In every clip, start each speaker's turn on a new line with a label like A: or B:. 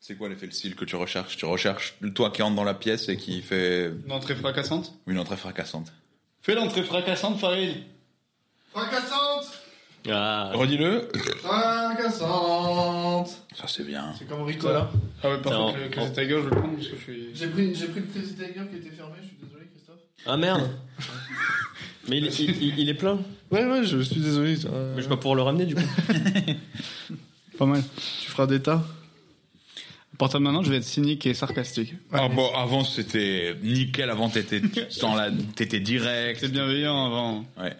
A: C'est quoi l'effet de style que tu recherches Tu recherches toi qui entre dans la pièce et qui fait
B: Une entrée fracassante
A: une entrée fracassante.
B: Fais l'entrée fracassante, Farid
C: Fracassante
D: Ah,
A: Redis-le.
C: Fracassante
A: Ça c'est bien.
C: C'est comme Ricola.
B: Ah ouais,
D: Non,
B: pardon, que, que
D: on-
B: c'est ta gueule, je le prends parce que je suis...
C: J'ai pris, j'ai pris le Crazy Tiger qui était fermé, je suis désolé Christophe.
D: ah merde. Mais il, il- il- il est plein.
E: Ouais, ouais, je suis désolé. ça-
D: Mais je vais pas pouvoir le ramener du coup.
E: Pas mal.
C: Tu feras des tas
E: À partir de maintenant, je vais être cynique et sarcastique.
A: Ah bon, avant c'était nickel. Avant t'étais sans la, t'étais direct.
E: C'est bienveillant avant.
A: Ouais.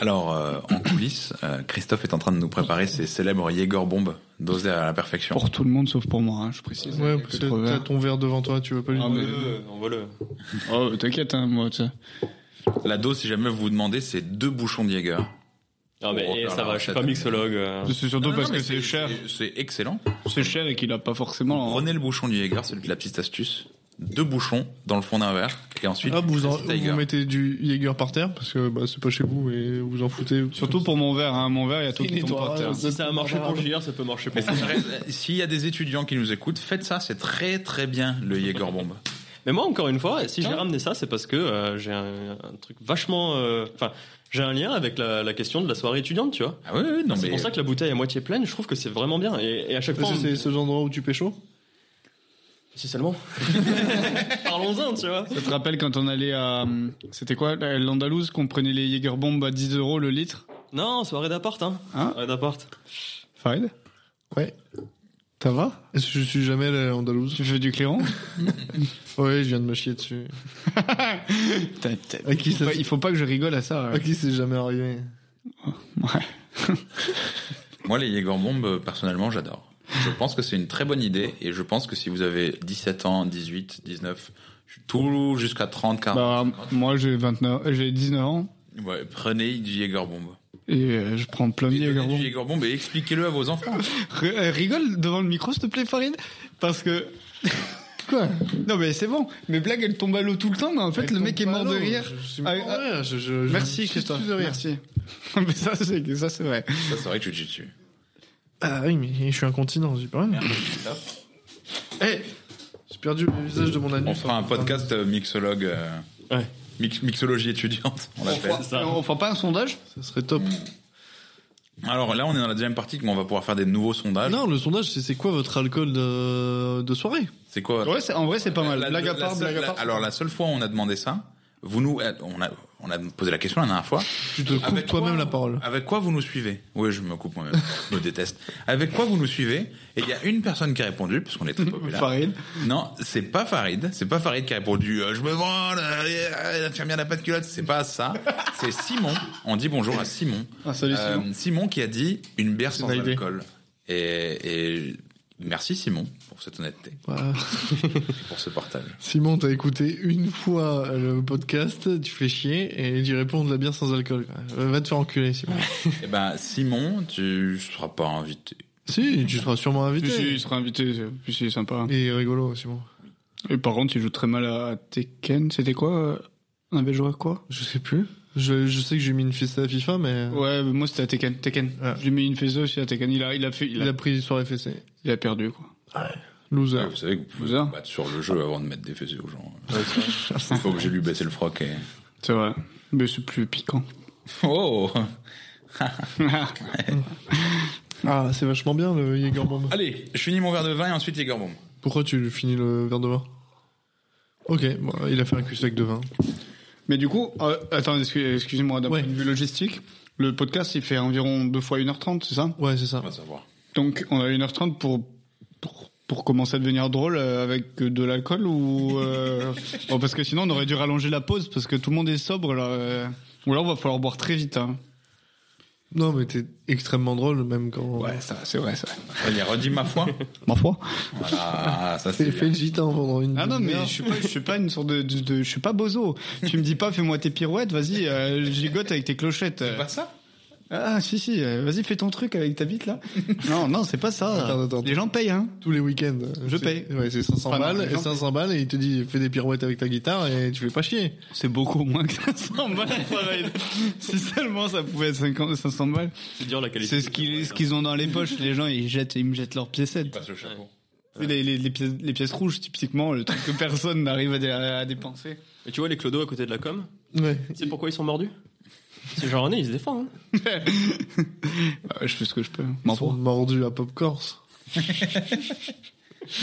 A: Alors, euh, en coulisses, euh, Christophe est en train de nous préparer ses célèbres Jaeger bombes dosées à la perfection.
E: Pour tout le monde sauf pour moi, hein, je précise.
C: Ouais,
E: Avec
C: parce
E: l'autre
C: que t'as
E: verre.
C: ton verre devant toi, tu veux pas lui
E: Ah,
C: demander.
D: on voit le.
E: Oh, t'inquiète, hein, moi, tu sais.
A: La dose, si jamais vous vous demandez, c'est deux bouchons de Jaeger.
D: Non mais
A: On
D: eh,
A: reparle
D: ça va,
A: en
D: je suis
A: chat.
D: pas mixologue. euh.
E: C'est surtout parce que c'est cher.
A: Ah, C'est excellent.
E: C'est cher et qu'il a pas forcément.
A: Oh.
E: hein.
A: Prenez le bouchon du Jaeger, c'est la petite astuce. Deux bouchons dans le fond d'un verre, et ensuite
C: Hop, Ah, vous, en-
A: Crazy Tiger.
C: vous mettez du Jaeger par terre parce que bah, c'est pas chez vous et vous en foutez.
E: Surtout pour mon verre, hein. Mon verre, il y a tout
C: Il
E: qui tombe
C: nettoie,
E: par terre.
C: ouais,
D: Si ça a marché pour JR, ça peut marcher pour
A: Mais ça
D: vous.
A: reste- Euh, S'il y a des étudiants qui nous écoutent, faites ça, c'est très très bien le Jaeger bombe.
D: Mais moi, encore une fois, si j'ai ramené ça, c'est parce que euh, j'ai un, un truc vachement. euh, Enfin, j'ai un lien avec la, la question de la soirée étudiante, tu vois.
A: Ah oui, oui, non
D: C'est
A: mais
D: pour ça que la bouteille à moitié pleine, je trouve que c'est vraiment bien. Et, et à chaque
C: Parce
D: fois,
C: que
D: on-
C: c'est ce genre d'endroit où tu pécho
D: si seulement. Parlons-en, tu vois.
E: Ça te rappelle quand on allait à. hum, C'était quoi la- L'Andalouse qu'on prenait les Jägerbombes à 10 euros le litre
D: Non, soirée d'appart, hein.
E: Hein
D: soirée d'appart.
E: Farid
C: Ouais. Ça va Je suis jamais allé à Andalouse.
E: Tu fais du clairon
C: Ouais, je viens de me chier dessus.
E: Putain, putain.
C: À qui
E: Il faut
C: ça
E: pas- Il faut pas que je rigole à ça. euh.
C: à
E: ouais.
C: Ah, qui c'est jamais arrivé
E: Ouais.
A: moi les Jaeger bombes euh, personnellement j'adore. Je pense que c'est une très bonne idée et je pense que si vous avez 17 ans, 18, 19, tout jusqu'à 30, 40,
E: Bah, moi, j'ai 29, euh, j'ai 19 ans
A: ouais, prenez du Jaeger bombe.
E: et euh, je prends plein de
A: Prenez du
E: Jägerbombes.
A: Jaeger bombe et expliquez-le à vos enfants.
E: Ri- euh, Rigole devant le micro, s'il te plaît, Farid, parce que. Quoi Non, mais c'est bon. Mes blagues, elles tombent à l'eau tout le temps, mais en fait, le mec est mort de rire.
C: Je, suis
E: Ah,
C: mort de rire. Je, je- je me
E: Merci,
C: chie
E: Christophe.
C: dessus de rire.
E: Merci. mais ça, c'est ça, c'est vrai.
A: Ça c'est vrai que tu te chies dessus.
C: Ah oui, mais je suis incontinent, j'y peux rien. Eh J'ai perdu le visage de mon anus.
A: On fera un
C: Putain.
A: podcast euh, mixologue, euh,
D: Ouais.
A: mix- mixologie étudiante, on l'appelle.
D: C'est ça.
E: On fera pas un sondage
C: Ça serait top.
A: Alors là, on est dans la deuxième partie, mais on va pouvoir faire des nouveaux sondages.
C: non, le sondage, c'est c'est quoi votre alcool de, de soirée
A: C'est quoi
E: Ouais, c'est- en vrai, c'est pas mal.
A: La-
E: blague à
A: la
E: part,
A: seule-
E: blague à
A: la-
E: part.
A: alors la seule fois où on a demandé ça, vous nous, on a, on a posé la question la dernière fois.
C: Tu te coupes
A: Avec
C: toi-même
A: quoi
C: la parole.
A: Avec quoi vous nous suivez Oui, je me coupe moi-même. je me déteste. Avec quoi vous nous suivez Et il y a une personne qui a répondu, parce qu'on est très populaire.
E: Farid.
A: non, c'est pas Farid. C'est pas Farid qui a répondu. euh, je me vante. euh, euh, L'infirmière n'a pas de culotte. C'est pas ça. C'est Simon. On dit bonjour à Simon.
E: Ah, salut,
A: Euh,
E: Simon.
A: qui a dit une bière sans
C: Une idée.
A: alcool. Et, et merci Simon pour cette honnêteté,
C: Voilà.
A: et pour ce partage.
C: Simon, t'as écouté une fois le podcast, tu fais chier et tu réponds de la bière sans alcool. quoi. Euh, Va te faire enculer, Simon.
A: Eh ben Simon, tu seras pas invité.
C: si, tu seras sûrement
E: Puis si,
C: invité.
E: il sera invité, c'est- puis si, sympa. hein.
C: Il est rigolo, Simon.
E: Et par contre, il joue très mal à Tekken. C'était quoi euh, On avait joué à quoi
C: Je sais plus. Je, je sais que j'ai mis une fessée à FIFA, mais
E: Ouais, mais moi c'était à Tekken. Tekken.
C: Ouais.
E: Je lui ai mis une fesse aussi à Tekken. Il a, il a fait, il
C: il
E: a,
C: a pris une soirée fessée.
E: il a perdu quoi.
C: Loser.
A: vous savez que vous pouvez vous
E: Vous avez-
A: battre sur le jeu avant de mettre des fessées aux gens. Il faut que j'ai lui baisser le froc hein. et...
E: C'est vrai. Mais c'est plus piquant.
A: Oh
C: Ah, c'est vachement bien le Jaeger Bomb.
A: Allez, je finis mon verre de vin et ensuite les gorbons.
C: Pourquoi tu finis le verre de vin Ok, bon, il a fait un cul sec de vin.
E: Mais du coup, euh, attends, excuse- excusez-moi, d'un
C: Ouais.
E: point de vue logistique, le podcast il fait environ deux fois 1h30, c'est ça
C: Ouais, c'est ça.
A: On va savoir.
E: Donc on a 1h30 pour, pour, pour commencer à devenir drôle euh, avec de l'alcool ou. euh, bon, parce que sinon on aurait dû rallonger la pause parce que tout le monde est sobre là. euh. Ou alors va falloir boire très vite. Hein.
C: Non, mais t'es extrêmement drôle, même quand.
E: ça, c'est vrai, ça.
A: Allez, redis ma foi.
E: Ma foi.
A: Voilà, ça c'est
C: T'es fait
A: bien.
C: le gitan pendant une.
E: Ah non, mais
C: demi-heure.
E: je suis pas, je suis pas une sorte de, de- de- je suis pas bozo. Tu me dis pas, fais-moi tes pirouettes, vas-y, euh, gigote avec tes clochettes.
A: C'est pas ça
E: Ah si si, euh, vas-y, fais ton truc avec ta bite là. Non non, c'est pas ça.
C: Attends, attends.
E: Les gens payent hein.
C: tous les week-ends.
E: Je
C: C'est-
E: paye.
C: Ouais, c'est 500
E: Enfin, non,
C: balles,
E: les
C: et
E: gens
C: 500 balles, et il te dit, fais des pirouettes avec ta guitare, et tu fais pas chier.
E: C'est beaucoup moins que 500 balles. Farid. si seulement ça pouvait être 50, 500 balles.
D: C'est dur la
E: C'est
D: qualité.
E: ce qu'ils ce qu'ils ont dans les poches. Les gens ils jettent, ils me jettent leurs piécettes.
A: Passe le chapeau.
E: Tu sais, Les, les- les pièces, les pièces rouges, typiquement, le truc que personne n'arrive à, dé- à dépenser.
D: Et tu vois les clodos à côté de la com
C: Ouais.
D: C'est pourquoi ils sont mordus C'est genre il se défend. hein.
E: Bah, je fais ce que je peux.
C: Ils
E: M'en
C: sont
E: fous.
C: mordus à Popcorns.
A: On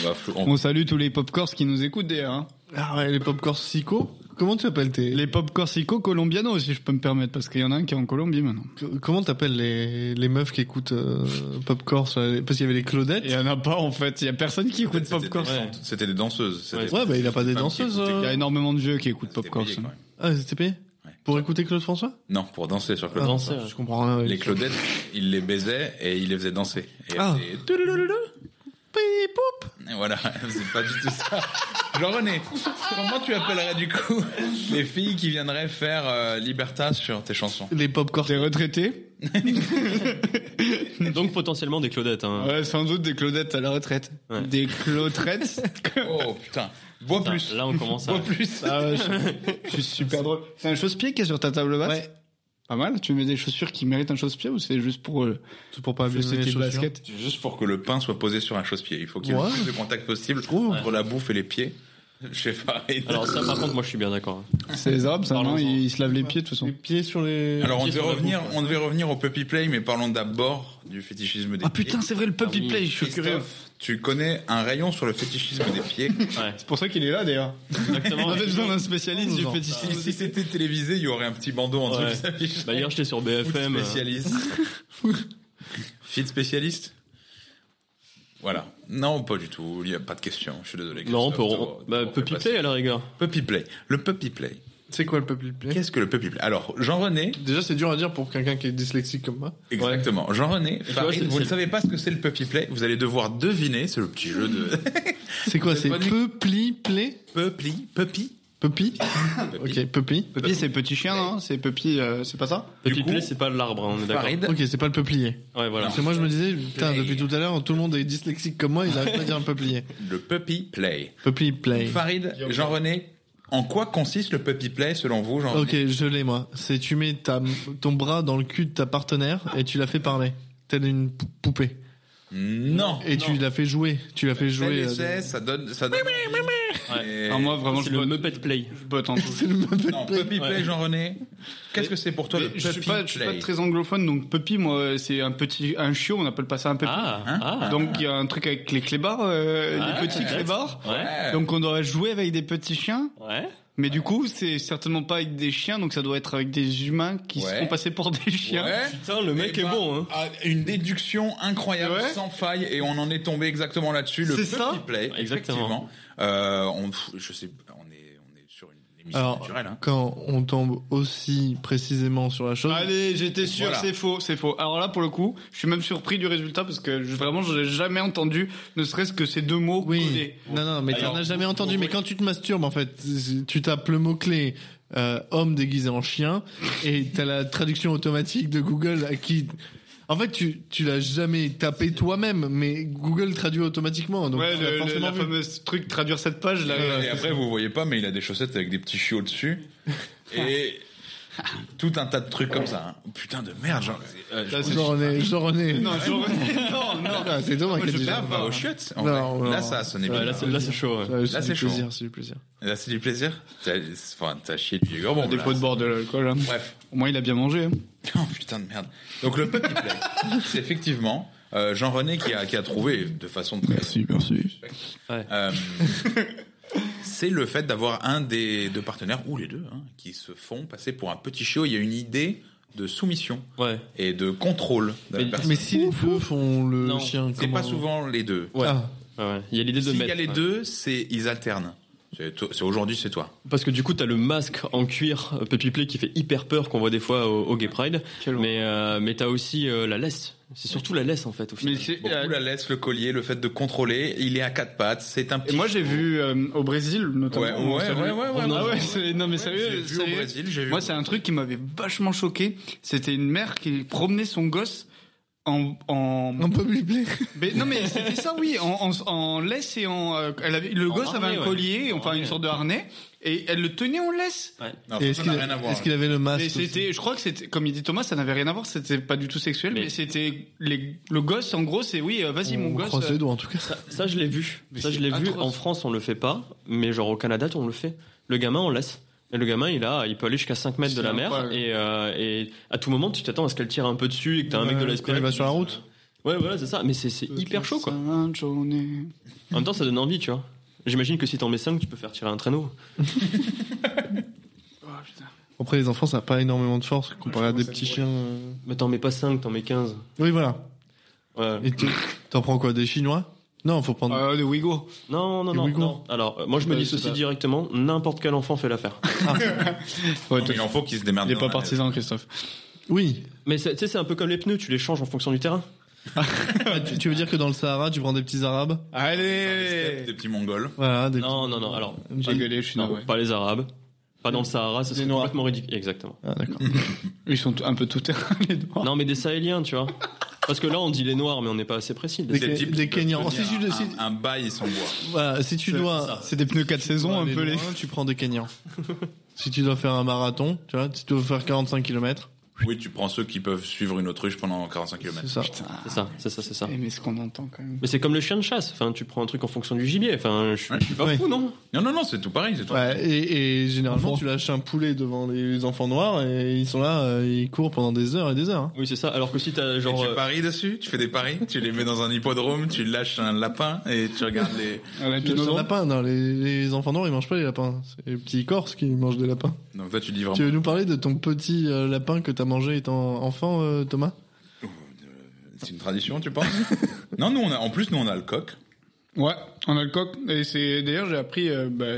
A: va flou- on-
E: On salue tous les popcorns qui nous écoutent d'ailleurs. hein.
C: Ah ouais, les Popcorns Sico Comment tu t'appelles tes...
E: Les pop corsico colombiano, si je peux me permettre, parce qu'il y en a un qui est en Colombie maintenant.
C: Co- Comment t'appelles les... les meufs qui écoutent euh, Popcorns là, Parce qu'il y avait les
E: Il
C: Claudettes.
E: y en a pas en fait, il y a personne qui écoute
A: C'était des-
E: Popcorn.
D: Ouais.
A: C'était des danseuses. c'était-
C: Ouais, bah il a pas des
A: femmes qui
C: danseuses.
A: écoutaient-
E: Il y a
C: euh,
E: énormément de vieux qui écoutent
A: C'était
E: Popcorn.
A: payé, quand même.
C: Ah, ils étaient payés
A: Ouais.
C: Pour écouter Claude François
A: Non, pour danser sur Claude.
C: Ah,
D: danser, ouais.
C: Je comprends rien. avec
A: Les
C: ça.
A: Claudettes, il les baisait et il les faisait danser. Et elles
C: Ah.
A: faisaient toulouloulou. Et Voilà, c'est pas du tout ça. Jean-René, comment tu appellerais du coup les filles qui viendraient faire euh, Libertas sur tes chansons
C: Les Popcorns.
E: Des retraités
D: Donc potentiellement des clodettes. hein.
E: Ouais, sans doute des Claudettes à la retraite.
D: Ouais.
E: Des Claudrettes
A: Oh putain, bois
D: Putain,
A: plus.
D: Là on commence à.
A: Bois plus.
E: Ah ouais, je- je suis super drôle. C'est un chausse-pied qui est sur ta table basse
C: Ouais.
E: Pas mal. Tu mets des chaussures qui méritent un chausse-pied ou c'est juste pour euh,
C: C'est pour pas abîmer
E: chausser
C: les
E: tes
C: chaussures.
E: baskets
A: C'est Juste pour que le pain soit posé sur un chausse-pied. Il faut qu'il y ait
C: Ouais.
A: le plus de contact possible
C: trouve.
A: entre la bouffe et les pieds. Je sais pas.
D: Alors ça par contre moi je suis bien d'accord. hein.
E: C'est les Arabes, ça, non
D: Parlons-en.
E: ils, ils se lavent les pieds de toute
C: Les
E: façon.
C: pieds sur les...
A: Alors on
D: Pieds
A: devait
D: sur la
A: revenir,
D: bouffe,
A: on devait revenir au puppy play, mais parlons d'abord du fétichisme des pieds.
E: c'est vrai le
D: puppy play,
E: je
A: Ah Christophe, Tu connais un rayon sur le fétichisme des pieds.
D: Ouais,
E: C'est pour ça qu'il est là d'ailleurs.
D: exactement.
E: On avait besoin d'un spécialiste du
C: Bonjour.
A: si
E: fétichisme.
A: si c'était télévisé, il y aurait un petit bandeau en dessous
D: Ouais.
A: qui s'affiche.
D: Bah, hier j'étais sur BFM.
A: Foot
D: euh,
A: spécialiste. Fit spécialiste. Voilà. Non, pas du tout. Il n'y a pas de question. Je suis désolé.
D: Non, on
A: Christophe,
D: peut.
A: t'en-
D: on- Bah,
A: t'en fais
D: Puppy
A: pas
D: Play à la rigueur.
A: ça. Puppy play. Le puppy play.
C: C'est quoi le Puppy Play
A: Qu'est-ce que le puppy play Alors, Jean-René,
C: Déjà, c'est dur à dire pour quelqu'un qui est dyslexique comme moi.
A: Exactement. Jean-René,
D: tu vois,
A: Farid,
D: c'est-
A: vous ne
D: c'est-
A: savez pas ce que c'est le puppy play. Vous allez devoir deviner. C'est le petit jeu de
C: C'est quoi
A: Vous
C: C'est
A: avez pas dit-
C: Puppy Play
A: puppy, puppy.
C: Puppy
D: Ah,
A: Puppy.
C: Ok, Puppy.
E: Puppy, c'est petit chien, non C'est Puppy, euh, c'est pas ça
A: Du
D: Puppy
A: coup,
D: Play c'est pas l'arbre, hein, on est d'accord.
A: Farid,
C: Ok, c'est pas le peuplier.
D: Ouais voilà.
C: Parce que moi je me disais, putain,
A: Play.
C: depuis tout à l'heure, tout le monde est dyslexique comme moi, ils arrivent pas à dire un peuplier.
A: le puppy play.
C: Puppy play.
A: Farid, Jean-René, en quoi consiste le puppy play selon vous, Jean-René
C: Ok, je l'ai moi. C'est tu mets ta, ton bras dans le cul de ta partenaire et tu la fais parler. Telle une pou- poupée.
A: Non.
C: Et tu la fais jouer. Tu la fais
A: Fais
C: jouer.
A: l'essai,
C: euh,
A: ça donne, ça donne.
D: Ouais.
A: Et-
E: Ah, moi vraiment,
D: C'est
E: je
D: le
E: botte,
D: Muppet Play.
E: je botte en tout.
C: C'est le Muppet
A: Non,
C: Play.
A: puppy play,
D: Ouais.
A: Jean-René. Qu'est-ce que c'est pour toi le puppy
E: Je suis, pas,
A: play
E: je suis pas très anglophone, donc Puppy, moi, c'est un petit, un chiot, on appelle pas ça un Puppy.
D: Ah
A: Hein
D: ah.
E: Donc il y a un truc avec les clébards, euh,
D: Ah,
E: les petits
D: peut-être.
E: clébards.
D: Ouais.
A: Ouais.
E: Donc on doit jouer avec des petits chiens,
D: Ouais.
E: mais du coup c'est certainement pas avec des chiens, donc ça doit être avec des humains qui
A: Ouais.
E: se font passer pour des chiens.
A: Ouais.
D: Putain le mec
A: Eh
D: est
A: ben,
D: bon hein.
A: ah, Une déduction incroyable,
E: Ouais.
A: sans faille, et on en est tombé exactement là-dessus. Le
E: C'est
A: petit
E: ça
A: play,
D: Exactement.
A: effectivement. Euh, on, pff, je sais, pas, on est, on est sur une émission
C: Alors,
A: naturelle. Hein.
C: Quand on tombe aussi précisément sur la chose.
E: Allez, j'étais sûr,
A: Voilà.
E: c'est faux, c'est faux. Alors là, pour le coup, je suis même surpris du résultat parce que je- vraiment, je n'ai jamais entendu, ne serait-ce que ces deux mots
C: Oui.
E: collés.
C: Non, non, mais
D: Alors,
C: t'en as jamais
D: vous-
C: entendu.
D: vous-
C: Mais quand tu te masturbes, en fait, tu tapes le mot-clé euh, homme déguisé en chien et t'as la traduction automatique de Google à qui. En fait, tu, tu l'as jamais tapé toi-même, mais Google traduit automatiquement. Donc,
E: Ouais,
C: tu l'as
E: le, le-
C: forcément
E: la
C: vu.
E: fameuse truc traduire cette page là. euh,
A: Et après, vous voyez pas, mais il a des chaussettes avec des petits chiots dessus. et tout un tas de trucs comme ça. hein. Putain de merde, genre. euh,
E: Là,
A: je-
E: Ah, c'est-
C: Jean-René, Jean-René.
E: Non, je- non, non.
C: Ah, c'est dommage
E: Moi,
C: qu'il
E: je
C: dise
A: Là,
E: tape. hein.
A: va aux chiottes. en
C: Non,
A: vrai.
C: non.
A: Là, ça a sonné
D: Ouais,
A: bien.
D: là c'est là, c'est chaud. ouais.
C: ça.
A: c'est
C: c'est du
A: chaud.
C: plaisir, c'est du plaisir.
A: Là, c'est du plaisir. T'as enfin, t'as chié du vieux bon,
E: Des fois de boire de l'alcool. hein.
A: Bref.
E: Au moins, il a bien mangé. hein.
A: Oh putain de merde. Donc le puppy play, c'est effectivement euh, Jean-René qui a, qui a trouvé de façon très...
E: merci.
A: Euh, c'est le fait d'avoir un des deux partenaires, ou les deux, hein, qui se font passer pour un petit chiot. Il y a une idée de soumission
D: Ouais.
A: et de contrôle de la personne.
C: Ah, Mais si les deux font le
D: Non,
C: chien,
A: C'est
C: comment-
A: pas souvent les deux.
D: Ouais.
C: Ah,
D: Ouais, ouais. Il y a l'idée de
A: S'il
D: mettre. hein.
A: y a les
D: ouais.
A: deux, c'est ils alternent. C'est to- c'est aujourd'hui, c'est toi.
D: Parce que du coup, t'as le masque en cuir euh, Puppy Play qui fait hyper peur qu'on voit des fois au, au Gay Pride.
E: Ah, Quel
D: Mais, euh, mais t'as aussi euh, la laisse. C'est surtout la laisse en fait au
E: Mais
D: final.
E: c'est-
A: Beaucoup
E: euh,
A: la laisse, le collier, le fait de contrôler. Il est à quatre pattes. C'est un
E: Et
A: petit.
E: moi j'ai vu euh, au Brésil notamment.
A: Ouais, ouais,
E: on savait-
A: ouais, ouais, ouais,
E: Ah
A: non,
E: ouais, c'est- non mais sérieux,
A: j'ai vu au
E: sérieux.
A: Brésil, j'ai vu.
E: Moi c'est un truc qui m'avait vachement choqué. C'était une mère qui promenait son gosse en, en...
C: Un peu multiplié.
E: Mais non mais c'était ça oui, en, en, en laisse et en euh, elle avait, le
D: En
E: gosse
D: harnais,
E: avait un
D: ouais.
E: collier,
D: En
E: enfin
D: harnais.
E: une sorte de harnais et elle le tenait en laisse.
D: Ouais.
A: Non,
C: Et
A: ça, ça
C: Est-ce qu'il
A: n'a
C: a-
A: rien à voir.
C: est-ce qu'il avait le masque
E: Mais c'était je crois que c'était comme il dit Thomas, ça n'avait rien à voir, c'était pas du tout sexuel mais,
D: Mais-
E: c'était les- le gosse en gros c'est oui, euh, vas-y
C: aussi
E: mon
C: On
E: gosse.
C: croise
E: euh,
C: les doigts en tout cas.
D: Ça, ça, je l'ai vu.
E: Mais
D: ça,
E: c'est
D: je l'ai vu.
E: atroce.
D: En France, on le fait pas, mais genre au Canada, on le fait. Le gamin, on laisse. Et le gamin, il a, il peut aller jusqu'à 5 mètres de la
E: C'est
D: mer.
E: incroyable.
D: Et, euh, et à tout moment, tu t'attends à ce qu'elle tire un peu dessus et que t'as un mec de
C: Ouais,
D: l'escalade.
C: quand il va
D: qui
C: sur la
D: dise,
C: route.
D: euh, Ouais, voilà, c'est ça. Mais c'est c'est hyper chaud, quoi.
E: Sainte journée.
D: En même temps, ça donne envie, tu vois. J'imagine que si t'en mets 5, tu peux faire tirer un traîneau.
E: Oh, putain.
C: Après, les enfants, ça n'a pas énormément de force comparé à des
B: pense à
C: petits
B: moi.
C: chiens. euh.
D: Mais t'en mets pas 5, t'en mets 15.
C: Oui, voilà.
D: Ouais.
C: Et tu- t'en prends quoi Des chinois Non, faut prendre.
E: Euh, le Wigo.
D: Non, non,
C: Et
D: non,
C: Ouïghour.
D: non. Alors, euh, moi, je me
E: Ouais,
D: dis
E: c'est
D: ceci
E: pas-
D: directement n'importe quel enfant fait l'affaire.
E: Ouais,
A: Non, mais Il en faut qu'il se démerde.
E: il est pas
A: bien.
E: partisan Christophe.
C: Oui.
D: Mais c'est- tu sais, c'est un peu comme les pneus, tu les changes en fonction du terrain.
C: Ah, tu, tu veux dire que dans le Sahara, tu prends des petits arabes
A: Des petits mongols.
C: Voilà, des
D: Non, non, non. Alors,
C: petits-
E: J'ai gueulé, je suis
D: non,
E: navré.
D: pas les Arabes, pas dans le Sahara, ça
E: Des
D: serait
E: Noirs.
D: complètement ridicule. Exactement.
C: Ah, d'accord.
E: Ils sont un peu tout terrain les doigts.
D: Non, mais des Sahéliens, tu vois. Parce que là, on dit les Noirs, mais on n'est pas assez précis. Des-
C: Des-
A: Ces types
C: des
A: peuvent
C: Kenyans.
A: tenir
C: Si tu le-
A: un-
C: si-
A: Un bail sans bois.
C: Voilà, si tu
E: C'est
C: dois.
E: C'est des pneus 4 saisons un
C: aller
E: peu les.
C: loin, Tu prends des Kenyans. si tu dois faire un marathon, tu vois, si tu dois faire 45 km,
A: Oui, tu prends ceux qui peuvent suivre une autruche pendant 45
C: c'est
A: km.
C: ça.
D: C'est ça, c'est ça, c'est ça.
E: Eh, mais ce qu'on entend quand même.
D: Mais c'est comme le chien de chasse. Enfin, tu prends un truc en fonction du gibier. Enfin, je suis- je suis pas
C: Ouais.
D: fou, non
A: Non, non, non, c'est tout pareil. C'est tout.
C: Ouais, et, et généralement,
E: Enfant.
C: tu lâches un poulet devant les, les enfants noirs et ils sont là, euh, ils courent pendant des heures et des heures. hein.
D: Oui, c'est ça. Alors que si t'as
A: Et
D: genre.
A: tu
D: euh,
A: paries dessus, tu fais des paris, tu les mets dans un hippodrome, tu lâches un lapin et tu regardes les.
E: À la
C: Tu lâches un
E: pinodrome.
C: lapin, non, les, les enfants noirs ils mangent pas les lapins. C'est les petits corses qui mangent des lapins.
A: Donc toi, tu dis
C: Tu
A: vraiment.
C: veux nous parler de ton petit euh, lapin que t'as mangé étant enfant, euh, Thomas
A: C'est une tradition, tu penses Non, nous, on a. En plus, nous, on a le coq.
E: Ouais, on a le coq. Et c'est d'ailleurs j'ai appris euh, bah,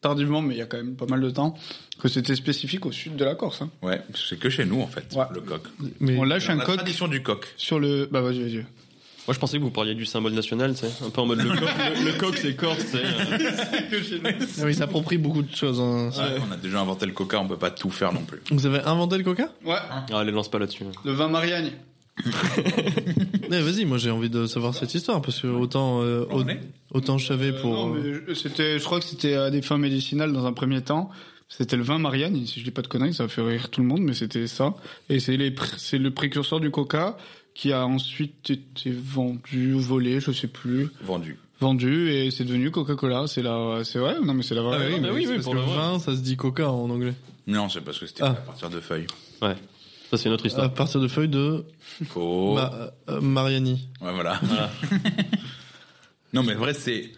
E: tardivement, mais il y a quand même pas mal de temps, que c'était spécifique au sud de la Corse. hein.
A: Ouais, parce que c'est que chez nous, en fait,
E: Ouais.
A: le coq.
C: Mais
E: On lâche
A: Alors,
E: un
A: la
E: coq
A: tradition du coq.
E: sur le. Bah vas-y, vas-y.
D: Moi, je pensais que vous parliez du symbole national, tu sais. Un peu en mode le coq, le, le coq, c'est corse, tu sais, euh.
C: Ah oui, il s'approprie beaucoup de choses. hein.
A: Ouais, On a déjà inventé le coca, on peut pas tout faire non plus.
C: Vous avez inventé le coca
E: Ouais,
D: Ah, allez, lance pas là-dessus.
E: le vin Marianne.
C: Eh, Vas-y, moi j'ai envie de savoir cette histoire parce que autant euh,
A: On est
C: autant je savais pour.
E: Euh,
C: euh,
E: Non, mais
D: euh,
E: je- c'était, je crois que c'était à des fins médicinales dans un premier temps. C'était le vin Marianne, et si je dis pas de conneries, ça fait rire tout le monde, mais c'était ça. Et c'est les, pr- c'est le précurseur du Coca qui a ensuite été vendu, volé, je sais plus,
A: vendu.
E: vendu et c'est devenu Coca-Cola. C'est la, c'est ouais, non mais c'est la vraie.
C: Ah oui,
D: bah
C: mais
D: oui,
C: c'est
D: oui,
C: parce
D: pour
C: que
D: le vrai.
C: vin, ça se dit coca en anglais.
A: Non, c'est parce que c'était
C: Ah.
A: à partir de feuilles.
D: Ouais. Ça, c'est une autre
C: À
D: histoire.
C: partir de feuilles de
A: Co.
E: Bah.
C: Ma- euh, Mariani.
A: Ouais, voilà.
E: Ah.
A: non, mais vrai, c'est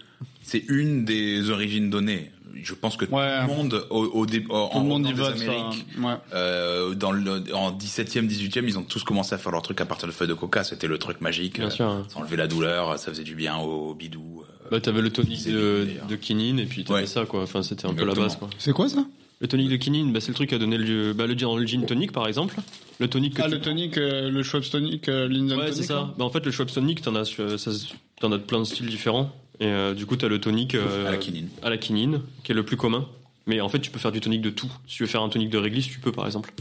A: c'est une des origines données. Je pense que
E: Ouais.
A: tout le monde au, au, dé- au-
E: Tout
A: en
E: le monde y
A: revenant
E: vote.
A: des
E: ça.
A: Amériques,
E: Ouais.
A: euh, dans le, en 17e, 18e, ils ont tous commencé à faire leur truc à partir de feuilles de coca. C'était le truc magique.
D: Bien
A: Euh,
D: sûr. hein.
A: Ça enlevait la douleur, ça faisait du bien au bidou. euh,
D: Bah, t'avais le tonique
A: c'est
D: de,
A: d'ailleurs.
D: de quinine, et puis t'avais
A: hein. Ouais.
D: ça, quoi. Enfin, c'était un peu la
A: Exactement.
D: base, quoi.
E: C'est quoi ça
D: Le tonique de quinine, bah, c'est le truc qui a donné le, bah, le, dans le gin tonic par exemple. Le tonic que
E: Ah
D: tu-
E: le tonic, euh, le Schweppes tonic, euh, Linsen
D: Ouais,
E: tonic.
D: c'est ça.
E: là.
D: Bah, en fait, le Schweppes tonic, t'en as, su- euh, ça se- t'en as de plein de styles différents. Et euh, du coup, t'as le tonic euh,
A: à la quinine.
D: à la quinine, qui est le plus commun. Mais en fait, tu peux faire du tonic de tout. Si tu veux faire un tonic de réglisse, tu peux, par exemple.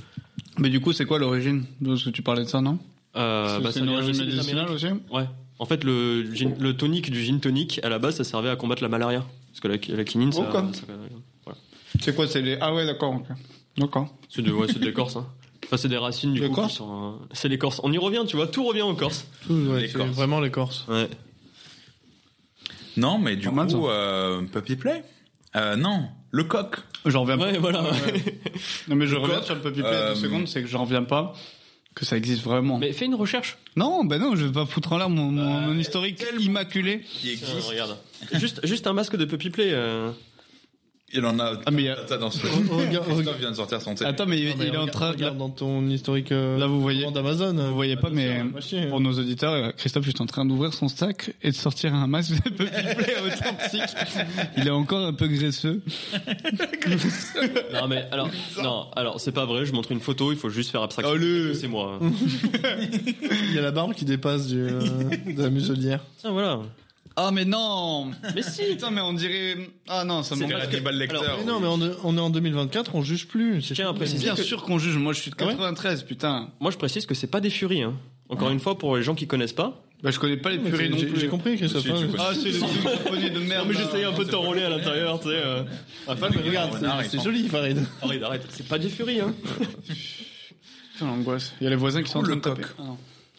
E: Mais du coup, c'est quoi l'origine de ce que tu parlais de ça, non
D: Euh, bah,
E: C'est
D: ça
E: une
D: vient
E: origine
D: aussi des
E: médicinale
D: Amériques.
E: aussi.
D: Ouais. En fait, le, gin- le tonic du gin tonic, à la base, ça servait à combattre la malaria. Parce que la, la quinine, ça.
E: Oh, quoi.
D: ça-
E: C'est quoi C'est les. Ah ouais, d'accord. ok. D'accord.
D: c'est de, ouais, c'est de l'écorce, hein. Enfin, c'est des racines, du
E: Les
D: coup.
E: Corses
D: qui sont, euh, C'est l'écorce. On y revient, tu vois. Tout revient aux Corses.
C: Tout, ouais,
A: Les
C: c'est
A: Corses.
C: vraiment les Corses.
D: Ouais.
A: Non, mais du
E: Pas mal,
A: coup, euh, Puppy Play euh, Non, le coq.
E: J'en reviens
D: Ouais, voilà.
E: Non mais je
A: Le
E: reviens
A: coq,
E: sur le puppy play
A: euh,
E: deux secondes, c'est que j'en reviens pas que ça existe vraiment.
D: Mais fais une recherche.
E: Non, bah non, je vais pas foutre en l'air mon, mon-
A: Euh,
E: mon historique immaculé.
A: Qui
D: Tiens,
A: existe.
D: regarde. Juste, juste un masque de Puppy Play. euh.
A: Il en a.
E: Ah, mais il y a-
A: Attends, dans ce.
C: Regarde-
A: Christophe vient de sortir son téléphone.
E: Attends, mais il,
C: Non, mais
E: il est en
C: Ah, regarde-
E: train.
C: regarde dans ton historique euh,
E: Là, vous voyez.
C: d'Amazon. Ah,
E: Vous voyez pas, mais pour nos auditeurs, euh, Christophe est en train d'ouvrir son sac et de sortir un masque de puppy play authentique. Il est encore un peu graisseux.
D: Non mais alors, non, alors c'est pas vrai. Je montre une photo. Il faut juste faire abstraction.
E: Allez.
D: C'est moi. hein.
C: Il y a la barbe qui dépasse du, euh, de la muselière.
D: Tiens voilà.
E: Ah mais non
D: Mais si.
E: Putain, mais on dirait. Ah non, ça
D: C'est
E: m'embête.
D: parce que-
A: Hannibal Lecter.
D: alors,
C: Mais non, mais on est, on est en 2024, on juge plus. c'est
D: Tiens,
C: fini.
D: précise-
E: Bien sûr qu'on juge. Moi, je suis de
C: Ah ouais
E: 93, putain.
D: Moi je précise que c'est pas des furies. Hein. Encore une fois, pour les gens qui connaissent pas.
E: Bah, je connais pas les purées non
C: J'ai- J'ai
E: plus.
C: compris, Christophe.
A: Aussi, tu
C: hein.
A: connais.
E: Ah, c'est le truc japonais de
D: Non,
E: merde.
D: mais
E: là.
D: j'essayais un peu de t'enrôler à l'intérieur, tu sais. euh.
C: Ah, Fab, mais regarde,
A: Renard,
C: c'est-
A: il
C: c'est
A: sent-
C: joli, Farid.
D: Arrête, arrête, c'est pas du Fury, hein.
E: Putain, l'angoisse. Il y a les voisins qui sont en train
A: Le
E: de taper.
A: coq.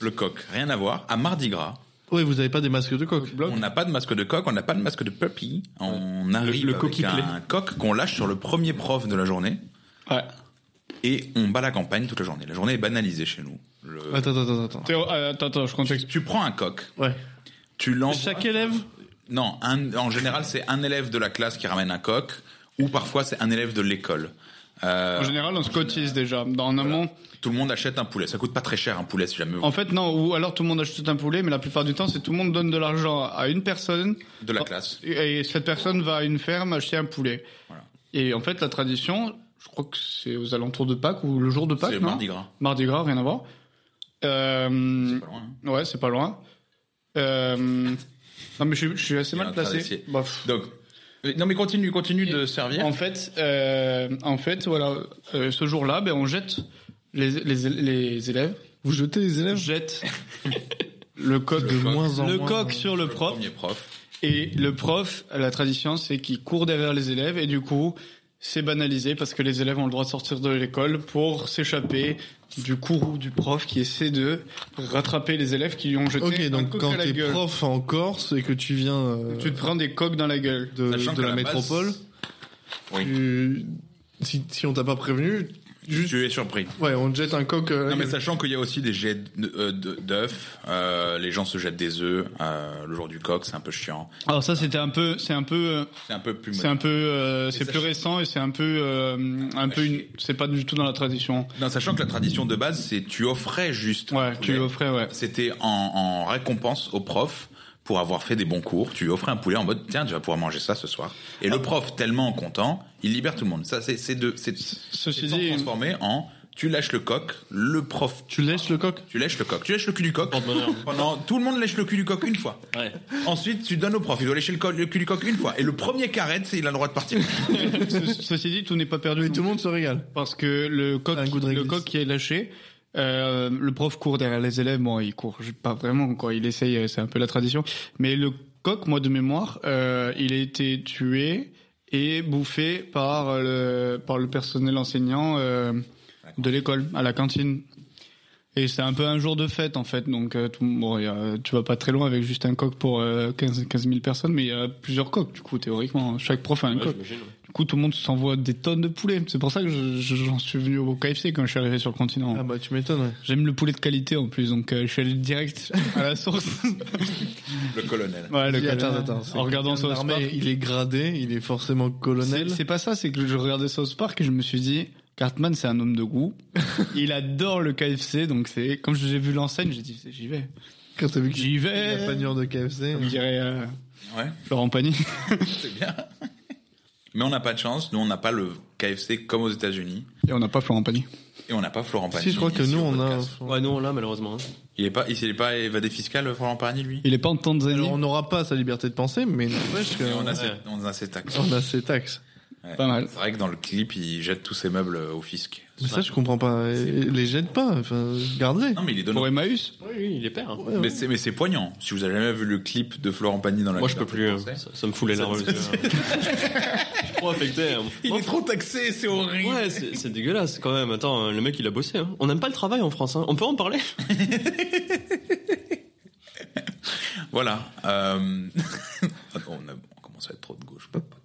A: Le coq, rien à voir. À Mardi Gras,
C: Ouais, vous avez pas des masques de coq.
A: on n'a pas de masque de coq, on n'a pas de masque de puppy. On arrive
D: le
A: avec
D: coquille plaît.
A: un coq qu'on lâche sur le premier prof de la journée
E: Ouais.
A: et on bat la campagne toute la journée. La journée est banalisée chez nous. Le-
C: Attends, attends, attends, attends.
E: Théo, euh, attends, attends, je contexte.
A: Tu prends un coq,
C: Ouais.
A: tu lances.
C: Chaque élève
A: Non, un- en général, c'est un élève de la classe qui ramène un coq, ou parfois c'est un élève de l'école. Euh,
E: En général, on se cotise déjà. Dans un amont.
A: tout le monde achète un poulet. Ça coûte pas très cher un poulet si jamais vous...
E: En fait, non, ou alors tout le monde achète un poulet, mais la plupart du temps, c'est tout le monde donne de l'argent à une personne
A: de la classe.
E: et et cette personne va à une ferme acheter un poulet.
A: Voilà.
E: Et en fait, la tradition, je crois que c'est aux alentours de Pâques ou le jour de Pâques,
A: C'est
E: non
A: mardi gras.
E: Mardi Gras, rien à voir. Euh,
A: C'est pas loin, hein.
E: ouais, c'est pas loin. Euh, non, mais je, suis- je suis assez
A: Il y a
E: mal
A: un train
E: placé.
A: d'essayer.
E: Bah, pff.
A: Donc, euh, non mais continue, continue de servir.
E: En fait, euh, en fait, voilà, euh, ce jour-là, ben, on jette les, les, les élèves
C: Vous jetez les élèves
E: jette le coq
A: Le
C: de
A: coq.
C: moins en
E: le
C: moins.
E: coq sur le prof
A: Premier prof.
E: et le prof la tradition c'est qu'il court derrière les élèves et du coup c'est banalisé parce que les élèves ont le droit de sortir de l'école pour s'échapper du courroux du prof qui essaie de rattraper les élèves qui lui ont jeté
C: Ok,
E: un
C: donc
E: coq
C: quand
E: à la
C: t'es
E: gueule.
C: prof en Corse et que tu viens euh,
E: tu te prends des coques dans la gueule
C: de,
A: Sachant
C: de
A: qu'à
C: la,
A: la base,
C: métropole,
A: Oui.
C: tu- si, si on t'a pas prévenu, juste,
A: Tu es surpris.
C: ouais, on te jette un coq. euh,
A: Non mais sachant qu'il y a aussi des jets de- euh, de- d'œufs, euh, les gens se jettent des œufs euh, le jour du coq, c'est un peu chiant.
E: alors ça c'était un peu c'est un peu euh,
A: C'est un peu plus.
E: c'est
A: moderne.
E: un peu euh, c'est
A: ça
E: plus
A: chie.
E: récent et c'est un peu euh, un peu une- c'est pas du tout dans la tradition
A: Non, sachant que la tradition de base, c'est tu offrais juste. un
E: ouais tu
A: poulet.
E: l'offrais ouais
A: C'était en, en récompense au prof pour avoir fait des bons cours. Tu lui offrais un poulet en mode tiens, tu vas pouvoir manger ça ce soir. Et
C: Ah.
A: le prof, tellement content, il libère tout le monde. Ça, c'est c'est de c'est
E: ceci
A: c'est sans
E: dit
A: transformé en tu lâches le coq, le prof.
C: Tu lèches le coq
A: Tu lèches le coq, tu lèches le cul du coq. Pendant tout le monde lèche le cul du coq une fois.
D: Ouais.
A: Ensuite, tu donnes au prof. Il doit lécher le, co- le cul du coq une fois. Et le premier carrette, c'est il a le droit de partir.
E: Ce- Ceci dit, tout n'est pas perdu
C: Mais tout le monde se régale.
E: parce que le coq,
C: Un goût de
E: le
C: réglisse.
E: coq qui est lâché, euh, le prof court derrière les élèves. Bon, il court je- pas vraiment, quoi. Il essaye, euh, c'est un peu la tradition. Mais le coq, moi de mémoire, euh, il a été tué et bouffé par le par le personnel enseignant euh, de l'école à la cantine. Et c'est un peu un jour de fête en fait, donc euh, tout- bon, il y a- tu vas pas très loin avec juste un coq pour euh, 15, 15 000 personnes, mais il y a plusieurs coqs du coup théoriquement. Chaque prof a
D: Bah,
E: un coq. Du coup, tout le monde s'envoie des tonnes de poulet. C'est pour ça que je- je- j'en suis venu au KFC quand je suis arrivé sur le continent.
C: Ah bah tu m'étonnes. ouais.
E: J'aime le poulet de qualité en plus, donc euh, je suis allé direct à la source.
A: le colonel.
E: ouais,
C: Dis,
E: colonel.
C: attends, attends, c'est
E: En regardant
C: quelqu'un de
E: South
C: l'armée,
E: Park,
C: il est gradé, il est forcément
E: c'est-
C: colonel.
E: c'est pas ça, c'est que je regardais South Park et je me suis dit, Cartman c'est un homme de goût. il adore le KFC, donc c'est comme j'ai vu l'enseigne, j'ai dit j'y vais.
C: Quand t'as vu qu'il
E: J'y
C: y a
E: vais.
C: pas de mur de KFC.
E: Comme dirait euh,
A: Ouais.
E: Florent Pagny.
A: C'est bien. Mais on n'a pas de chance. Nous, on n'a pas le KFC comme aux États-Unis.
E: Et on n'a pas Florent Pagny.
A: Et on n'a pas Florent Pagny.
C: Si je crois que
A: ici
C: nous
A: au
C: on a.
A: podcast.
D: Ouais, nous on l'a malheureusement. hein.
A: Il est pas, il s'est pas évadé fiscal, Florent Pagny, lui.
E: Il est pas en Tanzanie.
C: Alors on n'aura pas sa liberté de penser, mais n'empêche que
A: Et on a,
D: Ouais.
A: ses, on a ses taxes.
C: on a ses taxes.
A: Ouais.
E: Pas mal.
A: C'est vrai que dans le clip, il jette tous ses meubles euh, au fisc.
C: Mais ça, je comprends pas. Les jette pas. Enfin, garde-les.
A: Non, mais il est donné.
E: Pour Emmaüs.
D: Oui, oui, il est père. hein.
C: Ouais, ouais.
A: Mais c'est, mais c'est poignant. Si vous avez jamais vu le clip de Florent Pagny dans la
D: Moi je peux
A: Liberté
D: plus, hein.
A: française.
D: ça, ça me fout les larmes. aux yeux, hein. Je suis trop affecté. hein.
A: Il est trop taxé, c'est horrible.
D: Ouais, c'est c'est dégueulasse quand même. Attends, le mec il a bossé. hein. On n'aime pas le travail en France. hein. On peut en parler
A: Voilà. Euh... Attends, on, a- on commence à être trop de gauche, pas de podcast.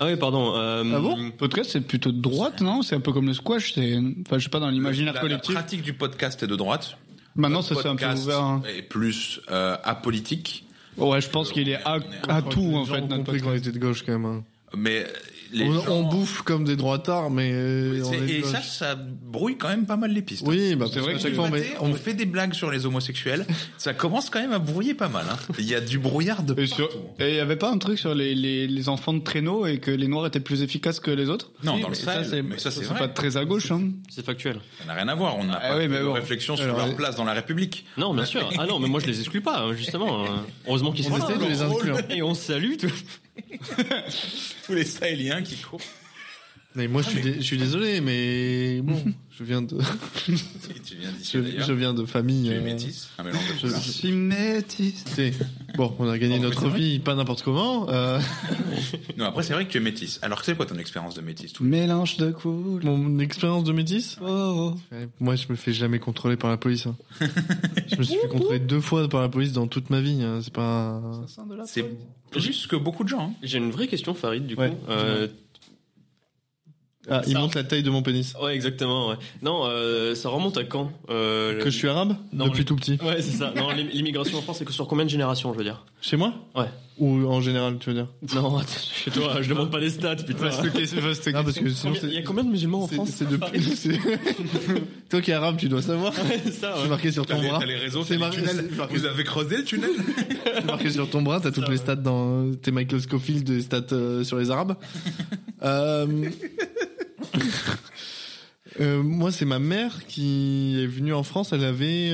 D: Ah oui, pardon. euh,
E: Ah bon Podcast, c'est plutôt de droite, non C'est un peu comme le squash, c'est. Enfin, je sais pas, dans l'imaginaire
A: La-
E: collectif.
A: La pratique du podcast est de droite.
E: Maintenant,
A: Le
E: ça c'est un peu
A: podcast
E: ouvert. hein.
A: est plus euh, apolitique.
E: Ouais, je pense qu'il est à, à tout, en fait,
C: On a
E: notre
C: compris qu'on
E: podcast.
C: était de gauche quand même. hein.
A: Mais euh, les
C: On,
A: gens-
C: on bouffe comme des droitards, mais euh,
A: C'est-
C: on est de
A: Et
C: gauche.
A: ça, ça brouille quand même pas mal les pistes. hein.
C: Oui, bah,
E: C'est
C: parce
E: vrai
C: qu'à
E: que
C: chaque
E: le
C: fois, on
A: Maté,
C: met-
A: on fait des blagues sur les homosexuels. Ça commence quand même à brouiller pas mal. hein. Il y a du brouillard de
E: Et
A: partout. hein.
E: sur- et il y avait pas un truc sur les, les, les enfants de traîneau et que les noirs étaient plus efficaces que les autres
A: Non,
E: Si,
A: dans le
E: mais
A: sale,
E: c'est-
A: mais ça, c'est
E: pas
A: vrai.
E: très à gauche, hein.
D: C'est factuel.
A: Ça n'a rien à voir. On n'a
E: Ah
A: pas
E: oui,
A: fait
E: mais
A: de
E: bon.
A: réflexion sur
C: Alors,
A: leur
C: euh,
A: place dans la République.
D: Non, bien sûr. Ah non, mais moi je les exclue pas, hein, justement. hein. Heureusement qu'ils sont
C: on
D: là.
C: essaie de les inclure.
D: Et on se salue. tout.
A: Tous les Sahéliens qui courent.
C: Mais moi, je suis, dé- je suis désolé, mais bon, je viens de,
A: Tu viens d'ici
C: je,
A: d'ailleurs.
C: je viens de famille.
A: Tu es
C: euh,
A: métisse, un mélange de
C: je-
A: couleurs.
E: suis métiste.
C: t'sais, Bon, on a gagné
A: Non, mais c'est
C: notre
A: vrai.
C: vie, pas n'importe comment. euh,
A: Non, après, c'est vrai que tu es métisse. Alors, c'est quoi ton expérience de métisse tout
E: Mélange de couleurs. Oh,
C: mon expérience de métis Ouais, Moi, je me fais jamais contrôler par la police. hein. je me suis fait contrôler deux fois par la police dans toute ma vie. hein, C'est pas.
A: C'est plus que beaucoup de gens. hein,
D: J'ai une vraie question, Farid, du coup.
C: Ouais.
D: Euh,
C: Ah, il
D: Ça-
C: monte la taille de mon pénis.
D: ouais, exactement. Ouais. Non, euh, ça remonte à quand euh, le-
C: Que je suis arabe
D: Non,
C: depuis
D: le-
C: tout petit.
D: Ouais, c'est ça. Non, l'im- l'immigration en France, c'est que sur combien de générations, je veux dire
C: Chez moi
D: Ouais.
C: Ou en général, tu veux dire
D: Non, attends, chez toi, je demande pas des stats, putain.
C: Non, parce que sinon,
D: Combien- Il y a
C: c'est-
D: combien de musulmans en
C: c'est-
D: France
C: c'est depuis. c'est- Toi qui es arabe, tu dois savoir.
D: Ouais, ça, Ah ouais.
C: C'est marqué sur
A: T'as
C: ton
A: les,
C: bras.
A: t'as les réseaux,
C: C'est
A: t'as les
C: marqué-
A: tunnels.
C: c'est marqué-
A: Vous avez creusé le tunnel
C: C'est marqué sur ton bras. T'as toutes les stats dans. T'es Michael Scofield des stats euh, sur les arabes. Euh, euh, moi, c'est ma mère qui est venue en France. Elle avait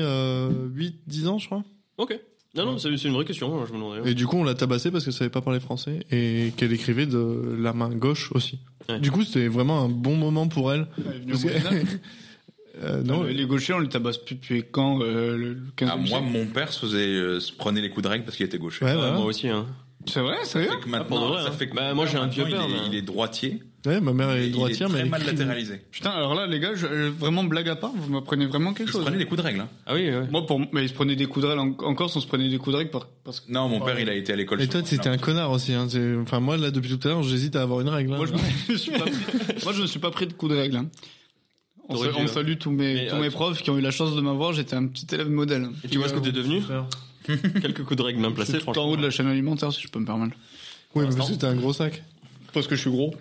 C: 8-10 ans, je crois.
D: Ok. Non, non, c'est c'est une vraie question, hein, je me demandais. ouais.
C: Et du coup, on l'a tabassée parce qu'elle savait pas parler français et qu'elle écrivait de la main gauche aussi.
D: Ouais.
C: Du coup, c'était vraiment un bon moment pour elle. Parce que- Euh, non,
E: Non, les gauchers, on les tabasse plus depuis quand euh, le- le
A: Ah,
E: 15e
A: Moi,
E: siècle
A: mon père se, faisait, euh, se prenait les coups de règle parce qu'il était gaucher.
C: Ouais,
D: Ouais,
C: voilà.
D: Moi aussi, hein.
E: C'est vrai,
A: Ça
E: sérieux
A: fait que maintenant,
D: Ah, pour de vrai,
A: ça
D: hein.
A: fait que
D: Bah, moi, j'ai un
A: maintenant,
D: vieux père,
A: Il, est-
D: mais-
A: il est droitier.
C: Ouais, ma mère
A: et
C: est
A: il
C: droitière,
A: est
C: mais
A: très
C: elle
A: mal
C: écrit-
A: latéralisé.
E: Putain, alors là, les gars, je- euh, vraiment blague à part, vous m'apprenez vraiment quelque
A: Il se
E: chose.
A: prenait des coups de règle. hein.
D: Ah oui, ouais.
E: Moi, pour, mais ils se prenaient des coups de règle en, en Corse, on se prenait des coups de règle par- parce que.
A: Non, mon père, il a été à l'école.
C: Et
A: sur-
C: toi, t'étais un connard aussi. Hein. C'est- Enfin, moi, là, depuis tout à l'heure, j'hésite à avoir une règle. hein.
E: Moi, je, me- je suis pas pris- moi, je me suis pas pris de coups de règle. hein. On,
D: T'aurais
E: sa-
D: dû,
E: on
D: hein.
E: salue tous mes,
D: Mais,
E: tous
D: euh,
E: mes
D: tu-
E: profs qui ont eu la chance de m'avoir, j'étais un petit élève modèle.
D: Et tu vois ce que t'es devenu Quelques coups de règle bien
E: C'est
D: placés,
E: tout en haut de la chaîne alimentaire, si je peux me permettre.
C: Oui, mais parce que t'es un gros sac.
E: Parce que je suis gros.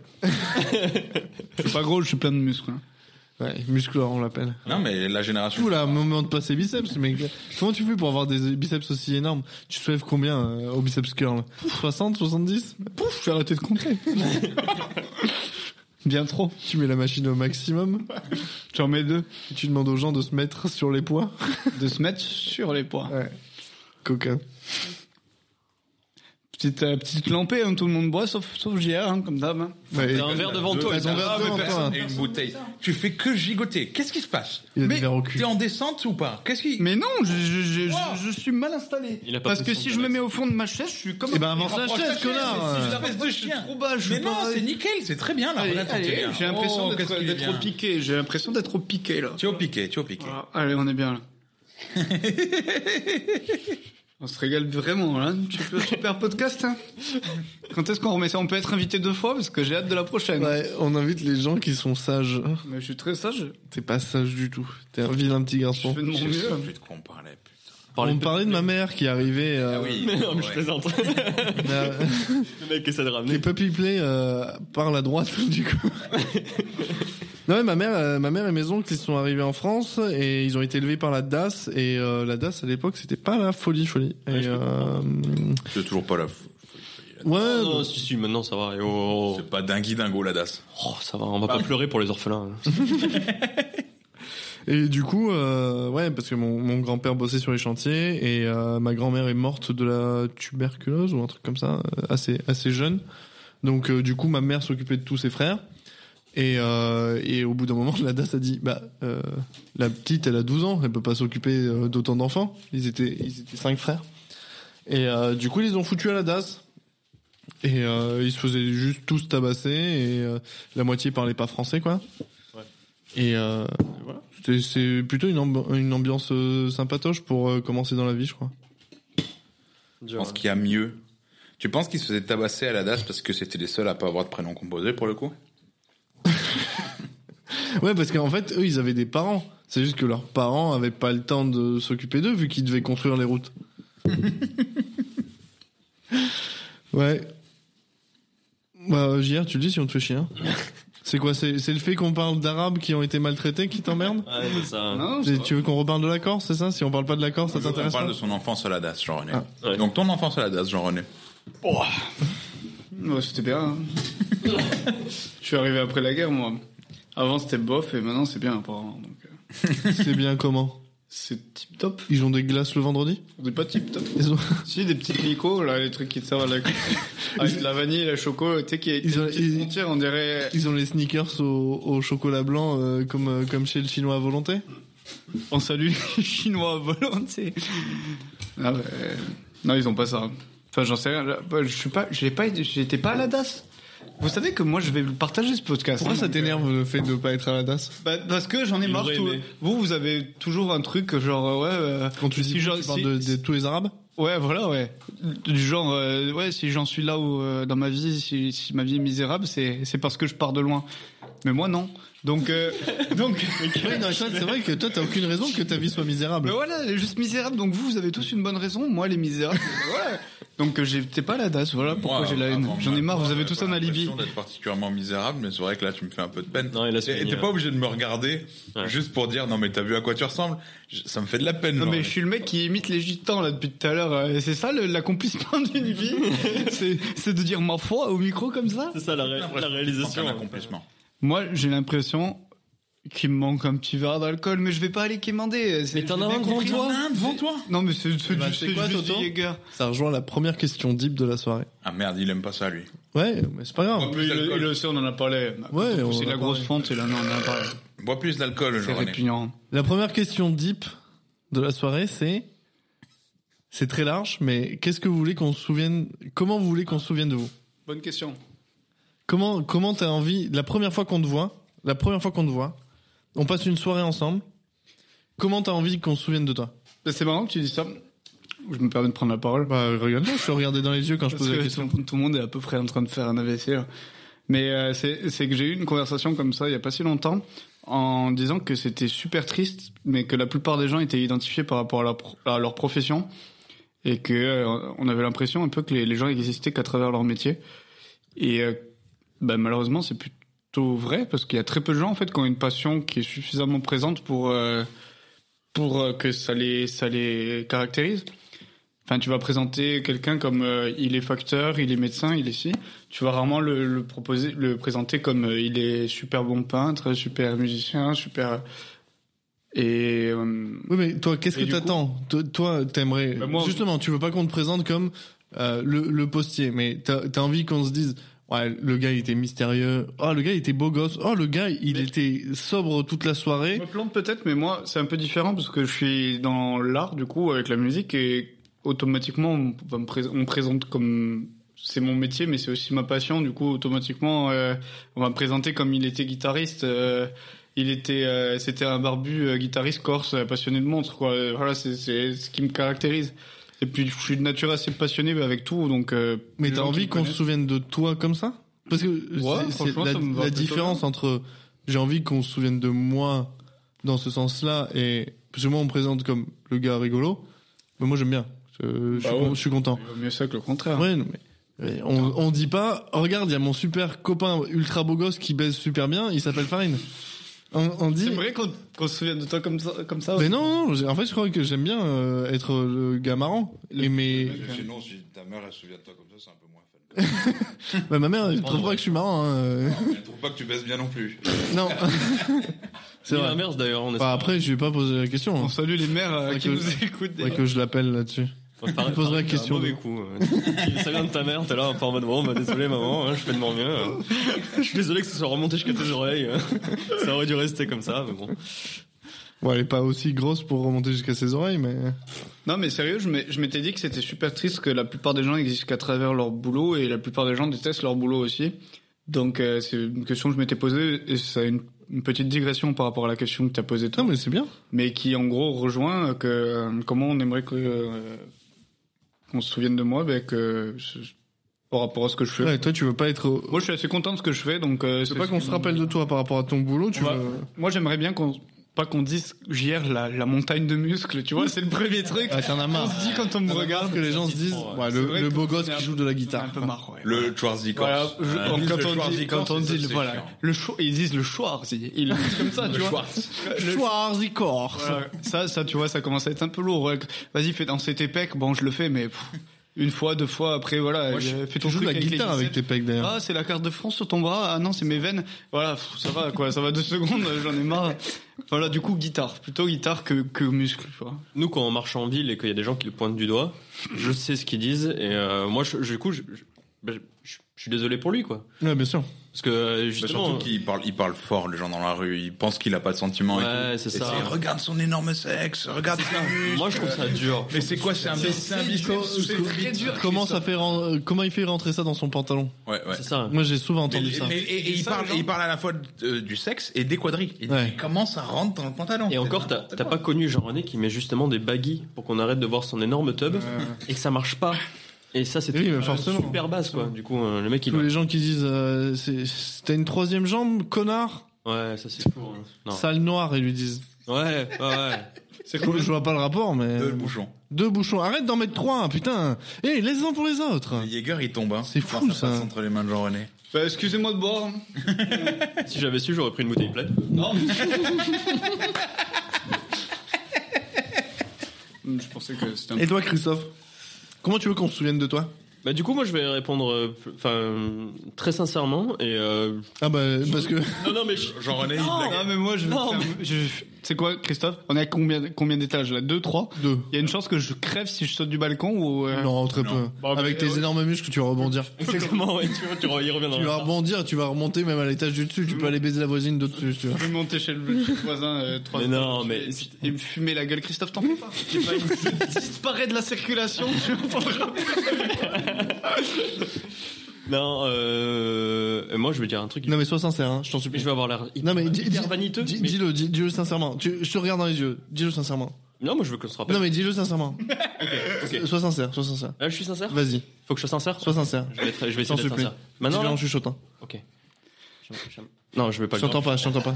E: je suis pas gros, je suis plein de muscles. hein.
C: Ouais, musclore, on l'appelle.
A: Non, mais la génération.
C: Ouh là, moment de passer biceps, mais comment tu fais pour avoir des biceps aussi énormes Tu soulèves combien euh, au biceps curl 60, 70
E: Pouf, j'ai arrêté de compter. Bien trop.
C: Tu mets la machine au maximum,
E: J'en mets deux.
C: et tu demandes aux gens de se mettre sur les poids.
E: De se mettre sur les poids.
C: Ouais. Coquin.
E: Petite, euh, petite lampée, hein, tout le monde boit, sauf, sauf JR, hein, comme d'hab. hein.
C: Ouais,
D: T'as un verre devant toi,
C: T'as
D: les
C: ton
D: gars.
C: verre
A: Ah, mais
C: devant toi.
A: personne et une bouteille. Tu fais que gigoter. Qu'est-ce qui se passe
C: Il a des
A: Mais
C: verres au cul.
A: T'es en descente ou pas Qu'est-ce qui
E: Mais non, je, je- je-
A: Wow.
E: je- je suis mal installé.
D: Il a pas
E: Parce
D: pris
E: que
D: son
E: si je me
D: diabète.
E: mets au fond de ma chaise, je suis comme.
C: Eh ben, avance la
E: rapproche
C: chaise,
A: C'est une
C: connard
A: espèce de chien.
E: Trop bas, je
A: Mais
E: suis
A: non,
E: pas-
A: c'est nickel, c'est très bien là.
E: Allez,
A: Regarde,
E: allez,
A: t'es bien.
E: J'ai l'impression
A: Oh,
E: d'être
A: qu'est-ce qu'il est
E: d'être au
A: bien.
E: piqué. Ah, J'ai l'impression d'être au piqué là.
A: Tu es au piqué, tu es au piqué.
E: Voilà. Allez, on est bien là. on se régale vraiment là. Tu fais un super podcast. hein. Quand est-ce qu'on remet ça On peut être invité deux fois parce que j'ai hâte de la prochaine.
C: Ouais, on invite les gens qui sont sages.
E: Mais je suis très sage.
C: T'es pas sage du tout. T'es un vilain petit
E: Je
C: garçon.
E: fais de mon
A: Je sais
E: mieux.
A: plus de quoi on parlait. putain.
C: On me parlait de ma mère qui arrivait.
A: Ah
C: Euh,
A: oui.
D: Non, mais je
A: ouais.
D: plaisante.
C: euh,
D: Le mec essaie de
C: les
D: ramener.
C: puppy play euh, par la droite du coup. non mais ma mère, euh, ma mère et mes oncles ils sont arrivés en France et ils ont été élevés par la DAS et euh, la DAS à l'époque c'était pas la folie folie. Et,
D: Ouais, je peux
C: euh,
A: C'est toujours pas la.
C: ouais,
D: Non,
C: bah,
D: Oh, non, si, si, maintenant ça va. Et Oh, oh,
A: C'est pas dingui dingo la DAS.
D: oh. Oh, ça va, on va pas pleurer pour les orphelins. hein.
C: Et du coup, euh, ouais, parce que mon, mon grand-père bossait sur les chantiers et euh, ma grand-mère est morte de la tuberculose ou un truc comme ça, euh, assez assez jeune. Donc euh, du coup, ma mère s'occupait de tous ses frères. Et, euh, et au bout d'un moment, la DAS a dit, bah, euh, la petite, elle a 12 ans, elle peut pas s'occuper euh, d'autant d'enfants. Ils étaient, ils étaient cinq frères. Et euh, du coup, ils les ont foutus à la DAS. Et euh, ils se faisaient juste tous tabasser et euh, la moitié parlait pas français, quoi. Et euh, voilà. C'est- C'est plutôt une, amb- une ambiance euh, sympatoche pour euh, commencer dans la vie, je crois.
A: Je pense qu'il y a mieux. Tu penses qu'ils se faisaient tabasser à la DAS parce que c'était les seuls à pas avoir de prénom composé pour le coup
C: Ouais, parce qu'en fait, eux, ils avaient des parents. C'est juste que leurs parents avaient pas le temps de s'occuper d'eux vu qu'ils devaient construire les routes. ouais. Bah, euh, JR, tu le dis si on te fait chier. hein. C'est quoi C'est c'est le fait qu'on parle d'arabes qui ont été maltraités qui t'emmerde
D: Ouais, mais ça.
E: Non,
C: C'est- Tu veux qu'on reparle de la Corse, c'est ça Si on parle pas de la Corse, ça
A: Ah, On
C: t'intéresse
A: parle
C: pas
A: de son enfance à la DAS, Jean-René.
D: Ah, ouais.
A: Donc ton enfance à la DAS, Jean-René.
E: Ouais, c'était bien. hein. je suis arrivé après la guerre, moi. Avant, c'était bof et maintenant, c'est bien, apparemment. Donc, euh,
C: C'est bien comment
E: C'est tip top.
C: Ils ont des glaces le vendredi
E: C'est pas tip top.
C: Ils ont,
E: Si, des petits licots, là, les trucs qui te servent à la Avec de la vanille, la choco, tu sais, qui est
C: Ils
E: une
C: ont-
E: petite
C: ils-
E: frontière, on dirait.
C: ils ont les sneakers au, au chocolat blanc euh, comme, euh, comme chez le chinois à volonté
E: On salue les Chinois à volonté. Ah ouais. Non, ils ont pas ça. Enfin, j'en sais rien. là, bah, Je suis pas, j'ai pas, j'étais pas à la DAS. Vous savez que moi, je vais partager ce podcast.
C: Pourquoi
E: hein,
C: ça
E: donc,
C: t'énerve le fait de pas être à la DAS
E: euh, bah, Parce que j'en ai
D: Il
E: marre.
D: aurait
E: tout-
D: aimé.
E: Vous, vous avez toujours un truc genre euh, ouais. euh,
C: Quand tu
E: si
C: dis
E: j'en-
C: genre, tu parles
E: si-
C: de, de tous les arabes
E: Ouais, voilà, ouais. Du genre, euh, ouais, si j'en suis là où, euh, dans ma vie, si, si ma vie est misérable, c'est c'est parce que je pars de loin. Mais moi, non. Donc, euh, donc,
C: Oui, non, mais toi, c'est vrai que toi, t'as aucune raison que ta vie soit
E: mais
C: misérable.
E: voilà, elle est juste misérable. Donc, vous, vous avez tous une bonne raison. Moi, les misérables, voilà. Donc, euh, j'étais pas la DAS, voilà Ah, pourquoi
A: Moi,
E: j'ai la haine.
A: avant,
E: J'en ai marre,
A: moi,
E: vous avez
A: j'avais
E: tous
A: pas
E: un alibi.
A: l'impression d'être particulièrement misérable, mais c'est vrai que là, tu me fais un peu de peine.
D: Non, il a
A: Et
D: fini,
A: t'es
D: hein.
A: pas obligé de me regarder
D: Ouais.
A: juste pour dire non mais t'as vu à quoi tu ressembles Je- Ça me fait de la peine.
E: Non
A: genre.
E: mais je suis le mec qui imite les gitans là depuis tout à l'heure. euh, C'est ça le- l'accomplissement d'une vie, c'est c'est de dire ma foi au micro comme ça.
D: C'est ça la, ré- la
A: C'est un
D: réalisation. hein.
A: accomplissement.
E: Moi, j'ai l'impression qu'il me manque un petit verre d'alcool, mais je vais pas aller quémander. c'est-
D: Mais t'en
E: j'ai
D: as
E: bien
D: un devant
E: compris.
D: toi.
A: un devant toi
E: Non, mais c'est c'est
C: bah,
E: du-
C: c'est
E: c'est
C: quoi,
E: juste du
C: Toto
E: Jaeger.
C: Ça rejoint la première question deep de la soirée.
A: Ah merde, il aime pas ça lui.
C: Ouais, mais c'est pas grave.
A: Plus d'alcool.
E: aussi, on en a parlé.
C: Ouais, on
E: c'est
C: en a
E: la grosse
C: parlé.
E: fente, c'est là, non, on en a parlé.
A: Bois plus d'alcool,
E: C'est
A: jean
E: répugnant.
C: La première question deep de la soirée, c'est. C'est très large, mais qu'est-ce que vous voulez qu'on se souvienne. Comment vous voulez qu'on se souvienne de vous
E: Bonne question.
C: Comment comment t'as envie. La première fois qu'on te voit, la première fois qu'on te voit, on passe une soirée ensemble, comment t'as envie qu'on se souvienne de toi
E: C'est marrant que tu dis ça. Je me permets de prendre la parole.
C: Bah, regarde-moi, je te regardais dans les yeux quand je
E: Parce
C: posais la
E: que
C: question.
E: tout, tout le monde est à peu près en train de faire un AVC. là. Mais euh, c'est c'est que j'ai eu une conversation comme ça il y a pas si longtemps en disant que c'était super triste, mais que la plupart des gens étaient identifiés par rapport à, leur pro- à leur profession et que euh, on avait l'impression un peu que les, les gens existaient qu'à travers leur métier. Et euh, bah, malheureusement, c'est plutôt vrai parce qu'il y a très peu de gens en fait qui ont une passion qui est suffisamment présente pour euh, pour euh, que ça les ça les caractérise. Enfin, tu vas présenter quelqu'un comme euh, il est facteur, il est médecin, il est ci. Tu vas rarement le, le proposer, le présenter comme euh, il est super bon peintre, super musicien, super. Et euh,
C: Oui, mais toi, qu'est-ce
E: Et
C: que
E: du coup-
C: t'attends Toi- Toi, t'aimerais.
E: Bah, moi-
C: Justement, tu veux pas qu'on te présente comme euh, le, le postier, mais t'as t'as envie qu'on se dise. Ouais, le gars il était mystérieux. Oh, le gars il était beau gosse. Oh, le gars il
E: Mais-
C: était sobre toute la soirée.
E: je me plante peut-être, mais moi c'est un peu différent parce que je suis dans l'art du coup avec la musique et automatiquement on, va me pré- on me présente comme c'est mon métier, mais c'est aussi ma passion. Du coup, automatiquement, euh, on va me présenter comme il était guitariste. euh, il était, euh, c'était un barbu euh, guitariste corse, euh, passionné de monstres. Quoi. Euh, Voilà, c'est c'est ce qui me caractérise. Et puis, je suis de nature assez passionné avec tout, donc. euh,
C: Mais
E: les
C: t'as
E: gens qui me
C: envie qu'on se
E: connaissent-
C: souvienne de toi comme ça Parce que c'est- c'est
E: franchement,
C: la,
E: ça me va
C: la
E: plutôt
C: différence entre j'ai envie qu'on se souvienne de moi dans ce sens-là et parce que moi on me présente comme le gars rigolo, mais moi j'aime bien. Je, je
E: Bah
C: suis con-
E: ouais. Ah.
C: je suis content.
E: Il vaut Mieux ça que le contraire.
C: Ouais, non, mais- mais on, on dit pas, Oh, regarde, il y a mon super copain ultra beau gosse qui baise super bien, il s'appelle Farine. On, on dit,
E: C'est vrai qu'on qu'on se souvienne de toi comme ça, comme ça.
C: mais non, non, j'ai- en fait, je crois que j'aime bien euh, être le gars marrant. Et mais
A: Sinon, si ta mère elle se souvient de toi comme ça, c'est un peu moins fun.
C: bah, ma mère, elle trouvera que je suis marrant. hein.
A: Elle trouve pas que tu baisses bien non plus.
C: Non,
D: C'est
C: c'est vrai.
D: l'inverse d'ailleurs. On
C: Enfin,
D: espère.
C: après, je vais pas poser la question.
E: On
C: hein.
E: salue les mères euh,
C: Faudrait
E: qui
C: que-
E: nous écoutent.
C: Faudrait que je l'appelle là-dessus.
D: Enfin, par-
C: je poserai la
D: par-
C: question.
D: un Mauvais coup. euh. Ça vient de ta mère, t'es là, un peu en mode bon, bah, désolé maman, hein, je fais de mon mieux. euh. Je suis désolé que ce soit remonté jusqu'à tes oreilles. euh. Ça aurait dû rester comme ça, mais bon.
C: Bon, elle est pas aussi grosse pour remonter jusqu'à ses oreilles, mais
E: Non, mais sérieux, je m'ai- je m'étais dit que c'était super triste que la plupart des gens existent qu'à travers leur boulot et la plupart des gens détestent leur boulot aussi. Donc, euh, c'est une question que je m'étais posée et ça a une, une petite digression par rapport à la question que tu as posée toi,
C: non,
E: mais...
C: mais c'est bien.
E: qui en gros rejoint que euh, comment on aimerait que euh, qu'on se souvienne de moi ben, que ce- par rapport à ce que je fais.
C: Ouais, toi, tu veux pas être.
E: Moi, je suis assez content de ce que je fais, donc euh,
C: Tu
E: c'est
C: veux pas qu'on se rappelle de toi par rapport à ton boulot, tu
E: On va-
C: veux.
E: Moi, j'aimerais bien qu'on pas qu'on dise JR la, la montagne de muscles, tu vois, c'est le premier truc.
C: Ah, t'en as
E: On
C: marre.
E: se dit quand on me regarde.
C: que les gens se disent, ouais,
E: C'est
C: le,
E: vrai
C: le
E: que
C: beau
E: c'est
C: gosse
E: un-
C: qui joue de la
E: T'as un
C: guitare.
E: peu marre, ouais.
A: Le Euh, Schwarzy
E: Voilà, je-
A: Voilà,
E: quand on dit, quand on dit, voilà, le Schwa- ils disent le Schwarz, ils, ils le disent comme ça, tu vois. Le-
C: Schwarzikor.
E: Voilà. Ça, ça, tu vois, ça commence à être un peu lourd. ouais. Vas-y, fais dans cet épec, bon, je le fais, mais pff, une fois, deux fois, après, voilà,
C: Moi, je-
E: euh, fais
C: Tu
E: ton
C: joues
E: truc
C: de la
E: avec les
C: guitare avec tes
E: biceps.
C: pecs hein. d'ailleurs.
E: Ah, c'est la carte de France sur ton bras. Ah non, c'est mes veines. Voilà, pff, ça va, quoi, ça va deux secondes, j'en ai marre. Voilà, du coup, guitare. Plutôt guitare que, que muscle, tu vois.
D: Nous, quand on marche en ville et qu'il y a des gens qui le pointent du doigt, je sais ce qu'ils disent. Et euh, moi, je, du coup, je, je- ben, je- je suis désolé pour lui, quoi.
E: Ah.
C: Ouais, bien sûr.
D: Parce que euh,
A: Mais
D: justement.
A: Bah, surtout qu'il parle, il parle fort, les gens dans la rue, ils pensent qu'il a pas de sentiments. et
D: Ouais,
A: tout.
D: c'est
A: Et
D: ça.
A: c'est, regarde son énorme sexe, regarde ça.
D: Moi, je trouve ça dur.
A: Mais c'est quoi, c'est un biceps, un biceps, c'est très dur.
C: Comment ça fait ren- euh, comment il fait rentrer ça dans son pantalon
A: Ouais, ouais.
D: C'est ça.
C: Moi j'ai souvent entendu
A: Mais-
C: ça.
A: mais- et, et il parle, et il parle à la fois de- euh, du sexe et des quadrilles. Il dit,
C: Ouais.
A: mais comment ça rentre dans le pantalon
D: Et encore, t'as t'as pas connu Jean-René qui met justement des baggies pour qu'on arrête de voir son énorme tub et que ça marche pas. Et ça, c'était
C: Oui, mais
D: euh,
C: forcément.
D: super basse, quoi. Du coup, euh, le mec, il.
C: Tous les gens qui disent euh, c'est- c'est- t'as une troisième jambe connard
D: Ouais, ça, c'est pour. Non.
C: sale noir ils lui disent
D: Ouais, ouais, ouais.
C: c'est cool je vois pas le rapport mais
A: Deux bouchons.
C: deux bouchons arrête d'en mettre trois putain et laisse-en pour les autres
A: Le Jaeger, il tombe. Hein.
C: C'est
A: Quand
C: fou, ça.
A: passe entre les mains de Jean-René.
E: Bah, excusez-moi de boire.
D: Si j'avais su, j'aurais pris une bouteille pleine.
E: Non. Je pensais que c'était un
C: et toi Christophe comment tu veux qu'on se souvienne de toi
D: Bah, du coup, moi, je vais répondre, euh, p- enfin, très sincèrement. Et euh,
C: ah bah parce que
D: non, non, mais je-
A: Jean-René, il
E: Non, mais moi, je vais
D: Non,
E: faire- je- C'est quoi, Christophe On est à combien, combien d'étages là Deux, trois
C: deux
E: Il y a une chance que je crève si je saute du balcon ou. euh,
C: non très peu
A: Non.
D: Bah,
E: Bon,
C: avec
E: mais-
D: euh,
C: tes énormes muscles tu vas rebondir
D: Exactement, ouais, tu, vois, tu re- il revient dans
C: tu
D: le
C: vas
D: bar.
C: rebondir tu vas remonter même à l'étage du dessus
D: Mm.
C: tu peux aller baiser la voisine de dessus tu vois
E: Je vais monter chez le chez le voisin euh, trois
D: Mais non, mais-
E: Il me fumait la gueule, Christophe, t'en fais pas. Je sais pas, il disparaît de la circulation, tu entendras.
D: Non, euh, euh, moi, je vais dire un truc.
C: non mais sois sincère hein, je t'en
D: Mais
C: supplie
D: je vais avoir l'air hyper,
C: non mais dis-
D: hyper
C: dis-
D: vaniteux.
C: dis-
D: mais-
C: dis-le dis- dis-le sincèrement Tu- je te regarde dans les yeux dis-le sincèrement
D: Non, moi, je veux que se rappelle.
C: Non mais dis-le sincèrement.
D: Ok.
C: Sois sincère, sois sincère.
D: Là, je suis sincère.
C: Vas-y,
D: Faut que je sois sincère.
C: sois sincère.
D: Je vais, être- je vais
C: S'il
D: essayer
C: te
D: d'être
C: plaît.
D: sincère.
C: Maintenant,
D: Maintenant,
C: en
D: là
C: chuchotant.
D: Ok. J'aime- j'aime- Non, je vais pas
C: Je
D: le
C: t'entends
D: dire.
C: pas, je t'entends pas.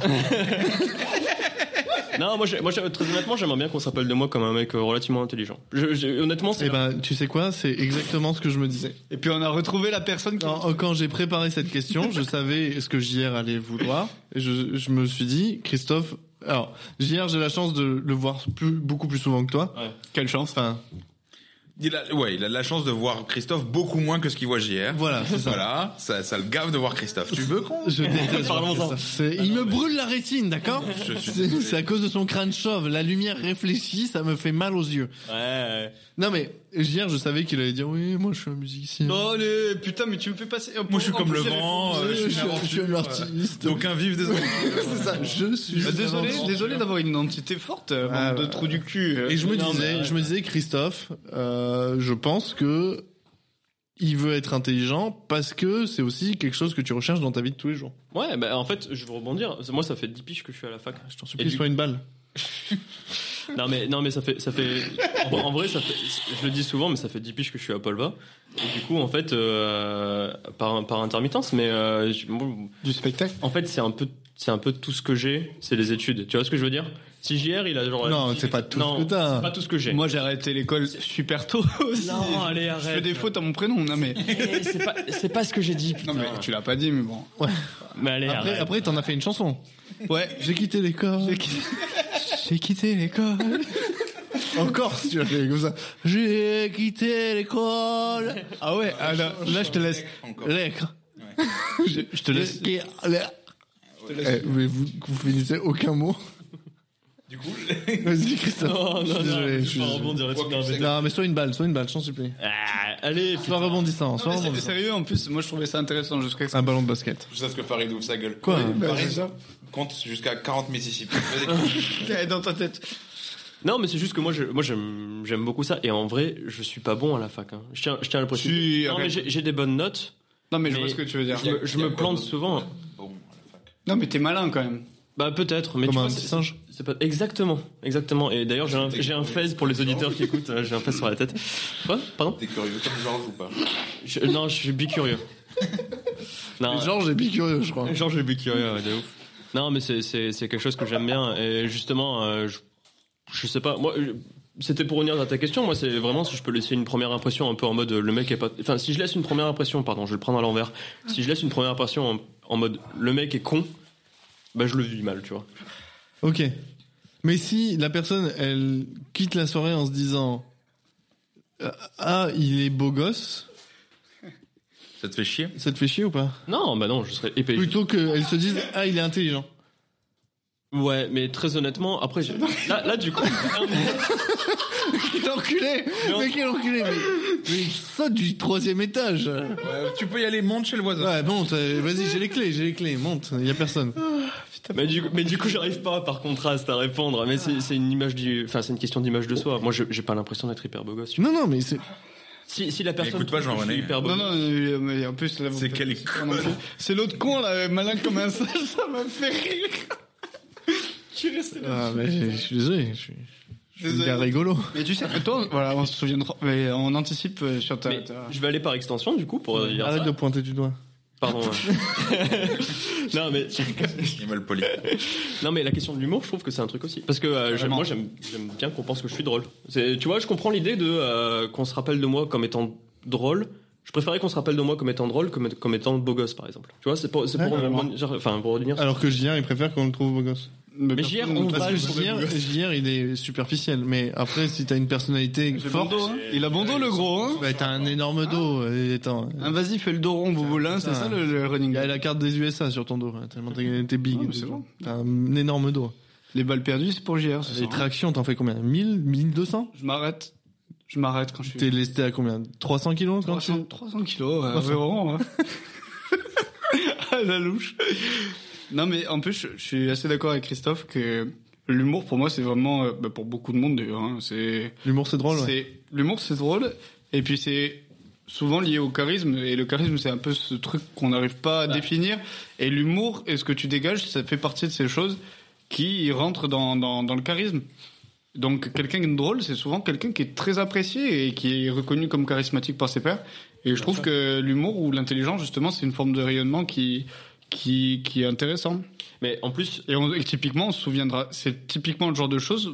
D: Non, moi, j'ai- moi j'ai- très honnêtement, j'aimerais bien qu'on s'appelle de moi comme un mec euh, relativement intelligent. Je- j'ai- honnêtement, c'est.
C: Eh ben, tu sais quoi C'est exactement ce que je me disais.
E: Et puis on a retrouvé la personne qui.
C: Quand, euh, quand j'ai préparé cette question, je savais ce que JR allait vouloir. Et je, je me suis dit, Christophe. Alors, JR, j'ai la chance de le voir plus, beaucoup plus souvent que toi.
D: Ouais.
C: Quelle chance. Enfin,
A: Il a, ouais, il a la chance de voir Christophe beaucoup moins que ce qu'il voit JR.
C: voilà, c'est ça.
A: Voilà, ça, ça le gave de voir Christophe. Tu veux qu'on Ah
C: Je déteste.
D: Parlons-en.
C: Christophe. C'est- Il me brûle la rétine, d'accord
A: Je suis
C: C'est
A: désolé.
C: c'est à cause de son crâne chauve. La lumière réfléchit, ça me fait mal aux yeux.
D: Ouais, ouais.
C: Non mais hier je savais qu'il allait dire oui moi je suis un musicien.
E: Non, allez, Oh, putain, mais tu me fais passer.
A: Moi, je suis comme le vent,
C: je,
A: euh,
C: suis,
A: un
E: Bah,
C: je suis un
A: aventure,
C: artiste.
A: euh, Aucun vif désolé.
C: c'est ça, je suis.
E: Bah, désolé,
C: un
E: désolé d'avoir une identité forte, euh,
C: Ah,
E: bande de
C: bah.
E: trous du cul. euh.
C: Et je me
D: Non,
C: disais,
D: mais-
C: je me disais Christophe, euh, je pense que il veut être intelligent parce que c'est aussi quelque chose que tu recherches dans ta vie de tous les jours.
D: Ouais, bah, en fait, je veux rebondir. Moi, ça fait 10 piges que je suis à la fac.
C: Je t'en
D: Et
C: supplie,
D: du-
C: sois une balle.
D: Non mais non mais ça fait ça fait en, en vrai ça fait je le dis souvent mais ça fait 10 piges que je suis à Polva et du coup en fait euh, par par intermittence mais euh, je- bon,
E: Du spectacle
D: en fait c'est un peu c'est un peu tout ce que j'ai c'est les études tu vois ce que je veux dire si JR il a genre
C: non,
D: il-
C: c'est pas tout
D: non,
C: ce que
D: c'est
C: t'as.
D: pas tout ce que j'ai
E: Moi j'ai arrêté l'école super tôt aussi.
D: non allez
E: je fais
D: arrête
E: des fautes à mon prénom, non mais.
D: Eh, c'est pas c'est pas ce que j'ai dit putain.
E: Non mais tu l'as pas dit, mais bon.
D: mais allez
C: Après,
D: arrête
C: après t'en as fait une chanson.
E: Ouais.
C: J'ai quitté l'école.
E: J'ai quitté, j'ai quitté l'école.
C: Encore, si tu l'as fait comme ça. J'ai quitté l'école.
E: Ah ouais, ah, là, là, je te laisse.
A: Encore.
C: L'école.
E: Je, je te laisse.
C: Et- Eh, mais vous, vous finissez aucun mot.
A: Du coup,
C: Vas-y, Christophe.
D: Oh, non, non,
C: je suis désolé.
D: non,
C: je suis
D: pas
C: désolé.
D: rebondir là-dessus. Non, mais-
C: Non, mais sois une balle, sois une balle, je t'en supplie.
D: Ah, allez putain.
C: Sois rebondissant, sois
E: Non, mais c'est-
C: rebondissant.
E: Sérieux, en plus, moi je trouvais ça intéressant jusqu'à ce
C: Un ballon de basket.
A: je sais ce que Farid ouvre sa gueule.
C: Quoi
A: Farid compte jusqu'à 40 Mississippi.
E: que t'es dans ta tête.
D: non mais c'est juste que moi je moi j'aime j'aime beaucoup ça et en vrai je suis pas bon à la fac hein. je tiens je tiens à le préciser
E: Si,
D: non, mais
E: arrête.
D: j'ai j'ai des bonnes notes
E: Non mais, je
D: Mais-
E: vois ce que tu veux dire.
D: Je me- je me plante souvent.
A: Bon, à la fac.
E: Non mais t'es malin quand même.
D: Bah peut-être, mais
C: Comme
D: tu
C: un
D: vois,
C: petit
D: c'est-
C: singe.
D: c'est pas exactement, exactement. Et d'ailleurs j'ai un, j'ai un fez pour les auditeurs qui écoutent, euh, j'ai un fez sur la tête. Quoi Pardon
A: T'es curieux comme Georges ou pas
D: Je- Non, je suis bicurieux. Non,
C: Genre, j'ai bicurieux, je crois.
D: genre je suis bicurieux, ouais, de ouf. Non, mais c'est c'est c'est quelque chose que j'aime bien. Et justement, euh, je, je sais pas, moi. je- c'était pour revenir à ta question, moi c'est vraiment si je peux laisser une première impression un peu en mode euh, le mec est pas... Enfin si je laisse une première impression, pardon, je vais le prendre à l'envers, si je laisse une première impression en, en mode le mec est con, bah je le vis mal, tu vois.
C: Ok. Mais si la personne, elle quitte la soirée en se disant euh, Ah, il est beau gosse,
A: Ça te fait chier
C: ça te fait chier ou pas
D: Non, bah non, je serais épais.
C: Plutôt qu'elle se dise Ah, il est intelligent.
D: Ouais, mais très honnêtement, après, j'ai- là, là, du coup,
C: Quel enculé
D: Non.
C: Mais quel enculé mais, mais saute du troisième étage
A: tu peux y aller, monte chez le voisin.
C: Ouais, monte, euh, vas-y, j'ai les clés, j'ai les clés, monte, y a personne.
D: mais du coup, mais du coup, j'arrive pas, par contraste, à répondre. Mais c'est c'est une image du, enfin, c'est une question d'image de soi. Moi, je- j'ai pas l'impression d'être hyper beau gosse.
C: Non, non, mais c'est.
D: Si, si la personne
A: écoute pas,
D: trouve que je
A: Jean-René.
D: suis hyper beau,
E: Non, non, euh, mais en plus, là, vous
A: C'est
E: faites-
A: quel
E: Ah, non,
A: con.
E: c'est- C'est l'autre con, là, euh, malin comme un sage, ça m'a fait rire. Je suis resté là.
C: Ah, mais je je suis désolé, je suis. je suis un
E: Désolé.
C: gars rigolo.
E: Mais tu sais, toi, voilà, on se souviendra, mais on anticipe euh, sur ta.
D: mais
E: ta-
D: je vais aller par extension, du coup, pour dire
C: Arrête
D: ça.
C: de pointer du doigt.
D: Pardon. ouais. non, mais
A: Il est mal poli.
D: Non mais la question de l'humour, je trouve que c'est un truc aussi. Parce que euh, j'aime- moi j'aime j'aime bien qu'on pense que je suis drôle. C'est- Tu vois, je comprends l'idée de euh, qu'on se rappelle de moi comme étant drôle. Je préférais qu'on se rappelle de moi comme étant drôle comme, comme étant beau gosse par exemple. Tu vois, c'est pour c'est pour,
C: Ouais,
D: revenir- genre, enfin pour revenir.
C: Alors que JR, il préfère qu'on le trouve beau gosse.
D: mais
E: personne
D: JR,
E: ne
D: on
E: passe
D: va
E: le
D: le
E: jour.
C: JR, JR, il est superficiel, mais après, si t'as une personnalité
E: Il a bon
C: forte.
E: dos, hein. Il a bon dos, le gros. Hein.
C: Bah, t'as un énorme dos, euh, attends.
E: Ah, Vas-y, fais le dos rond, Bouboulin, c'est
C: putain.
E: ça le, le running
C: Il y a
E: gag.
C: la carte des USA sur ton dos, hein, tellement t'es t'es big.
E: Ah, mais c'est bon.
C: T'as un énorme dos.
E: Les balles perdues, c'est pour JR. ce
C: Les
E: soir.
C: tractions, t'en fais combien 1000 1200
E: Je m'arrête. Je m'arrête quand je
C: T'es
E: suis.
C: lesté à combien 300 kilos quand tu...
E: 300, 300 kilos, ouais, hein.
C: 300.
E: vraiment. ouais. à la louche. Non, mais en plus, je, je suis assez d'accord avec Christophe que l'humour, pour moi, c'est vraiment, euh, bah, pour beaucoup de monde d'ailleurs, hein, c'est.
C: L'humour, c'est drôle, ouais.
E: C'est l'humour, c'est drôle, et puis c'est souvent lié au charisme. Et le charisme, c'est un peu ce truc qu'on n'arrive pas à définir. Et l'humour et ce que tu dégages, ça fait partie de ces choses qui rentrent dans, dans, dans le charisme. Donc quelqu'un de drôle, c'est souvent quelqu'un qui est très apprécié et qui est reconnu comme charismatique par ses pairs. Et je trouve que l'humour ou l'intelligence, justement, c'est une forme de rayonnement qui qui, qui est intéressant.
D: Mais en plus,
E: Et, on- et typiquement, on se souviendra. C'est typiquement le genre de choses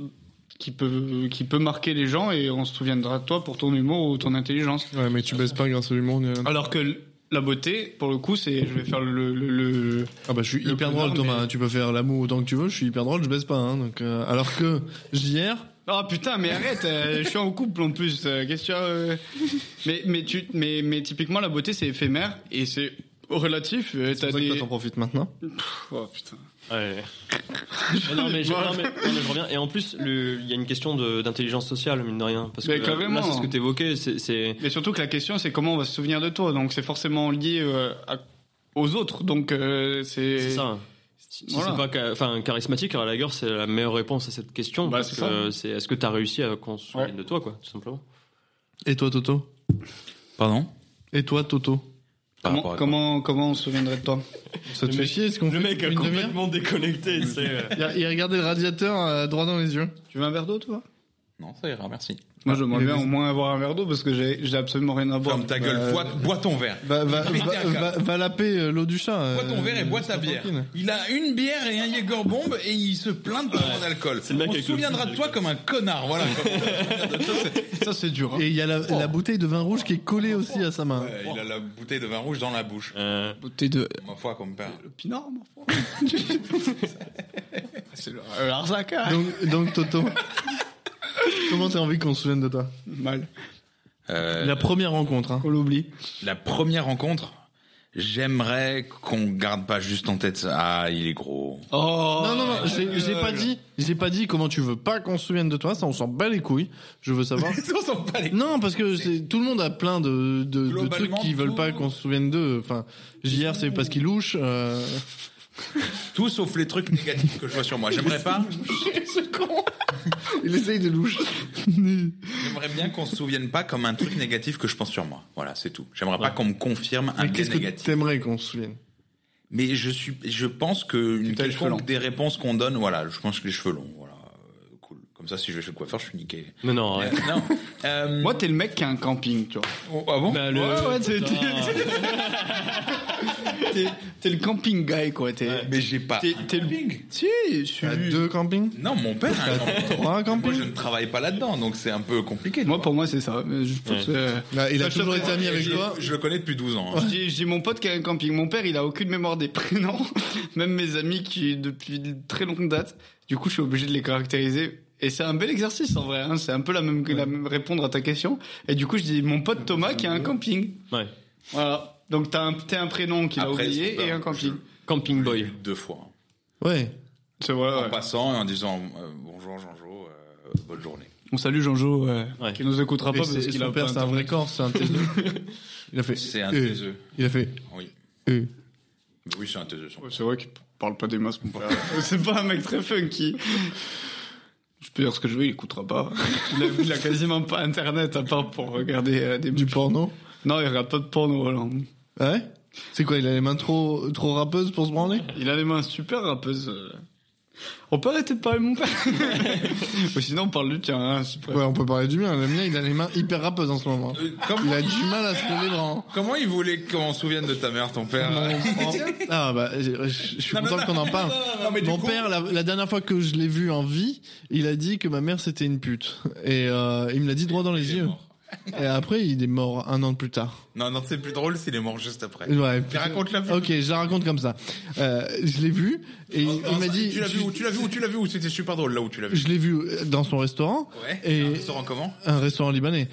E: qui peut, qui peut marquer les gens et on se souviendra de toi pour ton humour ou ton intelligence.
C: Ouais, mais tu baisses pas grâce à l'humour. ni à-
E: Alors que l- la beauté, pour le coup, c'est. Je vais faire le. le, le-
C: Ah bah je suis
E: Le
C: hyper
E: connard,
C: drôle Thomas,
E: mais-
C: hein, tu peux faire l'amour autant que tu veux, je suis hyper drôle, je baisse pas hein, donc euh, alors que JR
E: Oh putain, mais arrête, euh, je suis en couple en plus. euh, Qu'est-ce que tu as, euh, mais, mais, tu, mais, mais typiquement, la beauté, c'est éphémère et c'est relatif. euh,
C: c'est
E: T'as
C: pour ça que toi
E: des.
C: t'en profites maintenant.
E: Oh putain.
D: Ouais. non, non, mais je, non, mais- non, mais je reviens. Et en plus, le- il y a une question de- d'intelligence sociale mine de rien. Parce que
E: Mais
D: là,
E: carrément.
D: là, c'est ce que t'évoquais. C'est c'est-
E: Mais surtout que la question, c'est comment on va se souvenir de toi. Donc c'est forcément lié euh, à- aux autres. Donc euh, c'est.
D: c'est ça. Si si
E: Voilà.
D: c'est pas ca- enfin charismatique, alors à la gueule, c'est la meilleure réponse à cette question.
E: Bah,
D: parce
E: c'est
D: que
E: ça.
D: euh, c'est est-ce que t'as réussi à qu'on se souvienne de toi, quoi, tout simplement.
C: Et toi Toto
A: Pardon
C: Et toi Toto
A: Par
E: Comment,
A: rapport à quoi
E: comment, comment on se souviendrait de toi
C: Ça te
D: Le
C: fait
D: mec-
C: chier ce qu'on fait depuis une demi-heure
D: déconnecté. euh.
C: il, a- il a regardé le radiateur euh, droit dans les yeux.
E: Tu veux un verre d'eau, toi
A: Non, ça ira, merci.
E: Moi, j'aimerais
C: Mais
E: bien
C: vas-y.
E: au moins avoir un verre d'eau parce que j'ai j'ai absolument rien à boire.
A: Ferme ta gueule,
E: Euh,
A: bois, bois ton verre.
C: Va, va, va,
A: Mais t'es un
C: va,
A: gars.
C: va laper euh, l'eau du chat. euh,
A: Bois ton verre et bois ta
C: c'est
A: bière.
C: tranquille.
A: Il a une bière et un Jaeger bomb et il se plaint de ton alcool.
D: le mec
A: On se
D: avec le
A: souviendra de toi comme un connard, voilà.
E: Ça, c'est dur. hein.
C: Et il y a la, la bouteille de vin rouge qui est collée aussi à sa main.
A: Euh, Oh. Il a la bouteille de vin rouge dans la bouche.
D: Euh,
E: T'es de.
A: Ma foi, comme père.
E: Le pinard, mon frère. C'est le- euh, l'Arzac, hein.
C: Donc, donc Toto, comment t'as envie qu'on se souvienne de toi
E: Mal.
A: Euh,
C: La première rencontre. Hein.
E: On l'oublie.
A: La première rencontre, j'aimerais qu'on garde pas juste en tête. Ah, il est gros.
E: Oh
C: Non, non, non, j'ai j'ai
A: Oh.
C: pas dit, j'ai pas dit comment tu veux pas qu'on se souvienne de toi, ça on s'en bat les couilles, je veux savoir.
A: On s'en bat les
C: Non, parce que c'est- tout le monde a plein de, de, de trucs
A: Globalement,
C: qui veulent pas
A: tout-
C: qu'on se souvienne d'eux. Enfin, JR, c'est parce qu'il louche. euh,
A: Tout sauf les trucs négatifs que je vois sur moi. J'aimerais pas.
C: Il essaye de loucher.
A: J'aimerais bien qu'on se souvienne pas comme un truc négatif que je pense sur moi. Voilà, c'est tout. J'aimerais pas qu'on me confirme un
C: Mais
A: biais
C: qu'est-ce que
A: négatif.
C: t'aimerais qu'on se souvienne
A: Mais je suis, je pense que une
E: t'as les cheveux longs.
A: quelconque des réponses qu'on donne, voilà, je pense que les cheveux longs, voilà, euh, cool. Comme ça, si je vais chez le coiffeur, je suis niqué.
D: Mais non,
A: Euh,
D: ouais.
A: non. Euh,
E: Moi, t'es le mec qui a un camping, tu vois.
A: oh, ah bon
D: Bah, le-
E: Ouais, ouais, t'es-
D: Putain.
E: T'es- T'es le camping guy, quoi. T'es.
A: Mais j'ai pas.
E: T'es t'es le. Si, je suis.
C: À deux campings
A: Non, mon père. a un camping.
C: Trois
A: Moi, je
C: campings
A: ne travaille pas là-dedans, donc c'est un peu compliqué. tu
E: Moi,
A: vois.
E: pour moi, c'est ça. Je pense, euh,
C: Là, Il a
E: Bah, je
C: toujours
E: te
C: été ami avec
A: je,
C: toi.
A: je le connais depuis 12 ans. hein.
E: J'ai j'ai mon pote qui a un camping. Mon père, il a aucune mémoire des prénoms. Même mes amis qui, depuis de très longue date. Du coup, je suis obligé de les caractériser. Et c'est un bel exercice en vrai. hein. C'est un peu la même, la même répondre à ta question. Et du coup, je dis mon pote Thomas qui a un camping.
D: Ouais.
E: Voilà. Donc t'as un, t'as un prénom qu'il a
A: Après,
E: oublié
A: c'est pas-
E: et un camping.
D: Camping
A: Je l'ai
D: boy.
A: eu Deux fois.
C: Ouais.
E: C'est vrai,
A: en
E: ouais.
A: passant et en disant euh, bonjour Jean-Jo, euh, bonne journée.
E: On salue Jean-Jo, euh,
D: Ouais.
E: qui nous écoutera pas
C: Et
E: parce
C: c'est-
E: qu'il a
C: son
E: pas
C: père, c'est un vrai corps, c'est un taiseux. Il a fait.
A: C'est un
C: euh,
A: taiseux.
C: Il a fait.
A: Oui.
C: euh.
A: Mais Oui, c'est un taiseux. son
E: Ouais, C'est vrai qu'il parle pas des masses, mon frère. C'est pas un mec très funky. Je peux dire ce que je veux, il écoutera pas. Il a, il a quasiment pas internet à part pour regarder euh, des.
C: Du porno
E: Non, il regarde pas de porno, voilà.
C: Ouais C'est quoi, il a les mains trop, trop rappeuses pour se branler
E: Il a les mains super rappeuses. euh. On peut arrêter de parler de mon père Ou sinon, on parle du tien, hein, c'est pas-
C: Ouais, on peut parler du mien. Le mien, il a les mains hyper rappeuses en ce moment.
A: père. Euh, comment,
C: Il a du mal à se lever les bras.
A: comment il voulait qu'on se souvienne de ta mère, ton père euh,
C: Ah bah, je, je suis
A: Non, mais non,
C: content qu'on en parle.
A: non, mais du
C: Mon
A: coup-
C: père, la, la dernière fois que je l'ai vu en vie, il a dit que ma mère c'était une pute. Et euh, il me l'a dit droit dans les
A: Il est
C: yeux.
A: mort.
C: Et après, il est mort un an plus tard.
A: Non, non, c'est plus drôle s'il est mort juste après.
C: Ouais.
A: Mais Raconte-la.
C: Ok, je la raconte comme ça. Euh, je l'ai vu et il, il m'a dit.
A: Tu l'as vu où Tu l'as vu où Tu l'as vu où C'était super drôle là où tu l'as vu.
C: Je l'ai vu dans son restaurant,
A: Ouais.
C: Et-
A: Un restaurant comment
C: un restaurant libanais.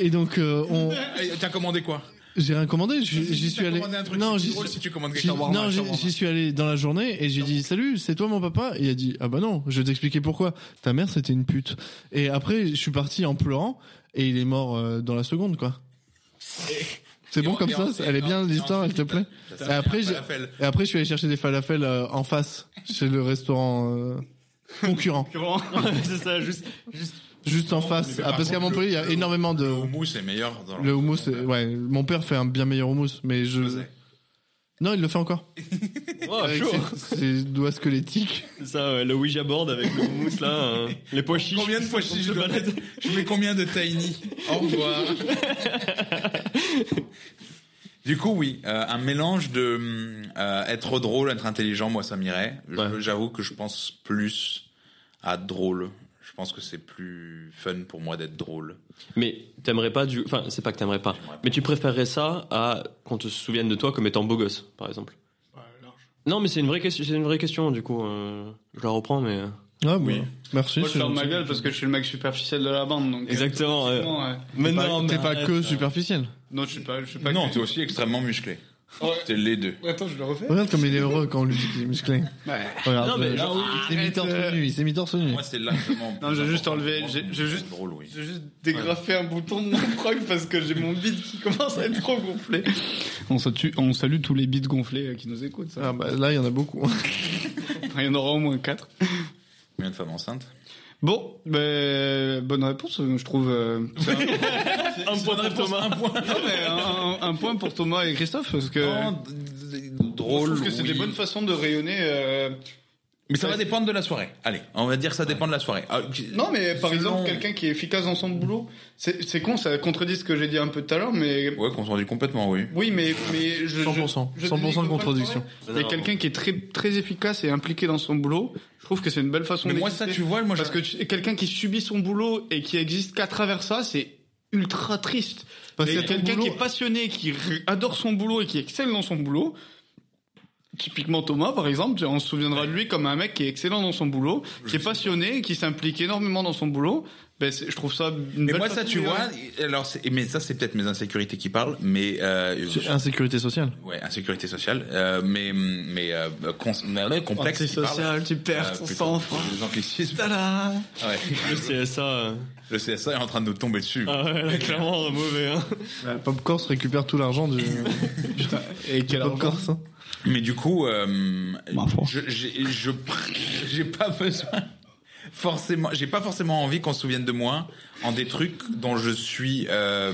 C: Et donc, euh, on,
A: Et T'as commandé quoi
C: j'ai rien commandé. J'y
A: Si
C: j'y
A: t'as
C: suis allé.
A: commandé un truc,
C: Non,
A: c'est
C: j'y
A: drôle
C: suis-
A: si tu commandes
C: j'y-
A: quelque chose.
C: non, j'y j'y suis allé dans la journée et j'ai dit salut, c'est toi mon papa. Et il a dit ah bah non, je vais t'expliquer pourquoi. Ta mère c'était une pute. Et après, je suis parti en pleurant et il est mort euh, dans la seconde quoi. C'est bon comme ça. Elle est bien l'histoire, elle te plaît. Et après, j'ai- Et après, je suis allé chercher des falafels euh, en face, chez le restaurant euh, concurrent,
D: c'est ça, juste, juste.
C: juste en face. Ah, parce qu'à Montpellier, il y a énormément de
A: Le houmous est meilleur dans
C: le houmous. euh, Ouais, mon père fait un bien meilleur houmous, mais je
A: Faisait.
C: non, il le fait encore.
D: Oh,
C: Avec
D: chaud.
C: ses, ses doigts squelettiques.
D: C'est ça, ouais, le Ouija board avec le mousse là, euh, les pois chiches.
A: Combien de fois je,
D: Je
A: je, dois
D: balade.
A: mettre je mets combien de tiny Au revoir. Du coup, oui, euh, un mélange de hum, euh, être drôle, être intelligent, moi ça m'irait. Je-
D: Ouais.
A: J'avoue que je pense plus à drôle. Je pense que c'est plus fun pour moi d'être drôle.
D: Mais t'aimerais pas du. Enfin, c'est pas que t'aimerais pas.
A: J'aimerais pas.
D: Mais tu préférerais ça à qu'on te souvienne de toi comme étant beau gosse, par exemple. Non, mais c'est une vraie question. C'est une vraie question, du coup. euh, je la reprends, mais.
C: Ah
A: Oui.
C: Merci.
E: Moi, je
C: c'est
E: ferme ma
C: gentil.
E: gueule parce que je suis le mec superficiel de la bande. Donc, euh,
D: Exactement. ouais.
E: non, ouais.
D: Mais
C: T'es pas-
D: non,
C: T'es
D: mais
C: pas
D: arrête,
C: que
D: euh.
C: superficiel.
E: Non, je suis pas. Je suis pas
A: Non, t'es aussi extrêmement musclé. T'es les deux.
E: Attends, je le refais.
C: Regarde comme il est heureux quand on lui dit qu'il est musclé. Regarde,
D: Non, mais
C: euh,
D: genre,
C: il s'est mis
E: arrête,
C: torse
E: euh.
C: nu. Il s'est mis torse nu.
A: Moi, c'est largement.
E: Non, j'ai juste enlevé- j'ai- j'ai juste-
A: drôle, oui.
E: J'ai juste dégrafé un bouton de mon frog parce que j'ai mon bide qui commence à être trop gonflé. On, salue- on salue tous les bides gonflés euh, qui nous écoutent. ça.
C: Ah bah là, il y en a beaucoup.
E: Enfin, Il y en aura au moins 4.
A: Combien de femmes enceintes
E: Bon, ben, bonne réponse, euh, je trouve. euh,
D: Un point pour Thomas. Un point.
E: Non, mais un, un point pour Thomas et Christophe parce que.
A: Non, d- d- drôle.
E: Euh, je trouve que c'est
A: oui.
E: des bonnes façons de rayonner. euh,
A: Mais ça va dépendre de la soirée. Allez, on va dire que ça dépend de la soirée. Ah, qui-
E: Non, mais par
A: Selon-
E: exemple, quelqu'un qui est efficace dans son boulot, c'est c'est con, ça contredit ce que j'ai dit un peu tout à l'heure, mais.
A: Ouais, confondu complètement, oui.
E: Oui, mais, mais je- je.
C: 100%,
E: je
C: 100%
E: dénigre
C: de
E: pas le
C: contradiction.
E: travail. Il y a quelqu'un qui est très, très efficace et impliqué dans son boulot, je trouve que c'est une belle façon
A: Mais
E: de.
A: moi, ça, tu vois, moi,
E: Parce que tu- quelqu'un qui subit son boulot et qui existe qu'à travers ça, c'est ultra triste.
C: Parce
E: Mais
C: que ton
E: quelqu'un
C: boulot-
E: qui est passionné, qui r- adore son boulot et qui excelle dans son boulot, typiquement Thomas par exemple, on se souviendra de lui comme un mec qui est excellent dans son boulot, qui est passionné, qui s'implique énormément dans son boulot. Ben, c'est- je trouve ça une
A: Mais
E: belle
A: moi, ça,
E: façon
A: tu
E: de-
A: vois. Alors, c'est- mais ça, c'est peut-être mes insécurités qui parlent, mais euh,
C: C'est Insécurité sociale.
A: ouais, insécurité sociale, euh, mais mais euh, cons- mais complexe. qui parle.
E: Antisocial, tu
A: Euh,
E: perds ton
A: putain,
E: sang.
A: les anglicismes. Ouais.
D: Le CSA. euh,
A: Le CSA est en train de nous tomber dessus.
D: Ah ouais, là, clairement, euh, mauvais. Hein.
C: Pop Corse récupère tout l'argent du.
E: Et quel
C: Pop Corse. hein.
A: Mais du coup, euh,
E: Ma foi.
A: je j'ai- je- j'ai pas besoin forcément, j'ai pas forcément envie qu'on se souvienne de moi en des trucs dont je suis euh,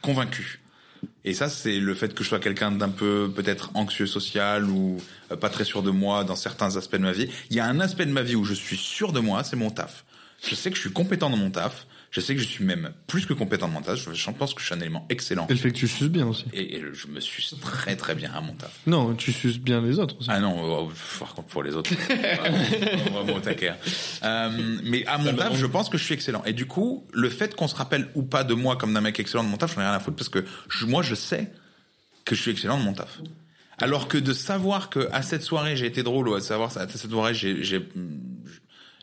A: convaincu. Et ça, c'est le fait que je sois quelqu'un d'un peu peut-être anxieux social ou euh, pas très sûr de moi dans certains aspects de ma vie. Il y a un aspect de ma vie où je suis sûr de moi, c'est mon taf. Je sais que je suis compétent dans mon taf. Je sais que je suis même plus que compétent dans mon taf. Je je pense que je suis un élément excellent.
C: Et le fait que tu suces bien aussi.
A: Et, et je me suis très très bien à mon taf.
C: Non, tu suces bien les autres aussi.
A: Ah non, euh, par contre pour les autres, euh, vraiment au taquet. hein. Euh, mais à mon taf, je pense que je suis excellent. Et du coup, le fait qu'on se rappelle ou pas de moi comme d'un mec excellent de mon taf, j'en ai rien à foutre parce que je- moi, je sais que je suis excellent de mon taf. Alors que de savoir que à cette soirée j'ai été drôle ou à savoir à cette soirée j'ai j'ai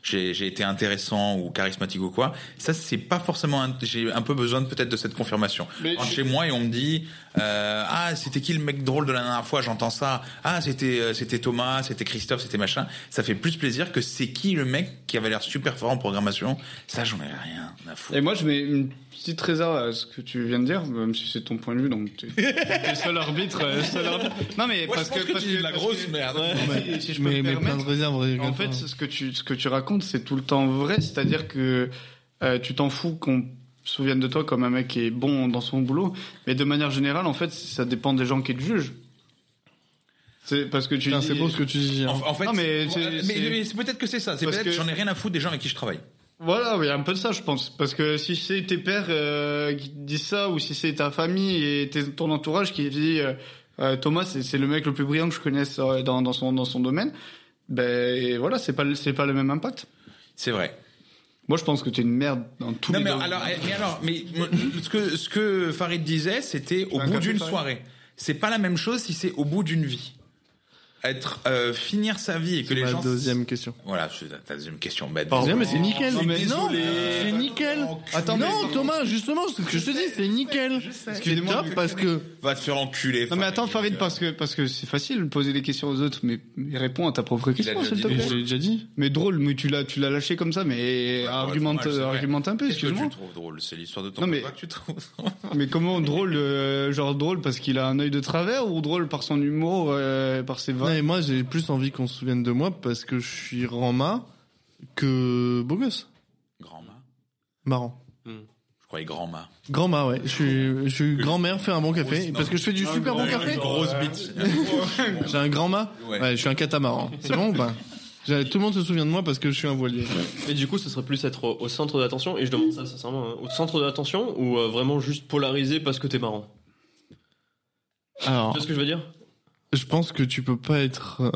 A: j'ai j'ai été intéressant ou charismatique ou quoi. Ça, c'est pas forcément. un- J'ai un peu besoin de- peut-être de cette confirmation.
B: Mais
A: Entre
B: je-
A: chez moi et on me dit euh, ah c'était qui le mec drôle de la dernière fois J'entends ça. Ah c'était euh, c'était Thomas, c'était Christophe, c'était machin. Ça fait plus plaisir que c'est qui le mec qui avait l'air super fort en programmation. Ça, j'en ai rien à foutre.
E: Et moi, je mets une petite réserve à ce que tu viens de dire, même si c'est ton point de vue, donc t'es t'es seul arbitre. euh, seul arbitre. Non, mais
A: Ouais, je
E: parce
A: pense
E: que. parce
A: tu dis de la
E: parce
A: grosse
E: que-
A: merde.
E: Si, si je peux
C: mais,
E: me
C: mais plein
E: permettre,
C: de réserves.
E: En
C: regarde
E: fait,
C: pas.
E: ce que tu, ce que tu racontes, c'est tout le temps vrai, c'est-à-dire que euh, tu t'en fous qu'on se souvienne de toi comme un mec qui est bon dans son boulot, mais de manière générale, en fait, ça dépend des gens qui te jugent. C'est parce que tu
C: Putain,
E: dis-
C: c'est beau ce que tu dis. hein.
A: En, en fait,
E: Non, mais
A: c'est-
E: c'est-
A: mais-
E: c'est-
A: mais c'est peut-être que c'est ça. C'est
E: Parce
A: peut-être
E: que-
A: que j'en ai rien à foutre des gens avec qui je travaille.
E: Voilà, il y a un peu de ça, je pense. Parce que si c'est tes pères euh, qui te disent ça, ou si c'est ta famille et tes- ton entourage qui dit euh, euh, Thomas, c'est c'est le mec le plus brillant que je connaisse euh, dans, dans son, dans son domaine, ben et voilà, c'est pas, le- c'est pas le même impact.
A: C'est vrai.
E: Moi, je pense que t'es une merde dans tous
A: Non
E: les
A: mais
E: domaines.
A: alors, eh, mais alors, mais moi, ce que ce que Farid disait, c'était au
E: Un
A: bout
E: café,
A: d'une
E: Farid
A: soirée. C'est pas la même chose si c'est au bout d'une vie. Être euh, finir sa vie et que les
C: Ma
A: gens.
C: deuxième question.
A: Voilà, c'est ta ta deuxième question bête.
C: Non, mais c'est nickel.
E: Non, mais
C: non,
E: désolé.
C: c'est nickel. Attends, non, Thomas, justement, ce que je te dis, c'est nickel. C'est
E: Excusez-moi,
C: top
E: mais-
C: parce que
A: Va te faire enculer.
E: Non, mais attends,
A: euh,
E: Farid, parce que parce que c'est facile de poser des questions aux autres, mais, mais réponds à ta propre question,
A: déjà
E: s'il te
A: dit
E: plaît.
A: déjà.
C: déjà dit.
E: Mais drôle, mais tu l'as tu l'as lâché comme ça, mais
A: Ouais,
E: argumente,
A: ouais, c'est vrai.
E: argumente un peu,
A: Qu'est-ce que
E: excuse-moi.
A: tu trouves drôle C'est l'histoire de ton
E: Non, mais-
A: papa que tu trouves.
E: Mais comment drôle, euh, genre drôle parce qu'il a un œil de travers ou drôle par son humour, euh, par ses
C: Non,
E: vannes
C: et moi, j'ai plus envie qu'on se souvienne de moi parce que je suis Rama que beau gosse.
A: Grand-ma.
C: Marrant.
A: Je croyais grand-ma.
C: Grand-ma, ouais. Je suis, je suis grand-mère, fait un bon
A: Grosse-
C: café.
A: non.
C: Parce que je fais du super bon café.
A: Ah, Grosse bite.
C: J'ai un grand-ma.
A: Ouais.
C: Ouais, je suis un catamaran. C'est bon ou pas J'ai- Tout le monde se souvient de moi parce que je suis un voilier.
D: Et du coup, ce serait plus être au, au centre de l'attention, et je demande ça sincèrement, hein, au centre de l'attention ou euh, vraiment juste polarisé parce que t'es marrant Tu
C: Alors,
D: vois ce que je veux dire
C: je pense que tu peux pas être euh,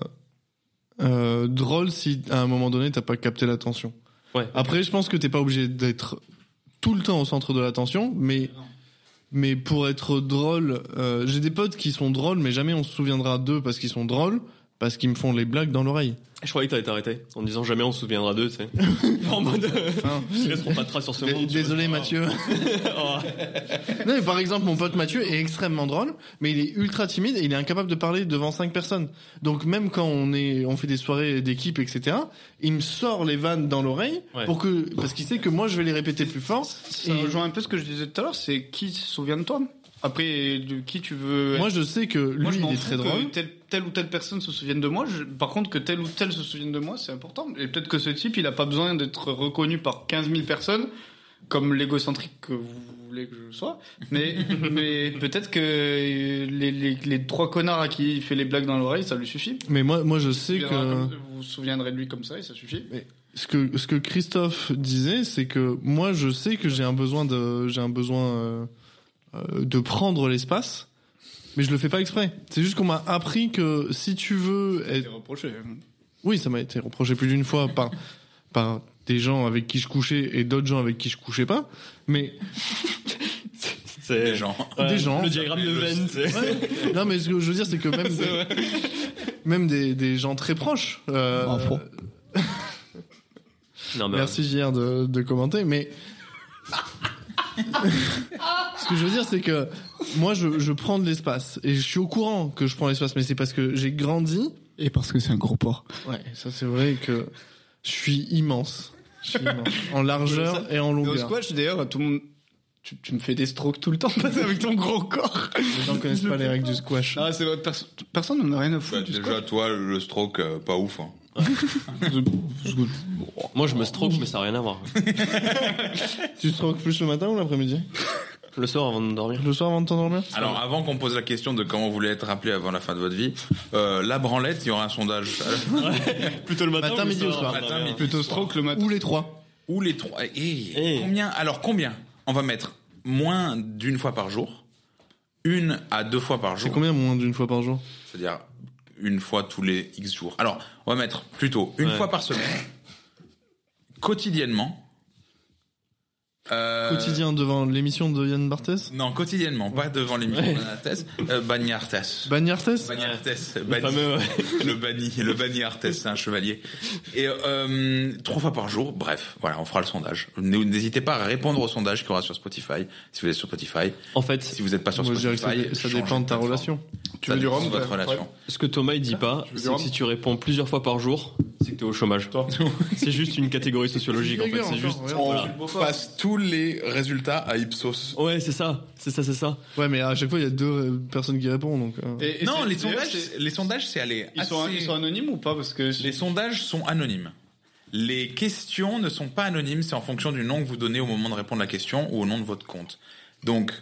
C: euh, drôle si à un moment donné t'as pas capté l'attention.
D: Ouais.
C: Après, je pense que t'es pas obligé d'être tout le temps au centre de l'attention, mais mais pour être drôle, euh, j'ai des potes qui sont drôles, mais jamais on se souviendra d'eux parce qu'ils sont drôles, parce qu'ils me font les blagues dans l'oreille.
D: Je croyais que t'allais t'arrêter en disant jamais on se souviendra d'eux, tu sais. en mode. euh, Ils laisseront pas de traces sur ce
C: Dé-
D: monde. tu
C: Désolé
D: vois.
C: Mathieu.
D: Oh.
C: Non, mais par exemple, mon pote Mathieu est extrêmement drôle, mais il est ultra timide et il est incapable de parler devant cinq personnes. Donc même quand on est, on fait des soirées d'équipe, etc., il me sort les vannes dans l'oreille
D: Ouais.
C: pour que, parce qu'il sait que moi je vais les répéter plus fort.
E: Ça
C: Et-
E: rejoint un peu ce que je disais tout à l'heure, c'est qui se souvient de toi Après, de qui tu veux.
C: Moi je sais que lui
E: E Moi, je
C: il
E: m'en
C: est
E: fous
C: très
E: que
C: drôle.
E: Telle, telle ou telle personne se souvienne de moi. Je- par contre, que telle ou telle se souvienne de moi, c'est important. Et peut-être que ce type, il a pas besoin d'être reconnu par 15 000 personnes, comme l'égocentrique que vous voulez que je sois. Mais, mais peut-être que euh, les, les- les trois connards à qui il fait les blagues dans l'oreille, ça lui suffit.
C: Mais moi, moi je sais
E: Vous
C: que
E: souviendrez comme- Vous vous souviendrez de lui comme ça et ça suffit.
C: ce que ce que Christophe disait, c'est que moi je sais que j'ai un besoin de j'ai un besoin euh, euh, de prendre l'espace, mais je le fais pas exprès. C'est juste qu'on m'a appris que si tu veux être
E: C'est reproché.
C: Oui, ça m'a été reproché plus d'une fois par, par des gens avec qui je couchais et d'autres gens avec qui je couchais pas. Mais
D: C'est.
A: Les gens.
D: Ouais,
C: Des gens.
D: Le diagramme de Venn, tu sais.
C: non, mais ce que je veux dire, c'est que même, des, même des, des gens très proches. euh,
E: Enfant.
D: Non, mais.
C: Merci JR de, de commenter, mais ce que je veux dire, c'est que moi, je, je prends de l'espace et je suis au courant que je prends l'espace, mais c'est parce que j'ai grandi.
E: Et parce que c'est un gros porc.
C: Ouais, ça c'est vrai que je suis immense. Je suis immense. En largeur et en
E: Et au
C: longueur.
E: squash, d'ailleurs, tout le monde. Tu, tu me fais des strokes tout le temps avec ton gros corps.
C: Les gens connaissent pas les règles du squash.
E: Ah, c'est vrai, perso- personne n'en a rien à foutre.
A: Bah,
E: du
A: déjà toi le stroke euh, pas ouf. hein.
D: Moi, je me stroke, mais ça n'a rien à voir.
C: Tu te roques plus le matin ou l'après-midi
D: Le soir avant de dormir.
C: Le soir avant de t'endormir
A: Alors, avant qu'on pose la question de comment vous voulez être rappelé avant la fin de votre vie, euh, la branlette, il y aura un sondage euh,
D: Plutôt le matin.
C: Matin,
D: ou le
C: midi ou soir
A: Matin, midi.
E: Plutôt stroke le matin.
C: Ou les trois.
A: où les trois. Et
D: Eh.
A: combien Alors, combien On va mettre moins d'une fois par jour, une à deux fois par
C: C'est
A: jour,
C: combien moins d'une fois par jour
A: c'est-à-dire une fois tous les X jours. Alors, on va mettre plutôt une
D: Ouais.
A: fois par semaine, quotidiennement, Euh,
C: Quotidien devant l'émission de Yann Barthès
A: Non, quotidiennement, pas devant les micros. Euh, Bagnartes.
C: Bagnartes
A: Bagnartes.
D: Le fameux, ouais.
A: le banni, le banni Arthès, c'est un chevalier. Et euh, trois fois par jour, bref, voilà, on fera le sondage. N- N'hésitez pas à répondre au sondage qu'il y aura sur Spotify, si vous êtes sur Spotify.
D: En fait,
A: Si vous n'êtes pas sur
C: Moi, je dirais
A: Spotify,
C: que ça, dé- ça
A: changez
C: dépend de ta
A: plateforme.
C: relation.
A: Ça
B: veux du
A: dépend
B: rhum,
A: de votre
B: ouais.
A: relation.
D: ce que Thomas il dit pas,
B: veux du
D: c'est que
B: rhum
D: si tu réponds plusieurs fois par jour, c'est que t'es au chômage. C'est juste une catégorie sociologique en fait. C'est juste.
A: On
D: Voilà.
A: passe tous les résultats à Ipsos.
D: Ouais, c'est ça, c'est ça, c'est ça.
C: Ouais, mais à chaque fois, il y a deux euh, personnes qui répondent. Donc, euh.
E: Et- et
A: non,
E: c'est-
A: les
E: d'ailleurs,
A: sondages,
E: c'est-
A: c'est- les sondages, c'est aller.
E: Ils sont,
A: assez-
E: ils sont anonymes ou pas Parce que
A: Les sondages sont anonymes. Les questions ne sont pas anonymes, c'est en fonction du nom que vous donnez au moment de répondre à la question ou au nom de votre compte. Donc,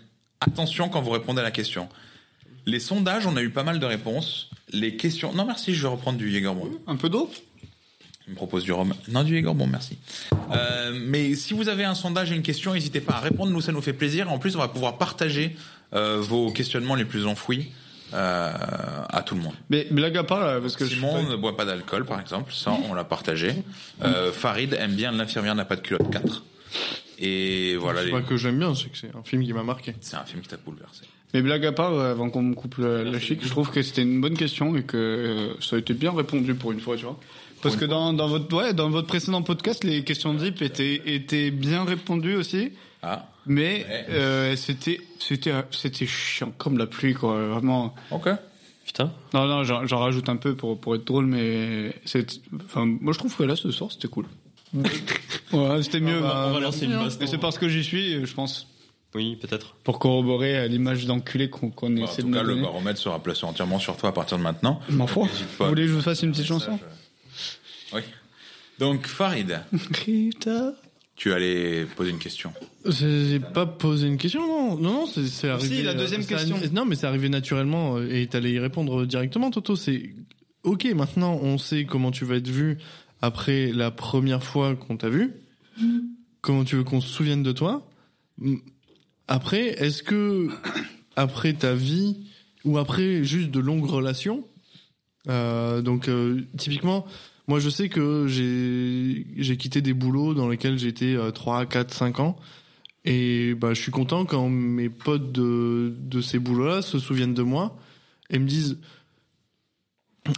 A: attention quand vous répondez à la question. Les sondages, on a eu pas mal de réponses. Les questions... Non, merci, je vais reprendre du Jägerbomb.
E: un peu d'eau
A: Il me propose du rhum. Non, du Jägerbomb, merci. Euh, mais si vous avez un sondage et une question, n'hésitez pas à répondre, nous, ça nous fait plaisir. En plus, on va pouvoir partager euh, vos questionnements les plus enfouis euh, à tout le monde.
E: Mais blague à part, là, parce que je suis
A: Simon ne boit pas d'alcool, par exemple. Ça, on l'a partagé. Euh, Farid aime bien L'infirmière n'a pas de culotte 4. Et voilà,
C: c'est
A: les-
C: pas que j'aime bien, c'est que c'est un film qui m'a marqué.
A: c'est un film qui t'a bouleversé.
E: Mais blague à part, euh, avant qu'on me coupe la, la chic, je trouve que c'était une bonne question et que euh, ça a été bien répondu pour une fois, tu vois. Parce que dans, dans votre ouais, dans votre précédent podcast, les questions de Zip étaient étaient bien répondues aussi,
A: Ah,
E: mais
A: Ouais.
E: euh, c'était c'était c'était chiant comme la pluie quoi, vraiment.
A: ok. Bah,
D: Putain.
E: Non non, j'en j'en rajoute un peu pour pour être drôle, mais c'est enfin moi je trouve que là ce soir c'était cool. ouais, c'était mieux.
D: On
E: bah,
D: va lancer une basse.
E: mais c'est parce que j'y suis, euh, je pense,
D: Oui, peut-être.
E: pour corroborer euh, l'image d'enculé qu'on qu'on
A: Bah, en
E: essaie de
A: tout
E: me
A: cas, le
E: donner.
A: baromètre sera placé entièrement sur toi à partir de maintenant.
E: Je m'en fous.
A: N'hésite
E: Vous
A: pas.
E: voulez que je vous fasse une petite chanson
A: Oui. Donc, Farid,
E: Rita.
A: tu allais poser une question.
C: J'ai j'ai pas posé une question, non Non, non, c'est c'est arrivé.
E: la deuxième
C: c'est
E: question.
C: arri- non, mais c'est arrivé naturellement euh, et t'allais y répondre directement, Toto. C'est ok. Maintenant, on sait comment tu vas être vu après la première fois qu'on t'a vu. Comment tu veux qu'on se souvienne de toi M- Après, est-ce que après ta vie ou après juste de longues relations euh, Donc, euh, typiquement. Moi, je sais que j'ai j'ai quitté des boulots dans lesquels j'étais euh, 3, 4, 5 ans. Et bah, je suis content quand mes potes de, de ces boulots-là se souviennent de moi et me disent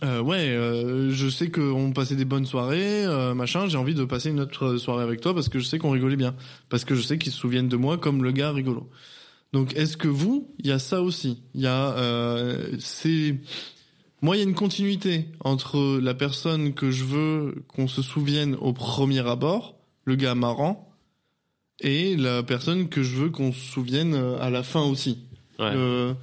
C: euh, Ouais, euh, je sais qu'on passait des bonnes soirées, euh, machin, j'ai envie de passer une autre soirée avec toi parce que je sais qu'on rigolait bien. Parce que je sais qu'ils se souviennent de moi comme le gars rigolo. Donc, est-ce que vous, il y a ça aussi Il y a. euh, c'est. Moi, il y a une continuité entre la personne que je veux qu'on se souvienne au premier abord, le gars marrant, et la personne que je veux qu'on se souvienne euh, à la fin aussi.
D: Ouais.
C: Euh,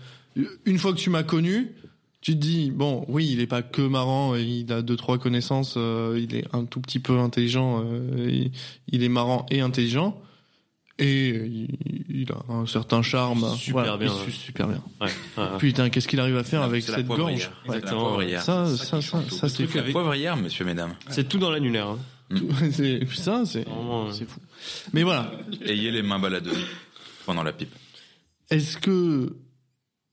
C: une fois que tu m'as connu, tu te dis bon, oui, il est pas que marrant, il a deux trois connaissances, euh, il est un tout petit peu intelligent, euh, il, il est marrant et intelligent, et il, il a un certain charme.
D: Super bien, hein. Ah.
C: il
D: ouais.
C: suce super bien.
D: Ouais. ouais, ouais.
C: Putain, qu'est-ce qu'il arrive à faire avec
A: C'est la
C: cette gorge
A: poivrière.
C: Ouais.
A: C'est la poivrière.
C: Ça,
A: C'est
C: ça,
A: qui
C: ça,
A: change tout.
C: ça,
A: Le
C: c'est
A: truc
C: fait.
A: avec poivrière, monsieur, mesdames.
D: C'est tout dans l'annulaire. hein.
C: Tout- c'est- ça, c'est
D: Vraiment, euh,
C: c'est fou. Mais voilà,
A: Ayez les mains baladeuses pendant la pipe.
C: est-ce que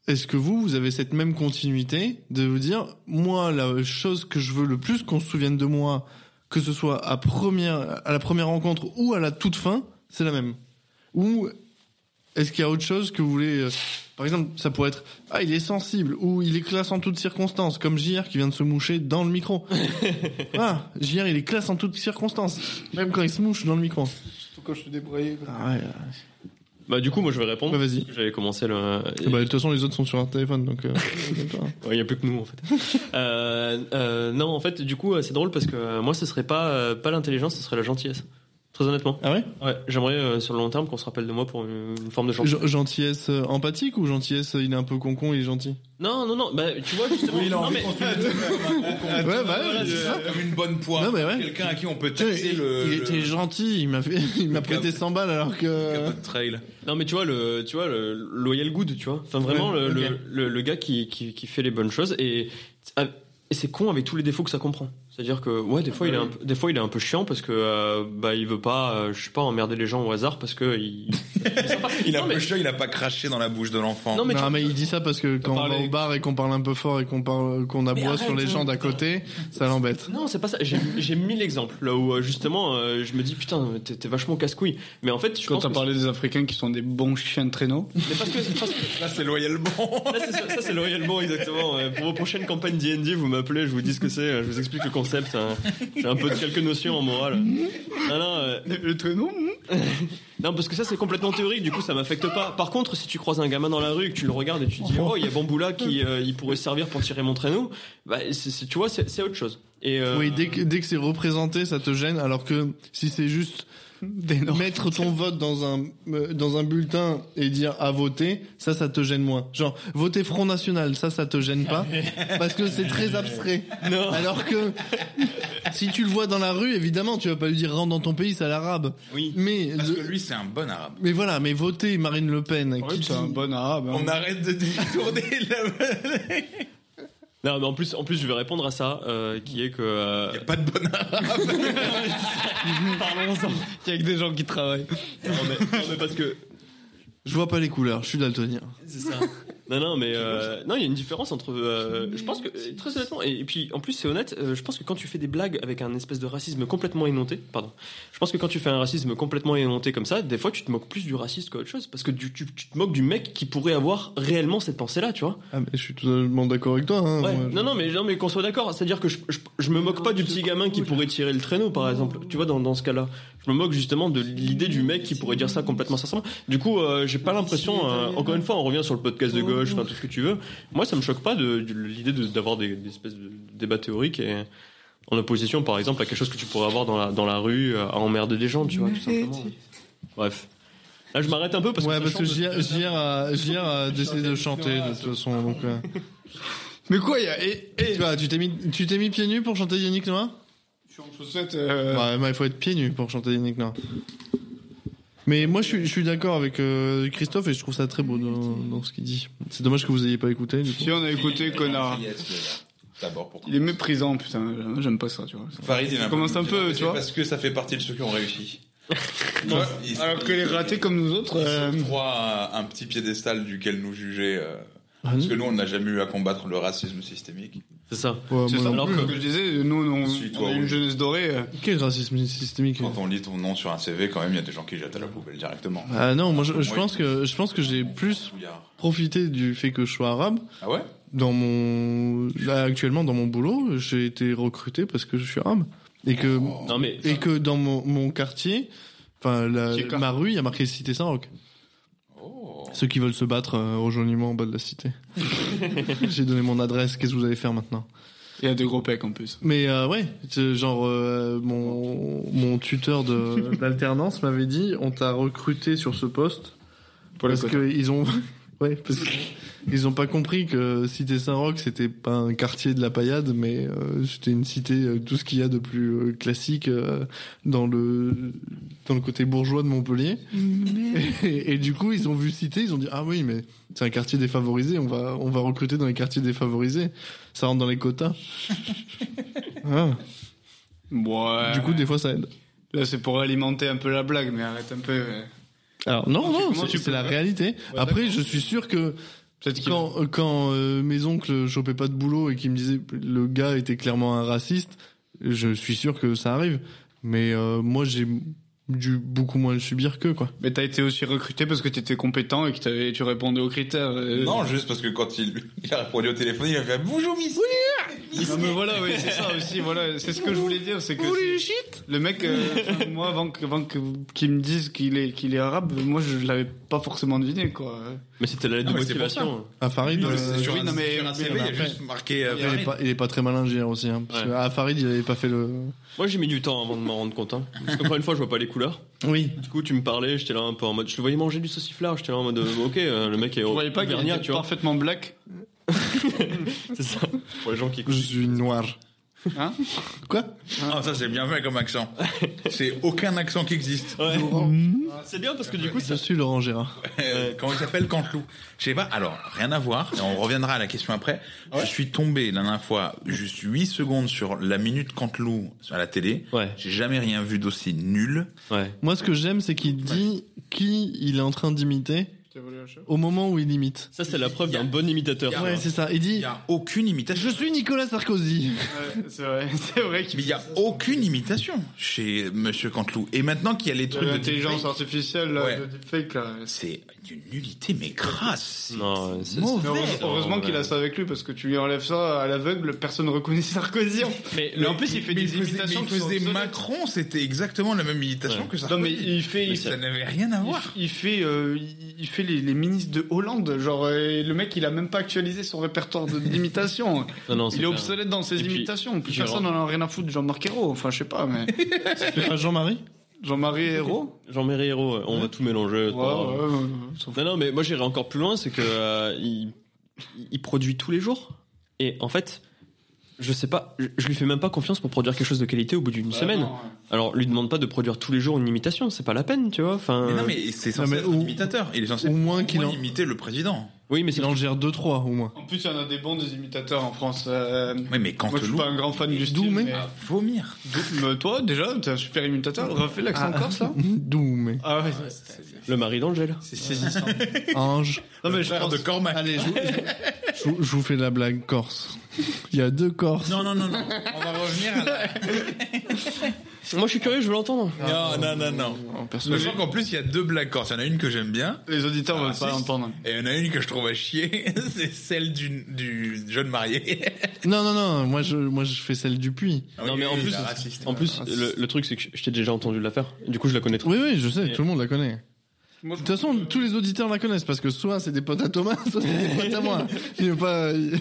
C: est-ce que vous, vous avez cette même continuité de vous dire, moi, la chose que je veux le plus qu'on se souvienne de moi, que ce soit à première, à la première rencontre ou à la toute fin, c'est la même. Ou est-ce qu'il y a autre chose que vous voulez euh, Par exemple, ça pourrait être ah il est sensible ou il est classe en toutes circonstances, comme JR qui vient de se moucher dans le micro. ah JR il est classe en toutes circonstances, même quand il se mouche dans le micro.
B: Surtout quand je suis débraillé.
C: Ah ouais.
D: Bah du coup, moi je vais répondre.
C: Ouais, vas-y.
D: J'avais commencé le.
C: Ah bah, de toute façon, les autres sont sur un téléphone, donc. euh,
D: Il n'y a plus que nous en fait. Euh, euh, non, en fait, du coup, euh, c'est drôle parce que euh, moi, ce serait pas euh, pas l'intelligence, ce serait la gentillesse. Très honnêtement.
C: ah ouais
D: Ouais, j'aimerais euh, sur le long terme qu'on se rappelle de moi pour une, une forme de gentillesse.
C: Gen- Gentillesse euh, empathique ou gentillesse euh, il est un peu concon, il est gentil
D: Non, non, non. Bah, tu vois justement. non, mais-
C: Ouais, bah
A: Ah, Voilà, c'est ça, comme une bonne poire.
C: Non, mais ouais.
A: Quelqu'un à qui on peut taxer le.
C: Il
A: le-
C: était euh, gentil, il m'a fait, il m'a
A: Le
C: prêté
A: cap-
C: 100 balles alors
A: le
C: que.
A: capot de trail.
D: Non mais tu vois le tu vois le loyal good tu vois enfin vraiment
C: Ouais,
D: le,
C: ok.
D: ah, le, le, le gars qui, qui qui fait les bonnes choses et, et c'est con avec tous les défauts que ça comprend C'est-à-dire que ouais, des fois il est un peu, des fois il est un peu chiant parce que euh, bah il veut pas, euh, je sais pas, emmerder les gens au hasard parce que il.
A: Il a
D: Non,
A: un peu
D: mais-
A: chaud, il a pas craché dans la bouche de l'enfant.
D: Non, mais
C: non
D: tu-
C: mais il dit ça parce que quand on
E: parlé-
C: va au bar et qu'on parle un peu fort et qu'on parle qu'on aboie sur les gens d'à côté, ça l'embête.
D: Non, c'est pas ça. J'ai- J'ai mille exemples là où euh, justement euh, je me dis putain, t'es t'es vachement casse-couille. Mais en fait, je
E: Quand
D: pense
E: t'as
D: que-
E: parlé des Africains qui sont des bons chiens de traîneau.
D: mais parce que- parce que
A: Là, c'est loyalement.
D: Là, Ah, c'est ça, ça, c'est le réel mot, exactement. Euh, Pour vos prochaines campagnes D&D, vous m'appelez, je vous dis ce que c'est, euh, je vous explique le concept. hein. J'ai un peu de quelques notions en morale. Non, non, euh,
E: Le traîneau
C: hmm.
D: non, parce que ça, c'est complètement théorique, du coup, ça m'affecte pas. Par contre, si tu croises un gamin dans la rue et que tu le regardes et tu te dis, oh, il y a Bamboula qui euh, il pourrait servir pour tirer mon traîneau, bah, c'est- c'est- tu vois, c'est c'est autre chose. Et, euh,
C: Oui, dès que, dès que c'est représenté, ça te gêne, alors que si c'est juste mettre ton vote dans un, euh, dans un bulletin et dire à voter, ça, ça te gêne moins. Genre, voter Front National, ça, ça te gêne pas, parce que c'est très abstrait.
D: Non.
C: Alors que si tu le vois dans la rue, évidemment, tu vas pas lui dire rentre dans ton pays, c'est à l'arabe.
D: Oui.
C: Mais,
A: Parce
C: le-
A: que lui, c'est un bon arabe.
C: mais voilà, mais voter Marine Le Pen, qui
E: C'est un
C: dit-
E: bon arabe. hein.
A: On arrête de détourner la...
D: Non, mais en plus, en plus, je vais répondre à ça, euh, qui est que... euh,
A: Il y a pas de bon arabe.
E: Parlons-en. Il y a que des gens qui travaillent.
D: non, mais- non, mais parce que...
C: je vois pas les couleurs, je suis daltonien.
D: C'est ça. Non, non, mais euh, non, il y a une différence entre. euh, je pense que euh, très honnêtement, et, et puis en plus c'est honnête. euh, je pense que quand tu fais des blagues avec un espèce de racisme complètement éhonté, pardon. Je pense que quand tu fais un racisme complètement éhonté comme ça, des fois tu te moques plus du raciste qu'autre chose, parce que tu, tu- tu te moques du mec qui pourrait avoir réellement cette pensée-là, tu vois.
C: Ah, mais je suis totalement d'accord avec toi. hein,
D: Ouais.
C: moi, je-
D: non, non, mais non, mais qu'on soit d'accord. C'est-à-dire que je, je, je me moque pas du petit gamin qui pourrait tirer le traîneau, par exemple. Tu vois, dans, dans ce cas-là, je me moque justement de l'idée du mec qui pourrait dire ça complètement sincèrement. Du coup, euh, j'ai pas l'impression. euh, encore une fois, on revient sur le podcast de gauche, enfin tout ce que tu veux. Moi, ça me choque pas de, de l'idée de- d'avoir des, des espèces de débats théoriques et en opposition, par exemple, à quelque chose que tu pourrais avoir dans la dans la rue, euh, à emmerder des gens, tu vois, tout simplement. Bref. Là, je m'arrête un peu parce
C: ouais,
D: que.
C: parce
D: ça
C: que
D: change de-
C: JR JR a, JR a décidé de chanter de toute façon. Donc, euh.
E: Mais quoi, il y a. Et, et-
C: Tu vois, tu t'es mis, tu t'es mis pieds nus pour chanter Yannick Noah
E: Je suis en chaussettes. euh,
C: bah, bah, il faut être pieds nus pour chanter Yannick Noah. Mais moi, je suis, je suis d'accord avec euh, Christophe et je trouve ça très beau dans, dans ce qu'il dit. C'est dommage que vous ayez pas écouté. Du coup.
E: Si on a écouté, connard.
A: D'abord, pour
E: Il est méprisant, putain. J'aime pas ça, tu vois.
A: Farid, il a
E: Ça commence un peu,
A: mais
E: tu
A: c'est
E: vois.
A: Parce que ça fait partie de ceux qui ont réussi.
E: Ouais,
A: Ils-
E: Alors que les ratés comme nous autres.
A: ils
E: euh,
A: s'octroient un, un petit piédestal duquel nous juger. euh,
C: Ah,
A: parce
C: non.
A: que nous, on n'a jamais eu à combattre le racisme systémique.
D: C'est ça.
C: Ouais,
E: C'est ça non
C: moi,
D: alors
E: plus,
D: que-
E: ce que je disais, nous on,
A: Si, toi,
E: on a une
A: oui.
E: jeunesse dorée. euh,
C: Quel racisme systémique
A: Quand on lit ton nom sur un CV, quand même, il y a des gens qui le jettent à la poubelle directement.
C: Ah non, moi, je, je
A: Moi,
C: pense
A: il-
C: que je pense que j'ai plus
A: Fouillard.
C: profité du fait que je sois arabe
A: Ah ouais
C: dans mon là actuellement dans mon boulot. J'ai été recruté parce que je suis arabe et que
E: Oh.
D: Non mais.
C: et que dans mon, mon quartier, enfin la-
E: Qui est quoi
C: ma rue, il y a marqué Cité Saint-Roch.
A: Oh.
C: Ceux qui veulent se battre, euh, rejoignez-moi en bas de la cité. J'ai donné mon adresse, qu'est-ce que vous allez faire maintenant
E: Il y a des gros pecs en plus.
C: Mais euh, ouais, c'est genre euh, mon, mon tuteur de- d'alternance m'avait dit, on t'a recruté sur ce poste
E: Pour la
C: parce
E: quota.
C: qu'ils ont... Ouais, parce que ils ont pas compris que Cité Saint-Roch, c'était pas un quartier de la paillade, mais euh, c'était une cité, euh, tout ce qu'il y a de plus euh, classique euh, dans, le, dans le côté bourgeois de Montpellier. Et, et du coup, ils ont vu Cité, ils ont dit Ah oui, mais c'est un quartier défavorisé, on va, on va recruter dans les quartiers défavorisés. Ça rentre dans les quotas. Ah.
E: Ouais.
C: Du coup, des fois, ça aide.
E: Là, c'est pour alimenter un peu la blague, mais arrête un peu. euh.
C: Alors, non,
E: Comment
C: non,
E: tu- comment
C: c'est-
E: tu
C: c'est
E: peux-
C: la réalité. Après, je suis sûr que
E: Peut-être qu'il.
C: quand, quand euh, mes oncles chopaient pas de boulot et qu'ils me disaient le gars était clairement un raciste, je suis sûr que ça arrive. Mais euh, moi, j'ai dû beaucoup moins le subir qu'eux, quoi.
E: Mais t'as été aussi recruté parce que t'étais compétent et que t'avais- tu répondais aux critères. euh.
A: Non, juste parce que quand il, il a répondu au téléphone, il a fait Bonjour, Miss.
E: Non, mais voilà, oui, c'est ça aussi. Voilà, c'est ce que je voulais dire, c'est que c'est- le mec, euh, enfin, moi, avant que, avant que qu'il me dise qu'il est qu'il est arabe, moi, je l'avais pas forcément deviné, quoi.
D: Mais c'était la lettre
A: Ah,
D: de
A: mais c'est pour ça.
D: motivation.
C: À Farid,
A: Non, mais
C: euh,
A: c'est sur
E: oui,
A: un-
E: non, mais-
A: sur un
E: mais
A: CV, il y a
E: après-
A: juste marqué. euh,
C: il est pas, il est pas très malin, JR aussi. Hein, parce
D: Ouais.
C: que à Farid, il avait pas fait le.
D: Moi j'ai mis du temps avant de m'en rendre compte. Hein. Parce qu'encore une fois, je vois pas les couleurs.
C: Oui.
D: Du coup, tu me parlais, j'étais là un peu en mode. Je le voyais manger du sauciflard, j'étais là en mode. euh, Ok, euh, le mec est
E: Je
D: au
E: voyais pas qu'il
D: Bernia,
E: était
D: tu vois.
E: parfaitement black.
D: C'est ça. Pour les gens qui
C: Je
D: écoutent.
C: suis noir.
E: Hein
C: Quoi
A: Ah, ça, c'est bien fait comme accent. C'est aucun accent qui existe.
D: C'est bien parce que du coup,
C: Je suis Laurent Gérard.
A: Euh, Comment il s'appelle Cantelou Je sais pas. Alors, rien à voir. et on reviendra à la question après. Je suis tombé la dernière fois juste 8 secondes sur la minute Cantelou à la télé.
D: Ouais.
A: J'ai jamais rien vu d'aussi nul.
D: Ouais.
C: Moi, ce que j'aime, c'est qu'il dit qui il est en train d'imiter au moment où il imite.
D: Ça, c'est la preuve d'un bon imitateur.
A: Ah
C: Ouais, c'est ça. Il
A: Il
C: dit
A: y a aucune imitation.
C: Je suis Nicolas Sarkozy.
E: C'est vrai, c'est vrai
A: Mais il y a aucune imitation chez Monsieur Cantelou. Et maintenant qu'il y a les trucs de
E: L'intelligence
A: deepfake,
E: artificielle,
A: là, Ouais. de
E: de deepfake, là.
A: c'est d'une nullité mais crasse.
D: Non, c'est-
A: mauvais.
D: heureusement-
E: Heureusement qu'il a ça avec lui parce que tu lui enlèves ça à l'aveugle, personne reconnaît Sarkozy.
D: Mais
E: Mais en plus, il fait
A: Mais
E: des
A: faisait-
E: imitations
A: mais
E: qui
A: il
E: sont
A: faisait
E: obsolètes.
A: Macron, c'était exactement la même imitation
D: Ouais.
A: que ça.
E: Non mais il fait, il,
A: ça n'avait rien à
E: il-
A: voir.
E: il fait, euh, il il fait les, les ministres de Hollande. Genre euh, le mec, il a même pas actualisé son répertoire de- d'imitation.
D: Non, non, c'est
E: il est
D: clair.
E: obsolète dans ses
D: Et puis,
E: imitations. Plus
D: Gérard-
E: personne n'en a rien à foutre de Jean-Marc Ayrault. Enfin, je sais pas, mais
C: C'est pas Jean-Marie
E: Jean-Marie Ayrault.
D: Jean-Marie Hérault, euh, on va tout mélanger.
E: Ouais, ouais,
D: par-
E: ouais, ouais, s'en fout.
D: Non, non, mais moi j'irai encore plus loin, c'est que euh, il, il produit tous les jours. Et en fait, je sais pas, je, je lui fais même pas confiance pour produire quelque chose de qualité au bout d'une semaine.
E: Bah non, ouais.
D: Alors, lui demande pas de produire tous les jours une imitation, c'est pas la peine, tu vois. Enfin,
A: Mais Euh, non, mais c'est
C: Non,
A: censé
C: mais
A: être
C: au-
A: un imitateur. Il est censé
C: au moins qu'il en-
A: imiter le président.
D: oui, mais c'est
C: Il en gère 2-3 au moins.
E: En plus, il y en a des bons des imitateurs en France. euh,
A: Oui, mais
E: moi, je suis
A: Cantelou,
E: pas un grand fan du style,
C: Doumé
E: mais...
A: à vomir.
E: Doum, euh, toi, déjà, t'es un super imitateur. Refais l'accent
C: Ah.
E: corse, là.
C: D'où, mais.
E: Ah ouais.
D: le mari d'Angèle.
E: C'est saisissant.
C: Ange.
E: non, mais
A: Le
E: je
A: frère
E: pense...
A: de Cormac.
C: Allez, je vous, je vous- je vous fais la blague corse. Il y a deux corses.
A: Non, non, non, non. On va revenir à la...
D: Moi je suis curieux, je veux l'entendre.
A: Non, non, non, Ah, non.
E: Non, personne-
A: Sachant qu'en plus, il y a deux blagues corses. Il y en a une que j'aime bien.
E: Les auditeurs
A: Ah,
E: veulent
A: si,
E: pas
A: si.
E: entendre.
A: Et il y en a une que je trouve à chier. C'est celle du, du jeune marié.
C: Non, non, non, moi je, moi, je fais celle du puits.
D: Non, mais en
A: Ah Oui,
D: plus,
A: la raciste.
D: En plus, le, le truc c'est que je- je t'ai déjà entendu la faire, du coup je la connais trop.
C: Oui, oui, je sais,
D: Et-
C: tout le monde la connaît. De
E: Moi,
C: toute façon, tous les auditeurs la connaissent parce que soit c'est des potes à Thomas, soit c'est des potes à moi. Il n'y a, pas- il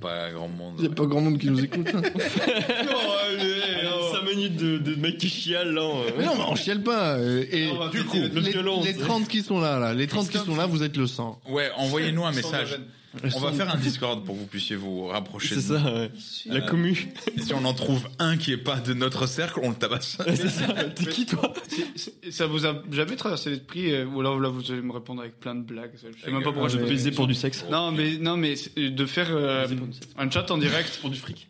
A: Pas grand monde.
C: y a pas grand monde qui nous écoute.
E: oh.
D: Cinq minutes de, de mec qui chiale là.
C: Mais non, mais on chiale pas. euh, Et
E: On va
A: Du
E: péter
A: coup,
E: le-
D: le
C: les,
D: violent,
C: les
D: c'est-
C: 30 qui sont là, là, les 30 qui sont là, vous êtes le sang.
A: Ouais, envoyez-nous un
E: Sans la
A: message.
E: gêne.
A: On va faire un Discord pour que vous puissiez vous rapprocher.
D: C'est
A: de nous.
D: ça, ouais. la
A: Euh,
D: commu.
A: Si on en trouve un qui est pas de notre cercle, on le tabasse.
D: C'est ça, t'es qui toi
E: C'est- Ça vous a jamais traversé l'esprit euh, Ou alors là, vous allez me répondre avec plein de blagues. Je sais même pas
D: euh,
E: pourquoi
A: Ah,
E: je
A: mais-
E: baiser.
D: Baiser pour du sexe.
E: Non, mais, non, mais c'est- de faire euh,
D: Baiser pour du sexe.
E: un chat en direct.
D: Pour du fric.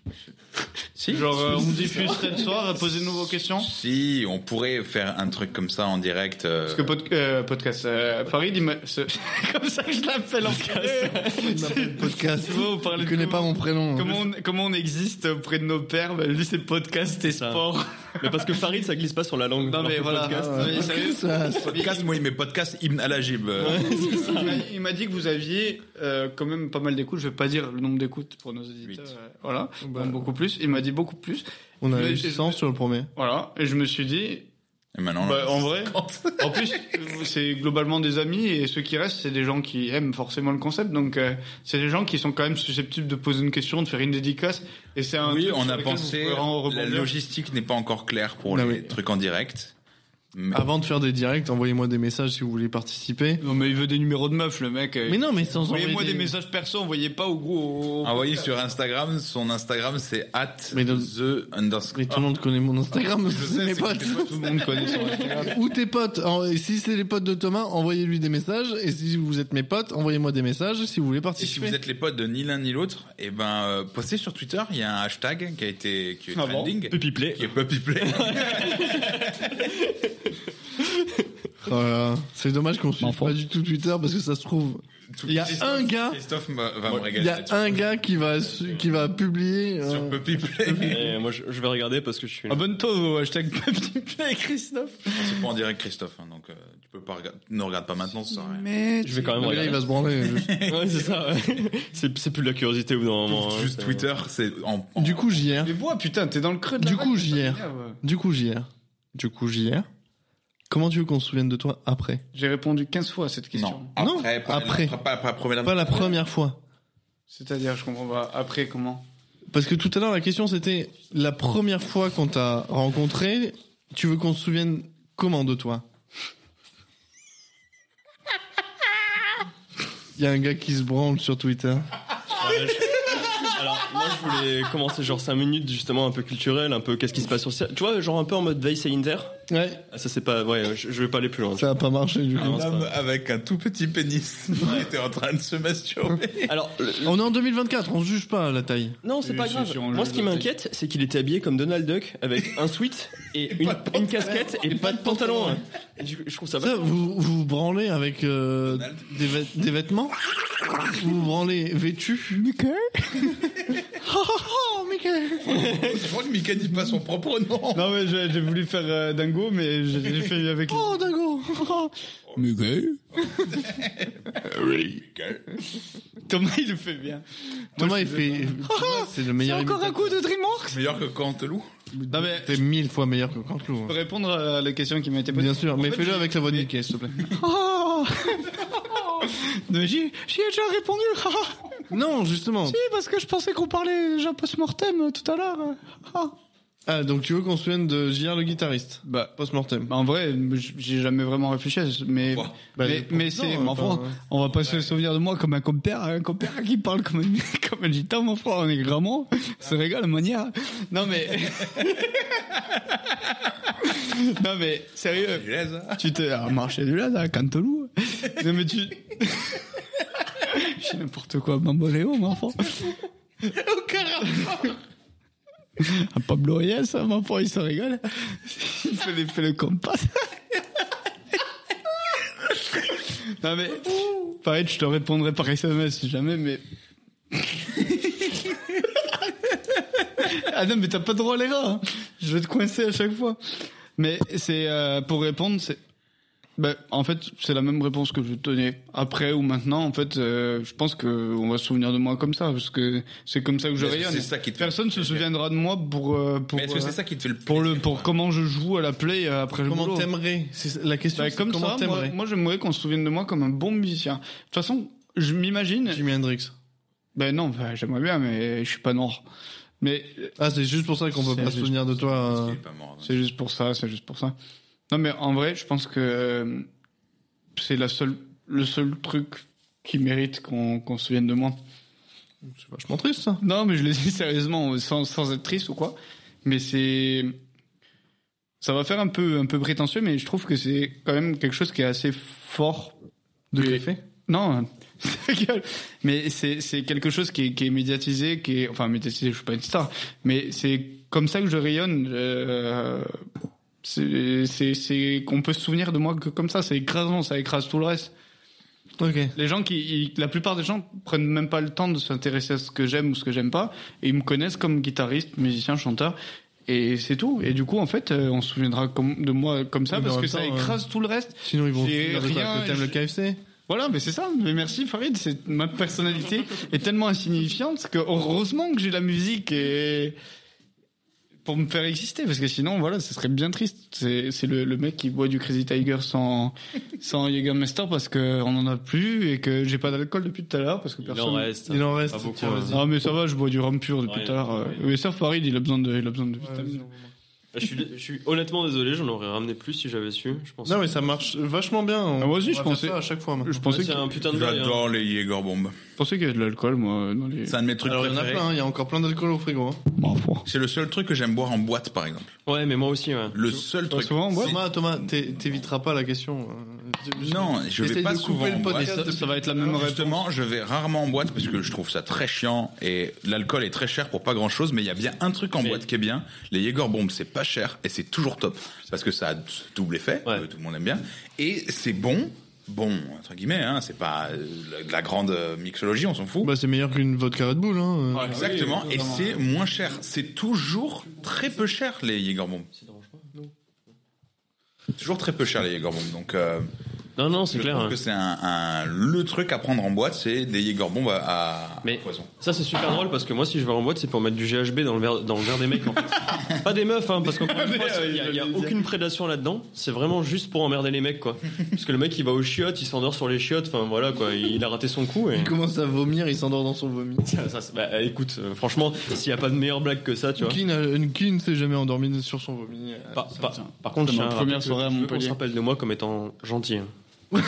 E: Genre, euh, on diffuse tel soir, euh, posez-nous vos questions.
A: Si, on pourrait faire un truc comme ça en direct. euh,
E: Parce que pod- euh, podcast, euh, Farid, il m'a- ce- comme ça que je l'appelle en
C: Il m'appelle podcast.
E: Tu vois, vous parlez
C: Il
E: de
C: connaît
E: comment-
C: pas mon prénom.
E: Comment on, comment on existe auprès de nos pères bah, Lui, c'est podcast et
C: Ah.
D: Ça.
E: sport.
D: Mais parce que Farid ça glisse pas sur la langue.
E: Non,
D: Alors
E: mais
D: que
E: voilà.
D: podcast,
C: Ah,
E: Oui, sérieux.
C: ça,
A: Podcast, moi, il met podcast Ibn Al-Ajib. euh,
E: Il m'a- Il m'a dit que vous aviez euh, quand même pas mal d'écoutes. Je vais pas dire le nombre d'écoutes pour nos auditeurs.
A: Huit.
E: euh, voilà,
C: Bah.
E: Bon, beaucoup plus. Il m'a dit beaucoup plus.
C: On a
E: Mais
C: eu
E: je-
C: 100 sur le premier.
E: Voilà, et je me suis dit.
A: Et maintenant,
E: Bah,
A: là,
E: en vrai,
A: c'est-
E: en plus, c'est globalement des amis et ceux qui restent, c'est des gens qui aiment forcément le concept. Donc, euh, c'est des gens qui sont quand même susceptibles de poser une question, de faire une dédicace. Et c'est un
A: oui,
E: truc
A: on
E: sur
A: a
E: lequel
A: pensé.
E: vous pouvez en
A: La
E: rebondir.
A: logistique n'est pas encore claire pour
C: Non,
A: les
C: mais-
A: trucs en direct. Mais-
C: Bah Avant de faire des directs, envoyez-moi des messages si vous voulez participer.
E: Non, mais il veut des numéros de meufs, le mec. euh.
C: Mais non, mais sans envoyer
E: Envoyez-moi des... messages perso, envoyez pas au gros. au-
A: Envoyez sur Instagram. Son Instagram, c'est at
C: Mais dans-
A: the
C: Mais
A: underscore.
C: tout le monde connaît mon Instagram,
A: Je sais,
C: mes
A: c'est
C: potes.
A: que-
E: Tout le monde connaît son Instagram.
C: Ou tes potes. En- et si c'est les potes de Thomas, envoyez-lui des messages. Et si vous êtes mes potes, envoyez-moi des messages si vous voulez
A: Et si
C: participer.
A: vous êtes les potes de ni l'un ni l'autre, et ben euh, postez sur Twitter. Il y a un hashtag qui a été qui est
E: Ah bon
A: trending,
D: Puppy Play.
A: qui est Puppy Play.
C: Oh là là. C'est dommage qu'on suive
E: M'enfant.
C: pas du tout Twitter parce que ça se trouve,
A: Tout-
C: il y a
A: Christophe-
C: un gars,
A: Christophe me- va me
C: il y
A: régaler
C: a un gars qui va su- qui va publier.
A: sur
C: euh,
A: Puppy Play.
D: Et moi je, je vais regarder parce que je suis.
E: Abonne-toi au hashtag PuppyPlay, Christophe.
A: c'est pas en direct Christophe, hein, donc euh, tu peux pas regarder- ne regarde pas maintenant, ça sert à rien.
E: Mais
D: je vais quand même
C: le gars,
D: regarder.
C: il va se branler. juste.
D: Ouais, c'est ça. ouais. C'est c'est plus de la curiosité au bout d'un moment. hein,
A: Juste
D: c'est-
A: Twitter, euh, c'est en, en-
C: Du coup, JR.
E: Mais bois, putain, t'es dans le creux de la
C: Du
E: vague,
C: coup,
E: ça
C: JR.
E: m'énerve.
C: Du coup, JR. Du coup, JR. Comment tu veux qu'on se souvienne de toi après
E: J'ai répondu 15 fois à cette question.
A: non
C: Non,
A: après pas-
C: après.
A: pas, pas, pas- premier-
C: Pas la première fois.
E: C'est-à-dire, je comprends pas. Après, comment
C: Parce que tout à l'heure, la question c'était la première fois qu'on t'a rencontré, tu veux qu'on se souvienne comment de toi Il y a un gars qui se branle sur Twitter.
D: Alors, moi, je voulais commencer genre 5 minutes, justement, un peu culturel, un peu qu'est-ce qui se passe sur ça. Tu vois, genre un peu en mode Vice et Inter.
C: Ouais,
D: Ah, Ça, c'est pas. Ouais, je, je vais pas aller plus loin.
C: ça a pas marché du coup.
D: Non,
A: Un
D: c'est
A: homme
D: pas-
A: avec un tout petit pénis était en train de se masturber.
D: Alors, le-
C: On est en 2024, on se juge pas à la taille.
D: non, c'est
E: Oui,
D: pas
E: c'est
D: grave.
E: sur un jeu
D: Moi, ce qui
E: de
D: m'inquiète, c'est qu'il était habillé comme Donald Duck avec un sweat et, une, une casquette et, pas de pantalon. hein. Et du coup, Je trouve ça
C: Ça,
D: pas.
C: vous, vous vous branlez avec euh, des, vêt- des vêtements Vous vous branlez vêtu Michael Oh, oh, oh, Michael
A: Je crois que Mika dit pas son propre nom.
E: Non, mais j'ai j'ai voulu faire euh, dingo, mais j'ai j'ai fait avec.
C: Oh, dingo Oh.
E: Thomas, il le fait bien.
C: Thomas, il fait... Thomas, C'est le meilleur imitateur.
E: coup de Dreamworks
A: Meilleur que quand on te loue.
E: Non, mais
C: T'es mille fois meilleur que Cantelou.
E: pour répondre à la question qui m'a été posée.
C: Bien sûr, mais
E: fait,
C: fais-le
E: j'ai-
C: avec la voix de Mickey, s'il te plaît.
E: Oh Mais j'y j'y ai déjà répondu
C: Non, justement.
E: Si, parce que je pensais qu'on parlait déjà post-mortem euh, tout à l'heure. Ah.
C: Ah, donc tu veux qu'on se souvienne de JR le guitariste
E: Bah,
C: Post-mortem.
E: en vrai, j- j'ai jamais vraiment réfléchi à ce- mais,
A: Bah,
C: bah,
E: mais,
C: je-
E: mais c'est,
C: non,
E: mais euh, enfin, euh,
C: enfin, ouais.
E: on va pas se souvenir de moi comme un compère, hein, un compère qui parle comme un, comme un gitan, mon frère, on est gramant,
C: Ah.
E: se régale, manière. Non mais. non mais, sérieux.
A: Il est là, ça.
E: Tu t'es à marché du là, à Cantelou. Non, mais tu. Je sais n'importe quoi, Mamboléo, mon enfant. Aucun rapport. Un Pablo Reyes, hein, mon enfant, il se régale. Il fait, les- fait le compas. non, mais. Pareil, je te répondrai par SMS si jamais, mais. ah non, mais t'as pas droit à l'erreur. hein. Je vais te coincer à chaque fois. Mais c'est euh, pour répondre, c'est bah, en fait c'est la même réponse que je tenais après ou maintenant. En fait, euh, je pense que on va se souvenir de moi comme ça parce que c'est comme ça que je
A: Est-ce que
E: rayonne.
A: c'est ça qui te fait
E: Personne se souviendra de moi pour euh, pour
A: Mais est-ce que
E: euh,
A: c'est ça qui te fait le
E: pour le
A: plaisir,
E: pour
A: quoi
E: comment je joue à la play euh, après le
C: Comment
E: boulot.
C: t'aimerais C'est- La question,
E: Bah,
C: c'est
E: comme
C: comment
E: ça, moi,
C: t'aimerais
E: moi j'aimerais qu'on se souvienne de moi comme un bon musicien. De toute façon, je m'imagine.
C: Jimi Hendrix.
E: Ben non, bah, j'aimerais bien, mais je suis pas noir. Mais
C: Ah, c'est juste pour ça qu'on peut
E: C'est
C: pas se
E: juste
C: souvenir de toi.
A: Parce
C: euh,
A: qu'il est pas mort. hein.
E: C'est juste pour ça, c'est juste pour ça. Non, mais en vrai, je pense que euh, c'est la seule, le seul truc qui mérite qu'on qu'on se souvienne de moi.
C: C'est vachement triste, ça.
E: Non, mais je le dis sérieusement, sans, sans être triste ou quoi. Mais c'est. Ça va faire un peu, un peu prétentieux, mais je trouve que c'est quand même quelque chose qui est assez fort.
C: De
E: Et-
C: café
E: Non, ta gueule. mais c'est c'est quelque chose qui est, qui est médiatisé, qui est enfin médiatisé. Je suis pas une star, mais c'est comme ça que je rayonne. euh, c'est c'est- c'est qu'on peut se souvenir de moi que comme ça. C'est écrasant, ça écrase tout le reste.
C: Ok.
E: Les gens qui, ils- la plupart des gens prennent même pas le temps de s'intéresser à ce que j'aime ou ce que j'aime pas, et ils me connaissent comme guitariste, musicien, chanteur, et c'est tout. Et du coup, en fait, euh, on se souviendra comme, de moi comme ça
C: Mais
E: parce
C: en
E: que
C: même
E: ça
C: temps,
E: écrase tout le reste.
C: Sinon, ils vont se
E: J'ai
C: souvenir de toi,
E: rien,
C: que t'aimes le
E: je-
C: KFC.
E: Voilà, mais c'est ça. Mais merci Farid, c'est ma personnalité est tellement insignifiante que heureusement que j'ai la musique et pour me faire exister parce que sinon voilà, ce serait bien triste. C'est c'est le, le mec qui boit du Crazy Tiger sans sans Jägermeister parce que on en a plus et que j'ai pas d'alcool depuis tout à l'heure parce que
D: Il
E: personne
D: en reste.
C: Il en reste.
D: Pas beaucoup,
C: tiens,
D: hein.
C: vas-y.
E: Ah mais ça va, je bois du rhum pur depuis
D: Ouais,
E: tout à l'heure. euh.
D: ouais.
E: Mais ça Farid, il a besoin de il a besoin de vitamines.
D: Bah, Je suis, je suis honnêtement désolé, j'en aurais ramené plus si j'avais su, je pense.
C: Non, mais ça marche vachement bien. on-
E: Ah, moi aussi,
C: on
E: je
C: va faire
E: pensais-
C: ça à chaque fois, maintenant.
E: Je pensais
D: c'est
E: qu'il-
D: un putain de bail, hein.
A: J'adore les Jaeger bombes.
E: je pensais qu'il y avait de l'alcool moi dans les
A: C'est un de mes trucs
C: Alors, il y en a
A: préférés.
C: plein, hein, il y a encore plein d'alcool au frigo. hein.
E: Bon, faut-
A: C'est le seul truc que j'aime boire en boîte, par exemple.
D: Ouais, mais moi aussi, ouais.
A: Le seul
E: Pas
A: truc.
E: souvent en boîte
C: Thomas, Thomas, t'é- t'éviteras pas la question. euh,
A: Non, je vais
C: Essaye
A: pas
C: de
A: souvent
C: couper
A: en
C: le
A: boîte.
C: podcast.
E: ça, ça va être la même
A: Alors,
E: réponse.
A: Justement, je vais rarement en boîte parce que je trouve ça très chiant et l'alcool est très cher pour pas grand chose, mais il y a bien un truc en
D: Mais-
A: boîte qui est bien. Les Jaeger Bombes, c'est pas cher et c'est toujours top parce que ça a ce double effet,
D: Ouais.
A: que tout le monde aime bien, et c'est bon, bon, entre guillemets, hein, c'est pas euh, la- de la grande euh, mixologie, on s'en fout.
C: Bah, c'est meilleur qu'une vodka Red Bull, hein. euh.
A: Exactement, et c'est moins cher. C'est toujours très peu cher les Jaeger Bombes. Toujours très peu cher les Jaeger Bombes. Donc euh,
D: Non, non, c'est
A: je
D: clair.
A: trouve
D: hein.
A: que c'est un, un- le truc à prendre en boîte, c'est des Jaeger Bombes à, à
D: Mais-
A: poison.
D: Ça, c'est super drôle parce que moi, si je vais en boîte, c'est pour mettre du GHB dans le verre, dans le verre des mecs, en fait. Pas des meufs, hein, parce qu'en il n'y a, y a aucune prédation là-dedans. C'est vraiment juste pour emmerder les mecs, quoi. Parce que le mec, il va aux chiottes, il s'endort sur les chiottes, enfin voilà, quoi. Il a raté son coup et.
C: Il commence à vomir, il s'endort dans son vomi.
D: Ça, ça, c'est- bah, écoute, euh, franchement, s'il n'y a pas de meilleure blague que ça, tu vois.
C: Qui n'a- qui ne s'est jamais endormi sur son vomi euh,
D: Par, par- par contre,
E: C'est
D: je
E: ma
D: tiens à
E: première
D: rappeler que
E: soirée à
D: je veux qu'on
E: Montpellier.
D: se rappelle de moi comme étant gentil. hein.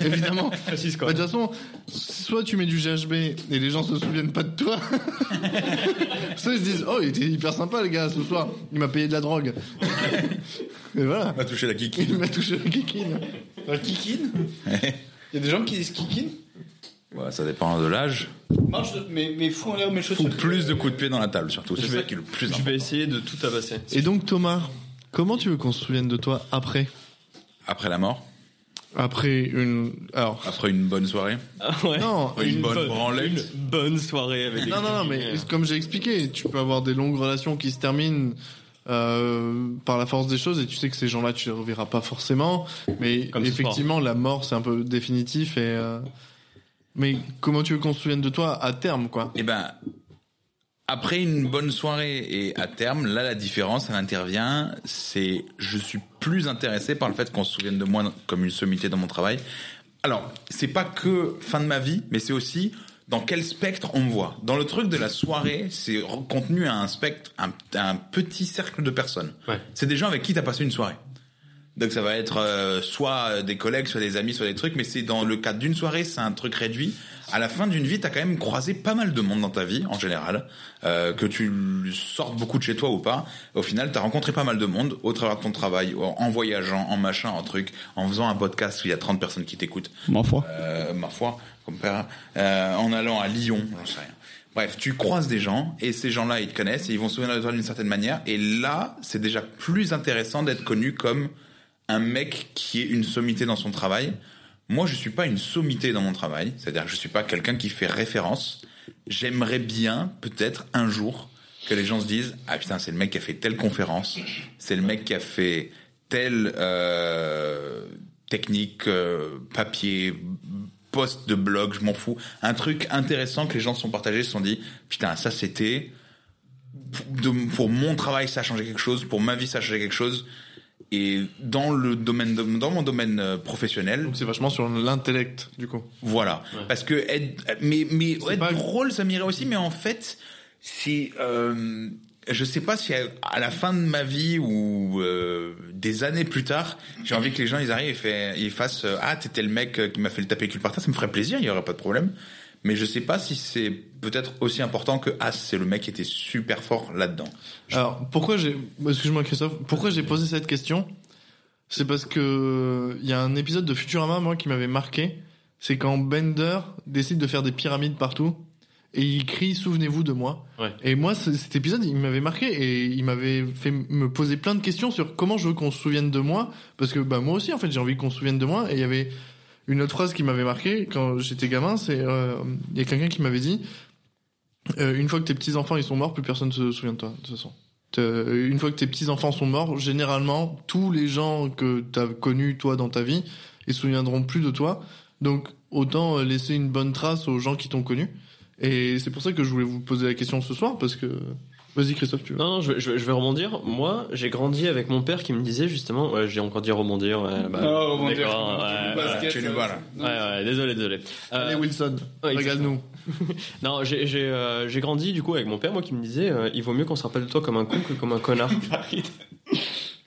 C: Évidemment.
D: Précise
C: Bah, de toute façon, soit tu mets du GHB et les gens se souviennent pas de toi, soit ils se disent Oh, il était hyper sympa, le gars, ce soir, il m'a payé de la drogue. et voilà,
A: On a touché la geek.
C: il m'a touché la kikine.
B: La kikine Il y a des gens qui disent kikine
A: Ouais, ça dépend de l'âge.
B: Marche, de- mais, mais fous en l'air mes
A: Faut
B: chaussures.
A: plus de coups de pied dans la table, surtout. C'est
D: Je vais-
A: ça qui est le plus
D: Je
A: important.
D: vais essayer de tout tabasser.
C: Et donc, Thomas, comment tu veux qu'on se souvienne de toi après
A: Après la mort,
C: Après une. Alors.
A: après une bonne soirée.
D: Ah ouais.
C: Non,
A: Une bonne branlette.
D: une bonne soirée avec. des-
C: Non, non, non, mais comme j'ai expliqué, tu peux avoir des longues relations qui se terminent euh, par la force des choses et tu sais que ces gens-là, tu les reverras pas forcément. Mais
D: Comme ce
C: effectivement, la mort, c'est un peu définitif. Et, euh, Mais comment tu veux qu'on se souvienne de toi à terme, quoi
A: Eh ben, après une bonne soirée et à terme, là, la différence, elle intervient, c'est je suis plus intéressé par le fait qu'on se souvienne de moi comme une sommité dans mon travail. Alors, c'est pas que fin de ma vie, mais c'est aussi dans quel spectre on me voit. Dans le truc de la soirée, c'est re- contenu à un spectre, un, un petit cercle de personnes.
D: Ouais.
A: C'est des gens avec qui t'as passé une soirée. Donc ça va être euh, soit euh, des collègues, soit des amis, soit des trucs, mais c'est dans le cadre d'une soirée, c'est un truc réduit. À la fin d'une vie, t'as quand même croisé pas mal de monde dans ta vie, en général, euh, que tu sortes beaucoup de chez toi ou pas. Au final, t'as rencontré pas mal de monde au travers de ton travail, en en voyageant, en machin, en truc, en faisant un podcast où il y a 30 personnes qui t'écoutent
E: Ma foi.
A: euh, ma foi, comme père, euh, en allant à Lyon, j'en sais rien. Bref, tu croises des gens et ces gens-là, ils te connaissent et ils vont se souvenir de toi d'une certaine manière. Et là, c'est déjà plus intéressant d'être connu comme un mec qui est une sommité dans son travail. Moi, je suis pas une sommité dans mon travail, c'est-à-dire que je suis pas quelqu'un qui fait référence. J'aimerais bien, peut-être un jour, que les gens se disent ah putain, c'est le mec qui a fait telle conférence, c'est le mec qui a fait telle euh, technique, euh, papier, post de blog, je m'en fous, un truc intéressant que les gens se sont partagés, se sont dit putain, ça c'était de- pour mon travail ça a changé quelque chose, pour ma vie ça a changé quelque chose. Et dans le domaine, de- dans mon domaine euh, professionnel,
C: Donc c'est vachement sur l'intellect, du coup.
A: voilà. Parce que être, mais, mais
C: C'est
A: être
C: pas- Mm.
A: drôle, ça m'irait aussi, mais en fait, c'est, euh, je sais pas si à, à la fin de ma vie ou euh, des années plus tard, j'ai envie que les gens ils arrivent et, fait- ils fassent euh, ah t'étais le mec euh, qui m'a fait le taper cul par terre, ça me ferait plaisir, il y aurait pas de problème. Mais je sais pas si c'est peut-être aussi important que ah c'est le mec qui était super fort là-dedans.
C: Alors, pourquoi j'ai. Excuse-moi, Christophe. Pourquoi j'ai posé cette question C'est parce que. Il y a un épisode de Futurama, moi, qui m'avait marqué. C'est quand Bender décide de faire des pyramides partout. Et il crie Souvenez-vous de moi.
D: Ouais.
C: Et moi, ce- cet épisode, il m'avait marqué. Et il m'avait fait me poser plein de questions sur comment je veux qu'on se souvienne de moi. Parce que, bah, moi aussi, en fait, j'ai envie qu'on se souvienne de moi. Et il y avait une autre phrase qui m'avait marqué quand j'étais gamin. C'est. euh, Il y a quelqu'un qui m'avait dit. Euh, une fois que tes petits-enfants ils sont morts, plus personne se souvient de toi, de toute façon. Te- euh, Une fois que tes petits-enfants sont morts, généralement, tous les gens que t'as connus, toi, dans ta vie, ils se souviendront plus de toi. Donc, autant euh, laisser une bonne trace aux gens qui t'ont connu. Et c'est pour ça que je voulais vous poser la question ce soir, parce que... Vas-y, Christophe, tu veux.
D: Non, non, je, vais- je vais- je vais rebondir. Moi, j'ai grandi avec mon père qui me disait justement, ouais, j'ai encore dit rebondir. Ouais, bah,
B: Ah,
E: Oh,
B: rebondir.
D: d'accord, ouais, ouais.
B: Basket,
A: voilà, tu le vois, là.
B: non.
D: Ouais, ouais, désolé, désolé. Euh,
C: Allez, Wilson,
D: ouais,
C: regarde-nous.
D: non, j'ai j'ai, euh, j'ai grandi du coup avec mon père, moi qui me disait, euh, il vaut mieux qu'on se rappelle de toi comme un con que comme un connard.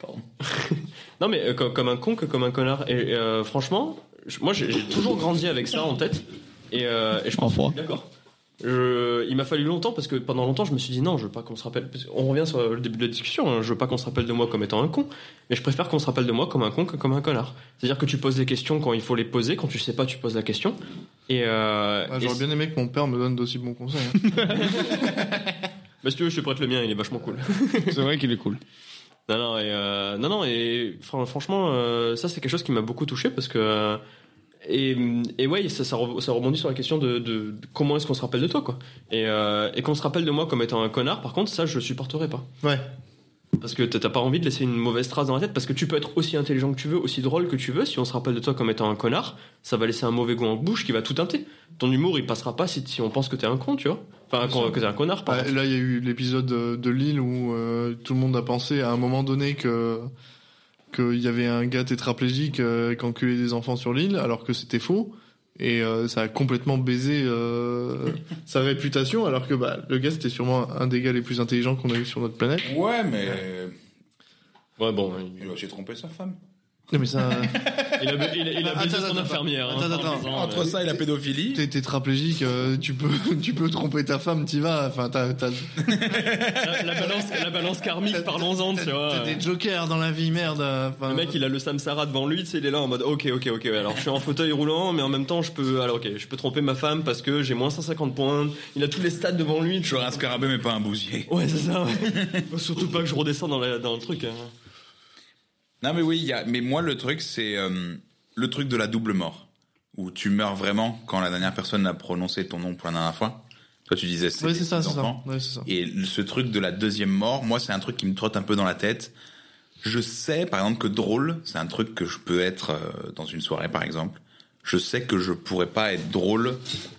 D: Pardon. non, mais euh, comme, comme un con que comme un connard. Et euh, franchement, je- moi j'ai j'ai toujours grandi avec ça en tête. Et, euh, et je
E: Ma foi.
D: D'accord. Je- il m'a fallu longtemps parce que pendant longtemps je me suis dit non, je veux pas qu'on se rappelle. parce qu'on revient sur le début de la discussion. hein, je veux pas qu'on se rappelle de moi comme étant un con, mais je préfère qu'on se rappelle de moi comme un con que comme un connard. C'est-à-dire que tu poses les questions quand il faut les poser, quand tu sais pas, tu poses la question. Et, euh,
C: Ah,
D: et
C: J'aurais
D: c'est-
C: bien aimé que mon père me donne d'aussi bons conseils. hein.
D: bah, si tu veux, je te prête le mien, il est vachement cool.
E: C'est vrai qu'il est cool.
D: Non, non, et, euh, non, non, et fran- franchement, euh, ça c'est quelque chose qui m'a beaucoup touché parce que. euh, et, et ouais, ça, ça, re- ça rebondit sur la question de, de- de comment est-ce qu'on se rappelle de toi, quoi. Et, euh, et qu'on se rappelle de moi comme étant un connard, par contre, ça je supporterai pas.
C: ouais.
D: Parce que t'as t'as pas envie de laisser une mauvaise trace dans la tête, parce que tu peux être aussi intelligent que tu veux, aussi drôle que tu veux, si on se rappelle de toi comme étant un connard, ça va laisser un mauvais goût en bouche qui va tout teinter. Ton humour il passera pas si, si on pense que t'es un con, tu vois. Enfin,
C: Bien
D: qu'on-
C: sûr.
D: que t'es un connard, par
C: Bah, là, il y a eu l'épisode euh, de Lille où euh, tout le monde a pensé à un moment donné que qu'il y avait un gars tétraplégique euh, qui enculait des enfants sur l'île, alors que c'était faux. Et euh, ça a complètement baisé euh, sa réputation, alors que bah, le gars, c'était sûrement un des gars les plus intelligents qu'on a eu sur notre planète.
A: euh, Ouais, mais
D: Ouais, bon,
A: il a aussi trompé sa femme.
C: Non, mais ça.
D: Il a, bu- il a- il a
C: Attends,
D: baisé
C: attends,
D: son
C: attends.
D: infirmière. hein.
C: Attends, attends.
A: Entre ça et la pédophilie.
C: T'es tétraplégique, euh, tu peux, tu peux tromper ta femme, t'y vas. Enfin, t'as, t'as, t'as
D: La, la balance, la balance karmique, parlons-en, tu vois.
C: des jokers dans la vie, merde. euh, Enfin,
D: Le mec, il a le samsara devant lui, tu sais, il est là en mode ok, ok, ok. Alors je suis en fauteuil roulant, mais en même temps, je peux, alors ok, je peux tromper ma femme parce que j'ai moins 150 points. Il a tous les stats devant lui. tu
A: J'aurais
D: vois.
A: un scarabée, mais pas un bousier.
D: Ouais, c'est ça. ouais. Faut Surtout pas que je redescends dans, la- dans le truc. hein.
A: Non, mais oui, il y a... mais moi, le truc, c'est euh, le truc de la double mort. Où tu meurs vraiment quand la dernière personne a prononcé ton nom pour la dernière fois. Toi, tu disais, c'est
C: Ouais,
A: des
C: c'est ça, c'est ça.
A: enfants.
C: Ouais, c'est ça.
A: Et ce truc de la deuxième mort, moi, c'est un truc qui me trotte un peu dans la tête. Je sais, par exemple, que drôle, c'est un truc que je peux être euh, dans une soirée, par exemple. Je sais que je pourrais pas être drôle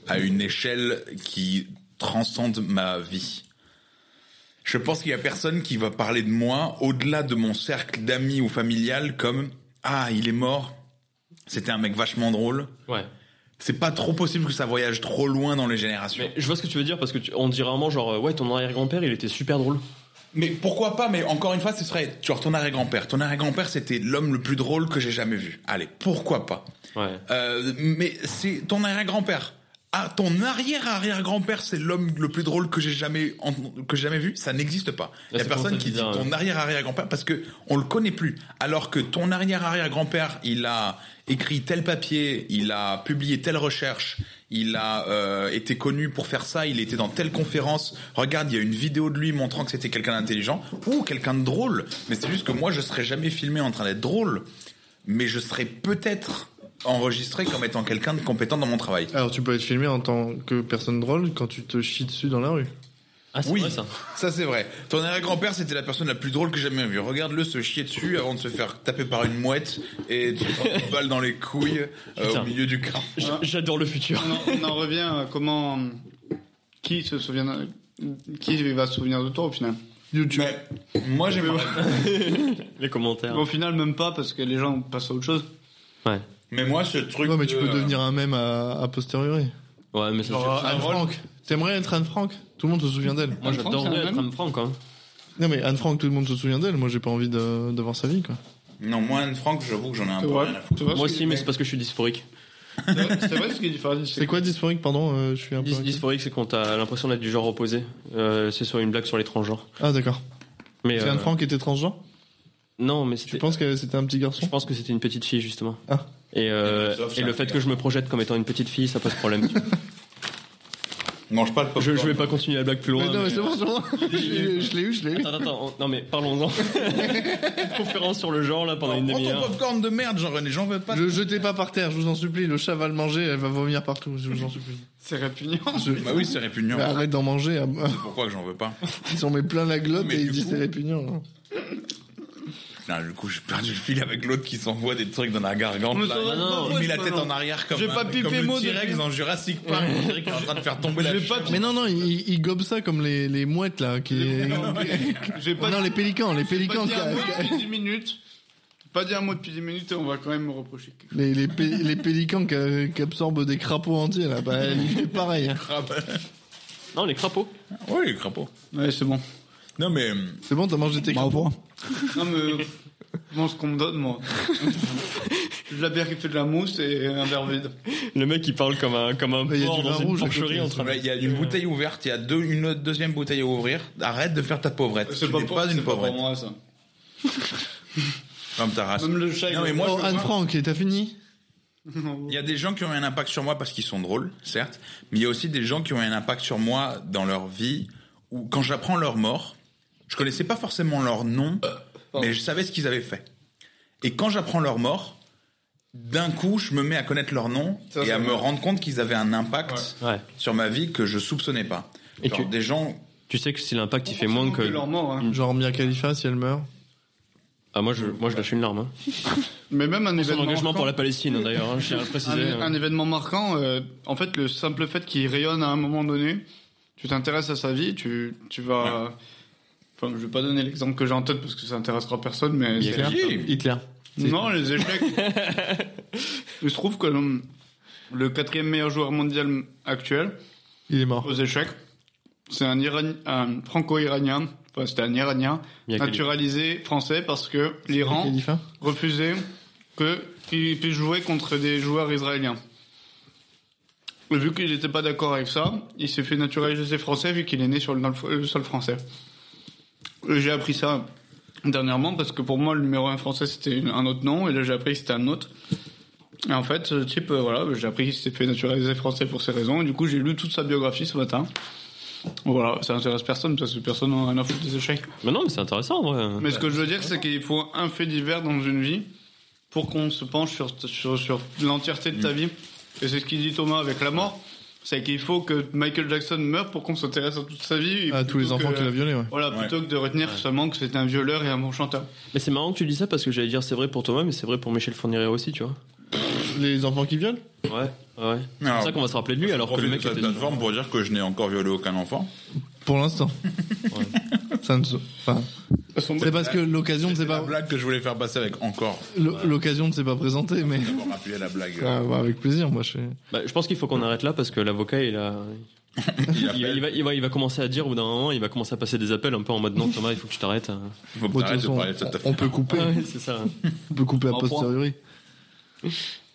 A: à une échelle qui transcende ma vie. Je pense qu'il y a personne qui va parler de moi au-delà de mon cercle d'amis ou familial comme ah il est mort, c'était un mec vachement drôle.
D: Ouais.
A: C'est pas trop possible que ça voyage trop loin dans les générations.
D: Mais je vois ce que tu veux dire parce que tu- on dit rarement genre euh, ouais, ton arrière-grand-père, il était super drôle.
A: Mais pourquoi pas Mais encore une fois, ce serait genre ton arrière-grand-père. Ton arrière-grand-père, c'était l'homme le plus drôle que j'ai jamais vu. Allez, pourquoi pas
D: Ouais.
A: Euh, Mais c'est ton arrière-grand-père. Ah, ton arrière-arrière-grand-père, c'est l'homme le plus drôle que j'ai jamais en- que j'ai jamais vu. Ça n'existe pas. Il y a
D: c'est pour ça
A: personne
D: que
A: qui dit
D: c'est bizarre,
A: ton arrière-arrière-grand-père parce que on le connaît plus. Alors que ton arrière-arrière-grand-père, il a écrit tel papier, il a publié telle recherche, il a euh, été connu pour faire ça, il était dans telle conférence. Regarde, il y a une vidéo de lui montrant que c'était quelqu'un d'intelligent ou quelqu'un de drôle. Mais c'est juste que moi, je serais jamais filmé en train d'être drôle, mais je serais peut-être enregistré comme étant quelqu'un de compétent dans mon travail.
C: Alors, tu peux être filmé en tant que personne drôle quand tu te chies dessus dans la rue.
D: Ah, c'est
A: Oui,
D: vrai ça.
A: ça c'est vrai. Ton arrière-grand-père, c'était la personne la plus drôle que j'ai jamais vue. Regarde-le se chier dessus avant de se faire taper par une mouette et de se prendre une balle dans les couilles euh,
D: Putain.
A: au milieu du camp.
D: J- J'adore le futur.
E: On en, on en revient à comment. euh, Qui se souvient. euh, Qui va se souvenir de toi au final
C: YouTube.
A: Mais moi j'aimerais.
D: Les commentaires.
E: Au final, même pas parce que les gens passent à autre chose.
D: Ouais.
A: Mais moi ce truc.
C: Ouais, mais tu
A: de,
C: peux
A: euh,
C: devenir un mème à, à posteriori.
D: Ouais, mais ça.
C: Genre,
D: c'est-
C: Anne Frank. T'aimerais être Anne Frank Tout le monde se souvient d'elle.
D: Moi,
E: Anne Frank, c'est
D: j'adorerais
E: un
D: être
E: homme
D: Anne Frank. Hein.
C: Non, mais Anne Frank, tout le monde se souvient d'elle. Moi, j'ai pas envie de, de voir sa vie, quoi.
A: Non, moi Anne-Franck, j'avoue que j'en ai un
E: C'est
A: peu
E: vrai.
A: rien à foutre.
E: Ah, C'est vrai
D: Moi
E: ce
D: aussi,
E: que-
D: mais c'est parce que je suis dysphorique.
E: C'est vrai ce qu'il dit, Farid,
C: C'est quoi dysphorique, pardon euh, Je suis un peu.
D: Dys- Dysphorique, c'est quand t'as l'impression d'être du genre opposé. Euh, c'est soit une blague sur les transgenres.
C: Ah, d'accord.
D: Mais
C: Parce
D: euh,
C: qu'Anne Frank était transgenre
D: non, mais
C: Tu
D: c'était-
C: penses que c'était un petit
D: je
C: garçon
D: pense que c'était une petite fille justement.
C: Ah.
D: Et, euh,
A: Et Microsoft,
D: et
A: ça,
D: le fait
A: c'est
D: que je me projette comme étant une petite fille, ça pose problème.
A: Mange pas de
D: je,
A: popcorn.
D: je vais pas continuer la blague plus
C: Mais
D: loin.
C: non, mais
D: mais-
C: c'est bon, c'est bon. Je je l'ai eu, je l'ai eu.
D: Attends, attends, on- non mais parlons-en. Une conférence sur le genre là pendant
A: Prends
D: une
A: ton
D: demi-heure.
A: popcorn de merde, Jean-René, j'en veux pas.
C: Le jetez pas par terre, je vous en supplie. Le chat va le manger, elle va vomir partout, je vous en supplie.
E: C'est répugnant.
C: Je-
A: Bah oui, c'est répugnant.
C: Mais Arrête d'en manger, ah, bah,
A: Pourquoi que j'en veux pas
C: ils s'en met plein la glotte
A: Mais
C: et il
A: du
C: dit
A: coup-
C: c'est répugnant.
A: Putain, du coup, j'ai perdu le fil avec l'autre qui s'envoie des trucs dans la gargante.
E: Mais
A: là.
E: ça va,
A: Il
D: Ah, non,
E: c'est
A: il
E: pas
A: met la
E: vrai,
A: tête
E: non.
A: en arrière comme,
E: J'ai pas
A: un-
E: pipé
A: comme le
E: mot
A: T-Rex
E: depuis-
A: dans Jurassic Park. On dirait qu'il est en train de faire tomber la
E: J'ai pas
A: chèvre.
C: Mais non, non, il, il gobe ça comme les, les mouettes là. Qui...
E: J'ai pas,
C: non, les pélicans, les
E: j'ai pas
C: pélicans.
E: dit un
C: qui-
E: mot depuis 10 minutes. J'ai Pas dit un mot depuis 10 minutes et on va quand même me reprocher. quelque
C: Les, les, pé- les pélicans qui, qui absorbent des crapauds entiers là, bah, il fait pareil. hein.
D: Non, les crapauds.
A: Ah bah. Oui, les crapauds.
E: chose. Ouais, c'est bon.
A: Non, mais. hum,
C: C'est bon, t'as mangé tes crapauds.
E: Non, mais. Moi, ce qu'on me donne, moi. de la bière qui fait de la mousse et un verre vide.
D: Le mec il parle comme un comme un
C: Mais il y a
D: porc
C: du
D: dans
C: vin
D: une
C: rouge à
D: porcherie
C: côté,
D: en train de.
A: Ouais, Il y a une bouteille ouverte, il y a deux, une autre deuxième bouteille à ouvrir. Arrête de faire ta pauvrette.
E: C'est
A: Tu
E: pas,
A: n'es
E: pour-
A: pas
E: c'est
A: une
E: pas pour
A: pauvrette.
E: moi, ça.
A: Comme ta race.
E: Même le chat. il
A: Non, mais
E: est-
A: moi,
C: oh,
A: je-
C: Anne Frank, t'as fini
A: Il y a des gens qui ont un impact sur moi parce qu'ils sont drôles, certes, mais il y a aussi des gens qui ont un impact sur moi dans leur vie où quand j'apprends leur mort, je connaissais pas forcément leur nom,
E: Euh,
A: mais je savais ce qu'ils avaient fait. Et quand j'apprends leur mort, d'un coup, je me mets à connaître leur nom
E: Ça,
A: et
E: c'est
A: à me
E: vrai.
A: rendre compte qu'ils avaient un impact
D: Ouais.
A: sur ma vie que je soupçonnais pas.
D: Et
A: Genre
D: tu-
A: des gens
D: Tu sais que si l'impact il fait moins que.
E: leur mort, hein.
C: Genre Mia Khalifa si elle meurt.
D: Ah moi je moi je lâche une larme. hein.
E: Mais même un
D: Son
E: événement.
D: engagement
E: marquant-
D: pour la Palestine hein, d'ailleurs, hein, je tiens à le
E: un,
D: préciser.
E: un événement marquant, euh, en fait, le simple fait qu'il rayonne à un moment donné, tu t'intéresses à sa vie, tu, tu vas. Enfin, je vais pas donner l'exemple que j'ai en tête parce que ça intéressera personne, mais. c'est-
A: Hitler.
D: Hitler.
E: Non, les échecs. Il se trouve que le, le quatrième meilleur joueur mondial actuel
C: Il est mort.
E: aux échecs, c'est un, Iran- un franco-iranien, enfin, c'était un iranien,
D: Mia Khalifa.
E: naturalisé français parce que l'Iran
C: Khalifa
E: refusait que qu'il puisse jouer contre des joueurs israéliens. Et vu qu'il n'était pas d'accord avec ça, il s'est fait naturaliser français vu qu'il est né sur le, dans le fo- le sol français. Et J'ai appris ça dernièrement parce que pour moi le numéro 1 français c'était une- un autre nom et là j'ai appris que c'était un autre. Et en fait, ce type, euh, voilà, j'ai appris qu'il s'était fait naturaliser français pour ces raisons. Et du coup, j'ai lu toute sa biographie ce matin. Voilà, ça intéresse personne parce que personne n'a rien à foutre des échecs.
D: Mais non, mais c'est intéressant en vrai.
E: Mais ce que je veux dire, c'est qu'il faut un fait divers dans une vie pour qu'on se penche sur, sur, sur l'entièreté de ta vie. Et c'est ce qu'il dit Thomas avec la mort. C'est qu'il faut que Michael Jackson meure pour qu'on s'intéresse à toute sa vie. et
C: À Ah, tous les
E: plutôt
C: enfants
E: que- euh,
C: qu'il a violés, ouais.
E: Voilà, plutôt que de retenir seulement que c'était un violeur et un bon chanteur.
D: Mais c'est marrant que tu dis ça parce que j'allais dire c'est vrai pour Thomas, mais c'est vrai pour Michel Fourniret aussi, tu vois.
C: Les enfants qui violent
D: Ouais, ouais. C'est
A: Alors,
D: pour ça qu'on va se rappeler de lui alors que le mec
A: de cette
D: était.
A: plateforme pour dire que je n'ai encore violé aucun enfant.
C: Pour l'instant. Ça ne se- enfin, c'est parce que l'occasion ne s'est
A: C'est la
C: pas
A: blague que je voulais faire passer avec encore.
C: l'o- l'occasion ne s'est pas présentée, mais
A: D'abord rappeler la blague.
C: Ah, bah, avec plaisir, moi je. suis-
D: Bah, je pense qu'il faut qu'on arrête là parce que l'avocat il a,
A: Il
D: il,
A: appelle.
D: il va, il va, il va commencer à dire au bout d'un moment, il va commencer à passer des appels un peu en mode non Thomas, il faut que tu t'arrêtes.
C: Ah
A: Faut que
C: Bon, de toute
A: t'arrêtes de
C: façon,
A: parler de cette
C: on
A: affaire.
C: peut couper,
E: Ah,
D: Ouais, c'est ça.
C: on peut couper a
D: On prend.
C: posteriori.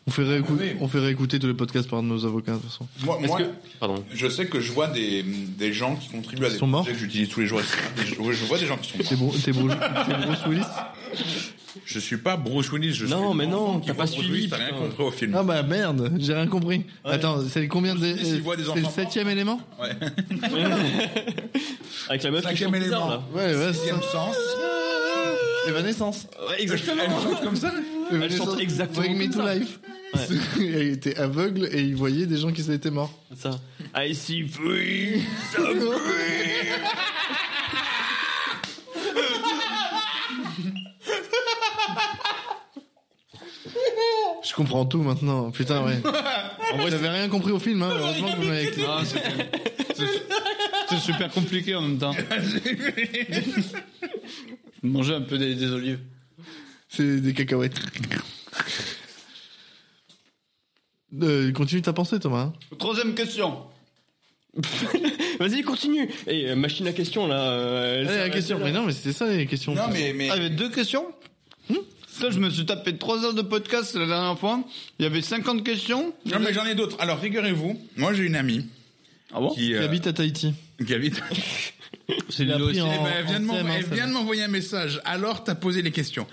C: On fait, réécouter, on fait réécouter tous les podcasts par nos avocats, de toute façon.
A: Moi,
D: Est-ce
A: moi,
D: que pardon.
A: je sais que je vois des, des gens qui contribuent à des
C: sont morts
A: projets que j'utilise tous les jours. etc. Et Je, je vois des gens qui sont morts.
C: T'es bro- t'es bro- t'es Bruce Willis
A: Je suis pas Bruce Willis. Je
D: Non,
A: suis
D: mais
A: l'enfant
D: non,
A: qui
D: t'as
A: voit
D: pas
A: Bruce
D: suivi,
A: Willis, T'as rien
D: putain.
A: compris au film.
C: Ah bah merde, j'ai rien compris. Attends, c'est combien de.
A: Willis, il voit des
C: C'est le
A: enfants
C: septième élément
D: Avec la meuf qui
A: Cinquième
D: chante bizarre,
A: élément.
C: Ouais, ouais, c'est
A: Sixième
C: ça.
A: sens.
C: Évanescence.
D: là. Ouais, exactement.
C: Comme ça
D: Elle chante exactement
C: Bring me
D: comme
C: to
D: ça.
C: life. il était aveugle et il voyait des gens qui étaient morts.
D: Ça. Ah, I see free.
C: Je comprends tout maintenant. Putain, ouais. En vrai, j'avais rien compris au film, hein. Heureusement que vous m'avez éclairé.
E: C'est super compliqué en même temps. Manger un peu des, des olives.
C: C'est des cacahuètes. Euh, continue ta pensée, Thomas. hein.
E: Troisième question.
D: Vas-y, continue. Et euh, machine à question là. euh, elle
C: Allez, la
D: s'arrête
C: question.
D: là.
C: Mais non, mais c'était ça les questions.
A: Non, mais, mais
E: Ah, il y avait deux questions Hmm Ça, je me suis tapé trois heures de podcast la dernière fois. Il y avait 50 questions.
A: Non, mais j'en ai d'autres. Alors, figurez-vous, moi j'ai une amie
E: Ah bon
A: qui,
C: Qui
A: euh,
C: habite à Tahiti.
A: qui habite.
C: C'est
E: lui
A: Eh
E: aussi.
A: ben, elle vient de m'envoyer- elle vient de m'envoyer un message. Alors, t'as posé les questions.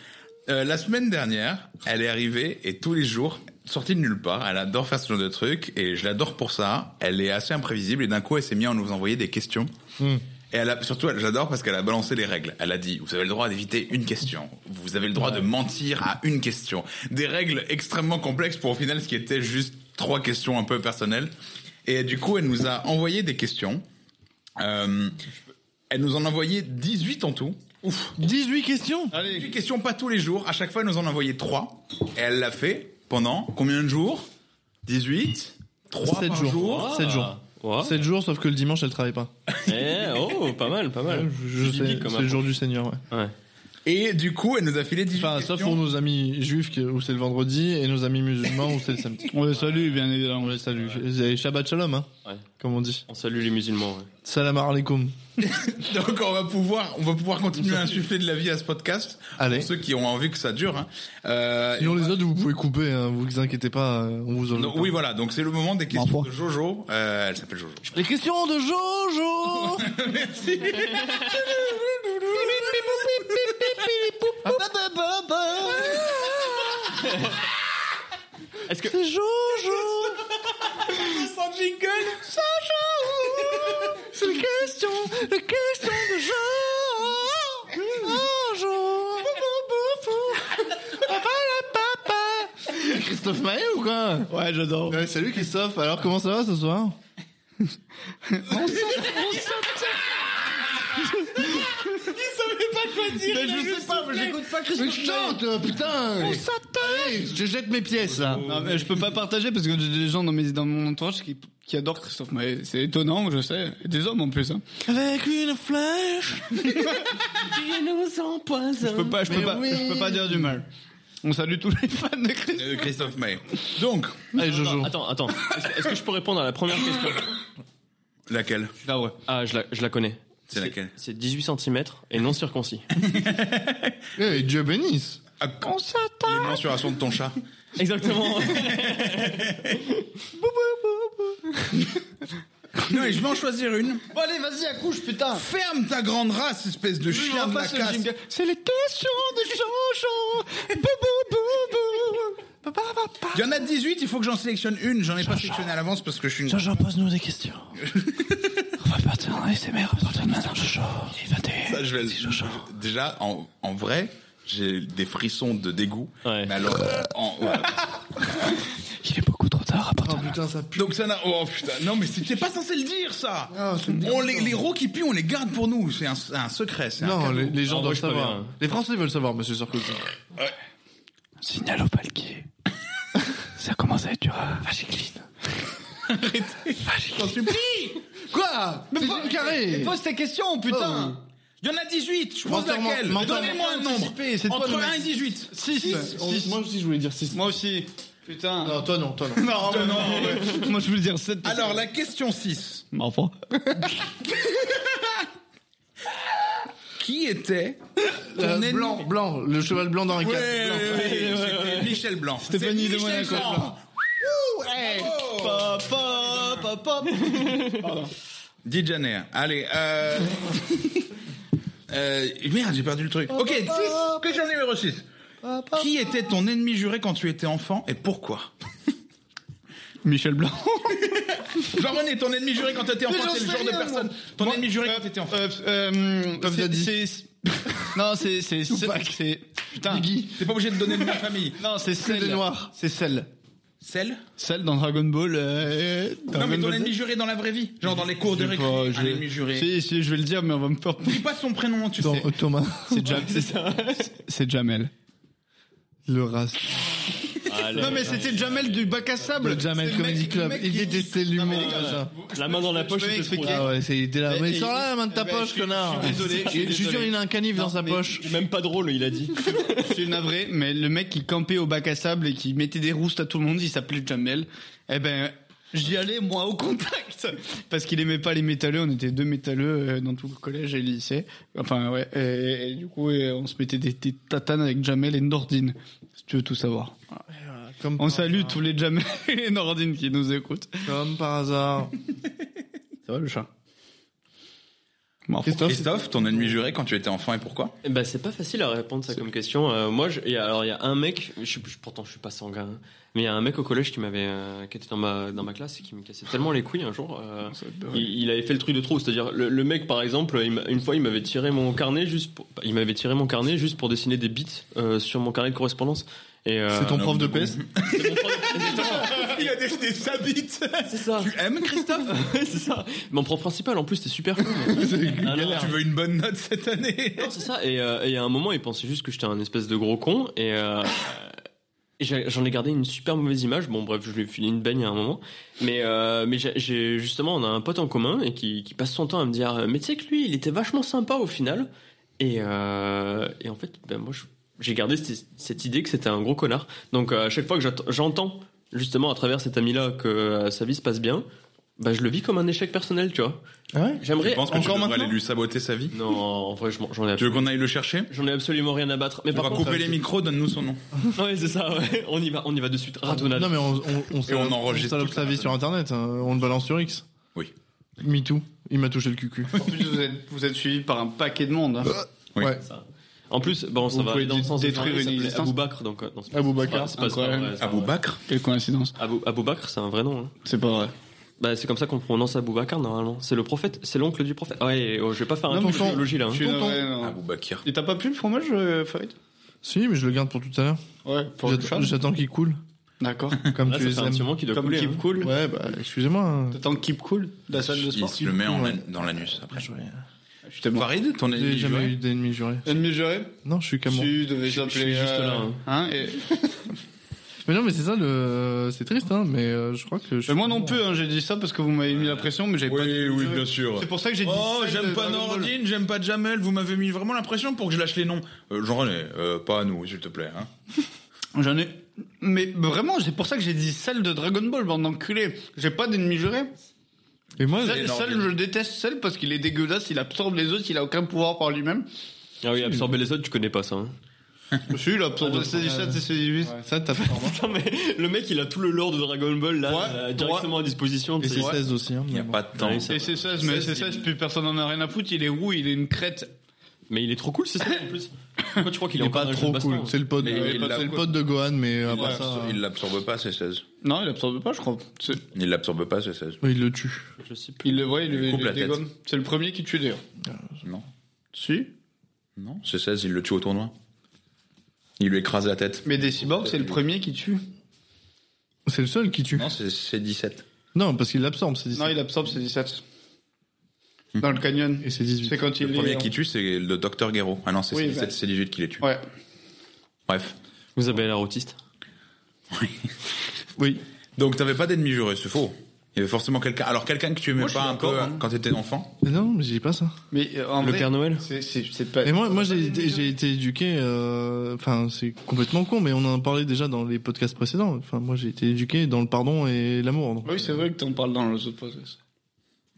A: Euh, la semaine dernière, elle est arrivée et tous les jours, sortie de nulle part, elle adore faire ce genre de trucs et je l'adore pour ça. Elle est assez imprévisible et d'un coup, elle s'est mise à nous envoyer des questions. Et elle a, surtout, elle- j'adore parce qu'elle a balancé les règles. Elle a dit, vous avez le droit d'éviter une question. Vous avez le droit de mentir à une question. Des règles extrêmement complexes pour au final ce qui était juste trois questions un peu personnelles. Et du coup, elle nous a envoyé des questions. Euh, elle nous en envoyait 18 en tout. Ouf.
C: 18 questions
A: Une question pas tous les jours. À chaque fois, elle nous en envoyait 3. Et elle l'a fait pendant combien de jours 18 3
C: Sept
A: par
C: jours.
A: jour. Ah.
C: Sept jours.
D: Ouais.
C: 7 jours, sauf que le dimanche, elle travaille pas.
D: Eh, oh, pas mal,
A: Ah,
D: pas mal.
C: Je, je
D: C'est
C: sais,
D: biblique, comme
C: c'est le
D: approche.
C: jour du Seigneur, ouais.
D: Ouais.
A: Et du coup, elle nous a filé 18
C: Enfin,
A: questions.
C: sauf pour nos amis juifs qui- où c'est le vendredi et nos amis musulmans où c'est le samedi.
E: On les salue, bien évidemment.
C: On les salue. C'est Shabbat Shalom, hein,
D: Ouais.
C: comme on dit.
D: On salue les musulmans. ouais.
C: Salam alaikum.
A: Donc on va pouvoir, on va pouvoir continuer à insuffler de la vie à ce podcast.
C: Allez.
A: Pour ceux qui ont envie que ça dure. Hein. Euh,
C: Sinon, les autres, vous pouvez couper, hein, vous vous inquiétez pas, euh, on vous en
A: donc, oui, voilà. Donc c'est le moment des questions de
C: Parfois.
A: Jojo. Euh, elle s'appelle Jojo.
C: Les questions de Jojo Merci.
D: Est-ce que
C: C'est Jojo C'est la question, la question de Ah, Jean. Ah, bah, Christophe Maé ou quoi
E: Ouais, j'adore.
C: Ouais, Salut Christophe, alors comment ça va ce soir
E: Mais je sais pas, mais j'écoute pas
C: Mais
E: Christophe.
C: je chante, euh, putain On Ah, Je jette mes pièces là
E: Non, mais je peux pas partager parce que j'ai des gens dans, mes, dans mon entourage qui, qui adorent Christophe Maé. C'est étonnant, je sais. Des hommes en plus. hein.
C: Avec une flèche
D: tu nous
E: Je peux pas, je peux
C: Mais
E: pas,
C: oui.
E: je peux pas dire du mal. On salue tous les fans de Christophe.
A: Euh, Christophe May. Donc
C: Allez Jojo,
D: Attends, attends. Est-ce que, est-ce que je peux répondre à la première question
A: laquelle
E: Ah ouais.
D: Ah, je la, je la connais.
A: C'est laquelle
D: C'est 18 cm et non circoncis.
C: Eh, Dieu bénisse
A: Ah, quand-
E: On s'attaque
A: Les mensurations de ton chat.
D: Exactement.
A: Non, et je vais en choisir une.
B: Bon, allez, vas-y, accouche, putain.
A: Ferme ta grande race, espèce de chien de la casse.
E: C'est les questions de Jean-Jean.
A: Il y en a 18, il faut que j'en sélectionne une. J'en ai pas sélectionné à l'avance parce que je suis une...
E: Jean-Jean, pose-nous des questions. On va partir en ASMR. Jean-Jean, il va t'aider.
A: Ça, je vais- Déjà, en, en vrai, j'ai des frissons de dégoût.
D: Ouais.
A: Mais alors, euh, en- ouais.
E: Il est beaucoup trop tard.
C: Oh putain, ça pue.
A: Donc ça n'a... Oh putain, non mais c'était pas censé le dire ça
B: Ah,
A: on, les, les rots qui puent, on les garde pour nous. C'est un, c'est un secret. c'est un
C: Non,
A: cadeau.
C: les, les gens
D: Ah, moi,
C: doivent
D: je préviens.
C: savoir. Les Français veulent savoir, monsieur Sarkozy.
E: Signal au palquier. Ça commence à être dur. Vagicline.
C: T'en supplie Quoi C'est une carré
B: Pose tes questions, putain.
A: Il y en a 18, je pose
C: Mentalement-
A: laquelle
C: mentalement
A: Donnez-moi un nombre.
B: anticipé, c'est toi
A: Entre
B: le
A: 1 et 18.
E: 6.
C: Moi aussi, je voulais dire 6.
B: Moi aussi. Putain.
C: Non, toi non, toi non.
E: Non, non, Moi, je voulais dire 7.
A: Alors la question 6.
E: Enfin.
A: Qui était ton
C: Euh,
A: ennemi
C: blanc, blanc, le cheval blanc d'Henri IV.
A: Ouais,
C: Blanc.
A: ouais, ouais, c'était Michel Blanc.
E: Stéphanie
A: C'est
E: de
A: Michel
E: Monaco.
A: Blanc. Oh.
B: Papa, papa.
A: Dit Janer. Allez, euh... euh, Merde, j'ai perdu le truc. Ok, 6. Question numéro 6. Qui était ton ennemi juré quand tu étais enfant et pourquoi
E: Michel Blanc.
A: Jean-René, ton ennemi juré quand t'étais enfant,
E: j'en
A: c'est le
E: sais
A: genre de
E: rien,
A: personne. Ton ennemi juré quand t'étais enfant.
E: Euh, euh,
C: Comme
E: c'est-
C: Daddy.
E: c'est- Non, c'est c'est c'est c'est- putain.
A: T'es pas obligé de donner le nom de famille.
E: Non, c'est
C: C'est
E: celle
C: noir, c'est celle.
A: Celle
E: Celle dans Dragon Ball. euh, Dragon
A: Non, mais ton
E: Ball Z.
A: ennemi juré dans la vraie vie. Genre dans les cours de
E: Je sais
A: récré.
E: pas,
A: Un
E: je-
A: ennemi juré.
E: Si, si, je vais le dire, mais on va me faire.
A: Dis pas son prénom, hein, tu sais.
C: Thomas.
E: C'est Jam- C'est Jamel.
C: Le race.
D: Allez.
E: c'était Jamel du bac à sable.
C: Le Jamel Comedy Club. Il détestait l'humour.
E: mais les gars,
C: ça.
D: La main dans la poche,
E: peux
D: il te
E: m'expliquer.
D: trouve.
C: Ah ouais, c'est il était là.
E: Mais-
C: Mais
E: et-
C: sors là la main de ta
E: eh ben, je
C: poche,
E: suis-
C: connard.
E: je suis désolé, je suis
C: Je jure,
E: désolé.
C: il a un canif dans
E: Non,
C: sa
E: mais-
C: poche.
D: Même pas drôle, il a dit.
E: Je suis navré, mais le mec qui campait au bac à sable et qui mettait des roustes à tout le monde, il s'appelait Jamel. Eh ben, j'y allais, moi, au contact. Parce qu'il aimait pas les métalleux, on était deux métalleux euh, dans tout le collège et le lycée. Enfin, ouais. Et, et du coup, euh, on se mettait des, des tatanes avec Jamel et Nordine. Si tu veux tout savoir.
C: Comme
E: On
C: par
E: salue
C: hasard.
E: tous les Jamel et Nordine qui nous écoutent.
C: Comme par hasard.
E: Ça va, le chat Bon, enfin,
A: Christophe, ton ennemi juré quand tu étais enfant et pourquoi
D: Eh Ben, c'est pas facile à répondre ça comme question. Euh, moi, je, et alors il y a un mec, je, suis- je- pourtant je suis pas sanguin, hein, mais il y a un mec au collège qui m'avait, euh, qui était dans ma dans ma classe et qui me cassait tellement les couilles un jour. euh,
E: ça va être-
D: il, il avait fait le truc de trop, c'est-à-dire le, le mec par exemple, il m'a- une fois il m'avait tiré mon carnet juste, pour, bah, il m'avait tiré mon carnet juste pour dessiner des bits euh, sur mon carnet de correspondance. Et euh,
C: C'est ton
A: non,
C: prof de
A: non.
C: PS
D: c'est mon prof-
A: Il a dessiné sa bite.
D: c'est ça,
A: Tu aimes Christophe
D: c'est ça. Mon prof principal en plus c'était super cool. Ah, non.
A: Tu veux une bonne note cette année
D: Non, c'est ça. Et, euh, et à un moment, il pensait juste que j'étais un espèce de gros con. Et, euh, et j'ai- j'en ai gardé une super mauvaise image. Bon, bref, je lui ai filé une baigne à un moment. Mais, euh, mais j'ai- j'ai justement, on a un pote en commun et qui, qui passe son temps à me dire euh, Mais tu sais que lui, il était vachement sympa au final. Et, euh, et en fait, ben, moi, je- j'ai gardé cette, cette idée que c'était un gros connard. Donc euh, à chaque fois que j'att- j'entends justement à travers cet ami-là que euh, sa vie se passe bien, bah, je le vis comme un échec personnel, tu vois.
C: ouais
D: J'aimerais
A: Je pense que tu
D: encore
A: devrais
D: maintenant.
A: aller lui saboter sa vie.
D: Non, en vrai, je m'en- j'en ai
A: Tu veux qu'on aille le chercher
D: J'en ai absolument rien à battre. Mais
A: On
D: par
A: va
D: contre,
A: couper les micros, donne-nous son nom.
D: ouais, c'est ça. ouais. On y va, on y va de suite. Ratonnade.
C: Ah, Non, mais on, on, on, salope-
A: on enregistre
C: salope
A: toute la
C: sa vie
A: ratonade.
C: sur internet. hein. On le balance sur X.
A: Oui.
C: Me too. Il m'a touché le cucu.
E: En plus, vous êtes, vous êtes suivi par un paquet de monde. hein.
A: Oui.
C: Ouais.
D: Ça. En plus, bon, ça
E: Vous
D: va
E: pouvez
D: aller dans le sens
E: détruire une existence.
D: Aboubakr, donc euh, non, c'est pas-
C: Aboubacar,
D: c'est pas- c'est pas
E: incroyable.
D: vrai, c'est pas
A: Abou
D: vrai.
A: Bakr
E: Quelle coïncidence.
D: Abou- Aboubakr, c'est un vrai nom. hein.
E: C'est pas vrai.
D: Bah, c'est comme ça qu'on prononce Aboubakr normalement. C'est le prophète, c'est l'oncle du prophète. Ouais, oh, je vais pas faire un
E: Non,
D: truc
C: mais
D: de
C: ton-
D: biologie là. hein.
E: Je suis
C: Tonton.
E: navré, non.
A: Abou Bakr.
E: Et t'as pas pu le fromage, euh, Farid
C: Si, mais je le garde pour tout à l'heure.
E: Ouais, pour le chat.
C: J'attends- J'attends qu'il coule.
E: D'accord.
C: Comme
D: Là,
C: tu
D: Ah, ça
C: les
D: fait un petit
C: aimes.
D: moment qu'il doit
E: Comme
D: couler.
E: Keep
D: hein.
E: Cool.
C: Ouais, bah, excusez-moi.
E: T'attends Keep Cool, la salle de
A: Il
E: sport.
A: se le met en-
C: Ouais.
A: dans l'anus
D: Ah,
A: après.
E: Je t'aime.
A: Farid, ton
C: J'ai
A: ennemi
C: jamais
A: juré
C: eu d'ennemis jurés.
E: Ennemi juré
C: Non, je suis Cameron.
E: Tu devais
D: Je- je suis
E: s'appeler.
D: juste
E: euh,
D: là, hein.
E: Hein, et-
C: Mais non, mais c'est ça le. C'est triste, hein, mais euh, je crois que. Je
E: Mais moi
C: suis
E: non plus, hein, j'ai dit ça parce que vous m'avez mis la pression, mais j'avais pas dit.
A: oui, bien sûr.
E: C'est pour ça que j'ai dit.
A: Oh,
E: celle
A: j'aime
E: de
A: pas
E: Dragon Ball.
A: Nordine, j'aime pas Jamel, vous m'avez mis vraiment l'impression pour que je lâche les noms. Euh, Jean-René, euh, pas à nous, s'il te plaît. Hein.
E: J'en ai. Mais vraiment, c'est pour ça que j'ai dit celle de Dragon Ball, bande d'enculés. J'ai pas d'ennemi juré.
C: Et moi,
E: Celle,
A: énorme.
E: celle, je déteste celle parce qu'il est dégueulasse, il absorbe les autres, il a aucun pouvoir par lui-même.
D: Ah oui, absorber les autres, tu connais pas ça. hein.
E: Si, là, pour passer du chat, c'est 18.
C: Ça, t'as pas.
D: Putain, mais le mec, il a tout le lore de Dragon Ball là,
E: Ouais,
D: euh, directement à disposition.
C: Et
D: tu sais.
C: c'est 16 aussi. Hein,
A: Il n'y a pas de temps.
D: Ouais, ça
E: Et
D: va.
E: c'est 16, mais c'est 16, plus personne n'en a rien à foutre. Il est roux, il est une crête.
D: Mais il est trop cool, c'est ça en plus. Pourquoi tu crois qu'il
C: Il
D: est
C: est
D: encore
C: pas
D: dans le jeu
C: trop
D: de
C: cool.
D: baston hein.
C: C'est le pote,
A: Mais
C: c'est
A: il
C: le
A: l'a-
C: pote de Gohan, mais à
A: Il
C: part
A: l'absorbe-
C: ça,
A: Il l'absorbe pas, c'est 16.
E: Non, il absorbe pas, je crois. C'est-
A: Il l'absorbe pas, c'est 16.
C: euh, il le tue.
D: Je sais plus.
E: Il le voit, il,
A: Il
E: le-
A: coupe
E: il le
A: la tête.
E: dégomme. C'est le premier qui tue d'ailleurs.
A: Non.
E: Si.
A: Non, c'est 16, il le tue au tournoi. Il lui écrase la tête.
E: Mais des cyborgs, c'est le premier qui tue.
C: C'est le seul qui tue.
A: Non, c'est- c'est 17.
C: Non, parce qu'il l'absorbe, c'est
E: Non,
C: 17.
E: il absorbe, c'est 17. Dans le canyon.
C: Et c'est 18.
E: C'est quand il
A: Le
E: est- euh,
A: premier qui tue, c'est le docteur Guéraud. Ah non, c'est
E: Oui,
A: 17,
E: bah.
A: c'est 18 qui les tue.
E: Ouais.
A: Bref.
D: Vous avez l'air autiste.
C: Oui.
A: Donc t'avais pas d'ennemi juré, c'est faux. Il y avait forcément quelqu'un. Alors quelqu'un que tu aimais
E: Moi, je
A: pas
E: suis
A: un peu
E: d'accord, hein.
A: quand t'étais enfant.
C: Mais Non, mais j'ai pas ça.
E: Mais euh, en
D: Le
E: vrai,
D: Père Noël
E: c'est- c'est c'est pas.
C: Mais moi, moi j'ai été, j'ai été éduqué. euh, Enfin, c'est complètement con, mais on en parlait déjà dans les podcasts précédents. Enfin, moi, j'ai été éduqué dans le pardon et l'amour. donc.
E: Ah Oui, c'est vrai que t'en parles dans le autres podcast.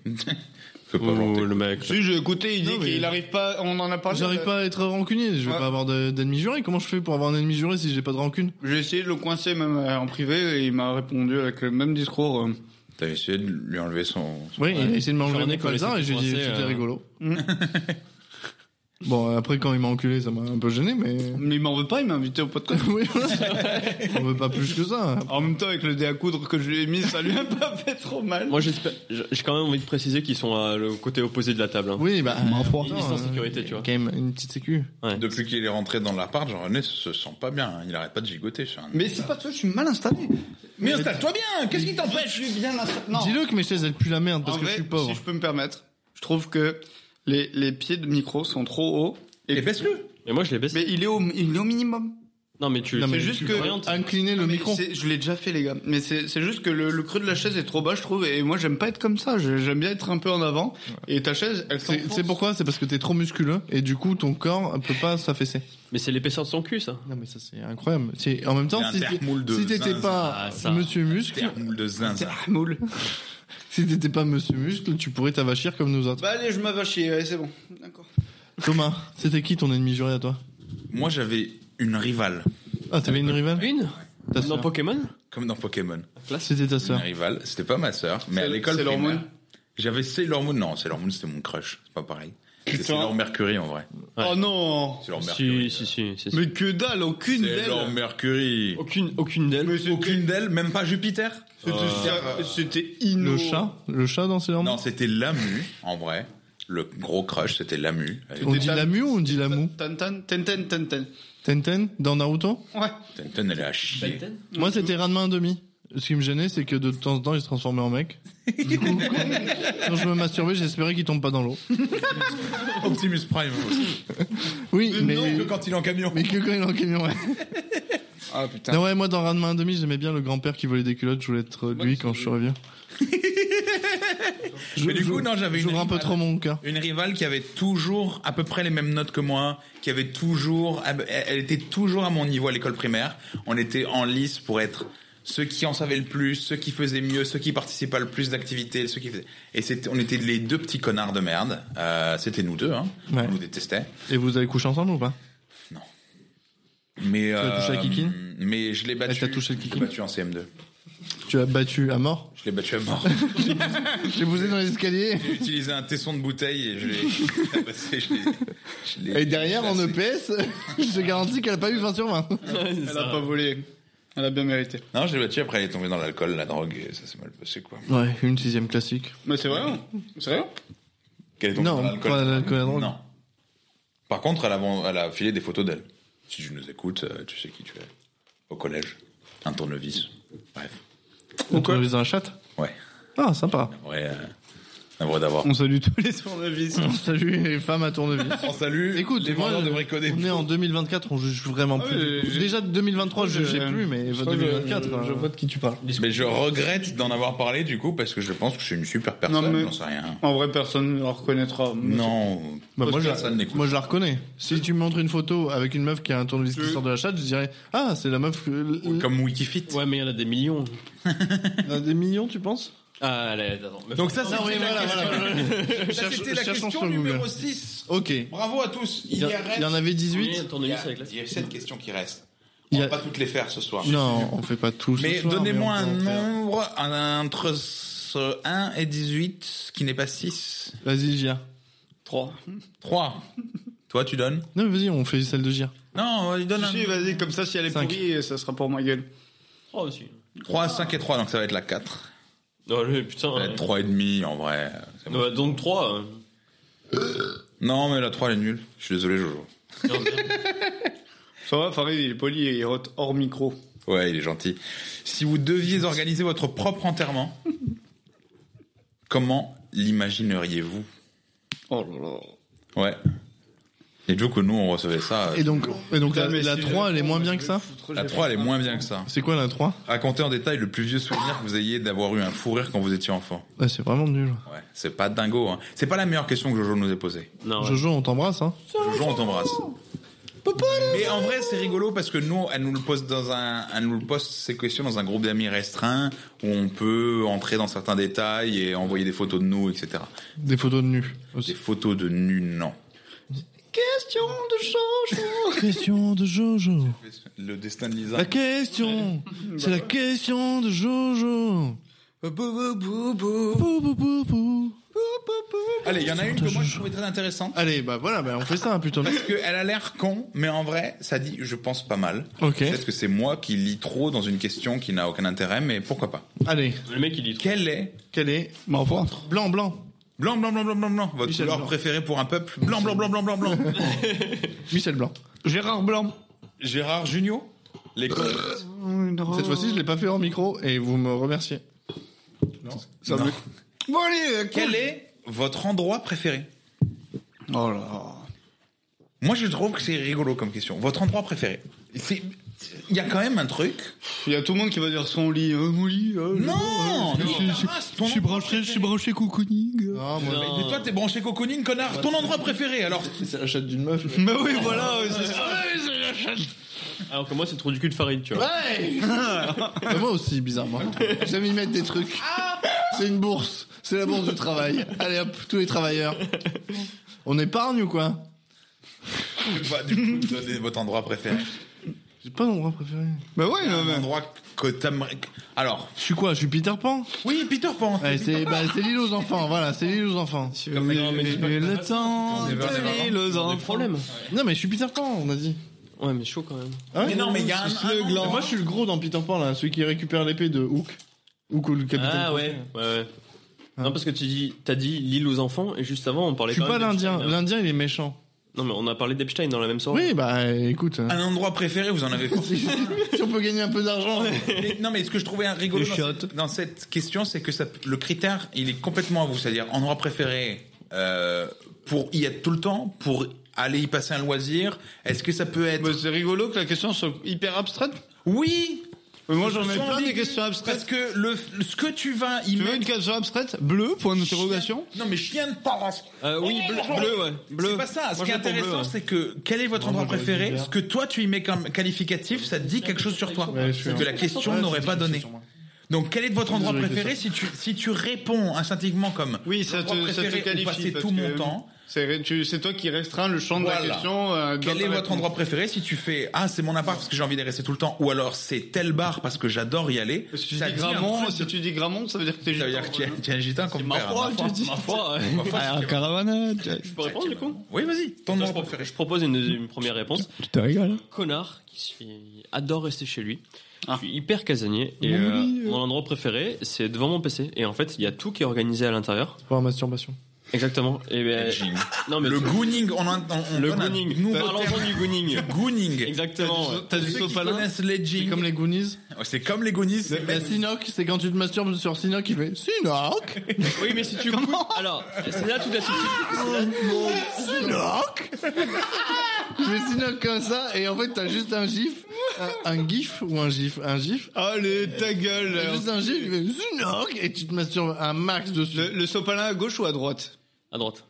A: Je peux pas vanter.
D: le mec.
E: Si, j'ai écouté, il dit
C: Non, mais-
E: qu'il arrive pas. On en a parlé. euh,
C: J'arrive
E: là.
C: pas à être rancunier. Je vais
E: Ouais.
C: pas avoir de- d'ennemi juré. Comment je fais pour avoir un ennemi juré si j'ai pas de rancune
E: J'ai essayé de le coincer même euh, en privé et il m'a répondu avec le même discours. euh.
A: T'as essayé de lui enlever son. son-
C: Oui, il a essayé de m'enlever
D: Genre,
C: mon
D: Nicolas,
C: colzard
D: c'est
C: et j'ai dit
D: coincé,
C: c'était
D: euh.
C: rigolo.
E: Mm.
C: bon, après quand il m'a enculé, ça m'a un peu gêné, mais
E: Mais il m'en veut pas, il m'a invité au podcast.
C: oui, voilà. on veut pas plus que ça.
E: En même temps, avec le dé à coudre que je lui ai mis, ça lui a pas fait trop mal.
D: Moi, j'espère. J'ai quand même envie de préciser qu'ils sont à le côté opposé de la table. hein.
C: Oui, bah
E: Mais enfin,
C: putain,
D: ils sont en
C: euh,
D: sécurité, tu vois.
C: Quand même une petite sécu.
A: Depuis qu'il est rentré dans l'appart, Jean-René se sent pas bien. hein. Il arrête pas de gigoter. c'est un-
E: Mais c'est pas toi, je suis mal installé.
A: Mais installe-toi bien Qu'est-ce qui t'empêche
E: Je suis bien installé. Non.
C: Dis-le que mes chaises elles puent la merde parce
E: En
C: que
E: vrai,
C: je suis pauvre.
E: Si je peux me permettre, je trouve que les, les pieds de micro sont trop hauts.
A: Et baisse-le
D: Et moi, je les baisse.
E: Mais il est au, il est au minimum.
D: Non, mais tu.
C: Non, mais
D: tu
E: juste que-
D: orientes.
C: Incliner le
E: Ah, Mais
C: micro.
E: c'est- Je l'ai déjà fait, les gars. Mais c'est c'est juste que le, le creux de la chaise est trop bas, je trouve. Et moi, j'aime pas être comme ça. Je- J'aime bien être un peu en avant. Et ta chaise, elle
C: C'est
E: s'enfonce.
C: c'est pourquoi C'est parce que t'es trop musculeux et du coup ton corps peut pas s'affaisser.
D: Mais c'est l'épaisseur de son cul, ça.
C: Non mais ça c'est incroyable. C'est- En même temps,
A: un
C: si t'es-
A: terre-moule de
C: si t'étais
A: zinzin.
C: pas
D: Ah, ça.
C: Monsieur Muscle,
A: Terme de zinzin.
E: Moule.
C: si t'étais pas Monsieur Muscle, tu pourrais t'avachir comme nous autres.
E: Bah allez, je m'avachis. Allez, c'est bon. D'accord.
C: Thomas, c'était qui ton ennemi juré à toi
A: Moi, j'avais une rivale,
C: Ah, t'avais une rivale
D: Une
C: Ta
D: Dans
C: sœur.
D: Pokémon
A: comme dans Pokémon.
C: C'était ta
A: Une
C: sœur.
A: rivale, c'était pas ma sœur, mais à
E: C'est-
A: l'école
E: c'est
A: primaire,
E: l'hormone
A: j'avais Sailor Moon. Non, Sailor Moon, c'était mon crush. C'est pas pareil. C'est
E: Putain.
A: Sailor Mercury, en vrai.
D: Ouais.
E: Oh non.
A: Sailor
D: Si,
A: Mercury.
D: si, si. si, si.
E: Mais que dalle, aucune d'elles.
A: Sailor Mercury.
D: Aucune, aucune d'elles.
E: Mais c'était-
A: Aucune d'elles, même pas Jupiter.
E: c'était- C'était inno.
C: Le chat Le chat dans Sailor Moon
A: Non, c'était Lamu, en vrai. Le gros crush, c'était Lamu.
C: On dit
E: Tan-
C: la mue ou on dit la mou
E: Tan tan tan tan tan tan.
C: Tenten Dans Naruto
E: Ouais.
A: Tenten, elle est à chier.
C: Moi, c'était Ranma un demi. Ce qui me gênait, c'est que de temps en temps, il se transformait en mec. Du coup, quand quand je me masturbais, j'espérais qu'il tombe pas dans l'eau.
A: Optimus Prime. aussi.
C: Oui, mais,
A: Non, que quand il est en camion.
C: mais que quand il est en camion. Ouais.
E: Ah putain.
C: Non, ouais, moi, dans Ranma un demi, j'aimais bien le grand-père qui volait des culottes. Je voulais être euh, lui quand je serais vieux. Je-
A: Mais du
C: je-
A: coup, non, j'avais une
C: J'ouvre un peu
A: rivale.
C: trop mon cœur.
A: Une rivale qui avait toujours à peu près les mêmes notes que moi, qui avait toujours, elle- elle était toujours à mon niveau à l'école primaire. On était en lice pour être ceux qui en savaient le plus, ceux qui faisaient mieux, ceux qui participaient le plus d'activités, ceux qui faisaient. Et c'était, on était les deux petits connards de merde. Euh, c'était nous deux, hein.
C: Ouais.
A: On nous détestait.
C: Et vous avez couché ensemble ou pas
A: Mais euh,
C: as touché la kikine
A: mais je l'ai battu.
C: Elle t'a touché le
A: je l'ai
C: kikine
A: battu en CM2.
C: Tu as battu à mort
A: Je l'ai battu à mort.
C: J'ai bousé dans les escaliers.
A: J'ai utilisé un tesson de bouteille et je l'ai tabassé, je l'ai- je l'ai-
C: Et derrière, en
A: je l'ai
C: EPS, je te garantis qu'elle a pas eu 20 sur 20.
D: C'est
E: Elle a
D: ça.
E: pas volé. Elle a bien mérité.
A: Non, je l'ai battu après, elle est tombée dans l'alcool, la drogue, et ça s'est mal passé, quoi.
C: Ouais, une sixième classique.
E: Mais c'est vrai. hein C'est vrai.
A: Qu'elle est tombée
C: Non,
A: dans l'alcool.
C: pas l'alcool et la drogue.
A: Non. Par contre, elle a, vend- elle a filé des photos d'elle. Si tu nous écoutes, euh, tu sais qui tu es. Au collège. Un tournevis. Bref.
C: On tournevis dans la chatte
A: Ouais.
C: Ah, sympa.
A: Ouais, euh, un vrai d'avoir.
E: On
C: Mm.
E: salue tous les tournevis.
C: Salut les femmes à tournevis.
A: On salue.
C: Écoute,
A: Oh, les
C: moi, euh,
A: vendeurs de bricoler.
C: on est en 2024, on juge vraiment
E: Ah
C: plus.
E: oui, j'ai-
C: Déjà de 2023, je
E: Je-
C: jugeais plus, mais
E: je crois que
C: 2024.
E: je-
C: euh,
E: je vois
C: qui tu parles.
A: Mais je regrette d'en avoir parlé, du coup, parce que je pense que je suis une super personne,
E: Non, mais-
A: j'en sais rien.
E: En vrai, personne ne la reconnaîtra.
A: Non.
C: Bah, moi, je,
A: personne n'écoute.
C: moi, je la reconnais. Si tu me montres une photo avec une meuf qui a un tournevis qui
E: Je-
C: sort de la chatte, je dirais Ah, c'est la meuf. que-
A: Comme Wikifit.
D: Ouais, mais il y en a des millions.
C: Elle a des millions, tu penses Ah
D: Ah, allez, attends. mais-
A: Donc ça, c'était
C: oui,
A: la,
C: voilà,
A: question-
C: voilà.
A: ça,
C: Cherche-
A: c'était la
C: cherchons
A: question
C: sur Google.
A: numéro 6.
C: Ok. Il
A: Bravo à tous. Il
C: y,
A: y,
C: a-
A: reste-
C: il y en avait
D: On est
C: 18
A: il y
D: tournevis
A: a-
D: avec la-
A: il y a 7 questions qui restent.
C: Il
A: On
C: y
A: va
C: a-
A: pas toutes les faire ce soir.
C: Non, on fait pas tout. ce
A: Mais
C: soir,
A: donnez-moi
C: mais on
A: un
C: peut en faire.
A: nombre un- entre ce 1 et 18 ce qui n'est pas 6.
C: Vas-y, Gia.
E: 3.
A: 3. Toi, tu donnes
C: Non, mais vas-y, on fait celle de Gia.
A: Non, il donne un.
E: vas-y, comme ça, si elle est
C: Cinq.
E: pourrie, ça sera pour ma gueule.
D: Oh, aussi.
A: 3, 5 et 3, donc ça va être la 4.
D: Oh, le putain.
A: La
D: ouais.
A: 3 et demi, en vrai. c'est bon.
D: Ouais, donc hein. 3.
A: Non, mais la 3, elle est nulle. Je suis désolé, Jojo.
E: Ça va, Farid, il est poli et il rote hors micro.
A: Ouais, il est gentil. Si vous deviez organiser votre propre enterrement, comment l'imagineriez-vous
E: Oh là là.
A: Ouais. Et du coup, nous, on recevait ça. euh,
C: Et donc, et donc la,
E: Putain, mais
C: la
E: si
C: 3,
E: je
C: elle est moins
E: réponds,
C: bien
E: je
C: que
E: vais
C: ça
E: foutre,
A: La
E: j'ai
A: 3,
E: pas
A: elle est
E: faim.
A: moins bien que ça.
C: C'est quoi la 3
A: Racontez en détail le plus vieux souvenir que vous ayez d'avoir eu un fou rire quand vous étiez enfant.
C: Ah, C'est vraiment nul.
A: Ouais, c'est pas dingo. Hein. C'est pas la meilleure question que Jojo nous ait posée.
E: Ah
D: Non, ouais.
C: Jojo, on t'embrasse, hein
A: Jojo, on t'embrasse. Mais en vrai, c'est rigolo parce que nous, elle nous le pose dans un, elle nous le pose ces questions dans un groupe d'amis restreint où on peut entrer dans certains détails et envoyer des photos de nous, etc.
C: Des photos de nus.
A: Des photos de nus, non.
E: Question de change.
C: question de Jojo.
A: Le destin de Lisa.
C: La question C'est la question de Jojo Pou, pou, pou, pou.
A: Allez, il y en a une que moi je trouvais très intéressante.
C: Allez, bah voilà, bah on fait ça, putain.
A: Parce qu'elle a l'air con, mais en vrai, ça dit je pense pas mal.
C: Ok.
A: Peut-être que c'est moi qui lis trop dans une question qui n'a aucun intérêt, mais pourquoi pas.
C: Allez,
D: Le mec, il dit trop.
A: Quelle est
C: quelle est
E: Bah, au revoir.
C: Blanc, blanc.
A: blanc, blanc, blanc, blanc, blanc, blanc, votre
C: Michel
A: couleur
C: Blanc.
A: préférée pour un peuple Blanc, blanc, blanc, blanc, blanc, blanc.
C: Michel Blanc.
E: Gérard Blanc.
A: Gérard Junio Les
C: Cette fois-ci, je l'ai pas fait en micro et vous me remerciez.
E: Ça
A: Non.
E: me- Bon, allez, euh,
A: Quel est votre endroit préféré
E: Oh là là.
A: Moi, je trouve que c'est rigolo comme question. Votre endroit préféré C'est- Il y a quand même un truc.
E: Il y a tout le monde qui va dire son lit. euh, mon lit. euh,
A: Non
E: je-
A: Non,
E: je- je-
A: terrasse,
E: Je
A: ton
E: suis
A: endroit
E: branché, je suis
A: préféré.
E: branché cocooning.
C: Ah, moi,
D: Non.
A: Mais toi, t'es branché coconine, connard. Ton endroit préféré, alors
C: c'est la chatte d'une meuf.
E: Mais oui, voilà. euh, c'est-
D: Alors que moi, c'est trop du cul de Farid, tu vois.
C: Ouais Bah, Moi Ah. aussi, bizarrement. J'aime y mettre des trucs. C'est une bourse. C'est la bourse du travail. Allez hop, tous les travailleurs. On épargne ou quoi
A: Bah, du coup, donnez votre endroit préféré.
C: J'ai pas d'endroit préféré.
E: Bah ouais, non, mais-
A: Un endroit que t'aimerais... Alors,
C: Je suis quoi Je suis Peter Pan
A: oui, Peter Pan.
C: Ouais, c'est bah, c'est l'île aux enfants, voilà, c'est l'île aux enfants.
E: Oui,
D: Non, mais
E: oui,
D: je sais pas
E: oui,
D: que
E: le temps
A: Never, never.
E: de l'île aux
D: Des
E: enfants.
D: problèmes.
C: Non mais je suis Peter Pan, on a dit.
D: Ouais, mais chaud quand même.
C: Hein
A: Mais non, mais il y a un-
C: C'est
A: un-
C: gland. Moi je suis le gros dans Peter Pan là, celui qui récupère l'épée de Hook. Hook ou le capitaine.
D: Ah
C: Crochet.
D: ouais, ouais, ouais. Non, parce que tu dis, t'as dit l'île aux enfants, et juste avant, on
C: Je
D: parlait
C: suis
D: quand
C: pas
D: même
C: l'Indien.
D: d'Epstein.
C: L'Indien il est méchant.
D: Non, mais on a parlé d'Epstein dans la même soirée.
C: Oui bah écoute.
A: Un endroit préféré, vous en avez forcément.
C: si on peut gagner un peu d'argent.
A: Mais- non, mais ce que je trouvais un rigolo
C: Les
A: dans
C: chiottes.
A: cette, dans cette question, c'est que ça- le critère, il est complètement à vous. C'est-à-dire, endroit préféré euh, pour y être tout le temps, pour aller y passer un loisir. Est-ce que ça peut être...
E: Bah, c'est rigolo que la question soit hyper abstraite.
A: Oui
E: Mais moi, j'en ai
A: Sans
E: plein des
A: ambiguïté,
E: questions abstraites.
A: Parce que le, ce que tu vas y
E: Tu veux
A: mettre...
E: une question abstraite Bleu, point d'interrogation
A: Non, mais chien de parasque
D: Euh, oui, bleu, bleu, ouais.
A: C'est
D: Bleu.
A: pas ça. Ce
D: Moi,
A: qui est
D: je réponds bleu,
A: intéressant,
D: ouais.
A: c'est que quel est votre endroit préféré Ce que toi tu y mets comme qualificatif, ça te dit quelque chose sur toi
C: Ouais, je suis
A: que
C: un-
A: la question
C: Ouais,
A: n'aurait
C: c'est
A: pas
C: une
A: donné.
C: question sur moi.
A: Donc quel est votre endroit
C: Désolé,
A: préféré si tu si tu réponds instinctivement comme
E: Oui, ça
A: endroit
E: te, ça te
A: préféré où
E: qualifie.
A: passer
E: parce
A: tout
E: que
A: mon temps.
E: C'est tu- c'est toi qui restreins le champ de
A: Voilà.
E: la question. euh, dans
A: Quel
E: ta
A: est votre
E: réponse.
A: endroit préféré si tu fais ah c'est mon appart parce que j'ai envie d'y rester tout le temps ou alors c'est tel bar parce que j'adore y aller
E: Si tu
A: ça
E: dis
A: dit un
E: Gramont,
A: truc de-
E: si tu dis Gramont, ça veut dire que t'es
A: ça veut dire que tu es- tu es un gitan comme
E: ma
A: père, hein.
E: foi,
A: ma
E: tu dis.
D: Ma foi, ouais.
A: Ma foi,
E: Ah,
A: c'est-
E: caravane.
D: Je peux répondre du coup
A: oui vas-y ton
D: je,
A: endroit
D: pro-
A: préféré
D: je propose une, une première réponse.
E: Tu te rigoles.
D: Connard qui suis- adore rester chez lui.
E: Ah.
D: Je suis hyper casanier et
E: Mon
D: euh,
E: lit, euh.
D: mon endroit préféré c'est devant mon PC et en fait il y a tout qui est organisé à l'intérieur.
C: C'est Pour la masturbation.
D: Exactement. Et ben, non mais
A: le gooning on en- on, on
D: le
A: donne un
D: gooning.
A: nouveau
D: Parlons-en
A: terme.
D: du gooning.
A: gooning
D: Exactement. ouais.
E: T'as du
A: Ceux qui
E: sopalin
A: connaissent l'edging.
C: C'est comme les Goonies.
A: Ouais, C'est comme les goonies. c'est
C: La
A: même-
C: Sinoc, c'est quand tu te masturbes sur Sinoc, il fait Sinoc
D: Oui mais si tu comment alors c'est là toute la subtilité.
C: Sinoc Tu fais Sinoc comme ça et en fait t'as juste un gif, un, un gif ou un gif, un gif.
E: Allez, ta gueule.
C: T'as juste un gif, il fait Sinoc et tu te masturbes un max dessus.
E: Le, le sopalin à gauche ou à droite
D: À droite.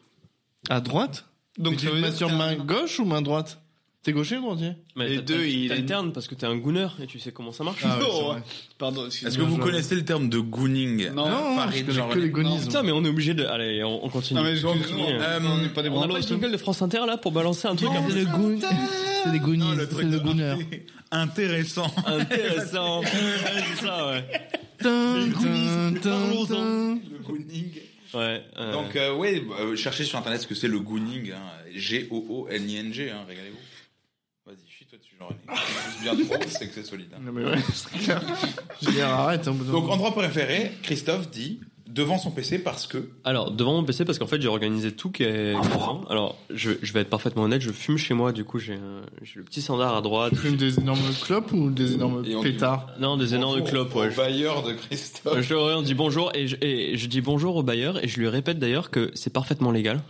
C: À droite
E: Donc
C: Donc tu
E: ça
C: te
E: veut dire
C: masturbes
E: que
C: main gauche ou main droite T'es gaucher ou droitier
D: Mais
B: Les
D: t'as-
B: deux,
D: t'as-
B: il est-
D: t'alternes parce que t'es un gooner et tu sais comment ça marche.
C: Ah ouais,
B: Oh,
C: c'est vrai.
A: Est-ce
B: Pardon, excusez-moi.
A: que vous
C: je-
A: connaissez le terme de gooning
B: Non.
C: Non,
A: Farid,
C: je connais
A: genre-
C: que les hein.
D: Oh,
C: gonismes.
D: putain, mais on est obligé de. Allez, on, on continue.
E: Non, mais
D: on,
E: donc,
D: continue.
E: non,
A: Euh,
E: on n'est pas des
D: on a
E: branlos,
D: pas le
E: hein.
D: jingle de France Inter là pour balancer un truc un peu
C: C'est le goon- C'est les goonies,
A: Non, Ah, le
C: c'est
A: truc
C: le
A: de-
C: gooner.
A: intéressant.
D: intéressant. Ouais, c'est ça, ouais.
C: Tin, tin,
D: goonies,
C: tin,
D: parlons-en.
C: tin.
A: Le gooning.
D: Ouais. euh,
A: Donc euh, ouais, bah, euh, cherchez sur internet ce que c'est le gooning, hein. G O O N I N G, hein, régalez-vous. Vas-y, chie-toi dessus, Jean-René. Si tu bien trop, c'est que c'est solide. hein.
C: Non mais ouais, c'est clair. Je veux dire, arrête. hein, au bout d'un
A: Donc
C: moment.
A: endroit préféré, Christophe dit devant son PC parce que
D: Alors, devant mon PC, parce qu'en fait, j'ai organisé tout qui est. Alors, je, je vais être parfaitement honnête, je fume chez moi, du coup, j'ai un- j'ai le petit standard à droite.
C: Tu fumes des énormes clopes ou des énormes
A: Et on-
C: pétards
D: Non, des énormes
A: Bonjour
D: clopes,
A: au
D: ouais.
A: bailleur de
D: Euh,
A: Christophe.
D: Je, ouais, on dit bonjour et je, et je dis bonjour au bailleur et je lui répète d'ailleurs que c'est parfaitement légal.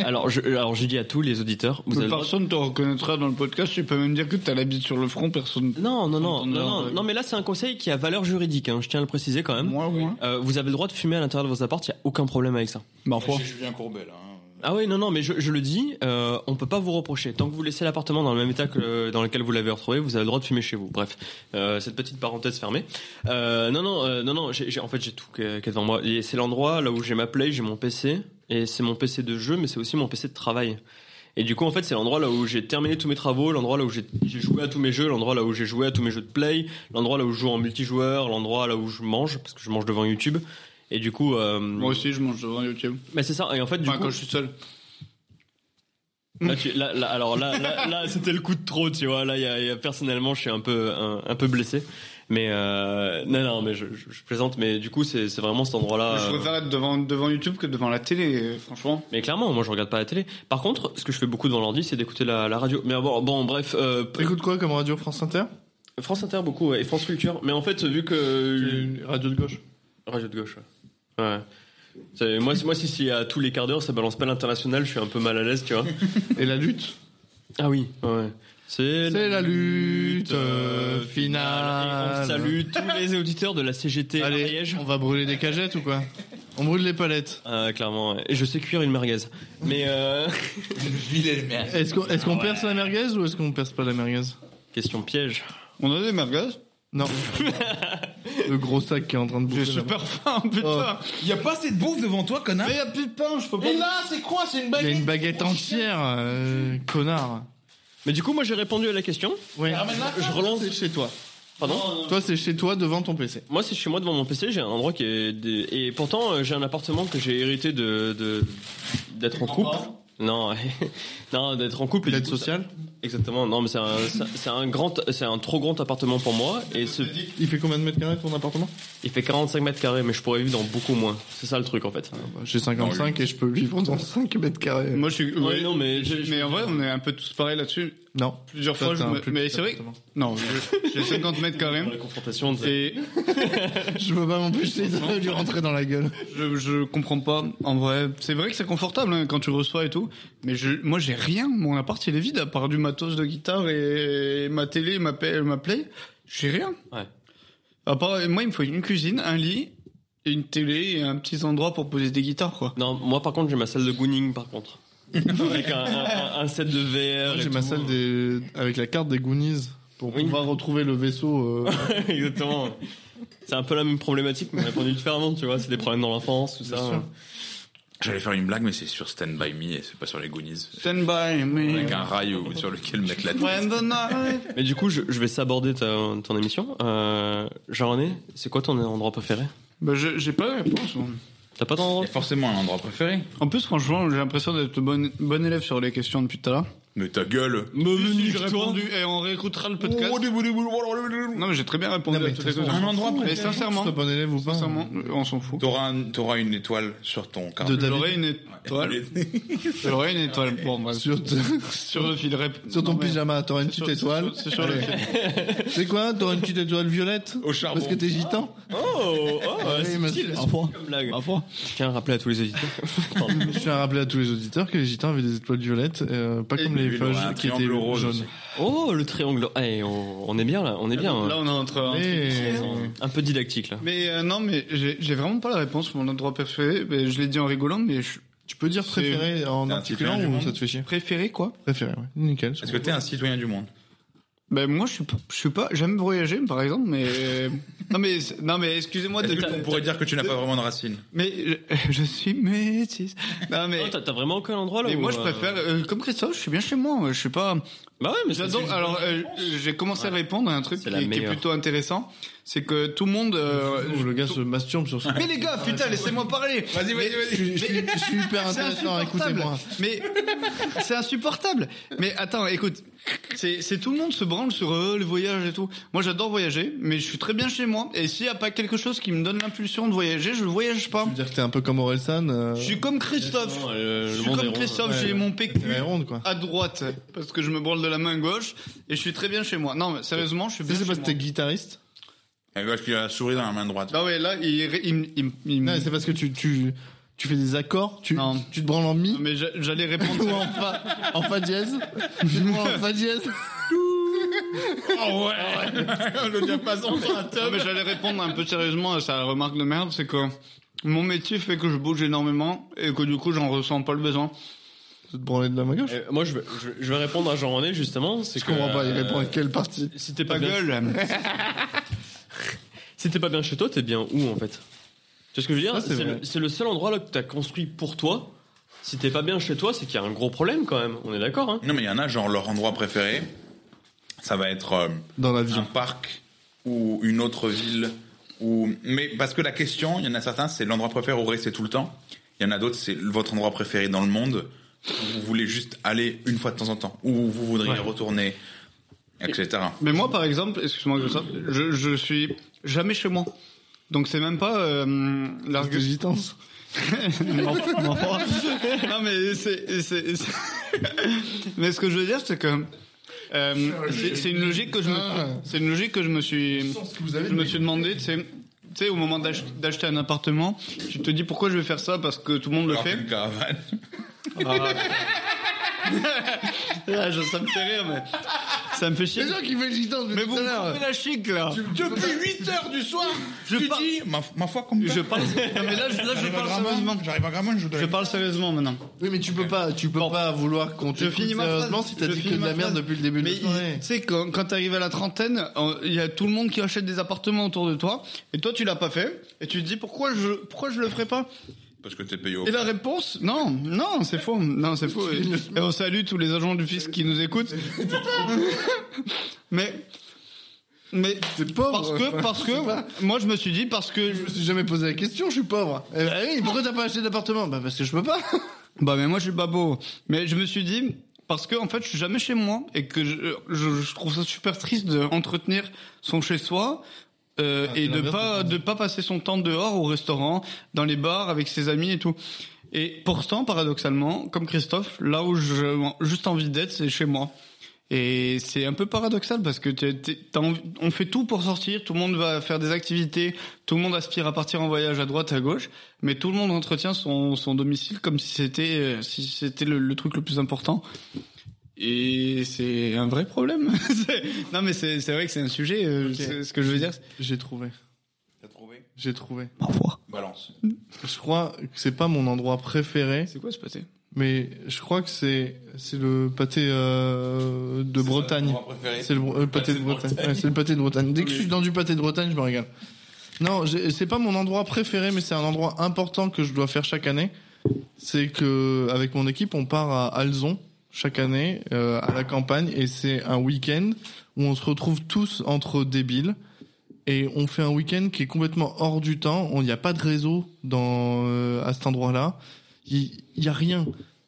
D: Alors je, alors je dis à tous les auditeurs, vous avez le droit-
E: Personne ne te reconnaîtra dans le podcast. Tu peux même dire que t'as la bite sur le front. Personne.
D: Non, non, non,
E: Entendre
D: non,
E: leur-
D: non, non, mais là c'est un conseil qui a valeur juridique, hein, je tiens à le préciser quand même.
E: Moi, moi.
D: Euh, vous avez le droit de fumer à l'intérieur de vos apparts, il n'y a aucun problème avec ça.
E: Parfois.
A: Chez Julien Courbet là. hein.
D: Ah oui, non, non, mais je, je le dis, euh, on peut pas vous reprocher. Tant que vous laissez l'appartement dans le même état que le- dans lequel vous l'avez retrouvé, vous avez le droit de fumer chez vous. Bref, euh, cette petite parenthèse fermée. Euh, non, non, euh, non, non. j'ai- j'ai- en fait, j'ai tout qui est qui est devant moi. Et c'est l'endroit là où j'ai ma play, j'ai mon PC, et c'est mon PC de jeu, mais c'est aussi mon PC de travail. Et du coup, en fait, c'est l'endroit là où j'ai terminé tous mes travaux, l'endroit là où j'ai j'ai joué à tous mes jeux, l'endroit là où j'ai joué à tous mes jeux de play, l'endroit là où je joue en multijoueur, l'endroit là où je mange parce que je mange devant YouTube. Et du coup, euh,
E: Moi aussi, je mange devant YouTube.
D: mais c'est ça. Et en fait, du
E: Enfin,
D: coup,
E: quand je suis seul.
D: Là, tu- là, là, alors là, là, là, c'était le coup de trop, tu vois. Là, il y a, il y a- personnellement, je suis un peu, un, un peu blessé. Mais euh, non, non, mais je, je- je plaisante. Mais du coup, c'est c'est vraiment cet endroit-là.
E: Je
D: euh,
E: préfère être devant, devant YouTube que devant la télé, euh, franchement.
D: Mais clairement, moi, je regarde pas la télé. Par contre, ce que je fais beaucoup devant l'ordi, c'est d'écouter la, la radio. Mais bon, bon bref, euh,
C: T'écoutes quoi comme radio France Inter
D: France Inter beaucoup ouais, et France Culture. Mais en fait, vu que
C: Une radio de gauche.
D: radio de gauche, ouais. ouais. C'est- Moi, si- moi, si, si à tous les quarts d'heure, ça balance pas l'international, je suis un peu mal à l'aise, tu vois.
C: Et la lutte
D: Ah oui, ouais. C'est
C: C'est la lutte,
D: euh,
C: finale.
D: Et on salue tous les auditeurs de la CGT
C: Allez,
D: Ariège.
C: on va brûler des cagettes ou quoi On brûle les palettes.
D: Ah, clairement, ouais. et je sais cuire une merguez. Mais euh,
A: Vilaine merde.
C: Est-ce qu'on est perce la merguez ou est-ce qu'on perce pas la merguez
D: question piège.
E: On a des merguez
C: Non. le gros sac qui est en train de
E: J'ai
C: bouffer. là-bas.
E: super faim,
C: Oh.
E: putain
A: Il y a pas assez de bouffe devant toi, connard.
E: Mais y'a plus de pain, je peux pas...
B: Et là, c'est quoi C'est
C: Il y a
B: une baguette
C: une baguette entière, euh, connard.
D: Mais du coup, moi j'ai répondu à la question.
C: Oui.
D: Je relance.
C: C'est chez toi.
D: Pardon.
C: Toi, c'est chez toi devant ton PC.
D: Moi, c'est chez moi devant mon PC. J'ai un endroit qui est des- et pourtant euh, j'ai un appartement que j'ai hérité de de- d'être en couple. Non, ouais. non, d'être en couple. et du
C: L'aide
D: coup, ça-
C: sociale
D: Exactement. Non, mais c'est un, c'est un- c'est un grand, c'est un trop grand appartement pour moi. Et ce,
C: Il fait combien de mètres carrés ton appartement
D: Il fait 45 mètres carrés, mais je pourrais vivre dans beaucoup moins. C'est ça le truc en fait.
C: Bah, J'ai 55 et je peux vivre dans 5 mètres carrés.
E: Moi, je suis...
D: Ouais,
E: ouais.
D: non, mais, je- je-
E: Mais en vrai, on est un peu tous pareils là-dessus.
C: Non.
E: Plusieurs
C: Toi,
E: fois, je
C: t'as un
E: me...
C: plus
E: Mais
C: petit
E: c'est vrai...
C: appartement.
E: Non, je- j'ai 50 mètres
D: dans
E: carrés.
D: la confrontation, de-
E: Et
C: Je peux pas m'empêcher de lui rentrer dans la gueule.
E: je, je comprends pas, en vrai. C'est vrai que c'est confortable hein, quand tu reçois et tout. Mais je, moi, j'ai rien. Mon appart, il est vide, à part du matos de guitare et ma télé, ma, pa- ma play. J'ai rien.
D: Ouais.
E: À part, moi, il me faut une cuisine, un lit, une télé et un petit endroit pour poser des guitares, quoi.
D: non, moi par contre j'ai ma salle de gooning par contre. Avec un, un- un set de VR. et
C: J'ai ma
D: tout.
C: salle des... avec la carte des Goonies pour
D: Oui.
C: pouvoir retrouver le vaisseau. euh,
D: Exactement. C'est un peu la même problématique, mais répondu différemment, tu vois. C'est des problèmes dans l'enfance, tout ça.
C: sûr.
A: J'allais faire une blague, mais c'est sur Stand By Me et c'est pas sur les Goonies.
E: Stand by me.
A: Avec un rail ou- sur lequel mettre la tête.
E: When the night-
D: Mais du coup, je, je vais saborder ta- ton émission. Euh, Jean-René, c'est quoi ton endroit préféré
E: Bah, je- j'ai pas la réponse. moi.
D: T'as pas
A: Il
D: d'endroit
A: y a forcément un endroit préféré.
E: En plus, franchement, j'ai l'impression d'être bon, bon élève sur les questions depuis tout à l'heure.
A: Mais ta gueule.
D: Me
E: J'ai Euh, répondu et on réécoutera le podcast. Non, mais j'ai très bien répondu
C: Oh, Non, mais
E: à toutes les
C: t'as
E: questions.
A: Un endroit
E: Mais
A: préféré.
E: sincèrement,
C: C'est bon élève ou pas
E: sincèrement, on s'en fout.
A: T'auras un- t'auras une étoile sur ton carte.
C: De-
E: J'aurais une étoile. J'aurais une étoile. Bon, bref.
C: Sur,
E: Sur le fil rep.
C: sur ton
E: Non, mais-
C: pyjama, t'auras une
E: sur-
C: petite étoile.
E: C'est sur le
C: Allez.
E: fil.
C: C'est quoi T'auras une petite étoile violette
A: Au charbon.
C: Parce que t'es gitan
E: Ah,
D: Oh, oh,
C: Oui,
D: c'est
C: mais
D: utile,
C: c'est- Ah,
D: c'est comme blague. Je tiens à rappeler à tous les auditeurs. Pardon.
C: Je tiens à rappeler à tous les auditeurs que les gitans avaient des étoiles violettes, euh, pas
E: Et
C: comme les
A: lui, il aura un
C: feuges qui étaient
A: triangle rose aussi.
C: jaunes.
D: Oh, le triangle. Eh, on, on est bien Ah, là, on est bien. hein.
E: Là, on est entre. entre-
C: Et-
E: Mmh.
D: Un peu didactique là.
E: Mais euh, non, mais j'ai j'ai vraiment pas la réponse. Mon endroit préféré, mais je l'ai dit en rigolant, mais je-
C: Tu peux dire préféré en
A: un
C: articulant
A: citoyen du
C: ou
A: monde.
C: ça te fait chier
E: Préféré quoi
C: Préféré, ouais. Nickel.
A: Est-ce que t'es un citoyen du monde
E: Ben moi je suis pas, je suis pas, j'aime voyager par exemple, mais euh, non mais c'est- non mais excusez-moi de,
A: Est-ce que on pourrait dire que tu n'as pas vraiment de racines
E: mais je, je suis métis. Non mais
D: Oh, t'as t'as vraiment aucun endroit là
E: mais
D: où,
E: moi je
D: euh,
E: préfère, euh, comme Christophe, je suis bien chez moi. moi, Je suis pas.
D: Bah ouais, mais c'est-
E: J'adore. Alors euh, j'ai commencé à répondre à un truc qui,
D: C'est la
E: qui est
D: meilleure.
E: plutôt intéressant, c'est que tout le monde. euh,
C: Oh, le gars se masturbe sur ça.
E: Mais les gars, putain, laissez-moi parler.
A: Vas-y, vas-y,
E: Mais-
A: vas-y.
C: Je suis- je suis je suis hyper
E: C'est
C: intéressant,
E: insupportable.
C: écoutez-moi.
E: Mais c'est insupportable. Mais attends, écoute, c'est c'est tout le monde se branle sur euh, le voyage et tout. Moi, j'adore voyager, mais je suis très bien chez moi. Et s'il y a pas quelque chose qui me donne l'impulsion de voyager, je voyage pas.
C: Tu veux dire que t'es un peu comme Orelsan euh,
E: Je suis comme Christophe.
D: Exactement,
E: Je
D: euh, le
E: suis
D: monde est
E: comme
D: rond.
E: Christophe,
C: ouais.
E: j'ai mon PQ
C: t'es ronde, quoi.
E: à droite parce que je me branle de la main gauche et je suis très bien chez moi. Non, mais sérieusement, je suis
C: Tu
E: bien
C: sais, c'est
E: chez moi.
C: parce que t'es guitariste
A: Eh ben, parce qu'il a la souris dans la main droite.
E: Non, mais là, il, il- il- il-
C: Non, c'est parce que tu, tu, tu fais des accords, tu,
E: Non.
C: tu te branles en mi
E: Non, mais j'a- j'allais répondre.
C: ou en fa, en fa dièse. Tu te branles en fa dièse.
A: Oh ouais Le diapason sur un
E: Non,
A: tub
E: mais j'allais répondre un peu sérieusement à sa remarque de merde, c'est que mon métier fait que je bouge énormément et que du coup j'en ressens pas le besoin.
C: Tu te branles de la main gauche
D: Euh, Moi, je vais, je vais- je vais répondre à Jean-René justement. c'est
C: Je
D: que,
C: comprends pas, il
D: euh,
C: répond à quelle partie
D: Si t'es pas,
E: Ta
D: bien,
E: gueule
D: si t'es pas bien chez toi, t'es bien où en fait Tu sais ce que je veux dire
C: Ça, c'est
D: C'est
C: vrai.
D: le, c'est le seul endroit là que t'as construit pour toi. Si t'es pas bien chez toi, c'est qu'il y a un gros problème quand même. On est d'accord, hein
A: Non, mais il y en a, genre, leur endroit préféré, ça va être euh,
C: dans la vie
A: un parc ou une autre ville. Ou... Mais parce que la question, il y en a certains, c'est l'endroit préféré où rester tout le temps. Il y en a d'autres, c'est votre endroit préféré dans le monde. où Vous voulez juste aller une fois de temps en temps. Ou vous voudriez
D: Ouais.
A: retourner, etc.
E: Mais moi par exemple, excuse-moi que ça, je, je suis jamais chez moi. Donc c'est même pas euh,
C: Parce que
E: l'argument.
C: j'y tense.
E: non, non. Non, mais c'est, c'est- c'est- mais ce que je veux dire c'est que euh, c'est c'est une logique que je me, c'est une logique que je me suis. Je me suis demandé, tu sais, tu sais, au moment d'ach- d'acheter un appartement, tu te dis pourquoi je vais faire ça parce que tout le monde le
A: Alors
E: fait.
A: qu'une caravane.
E: Ah, je- ça me fait rire, mais ça me fait chier.
C: C'est toi qui fais le gitan
E: Mais
C: depuis
E: vous
C: tout à
E: me
C: l'heure.
E: coupez la chic là.
A: Depuis 8 heures du soir,
E: Je
A: tu
E: par-
A: dis, ma, ma foi, comme
E: Je parle. Non, mais là, je, là, je
A: J'arrive à
E: parle
A: Grammont,
E: sérieusement.
A: J'arrive à Grammont, je dois
E: Je parle sérieusement maintenant.
C: Oui, mais tu peux pas, tu peux pas vouloir qu'on
E: Je
C: t'écoute
E: finis ma phrase.
C: sérieusement si t'as
E: Je
C: dit que
E: finis
C: de la
E: ma
C: merde
E: phrase.
C: depuis le début de
E: Mais
C: la soirée.
E: il- tu sais, quand, quand t'arrives à la trentaine, euh, il y a tout le monde qui achète des appartements autour de toi, et toi tu l'as pas fait, et tu te dis pourquoi je, pourquoi je le ferais pas
A: Parce que t'es payé au.
E: Et la réponse Non, non, c'est faux. Non, c'est faux. Et, et on salue tous les agents du fisc qui nous écoutent. mais mais
C: T'es pauvre.
E: parce
C: enfin,
E: que parce
C: je sais pas.
E: que moi je me suis dit parce que
C: Je me suis jamais posé la question, je suis pauvre. Eh ben oui, pourquoi t'as pas acheté d'appartement Bah parce que je peux pas.
E: bah mais moi je suis pas beau. Mais je me suis dit parce que en fait je suis jamais chez moi et que je, je, je trouve ça super triste d'entretenir son chez soi. euh,
C: Ah, c'est
E: et de
C: l'inverse
E: pas
C: de
E: de pas passer son temps dehors au restaurant, dans les bars avec ses amis et tout. Et pourtant, paradoxalement, comme Christophe, là où j'ai juste envie d'être, c'est chez moi. Et c'est un peu paradoxal parce que t'es- t'es- t'as envie- on fait tout pour sortir, tout le monde va faire des activités, tout le monde aspire à partir en voyage à droite, à gauche, mais tout le monde entretient son, son domicile comme si c'était euh, si c'était le, le truc le plus important. Et c'est un vrai problème. C'est- non mais c'est c'est vrai que c'est un sujet. euh,
C: Ok.
E: c'est- Ce que je veux dire, c'est-
C: J'ai trouvé.
A: T'as trouvé
C: J'ai trouvé.
A: Balance.
C: Je crois que c'est pas mon endroit préféré,
E: c'est quoi ce pâté
C: mais je crois que c'est c'est le pâté euh, de
A: C'est ça,
C: Bretagne.
A: mon endroit préféré.
C: C'est le, bro- euh, pâté de Bretagne. Ouais, c'est le pâté de Bretagne. Dès que je suis dans du pâté de Bretagne, je me régale. Non, j'ai- c'est pas mon endroit préféré, mais c'est un endroit important que je dois faire chaque année. C'est que avec mon équipe, on part à Alzon chaque année euh, à la campagne et c'est un week-end où on se retrouve tous entre débiles et on fait un week-end qui est complètement hors du temps. On n'y a pas de réseau dans euh, à cet endroit-là. Il n'y a rien.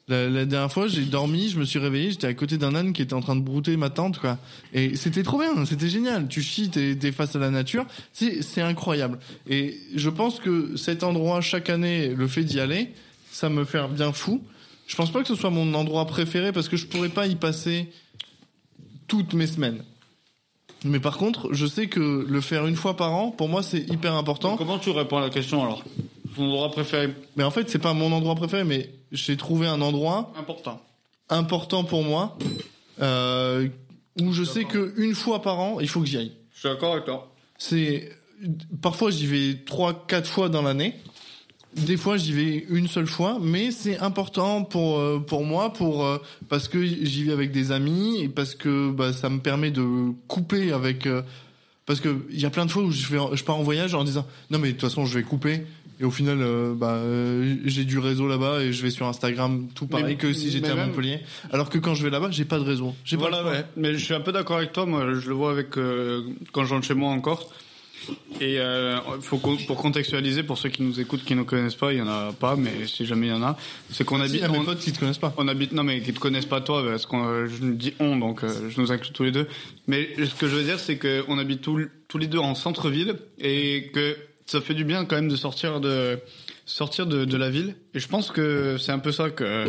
C: La, la dernière fois, j'ai dormi, je me suis réveillé, j'étais à côté d'un âne qui était en train de brouter ma tente, quoi. Et c'était trop bien, c'était génial. Tu chies, t'es t'es face à la nature, c'est c'est incroyable. Et je pense que cet endroit, chaque année, le fait d'y aller, ça me fait un bien fou. Je pense pas que ce soit mon endroit préféré parce que je pourrais pas y passer toutes mes semaines. Mais par contre, je sais que le faire une fois par an, pour moi, c'est hyper important.
E: Comment tu réponds à la question alors Ton endroit préféré
C: Mais en fait, c'est pas mon endroit préféré, mais j'ai trouvé un endroit
E: important.
C: important pour moi euh, où je sais que une fois par an, il faut que j'y aille.
E: Je suis d'accord avec toi.
C: C'est parfois j'y vais trois quatre fois dans l'année Des fois, j'y vais une seule fois, mais c'est important pour euh, pour moi, pour euh, parce que j'y vais avec des amis et parce que bah, ça me permet de couper avec. euh, parce que il y a plein de fois où je vais en- je pars en voyage en disant non mais de toute façon je vais couper et au final euh, bah euh, j'ai du réseau là-bas et je vais sur Instagram tout pareil
E: Mais-
C: que si j'étais
E: mais
C: à
E: même-
C: Montpellier. Alors que quand je vais là-bas, j'ai pas de réseau. J'ai pas
E: Voilà,
C: le choix.
E: ouais. Mais je suis un peu d'accord avec toi. Moi, je le vois avec euh, quand je rentre chez moi encore. Et euh, faut qu'on- pour contextualiser, pour ceux qui nous écoutent, qui ne connaissent pas, il y en a pas, mais si jamais il y en a, c'est qu'on
C: Si,
E: habite.
C: y a mes
E: on-
C: potes qui te connaissent pas.
E: on habite, non mais qui te connaissent pas toi, parce qu'on, euh, je nous dis on, donc euh, je nous inclus tous les deux. Mais ce que je veux dire, c'est que on habite tous tous les deux en centre-ville et que ça fait du bien quand même de sortir de sortir de, de la ville. Et je pense que c'est un peu ça que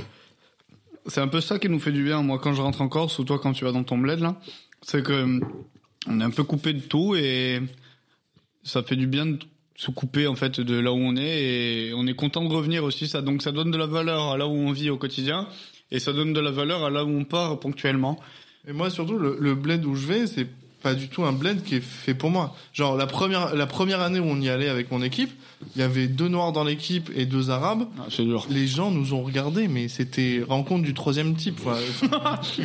E: c'est un peu ça qui nous fait du bien. Moi, quand je rentre en Corse ou toi quand tu vas dans ton bled là, c'est que hum, on est un peu coupé de tout et ça fait du bien de se couper en fait de là où on est et on est content de revenir aussi ça donc ça donne de la valeur à là où on vit au quotidien et ça donne de la valeur à là où on part ponctuellement
C: Et moi surtout le, le bled où je vais, c'est pas du tout un bled qui est fait pour moi. Genre la première la première année où on y allait avec mon équipe, il y avait deux noirs dans l'équipe et deux arabes.
E: Ah, c'est dur
C: Les gens nous ont regardés, mais c'était rencontre du troisième type. quoi.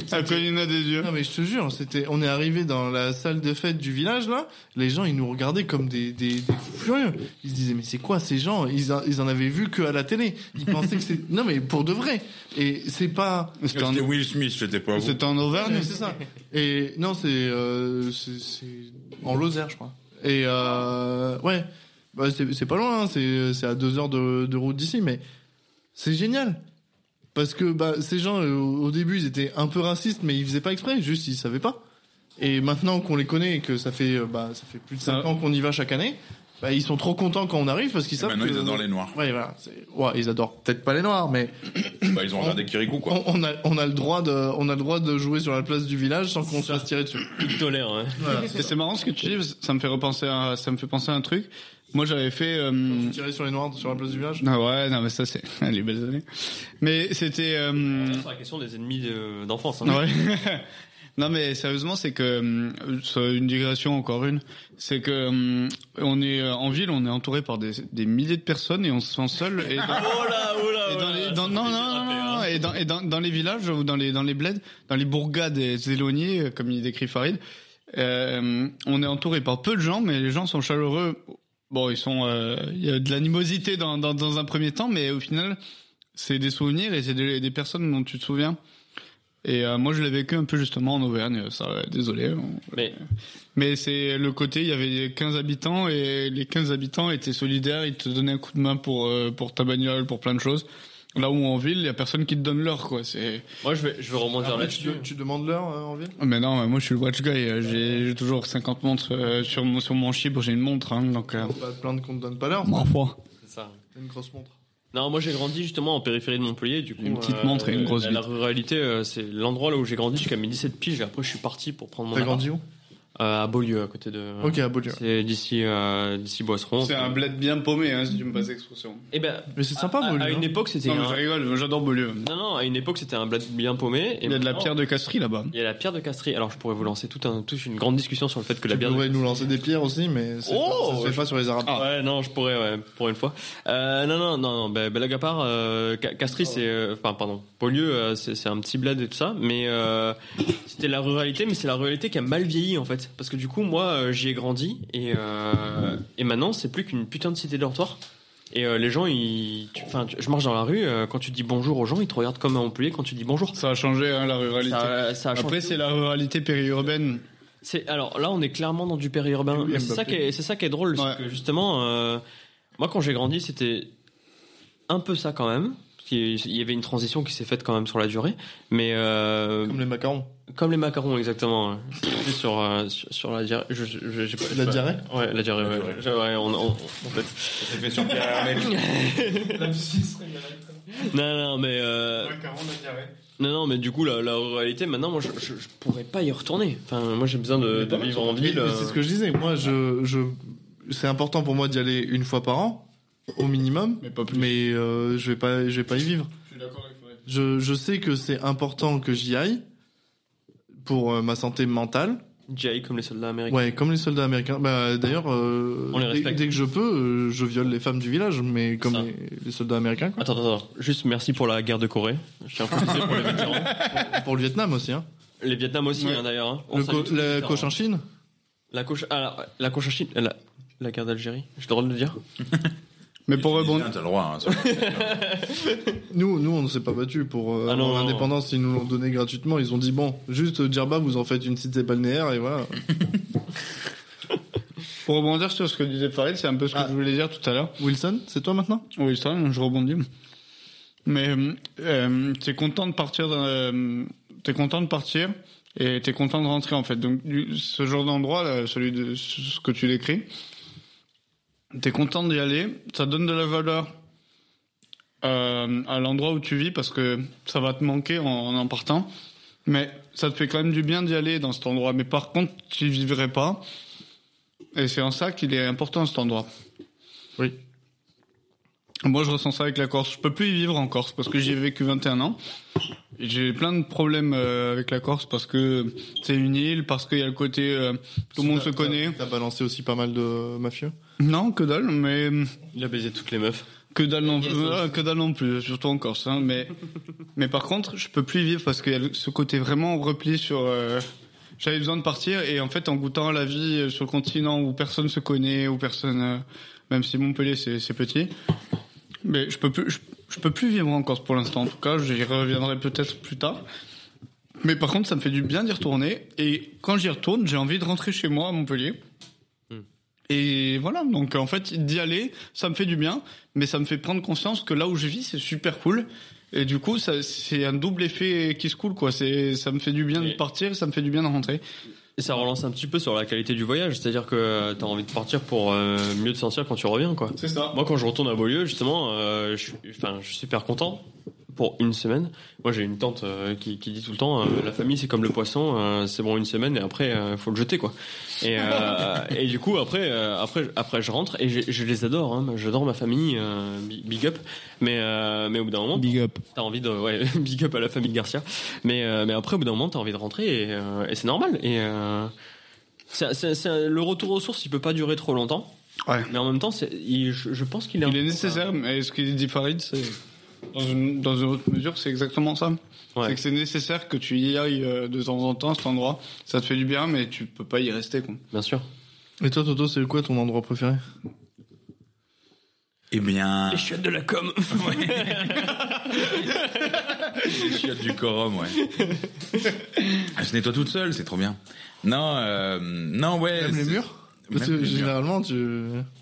E: ça cogne a des yeux
C: non mais je te jure, c'était on est arrivé dans la salle de fête du village là, les gens ils nous regardaient comme des des, des fous furieux. Ils se disaient mais c'est quoi ces gens Ils en- ils en avaient vu que à la télé. Ils pensaient que c'est non mais pour de vrai. Et c'est pas
E: c'était en,
A: C'était Will Smith, c'était pas vous.
E: c'était en Auvergne
C: c'est ça. Et non, c'est euh, c'est- c'est en Lozère, je crois. Et euh, ouais, Bah, c'est c'est pas loin, hein, c'est c'est à deux heures de, de route d'ici, mais c'est génial. Parce que bah, ces gens, euh, au au début, ils étaient un peu racistes, mais ils faisaient pas exprès, juste ils savaient pas. Et maintenant qu'on les connaît et que ça fait, euh, bah, ça fait plus de 5
E: Ça-
C: ans qu'on y va chaque année, bah, ils sont trop contents quand on arrive parce qu'ils
A: Ah. Et
C: savent.
A: Maintenant,
C: que-
A: ils adorent les noirs.
C: Ouais, voilà. c'est- ouais, ils adorent peut-être pas les noirs, mais
A: Bah, ils ont regardé Kirikou, quoi.
C: on, on a, on a le droit de, on a le droit de jouer sur la place du village sans qu'on se fasse tirer dessus.
D: Il tolère. hein.
E: et c'est marrant ce que tu dis parce que ça me fait repenser à, ça me fait penser à un truc moi j'avais fait
D: Mm.
E: euh,
C: Tirer sur les noirs sur la place du village.
E: ah ouais non mais ça c'est les belles années mais c'était euh,
D: Là, C'est la question des ennemis de- d'enfance. hein.
E: Ouais. non mais sérieusement, c'est que hum, c'est une digression encore une. C'est que hum, on est euh, en ville, on est entouré par des, des milliers de personnes et on se sent seul. Et dans,
D: Oh là, oh là,
E: et
D: oh
E: dans
D: là,
E: les,
D: ça
E: dans-
D: fait
E: non, non, non,
D: déraper,
E: non,
D: hein.
E: non, et dans, et dans, dans les villages ou dans les dans les bleds, dans les bourgades des éloignés, euh, comme il décrit Farid, euh, on est entouré par peu de gens, mais les gens sont chaleureux. Bon, ils sont, euh, il y a de l'animosité dans, dans dans un premier temps, mais au final, c'est des souvenirs et c'est des, des personnes dont tu te souviens. Et euh, moi, je l'ai vécu un peu justement en Auvergne. Ça, euh, désolé. on-
D: Mais
E: Mais c'est le côté, il y avait 15 habitants et les 15 habitants étaient solidaires, ils te donnaient un coup de main pour euh, pour ta bagnole, pour plein de choses. Là où en ville, il y a personne qui te donne l'heure, quoi. C'est.
D: moi, je vais, je vais rebondir
C: Après,
D: là-dessus.
C: Ah, tu, tu demandes l'heure euh, en ville
E: Mais non, mais moi je suis le watch guy. euh, J'ai j'ai toujours 50 montres euh, sur mon sur mon chibre. J'ai une montre, hein, donc. Euh...
C: Pas plein de qu'on te donne pas
D: Mm.
C: l'heure.
E: ma foi.
D: C'est ça.
C: T'as Une grosse montre.
D: Non, moi j'ai grandi justement en périphérie de Montpellier. Du coup,
E: Une petite montre et une grosse
D: la- La ruralité, euh, c'est l'endroit là où j'ai grandi jusqu'à mes 17 piges. Et après, je suis parti pour prendre mon
C: T'as
D: appart
C: grandi où
D: Euh, à Beaulieu, à côté de.
C: Ok, à Beaulieu.
D: C'est d'ici, euh, d'ici Boisseron.
E: C'est un bled bien paumé, hein, si tu me passes l'expression.
D: Eh ben,
C: Mais c'est sympa,
D: à, à
C: Beaulieu.
D: une
C: hein.
D: époque, c'était.
E: Non,
D: un-
E: mais je rigole. J'adore Beaulieu.
D: Non, non, à une époque, c'était un bled bien paumé. Et
E: Il y a de la
D: maintenant,
E: pierre de Castries là-bas.
D: Il y a la pierre de Castries. Alors, je pourrais vous lancer tout un, toute une grande discussion sur le fait que la
C: Tu
D: bière. de-
C: pourrais nous lancer des pierres aussi, mais c'est
D: Oh,
C: pas- ça se fait
D: je-
C: pas sur les Arabes.
D: Ah. Ouais, non, je pourrais, ouais, pour une fois. Euh, non, non, non, non, bah, blague à part, euh, Ca- Castries, c'est, euh, enfin, pardon, Beaulieu, euh, c'est c'est un petit bled et tout ça, mais euh, c'était la ruralité, mais c'est la ruralité qui a mal vieilli, en fait. Parce que du coup, moi, euh, j'y ai grandi, et, euh, et maintenant, c'est plus qu'une putain de cité dortoir. Et euh, les gens, ils, tu- enfin, tu- je marche dans la rue, euh, quand tu dis bonjour aux gens, ils te regardent comme un employé quand tu dis bonjour.
E: Ça a changé hein, la ruralité.
D: Ça, ça a changé.
E: Après, c'est la ruralité périurbaine.
D: C'est alors là on est clairement dans du périurbain.
E: Oui,
D: Mais c'est
E: Mbappé.
D: ça qui est c'est ça qui est drôle, c'est
E: Ouais.
D: que justement euh, moi quand j'ai grandi c'était un peu ça quand même. parce qu'il- Il y avait une transition qui s'est faite quand même sur la durée, mais euh,
C: Comme les macarons.
D: comme... les macarons exactement. ouais. C'était sur, euh, sur sur la diarrhée. Je, je- je- j'ai pas- j'ai
C: La
D: pas-
C: diarrhée
D: Ouais, la diarrhée. Ouais,
A: diarrhée.
D: Je- ouais, on, on- en fait.
A: Ça fait sur Pierre Hermel.
D: Non, non, mais euh, non, non, mais du coup la, la réalité maintenant, moi je, je, je pourrais pas y retourner. Enfin, moi j'ai besoin de, de vivre en
C: Mais-
D: ville.
C: mais
D: euh.
C: C'est ce que je disais. Moi, je, je, c'est important pour moi d'y aller une fois par an, au minimum.
E: Mais pas plus.
C: Mais euh, je vais pas, je vais pas y vivre.
E: Je suis d'accord avec Farid.
C: Je, je sais que c'est important que j'y aille pour euh, ma santé mentale,
D: GI comme les soldats américains.
C: Ouais, comme les soldats américains. Bah, d'ailleurs, euh,
D: On les
C: dès,
D: respecte.
C: dès que je peux, euh, je viole les femmes du village, mais comme
D: Ça.
C: les, les soldats américains, quoi.
D: Attends, attends, attends. juste merci pour la guerre de Corée. Je tiens à préciser pour les vétérans.
C: Pour le Vietnam aussi, hein.
D: Les Vietnam aussi,
E: Ouais.
D: hein, d'ailleurs. hein. On
C: Le
D: salue
C: co-
D: tous les
C: la
D: vétérans.
C: coche en Chine.
D: La coche, ah, la- la coche en Chine, la, la guerre d'Algérie. J'ai le droit de le dire.
E: Mais pour rebondir.
A: T'as le droit. hein, ça.
C: Nous, nous, on ne s'est pas battu pour euh,
D: Ah non,
C: avoir
D: non,
C: l'indépendance. Ils nous l'ont donné gratuitement. Ils ont dit bon, juste euh, Djerba, vous en faites une cité balnéaire et voilà.
E: Pour rebondir sur ce que disait Farid, c'est un peu ce que
C: Ah.
E: je voulais dire tout à l'heure.
C: Wilson, c'est toi maintenant
E: Oui, ça, je rebondis. Mais euh, euh, t'es content de partir, d'un, euh, t'es content de partir et t'es content de rentrer en fait. Donc du- ce genre d'endroit, là, celui de ce que tu décris, t'es content d'y aller. Ça donne de la valeur euh, à l'endroit où tu vis parce que ça va te manquer en, en en partant. Mais ça te fait quand même du bien d'y aller dans cet endroit. Mais par contre, tu y vivrais pas. Et c'est en ça qu'il est important cet endroit. Moi, je ressens ça avec la Corse. Je peux plus y vivre en Corse parce que j'y ai vécu 21 ans. Et J'ai plein de problèmes euh, avec la Corse parce que c'est une île, parce qu'il y a le côté euh, tout le monde se
C: T'as-
E: connaît.
C: T'as balancé aussi pas mal de euh, mafieux.
E: Non, que dalle, mais euh,
D: Il a baisé toutes les meufs.
E: que dalle non, euh, que dalle non plus, surtout en Corse. hein, mais mais par contre, je peux plus y vivre parce qu'il y a le- ce côté vraiment repli sur. euh, J'avais besoin de partir et en fait, en goûtant à la vie euh, sur le continent où personne se connaît, où personne, euh, même si Montpellier c'est c'est petit, mais je peux plus, je, je peux plus vivre en Corse pour l'instant. En tout cas, j'y reviendrai peut-être plus tard. Mais par contre, ça me fait du bien d'y retourner et quand j'y retourne, j'ai envie de rentrer chez moi à Montpellier.
D: Hmm.
E: Et voilà, donc en fait, d'y aller, ça me fait du bien, mais ça me fait prendre conscience que là où je vis, c'est super cool. Et du coup, ça, c'est un double effet qui se coule, quoi. C'est, ça me fait du bien de
D: Et-
E: partir, ça me fait du bien de rentrer.
D: Et ça relance un petit peu sur la qualité du voyage, c'est-à-dire que euh, t'as envie de partir pour euh, mieux te sentir quand tu reviens, quoi.
E: C'est ça.
D: Moi, quand je retourne à Beaulieu, justement, euh, je, suis, enfin, je suis super content pour une semaine. Moi, j'ai une tante euh, qui, qui dit tout le temps, euh, la famille, c'est comme le poisson, euh, c'est bon une semaine et après, euh, faut le jeter, quoi. Et, euh, et du coup, après, euh, après, après, je rentre et j'ai- je les adore. Hein, J'adore ma famille, euh, big big up. Mais, euh, mais au bout d'un moment,
E: Big up.
D: T'as envie de ouais, big up à la famille Garcia, mais euh, mais après au bout d'un moment t'as envie de rentrer et, euh, et c'est normal et euh, c'est- c'est- c'est- le retour aux sources il peut pas durer trop longtemps.
E: Ouais.
D: Mais en même temps c'est- il- je, je pense qu'il est
E: Il est
D: important,
E: nécessaire, mais ce qu'il dit Farid, c'est, dans une, dans une autre mesure, c'est exactement ça.
D: Ouais.
E: C'est que c'est nécessaire que tu y ailles euh, de temps en temps, cet endroit. Ça te fait du bien, mais tu peux pas y rester, quoi.
D: ça, bien sûr.
C: Et toi, Toto, c'est quoi ton endroit préféré
A: Eh bien,
D: Les chiottes de la com.
A: les chiottes du quorum, ouais. Ah, Je nettoie toute seule, c'est trop bien. Non, euh, non, ouais.
C: Même les
A: c'est-
C: murs
A: Même
C: Parce que
A: les murs.
C: généralement, tu.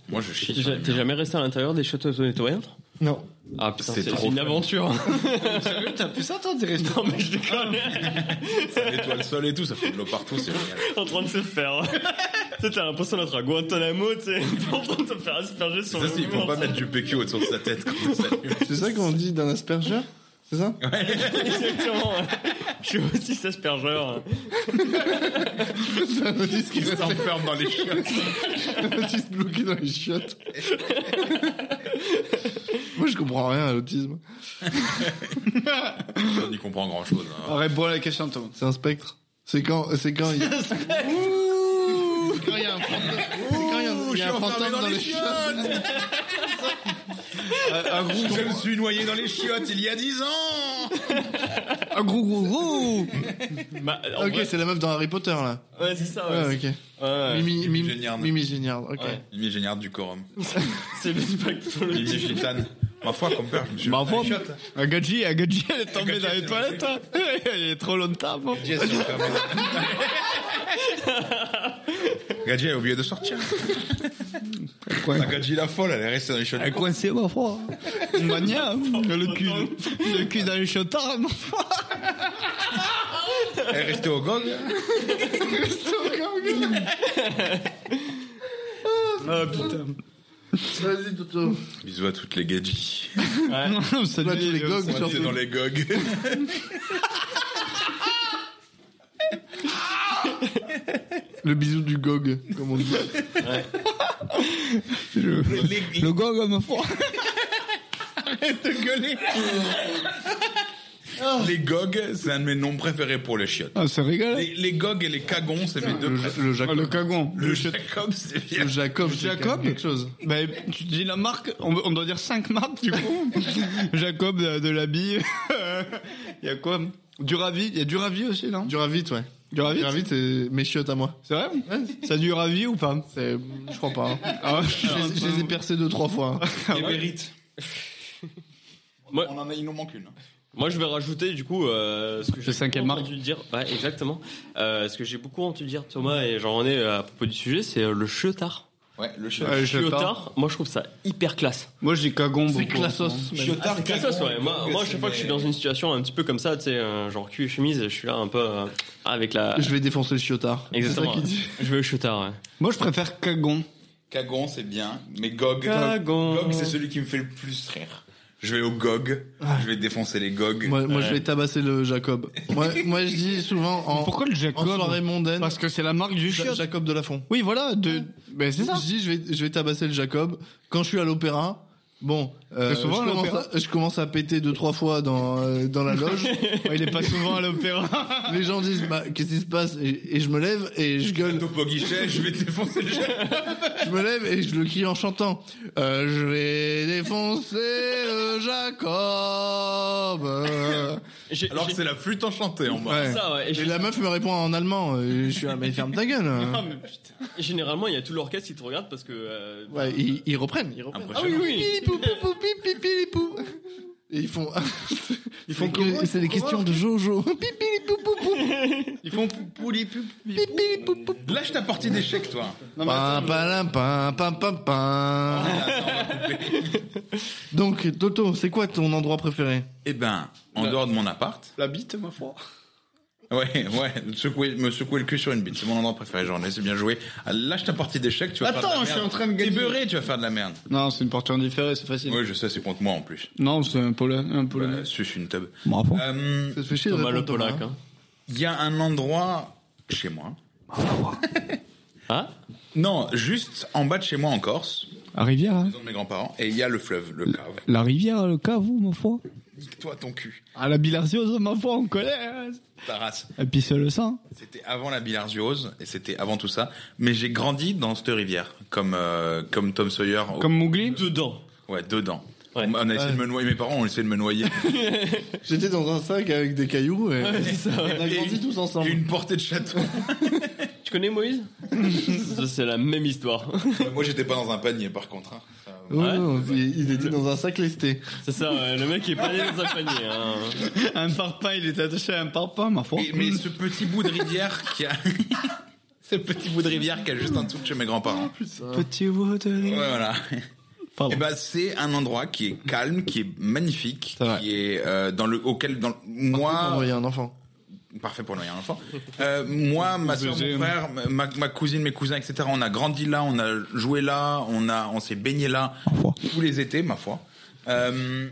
A: Moi, je chie.
D: T'es
A: sur les
D: ja- t'es
A: murs.
D: jamais resté à l'intérieur des chiottes auto-nettoyantes
C: Non.
D: Ah putain
A: C'est
D: c'est
A: trop
D: c'est une
A: fun.
D: aventure.
E: Sérieux, t'as plus ça, toi, t'es resté
D: non mais je déconne.
A: Ah, Ça nettoie le sol et tout, ça fait de l'eau partout, c'est génial.
D: en train de se faire. Tu sais, T'as l'impression d'être à Guantanamo, tu sais, en train de se faire asperger sur
A: Ça,
D: le
A: c'est- il faut
D: mur.
A: pas mettre du PQ autour de sa tête quand on s'allume.
C: C'est ça qu'on dit d'un asperger C'est ça
D: Exactement. Je suis aussi aspergeur.
C: C'est un autiste qui
A: Il s'enferme dans les chiottes.
C: un autiste bloqué dans les chiottes. Moi, je comprends rien à l'autisme.
A: On y comprend hein. grand chose.
E: Réponds à la question, Thomas.
C: C'est un spectre. C'est quand, c'est quand il. C'est quand il y a un fantôme. c'est quand il y a un- il y a un fantôme dans les chiottes.
E: Un gros,
A: Je me suis noyé dans les chiottes il y a dix ans
E: un gros, gros, gros.
D: Bah, en
C: Ok,
D: vrai-
C: c'est la meuf dans Harry Potter là.
D: Ouais, c'est ça.
C: Ouais,
D: Ouais,
C: Ah, ok.
D: c'est- ouais.
C: Mimi,
A: Mimi
C: Mimi,
A: Géniard.
C: Mimi Géniard, ok.
D: Ouais.
A: Mimi Géniard du quorum.
D: C'est le spectre.
A: Mimi Gitane. Ma foi, comme père, je me suis... Ma foi,
E: Agadji, Agadji, euh, elle est tombée dans les
A: c'est
E: toilettes. hein. Elle est trop longtemps. moi.
A: Gadji a oublié de sortir. La Gadji la folle, elle est restée dans les chiottes.
E: Elle est coincée, ma foi. Mania, hein. le cul, le cul dans les chiotards. ma foi.
A: Elle est restée au gong.
E: Ah putain.
C: Vas-y, Toto.
A: Bisous à toutes les Gadji.
E: Non, ça
C: Là,
E: dit- euh,
C: tous les gogues,
E: ça-
A: On était dans les gog.
C: Le bisou du gog, comme on dit.
E: Le gog, ma foi.
A: Te gueuler
D: Ah.
A: Les GOG, c'est un de mes noms préférés pour les chiottes.
E: Ah, ça rigole.
A: Les, les GOG et les cagons, c'est mes deux
C: Le,
A: préférés.
C: le
E: Ah,
C: Jacob.
E: le cagon.
A: Le Jacob, c'est bien.
C: Le Jacob, c'est
E: Jacob
C: quand même quelque chose.
E: Bah, tu dis la marque, on, on doit dire 5 marques du coup. Jacob de, de la bille. Il y a quoi Duravi, il y a Duravi aussi, non
C: Duravit, ouais.
E: Duravit
C: Duravit, c'est mes chiottes à moi.
E: C'est vrai Ça Duravi ou pas
C: C'est- Je crois pas. hein.
E: ah,
C: Je les- je les ai percés deux, trois fois. hein.
A: Les mérites.
D: Moi-
A: On en a, il nous manque une.
D: Moi, je vais rajouter du coup euh, ce que j'ai
E: cinquième
D: beaucoup
E: arc.
D: entendu dire. Ouais, exactement. Euh, ce que j'ai beaucoup entendu dire Thomas et Jean-René euh, à propos du sujet, c'est euh, le chiotard.
A: Ouais, le chiot.
E: Ouais, chiotard.
D: Chiotard, moi je trouve ça hyper classe.
E: Moi je dis cagon beaucoup.
C: C'est classos. même.
D: Ah, c'est classe, ouais. Moi, moi, à chaque fois que je suis dans une situation un petit peu comme ça, tu sais, euh, genre cul et chemise, je suis là un peu euh, avec la.
E: Ah.
C: Je vais défoncer le chiotard. C'est
D: Exactement.
C: ça qu'il dit.
D: Je vais au chiotard, ouais.
E: Moi je préfère cagon.
A: Cagon, c'est bien. Mais GOG.
D: Cagon.
A: GOG, c'est celui qui me fait le plus rire. Je vais au GOG.
E: Ah.
A: Je vais défoncer les GOG.
C: Moi, moi, je
D: Ouais.
C: vais tabasser le Jacob. Moi, moi je dis souvent en,
E: Pourquoi le
C: en
E: Jacob
C: soirée mondaine,
E: Parce que c'est la marque du
C: Ja-
E: chiotte.
C: Jacob Delafont.
E: Oui, voilà. De... Ben, c'est ça.
C: Je dis, je vais, je vais tabasser le Jacob. Quand je suis à l'opéra, bon, euh,
E: Très souvent à
C: je, commence
E: l'opéra.
C: à, je commence à péter deux, trois fois dans, euh, dans la loge.
E: Ouais, il est pas souvent à l'opéra.
C: Les gens disent, bah, qu'est-ce qui se passe et, et je me lève et je gueule.
A: Topo guichet, je vais défoncer le Jacob.
C: Je me lève et je le crie en chantant. Euh, je vais défoncer le Jacob. Euh,
D: J'ai-
A: Alors que
D: j'ai-
A: c'est la flûte enchantée en bas.
C: ouais.
D: ça, ouais. Et
C: Et la meuf me répond en allemand. Euh, Je suis là, mais ferme ta gueule.
D: Généralement, il y a tout l'orchestre qui te regarde parce que. euh,
C: Ouais, ils, ils reprennent, ils reprennent.
A: Impressionnant.
D: oui.
C: Pilipou, poupou, pipi, pilipou. Et ils font. ils
E: font
C: font
E: comment, ils
C: que. C'est
E: font
C: des
E: comment
C: questions de Jojo. Pipilipou, poupou,
E: Ils font pou- pouli pou-
C: pipilipou, poupou.
A: Là, je t'apporte des chèques, toi.
E: Non, mais attends,
C: Pam, pam, pam, pam, pam, pam. Donc, Toto, c'est quoi ton endroit préféré
A: Eh ben, en dehors de mon appart.
E: La bite, ma foi.
A: Ouais, ouais, secouer, me secouer le cul sur une bite. C'est mon endroit préféré, journée, c'est bien joué. Ah, Là, je t'apporte des chèques, tu vas faire de la
E: Attends, je suis
A: merde.
E: en train de
A: T'es
E: gagner.
A: beurré, tu vas faire de la merde.
E: Non, c'est une porte indifférée, c'est facile.
A: Oui, je sais, c'est contre moi en plus.
E: Non, c'est un polonais. Un polonais.
A: Bah, suce une tub.
E: Bravo.
A: Euh,
C: Ça te fait chier de
D: Thomas
C: répondre,
D: Lotolac,
C: Thomas, hein.
D: hein.
A: Il y a un endroit chez moi.
D: Ah
A: Non, juste en bas de chez moi en Corse,
E: La rivière, hein.
A: maison de mes grands-parents, et il y a le fleuve, le cave.
E: La rivière, le caveau, ma foi.
A: Nique-toi ton cul,
E: Ah, la bilharziose, ma foi, on connaît. hein.
A: ta race.
E: Et puis c'est le sang.
A: C'était avant la bilharziose, et c'était avant tout ça. Mais j'ai grandi dans cette rivière, comme, euh, comme Tom Sawyer. au-
E: Comme Mowgli
D: Dedans.
A: Ouais, dedans.
D: Ouais.
A: On a essayé de me noyer, mes parents ont essayé de me noyer.
C: J'étais dans un sac avec des cailloux et on a grandi tous
A: Et
C: ensemble.
A: une portée de château.
D: Tu connais Moïse Ça, C'est la même histoire.
A: Moi, j'étais pas dans un panier, par contre. hein.
C: Ouais,
D: Ouais.
C: non, il, il était dans un sac lesté.
D: C'est ça, ouais, le mec il est pas né dans un panier. hein.
E: Un parpaing, il est attaché à un parpaing, ma foi.
A: Et- mais ce petit bout de rivière qui a... ce petit bout de rivière qui a juste en dessous de chez mes grands-parents.
E: Petit bout
A: Ouais,
E: de...
A: voilà.
E: Pardon.
A: Et ben c'est un endroit qui est calme, qui est magnifique,
E: C'est vrai.
A: qui est euh, dans le auquel dans le- moi
C: Envoyer un enfant.
A: parfait pour noyer un enfant. Euh, moi, ma soeur,
E: Baiser,
A: mon frère, ma, ma cousine, mes cousins, etc. On a grandi là, on a joué là, on a on s'est baigné là
E: foi.
A: tous les étés, ma foi. Euh,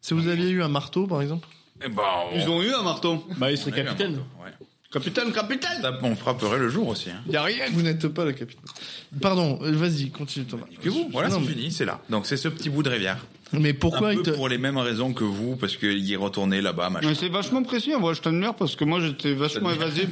C: Si vous aviez eu un marteau, par exemple
A: eh ben, on-
E: Ils ont eu un marteau.
D: Bah, il serait
A: on a eu un
D: capitaine.
A: manteau, ouais.
E: Capitaine, capitaine
A: Ça, On frapperait le jour aussi. Hein.
E: Y a rien.
C: Vous n'êtes pas le capitaine. Pardon, euh, vas-y, continue Thomas.
A: Que vous, voilà,
C: Non,
A: c'est
C: mais-
A: fini, c'est là. Donc c'est ce petit bout de rivière.
C: Mais
A: Un
C: pourquoi il
A: peu
C: te...
A: pour les mêmes raisons que vous, parce qu'il y est retourné là-bas, machin.
E: Mais c'est vachement précis, en vrai, je t'admire, parce que moi, j'étais vachement évasif.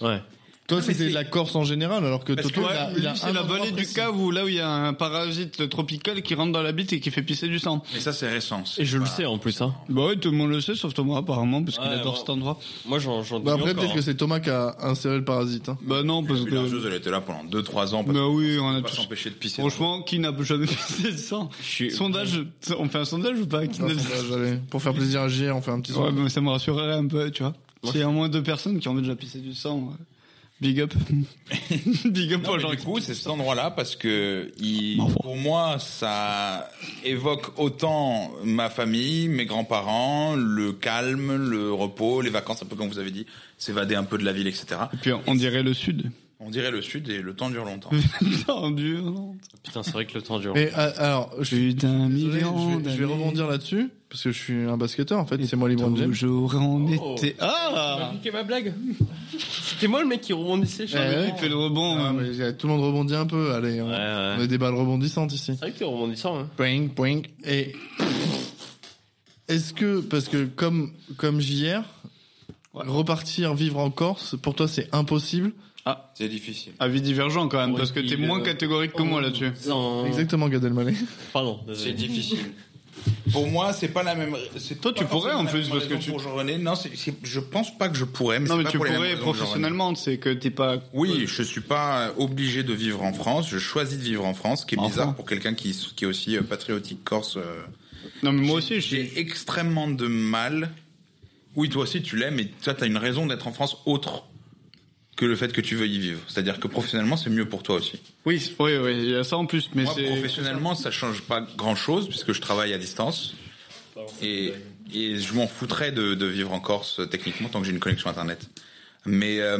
D: Ouais.
C: Toi,
A: mais
C: c'était
A: c'est-
C: la Corse en général, alors que
A: Parce
C: Toto,
A: que,
C: il a-
A: ouais,
C: il a
E: C'est
C: un
E: la
C: endroit
E: vallée du
C: précis.
E: cave où là où il y a un parasite le tropical qui rentre dans la bite et qui fait pisser du sang.
A: Mais ça, c'est récent.
D: Et je le sais en plus. Hein.
E: Bah oui, tout le monde le sait, sauf Thomas apparemment, parce qu'il
D: Ouais,
E: adore
D: bon.
E: cet endroit.
D: Moi j'en j'en dis
C: Bah après,
D: encore,
C: peut-être que
D: hein.
C: c'est Thomas qui a inséré le parasite. hein.
E: Bah non, parce
A: Puis la joueuse,
E: que...
A: elle était là pendant 2-3 ans, parce
E: Bah oui, on a
A: qu'on peut pas
E: tous...
A: s'empêcher de pisser.
E: Franchement, qui n'a jamais pissé de sang
D: hein. Je suis-
E: Sondage, on fait un sondage ou pas Qui
C: Non,
E: n'a-
C: ça va, j'allais- Pour faire plaisir à JR, on fait un petit
E: Ouais,
C: son.
E: mais ça me rassurerait un peu, tu vois. S'il y a moins de personnes qui ont déjà pissé du sang, euh, big up. big up
A: Non,
E: aux
A: mais
E: gens
A: du
E: qui-
A: coup, c'est cet endroit-là parce que il,
E: M'en fous.
A: pour moi, ça évoque autant ma famille, mes grands-parents, le calme, le repos, les vacances, un peu comme vous avez dit, s'évader un peu de la ville, etc.
E: Puis on dirait le sud.
A: On dirait le sud et le temps dure longtemps.
E: Putain, Dieu, non.
D: Putain, c'est vrai que le temps dure.
C: Mais euh, alors, je suis
E: Putain,
C: désolé, je
E: million
C: vais, je vais rebondir là-dessus, parce que je suis un basketteur, en fait, c'est moi LeBron James.
E: Toujours en
D: Oh.
E: été. Ah
D: piqué ma blague C'était moi le mec qui rebondissait,
C: Eh
D: je
C: ouais,
E: Il fait le rebond. hein.
C: Ah, mais, euh, Tout le monde rebondit un peu, allez, on,
D: Ouais, ouais.
C: on a des balles rebondissantes ici.
D: C'est vrai que t'es rebondissant, hein.
C: Poing, poing, et... Est-ce que, parce que comme, comme JR, repartir vivre en Corse, pour toi c'est impossible
B: C'est difficile.
E: Avis divergent quand même,
D: Ouais,
E: parce que
D: puis
E: t'es
D: le-
A: euh,
E: moins catégorique que
A: oh.
E: moi là-dessus.
D: Non. euh,
C: Exactement, Gad Elmaleh.
D: Pardon.
B: C'est difficile.
A: Pour moi, c'est pas la même. c'est
E: Toi,
A: pas
E: tu pourrais,
A: forcément
E: en
A: la
E: plus,
A: même
E: parce que
A: raison
E: tu-
A: pour Jean-René. Non, c'est- c'est- je pense pas que je pourrais. Mais
E: Non,
A: c'est
E: mais
A: pas
E: tu
A: pour les mêmes
E: pourrais
A: raisons que Jean-René.
E: professionnellement, c'est que t'es pas.
A: Oui, je suis pas euh, obligé de vivre en France. Je choisis de vivre en France, ce qui est
E: Enfin.
A: bizarre pour quelqu'un qui, qui est aussi euh, patriotique corse. euh.
E: Non, mais moi aussi, je suis.
A: J'ai extrêmement de mal. Oui, toi aussi, tu l'aimes, et toi, t'as une raison d'être en France autre que le fait que tu veuilles y vivre. C'est-à-dire que professionnellement, c'est mieux pour toi aussi.
E: Oui, c'est- oui, oui, il y a ça en plus, mais
A: Moi,
E: c'est.
A: professionnellement, ça change pas grand-chose puisque je travaille à distance. Et, et je m'en foutrais de, de vivre en Corse euh, techniquement tant que j'ai une connexion Internet. Mais euh,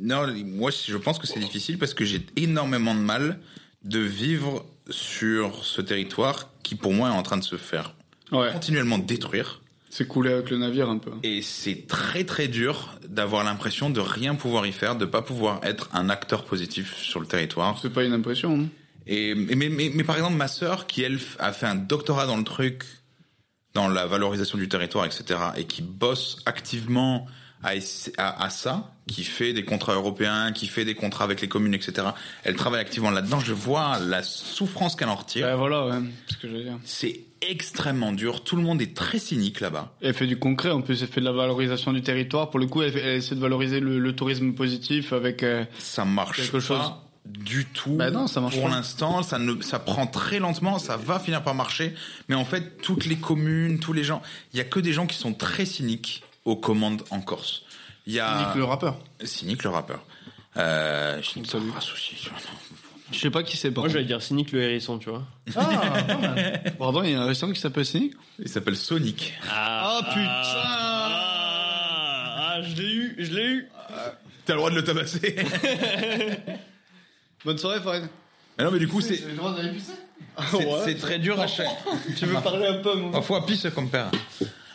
A: non, moi, je pense que c'est difficile parce que j'ai énormément de mal de vivre sur ce territoire qui, pour moi, est en train de se faire
E: Ouais,
A: continuellement détruire.
E: c'est coulé avec le navire un peu.
A: Et c'est très très dur d'avoir l'impression de rien pouvoir y faire, de pas pouvoir être un acteur positif sur le territoire.
E: C'est pas une impression, hein. non
A: Et, et- mais, mais, mais par exemple, ma sœur, qui elle f- a fait un doctorat dans le truc, dans la valorisation du territoire, etc., et qui bosse activement à, essa- à, à ça, qui fait des contrats européens, qui fait des contrats avec les communes, etc., elle travaille activement là-dedans. Je vois la souffrance qu'elle en retire.
E: Ouais, voilà, ouais, c'est ce que j'allais dire.
A: C'est extrêmement dur. Tout le monde est très cynique là-bas.
E: Elle fait du concret, en plus, elle fait de la valorisation du territoire. Pour le coup, elle, fait- elle essaie de valoriser le, le tourisme positif avec. euh,
A: ça marche
E: Quelque
A: pas
E: chose.
A: du tout.
E: Bah non, ça marche
A: pour
E: pas.
A: l'instant, ça ne, ça prend très lentement, ça va finir par marcher, mais en fait, toutes les communes, tous les gens, il y a que des gens qui sont très cyniques aux commandes en Corse. Il y a
C: Nick le rappeur.
A: cynique le rappeur. Euh, je ne sais
E: salue.
A: pas souci. tu vois, non.
E: Je sais pas qui c'est,
D: Moi,
E: pardon.
D: j'allais dire cynique le hérisson, tu vois.
C: Ah, pas mal.
E: Pardon, il y a un restaurant qui s'appelle Cynic
A: Il s'appelle Sonic.
C: Oh,
D: Ah,
E: Ah, putain
D: Ah, je l'ai eu, je l'ai eu.
A: T'as le droit de le tabasser.
E: Bonne soirée, Farid.
A: mais non, mais du coup, c'est
C: le droit d'aller pisser
A: c'est- c'est très dur à chaque.
E: Tu veux parler un peu, moi
A: Parfois, pisse comme père.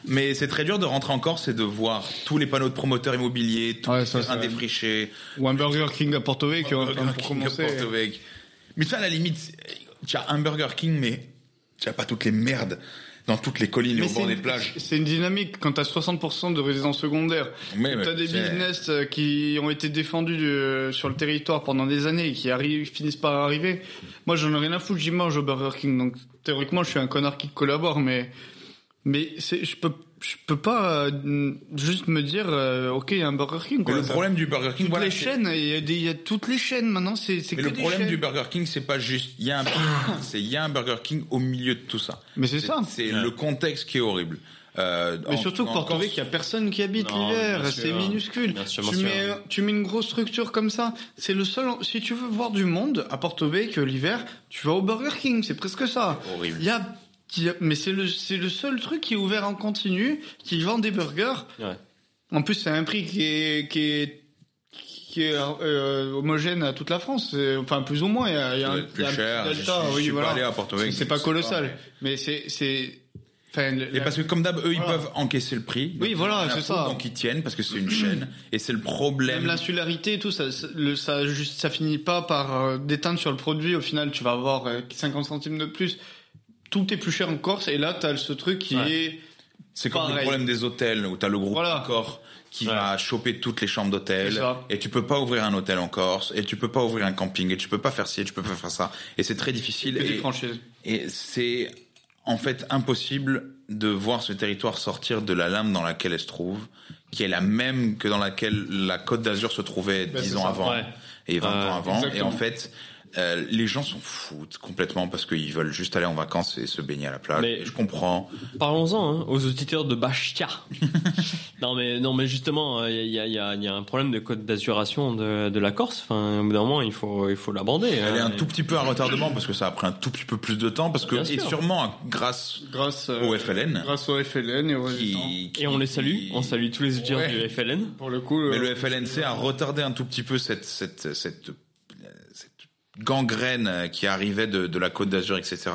A: Mais c'est très dur de rentrer en Corse et de voir tous les panneaux de promoteurs immobiliers, tous
E: Ouais,
A: les
E: ça,
A: terrains
E: c'est-
A: défrichés, euh,
E: Ou un Burger King à Porto Vecchio,
A: Burger
E: enfin, pour
A: King
E: commencer.
A: à Porto Vecchio. Mais ça, à la limite, tu as un Burger King, mais tu as pas toutes les merdes dans toutes les collines et au bord
E: c'est
A: des
E: une-
A: plages.
E: C'est une dynamique. Quand t'as 60% de résidences secondaires,
A: Mais, mais,
E: t'as des
A: c'est-
E: business euh, qui ont été défendus euh, sur le territoire pendant des années et qui arrivent, finissent par arriver. Moi, j'en ai rien à foutre, j'y mange au Burger King. Donc, théoriquement, je suis un connard qui collabore, mais, mais c'est, je peux, je peux pas euh, juste me dire, euh, ok, il y a un Burger King,
A: Mais
E: quoi.
A: le
E: Ça-
A: problème du Burger King,
E: toutes
A: voilà,
E: les
A: c'est-
E: chaînes, il y, a des- il y a toutes les chaînes maintenant, c'est, c'est
A: Mais
E: que
A: le
E: des
A: problème
E: chaînes.
A: du Burger King, c'est pas juste, il y a un, c'est il y a un Burger King au milieu de tout ça.
E: Mais c'est, ça.
A: C'est le contexte qui est horrible. Euh,
E: Mais
A: en-
E: surtout que
A: en
E: Porto
A: Corse-
E: Rico, il n'y a personne qui habite
D: Non,
E: l'hiver,
D: bien
E: c'est
D: sûr.
E: minuscule.
D: Bien sûr, bien
E: tu,
D: sûr.
E: mets, tu mets une grosse structure comme ça, c'est le seul. Si tu veux voir du monde à Porto que l'hiver, tu vas au Burger King, c'est presque ça.
A: horrible.
E: Il y a, il y a- mais c'est le, c'est le seul truc qui est ouvert en continu, qui vend des burgers.
D: Ouais.
E: En plus, c'est un prix qui est, qui est, qui est euh, homogène à toute la France, C'est- enfin plus ou moins. Il y a, il y a
A: Ça
E: un-
A: doit être
E: il y
A: plus
E: a un petit
A: cher. Je suis-
E: delta,
A: je
E: oui,
A: suis pas
E: voilà.
A: allé à Porto
E: C'est-
A: Rico,
E: c'est pas
A: je sais
E: colossal,
A: mais-
E: mais c'est, c'est, enfin,
A: Et
E: la-
A: parce que comme d'hab, eux, ils
E: Voilà.
A: peuvent encaisser le prix. Donc,
E: Oui, voilà,
A: ils en ont rien à
E: c'est
A: foutre,
E: ça.
A: Donc ils tiennent parce que c'est une chaîne. Et c'est le problème.
E: Même l'insularité et tout, ça, ça- le, ça, juste, ça finit pas par euh, déteindre sur le produit. Au final, tu vas avoir euh, 50 centimes de plus. Tout est plus cher en Corse. Et là, t'as ce truc qui
D: Ouais.
E: est.
A: C'est comme le
E: Pareil.
A: problème des hôtels où t'as le groupe
E: Voilà.
A: encore qui
D: Ouais.
A: va choper toutes les chambres
E: C'est
A: d'hôtel
E: ça.
A: et tu peux pas ouvrir un hôtel en Corse et tu peux pas ouvrir un camping et tu peux pas faire ci et tu peux pas faire ça et c'est très difficile
E: que des
A: et,
E: franchises.
A: et c'est en fait impossible de voir ce territoire sortir de la lame dans laquelle elle se trouve qui est la même que dans laquelle la Côte d'Azur se trouvait
E: Ben,
A: dix
E: c'est
A: ans
E: ça.
A: avant
D: Ouais.
A: et 20
D: Ouais,
A: ans avant et
E: exactement.
A: en fait euh, les gens s'en foutent complètement parce qu'ils veulent juste aller en vacances et se baigner à la plage.
D: Mais-
A: Et je comprends.
D: Parlons-en hein, aux auditeurs de Bastia. non mais non mais justement, il y a, y a- y a un problème de code d'azuration de, de la Corse. Enfin, au bout d'un moment, il faut il faut l'aborder.
A: Elle est
D: hein.
A: un tout petit peu à retardement parce que ça a pris un tout petit peu plus de temps parce que
D: Bien
A: et
D: sûr.
A: sûrement à- grâce
E: Grâce, euh,
A: au FLN
E: grâce au FLN et au résultat.
A: qui, qui-
D: Et on les salue.
A: qui-
D: On salue tous les auditeurs
A: Ouais.
D: du FLN.
E: Pour le coup.
A: Mais
E: euh,
A: le FLNC a retardé un tout petit peu cette cette cette, cette gangrène qui arrivait de, de la Côte d'Azur etc.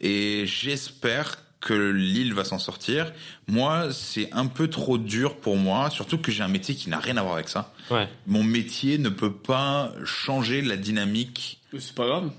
A: Et j'espère que l'île va s'en sortir. Moi, c'est un peu trop dur pour moi, surtout que j'ai un métier qui n'a rien à voir avec ça.
D: Ouais.
A: Mon métier ne peut pas changer la dynamique
E: C'est pas grave.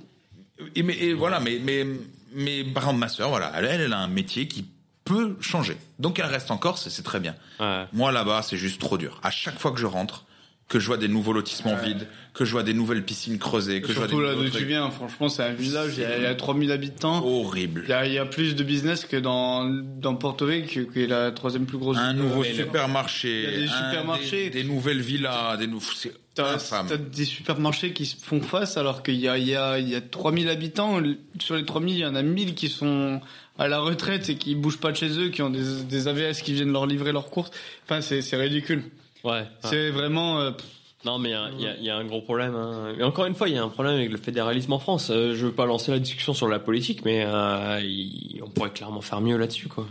A: Et, mais, et voilà, mais, mais, mais par exemple, ma sœur, voilà, elle, elle a un métier qui peut changer. Donc elle reste en Corse et c'est très bien.
D: Ouais.
A: Moi là-bas, c'est juste trop dur. À chaque fois que je rentre, que je vois des nouveaux lotissements vides, que je vois des nouvelles piscines creusées, que je vois des
E: Surtout là
A: nouveaux
E: d'où
A: trucs. Oh.
E: tu viens, franchement, c'est un village, il y a, il y a 3000 habitants.
A: horrible.
E: Il y, a, il y a plus de business que dans, dans Porto Vecchio, qui est la troisième plus grosse. euh,
A: un nouveau
E: Mais le-
A: supermarché,
E: Il y a des
A: un-
E: supermarchés.
A: des, des nouvelles villas, des nou- c'est
E: T'as
A: infâme.
E: t'as des supermarchés qui se font face alors qu'il y a, il y, a, il y a 3000 habitants. Sur les 3000, il y en a 1000 qui sont à la retraite et qui bougent pas de chez eux, qui ont des, des AVS qui viennent leur livrer leurs courses. Enfin, c'est c'est ridicule.
D: Ouais.
C: Ah.
E: C'est vraiment... euh, pff,
D: Non, mais euh, il y a- il y, a un gros problème. hein. Et encore une fois, il y a un problème avec le fédéralisme en France. Euh, je veux pas lancer la discussion sur la politique, mais euh, il- on pourrait clairement faire mieux là-dessus, quoi.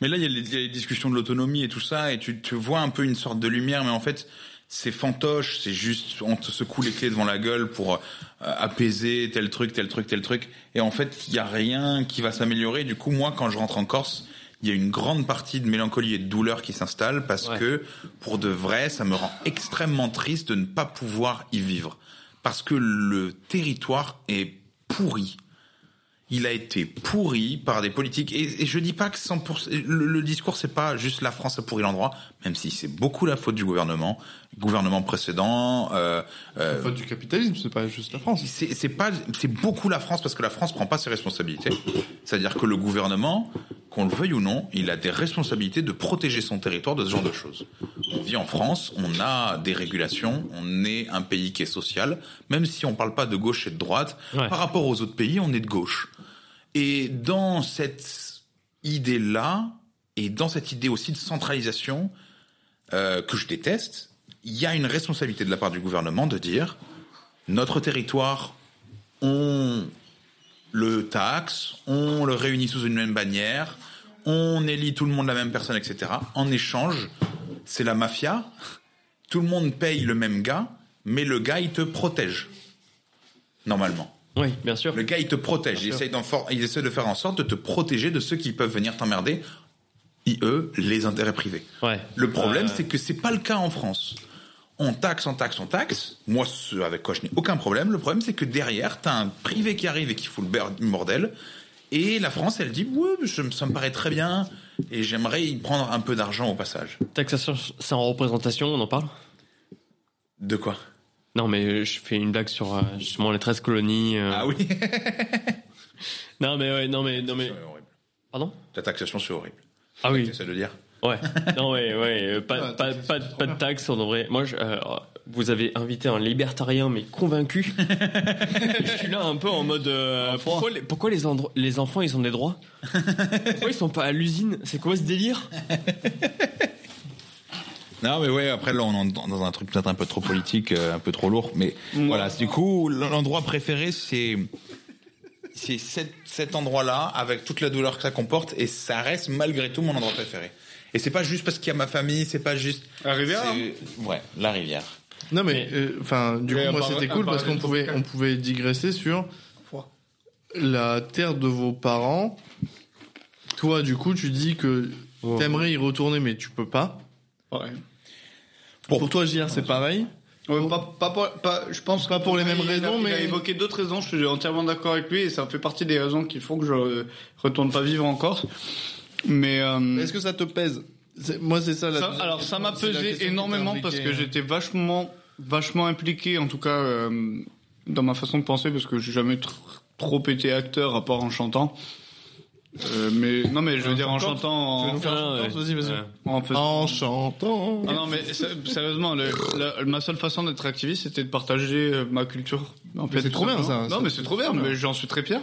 A: Mais là, il y, a les- il y a les discussions de l'autonomie et tout ça, et tu, tu vois un peu une sorte de lumière, mais en fait, c'est fantoche, c'est juste, on te secoue les clés devant la gueule pour euh, apaiser tel truc, tel truc, tel truc, et en fait, il y a rien qui va s'améliorer. Du coup, moi, quand je rentre en Corse, il y a une grande partie de mélancolie et de douleur qui s'installe parce
D: Ouais.
A: que, pour de vrai, ça me rend extrêmement triste de ne pas pouvoir y vivre. Parce que le territoire est pourri il a été pourri par des politiques. Et, et je dis pas que 100%, le, le discours c'est pas juste la France a pourri l'endroit, même si c'est beaucoup la faute du gouvernement, gouvernement précédent. Euh, euh,
C: La faute du capitalisme, c'est pas juste hein. la France.
A: c'est c'est pas, c'est beaucoup la France parce que la France prend pas ses responsabilités. C'est-à-dire que le gouvernement, qu'on le veuille ou non, il a des responsabilités de protéger son territoire de ce genre de choses. On vit en France, on a des régulations, on est un pays qui est social, même si on parle pas de gauche et de droite.
D: Ouais.
A: Par rapport aux autres pays, on est de gauche. Et dans cette idée-là, et dans cette idée aussi de centralisation euh, que je déteste, il y a une responsabilité de la part du gouvernement de dire notre territoire, on le taxe, on le réunit sous une même bannière, on élit tout le monde la même personne, etc. En échange, c'est la mafia, tout le monde paye le même gars, mais le gars, il te protège. Normalement.
D: Oui, bien sûr.
A: Le gars, il te protège. Il essaie, d'en for- il essaie de faire en sorte de te protéger de ceux qui peuvent venir t'emmerder, IE, les intérêts privés.
D: Ouais.
A: Le problème,
D: Euh,
A: c'est que c'est pas le cas en France. On taxe, on taxe, on taxe. Moi, ce avec quoi je n'ai aucun problème. Le problème, c'est que derrière, t'as un privé qui arrive et qui fout le ber- bordel. Et la France, elle dit, ouais, je- ça me paraît très bien. Et j'aimerais y prendre un peu d'argent au passage.
D: taxation sans représentation, on en parle
A: De quoi
D: Non, mais je fais une blague sur euh, justement les 13 colonies. euh.
A: Ah oui
D: Non, mais ouais, non, mais non, mais
A: C'est horrible.
D: pardon.
A: La taxation, c'est horrible.
D: Ah oui.
A: J'essaie de dire.
D: Ouais. Non, ouais, ouais. euh, Pas,
C: Ah,
D: pas,
C: taxe,
D: pas,
C: c'est
D: pas de taxe, on devrait. Moi, je, euh, vous avez invité un libertarien, mais convaincu. je suis là un peu en mode. euh, pourquoi les, pourquoi les, endro- les enfants, ils ont des droits Pourquoi ils sont pas à l'usine C'est quoi ce délire
A: Non, mais ouais, après, là, on est dans dans un truc peut-être un peu trop politique, euh, un peu trop lourd, mais voilà. Du coup, l'endroit préféré, c'est, c'est cet, cet endroit-là, avec toute la douleur que ça comporte, et ça reste malgré tout mon endroit préféré. Et c'est pas juste parce qu'il y a ma famille, c'est pas juste.
E: La rivière,
A: c'est- Ouais, la rivière.
C: Non mais euh, enfin du
E: Mais
C: coup
E: un
C: moi
E: par-
C: c'était
E: un
C: cool
E: par-
C: parce qu'on pouvait on pouvait digresser sur
E: Pourquoi
C: la terre de vos parents. Toi du coup tu dis que
D: Ouais.
C: t'aimerais y retourner mais tu peux pas.
E: ouais.
A: Pour-
C: Pour toi JR c'est pareil.
E: Ouais, pas, pas, pour- pas- je pense
C: Pas pour les mêmes
E: il a-
C: raisons,
E: il a
C: Oh. mais-
E: évoqué d'autres raisons. Je suis entièrement d'accord avec lui et ça fait partie des raisons qui font que je euh, retourne pas vivre en Corse. Mais euh,
C: Est-ce que ça te pèse C'est- Moi c'est ça. La
E: ça-
C: deuxième-
E: alors ça m'a
C: c'est la question
E: pesé
C: qui t'a
E: énormément
C: impliqué,
E: parce que
C: hein.
E: j'étais vachement, vachement impliqué en tout cas euh, dans ma façon de penser parce que j'ai jamais tr- trop été acteur à part en chantant. Euh, mais non mais je veux dire en
C: encore,
E: chantant,
C: tu veux
E: en,
C: nous faire
D: Ah,
C: confiance Vas-y,
D: ouais.
C: vas-y.
D: Ouais.
E: en faisant-
C: En chantant.
E: Ah non, mais sé- sérieusement, le- la- ma seule façon d'être activiste, c'était de partager euh, ma culture. En fait,
C: c'est
E: tout
C: trop bien,
E: simplement.
C: ça.
E: Non,
C: Ça-
E: mais c'est trop bien,
C: Ouais.
E: mais j'en suis très fier.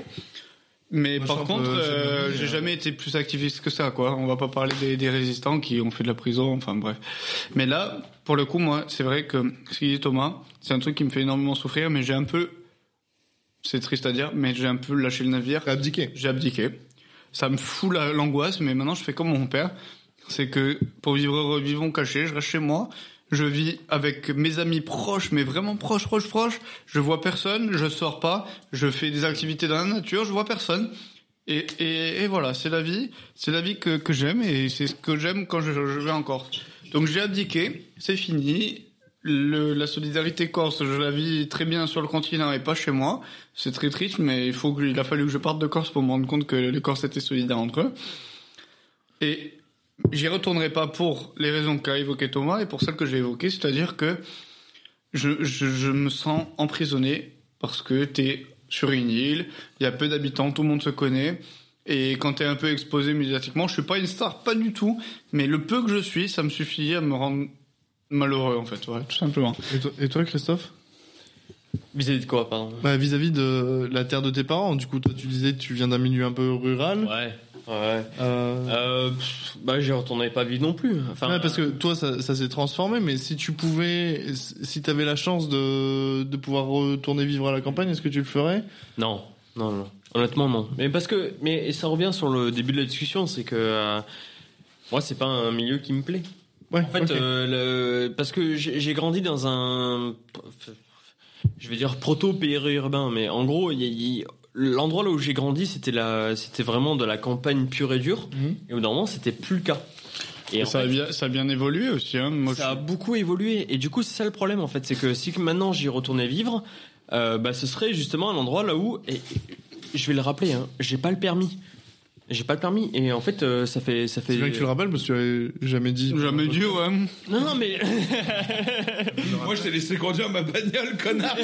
E: Mais
C: Moi, je
E: par
C: crois que,
E: contre,
C: euh, j'ai
E: euh,
C: oublié,
E: j'ai
C: euh,
E: jamais été plus activiste que ça, quoi. On va pas parler des, des résistants qui ont fait de la prison, enfin bref. Mais là, pour le coup, moi, c'est vrai que ce qu'il dit Thomas, c'est un truc qui me fait énormément souffrir, mais j'ai un peu. C'est triste à dire, mais j'ai un peu lâché le navire
C: T'as abdiqué.
E: j'ai abdiqué. Ça me fout la- l'angoisse, mais maintenant je fais comme mon père. C'est que pour vivre heureux, vivons cachés, je reste chez moi. Je vis avec mes amis proches, mais vraiment proches, proches, proches. Je vois personne, je sors pas, je fais des activités dans la nature, je vois personne. Et, et, et voilà, c'est la vie, c'est la vie que, que j'aime et c'est ce que j'aime quand je, je vais en Corse. Donc j'ai abdiqué, c'est fini. Le- la solidarité corse, je la vis très bien sur le continent et pas chez moi. C'est très triste, mais il, faut que, il a fallu que je parte de Corse pour me rendre compte que les Corses étaient solidaires entre eux. Et j'y retournerai pas pour les raisons qu'a évoquées Thomas et pour celles que j'ai évoquées, c'est-à-dire que je, je- je me sens emprisonné parce que t'es sur une île, il y a peu d'habitants, tout le monde se connaît. Et quand t'es un peu exposé médiatiquement, je suis pas une star, pas du tout, mais le peu que je suis, ça me suffit à me rendre malheureux en fait, voilà, tout simplement.
C: Et toi, et toi, Christophe
D: Vis-à-vis de quoi, pardon
C: Bah, Vis-à-vis de la terre de tes parents, du coup, toi, tu disais que tu viens d'un milieu un peu rural.
D: Ouais, ouais.
C: Euh,
D: Euh, pff, bah, j'y retournerai pas vite non plus. Enfin,
C: ouais, parce que toi, ça, ça s'est transformé, mais si tu pouvais, si t'avais la chance de, de pouvoir retourner vivre à la campagne, est-ce que tu le ferais
D: Non, non, non. Honnêtement, non. Mais parce que, mais et ça revient sur le début de la discussion, c'est que euh, moi, c'est pas un milieu qui me plaît.
C: Ouais,
D: En fait,
C: ok.
D: euh, le- parce que j'ai j'ai grandi dans un, je vais dire proto périurbain, mais en gros, il y a- il- l'endroit là où j'ai grandi, c'était la, c'était vraiment de la campagne pure et dure.
C: Mhm.
D: Et au bout d'un moment, c'était plus le cas. Et
E: Et
D: en
E: ça, a
D: fait,
E: bien, ça a bien évolué aussi. Hein. Moi,
D: ça a
E: je-
D: beaucoup évolué et du coup c'est ça le problème en fait c'est que si que maintenant j'y retournais vivre euh, bah ce serait justement un endroit là où et, et je vais le rappeler hein, j'ai pas le permis j'ai pas le permis et en fait euh, ça fait ça fait
C: C'est bien que tu le rappelles parce que tu l'avais jamais dit.
E: Jamais dû, ouais.
D: non non mais
A: Moi, je t'ai laissé conduire ma bagnole, connard.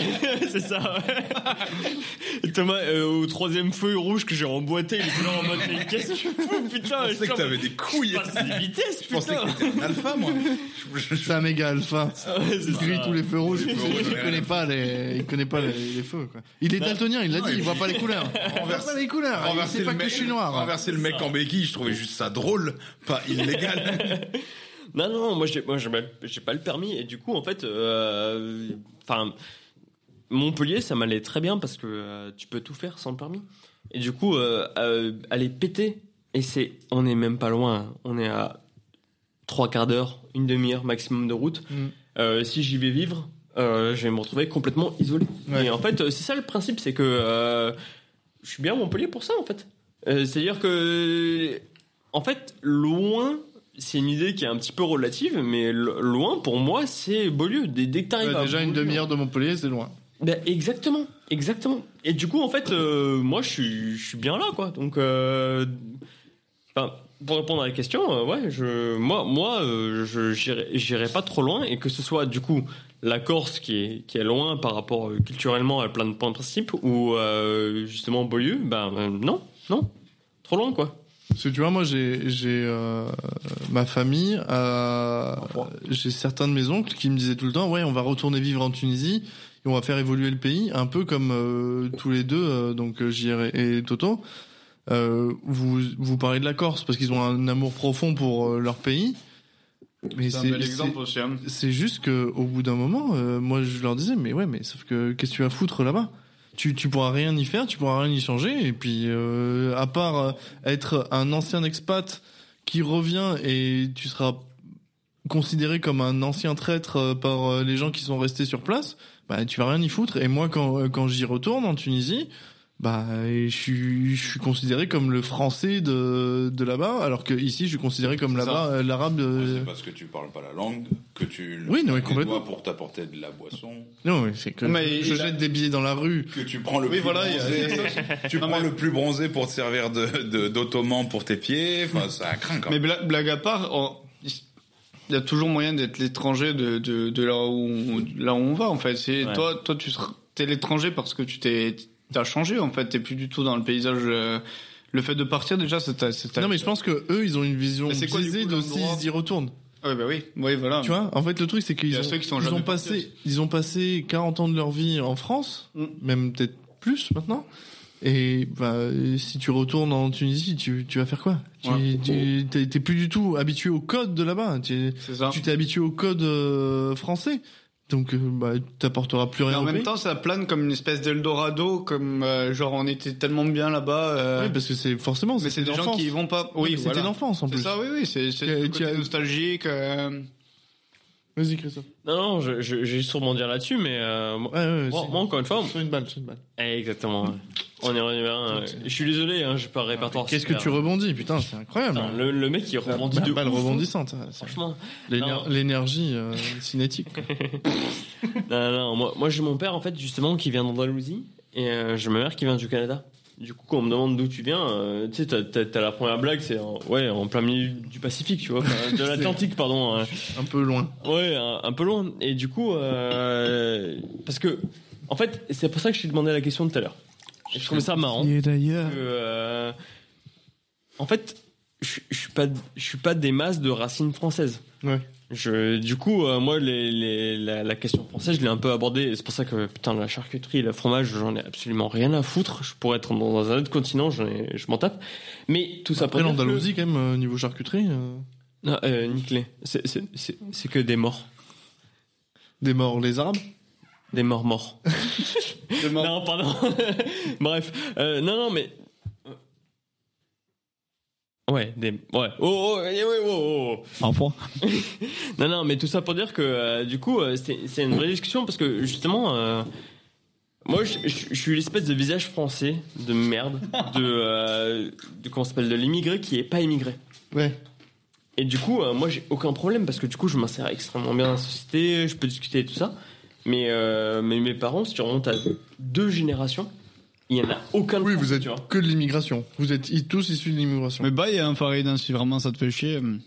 D: c'est ça ouais. Thomas euh, au troisième feu rouge que j'ai remboîté il est là en mode mais qu'est-ce que tu fous putain
A: Je pensais que t'avais des couilles.
D: je passe des vitesses
A: Je pensais
D: putain
A: que t'étais un alpha, moi. Je- je- je-
C: C'est un méga alpha.
D: Ouais, c'est
C: Il grille
D: ça.
C: tous les feux rouges.
A: Les feux rouges,
C: Il
A: ouais.
C: connaît pas les, il connaît pas les, les feux. Quoi. Il est daltonien, il l'a
A: Non,
C: dit.
A: et
C: Il voit
A: puis-
C: pas les couleurs. Il voit
A: Renverser-
C: pas les couleurs. Il
A: renverser
C: sait pas que
A: mec-
C: je suis noir.
A: renverser le mec en béquille, je trouvais juste ça drôle, pas illégal.
D: Non, non, moi j'ai, moi j'ai mal- j'ai pas le permis et du coup en fait, euh, enfin Montpellier, ça m'allait très bien parce que euh, tu peux tout faire sans le permis. Et du coup, euh, euh, aller péter et c'est, on est même pas loin, on est à trois quarts d'heure, une demi-heure maximum de route.
C: Mm.
D: Euh, si j'y vais vivre, euh, je vais me retrouver complètement isolé.
C: Ouais.
D: Et en fait, euh, c'est ça le principe, c'est que euh, je suis bien à Montpellier pour ça en fait. Euh, C'est-à-dire que, en fait, loin, c'est une idée qui est un petit peu relative, mais lo- loin pour moi, c'est Beaulieu. Dès, dès que t'arrives
C: Ouais,
D: à
C: Bah, déjà une
D: Beaulieu-
C: demi-heure de Montpellier, c'est loin.
D: Ben, exactement, exactement. Et du coup, en fait, euh, moi, je suis, je suis bien là, quoi. Donc, euh, enfin, pour répondre à la question, euh, ouais, je, moi, moi, euh, je j'irai- j'irai pas trop loin, et que ce soit du coup la Corse qui est, qui est loin par rapport euh, culturellement à plein de points de principe, ou euh, justement Beaulieu, ben euh, non, non, trop loin, quoi.
C: Parce que tu vois, moi, j'ai j'ai, euh, ma famille, euh, j'ai certains de mes oncles qui me disaient tout le temps, ouais, on va retourner vivre en Tunisie et on va faire évoluer le pays, un peu comme euh, tous les deux, euh, donc euh, JR et, et Toto. Euh, vous vous parlez de la Corse parce qu'ils ont un amour profond pour euh, leur pays. Mais
E: C'est un bel exemple aussi. Hein.
C: c'est juste que au bout d'un moment, euh, moi je leur disais mais ouais mais sauf que qu'est-ce que tu vas foutre là-bas tu, tu pourras rien y faire, tu pourras rien y changer et puis euh, à part euh, être un ancien expat qui revient et tu seras considéré comme un ancien traître euh, par euh, les gens qui sont restés sur place, bah tu vas rien y foutre et moi quand euh, quand j'y retourne en Tunisie bah, et je suis, je suis considéré comme le français de, de là-bas, alors que ici je suis considéré comme
E: C'est ça.
C: là-bas euh, l'arabe. de-
A: C'est parce que tu parles pas la langue, que tu le
C: Oui, non, mais
A: les
C: complètement.
A: doigts pour t'apporter de la boisson,
C: Non, mais c'est que
E: Mais
C: je
E: il a-
C: jette des billets dans la rue.
A: que tu prends le
E: Oui,
A: plus
E: voilà, il y a-
A: bronzé, tu
E: Non,
A: prends
E: mais-
A: le plus bronzé pour te servir de- de- d'ottoman pour tes pieds, enfin, ça craint quand
E: Mais
A: même.
E: bla- blague à part, on- il y a toujours moyen d'être l'étranger de, de, de là, où on, de là où on va en fait. C'est
D: Ouais.
E: toi, toi tu seras- t'es l'étranger parce que tu t'es t'as changé en fait. T'es plus du tout dans le paysage. euh, le fait de partir déjà, c'est ta- c'est ta-
C: Non, mais je pense que eux, ils ont une vision
E: Mais c'est quoi, du coup,
C: biaisée de s'ils
E: l'endroit
C: y retournent.
E: Ouais, bah oui, oui voilà.
C: Tu vois, en fait, le truc, c'est
E: Il y
C: qu'ils
E: a
C: ont,
E: ceux qui sont
C: ils
E: jamais
C: ont
E: partis
C: passé, ils ont passé 40 ans de leur vie en France,
E: Mm.
C: même peut-être plus maintenant. Et bah, si tu retournes en Tunisie, tu, tu vas faire quoi Tu
E: Ouais.
C: tu- t'es- t'es plus du tout habitué au code de là-bas. Tu
E: c'est ça.
C: tu t'es habitué au code euh, français. Donc, euh, bah, t'apporteras plus
E: Mais
C: rien
E: en
C: au
E: même
C: pays.
E: temps, ça plane comme une espèce d'Eldorado, comme euh, genre on était tellement bien là-bas. euh,
C: Oui, parce que bah, c'est forcément,
E: mais c'est des gens
C: l'enfance.
E: qui y vont pas.
C: Non, mais
E: Oui,
C: C'était
E: voilà.
C: l'enfance en
E: C'est
C: plus.
E: ça, oui, oui, c'est c'est
C: Tu as-
E: le
C: tu
E: côté
C: as-
E: nostalgique. euh,
C: Vas-y, Christophe.
D: Non, non, je, je, j'ai sûrement dire là-dessus, mais euh, moi,
C: Ouais, ouais,
D: moi-
C: c'est-
D: moi, encore une fois,
C: sur une balle, sur une balle.
D: eh, exactement. ouais. On est revenu à un, euh, Je suis désolé, hein, je peux répertoire.
C: Qu'est-ce que tu rebondis Putain, c'est incroyable.
D: Putain, le, le mec il
C: La
D: rebondit
C: balle-
D: de
C: balle
D: ouf.
C: rebondissante. hein, ça.
D: Franchement,
C: L'éner-
D: Non.
C: L'énergie euh, cinétique. quoi.
D: non, non, non, moi, moi j'ai mon père en fait justement qui vient d'Andalousie et euh, j'ai ma mère qui vient du Canada. Du coup, quand on me demande d'où tu viens, euh, tu sais, t'as- t'as t'as la première blague, c'est en, ouais, en plein milieu du Pacifique, tu vois, enfin, de l'Atlantique, pardon. hein.
C: Un peu loin.
D: Ouais, un, un peu loin. Et du coup, euh, parce que, en fait, c'est pour ça que je t'ai demandé la question de tout à l'heure. Et Je trouvais ça marrant.
C: Et d'ailleurs.
D: que, euh, en fait, je je suis pas, je suis pas des masses de racines françaises.
C: Ouais.
D: Je, du coup, euh, moi, les, les- la, la question française, je l'ai un peu abordée. et C'est pour ça que putain, la charcuterie, le fromage, j'en ai absolument rien à foutre. Je pourrais être dans un autre continent, j'en ai- je m'en tape. Mais tout ça
C: Après
D: pour dire que-
C: l'Andalousie, quand même, euh, niveau charcuterie, euh,
D: Non, euh, nique-les. C'est- c'est- c'est c'est que des morts,
C: des morts, les Arabes.
D: des morts morts.
B: De mort.
D: Non, pardon. Bref, Euh, non, non, mais. Ouais, des. Ouais. Oh, oh, eh, ouais, oh, oh.
E: Enfin.
D: Non, non, mais tout ça pour dire que euh, du coup, euh, c'est c'est une vraie discussion parce que justement, euh, moi, je- je je suis l'espèce de visage français de merde, de. euh, de comment ça s'appelle De l'immigré qui est pas immigré.
C: Ouais.
D: Et du coup, euh, moi, j'ai aucun problème parce que du coup, je m'insère extrêmement bien dans la société, je peux discuter et tout ça. Mais, euh, mais mes parents, si tu remontes à deux générations, il n'y en a aucun. de
C: Oui,
D: France,
C: vous êtes
D: tu vois.
C: que de l'immigration. Vous êtes i- tous issus de l'immigration.
E: Mais bye, hein, Farid, hein, si vraiment ça te fait chier. hum.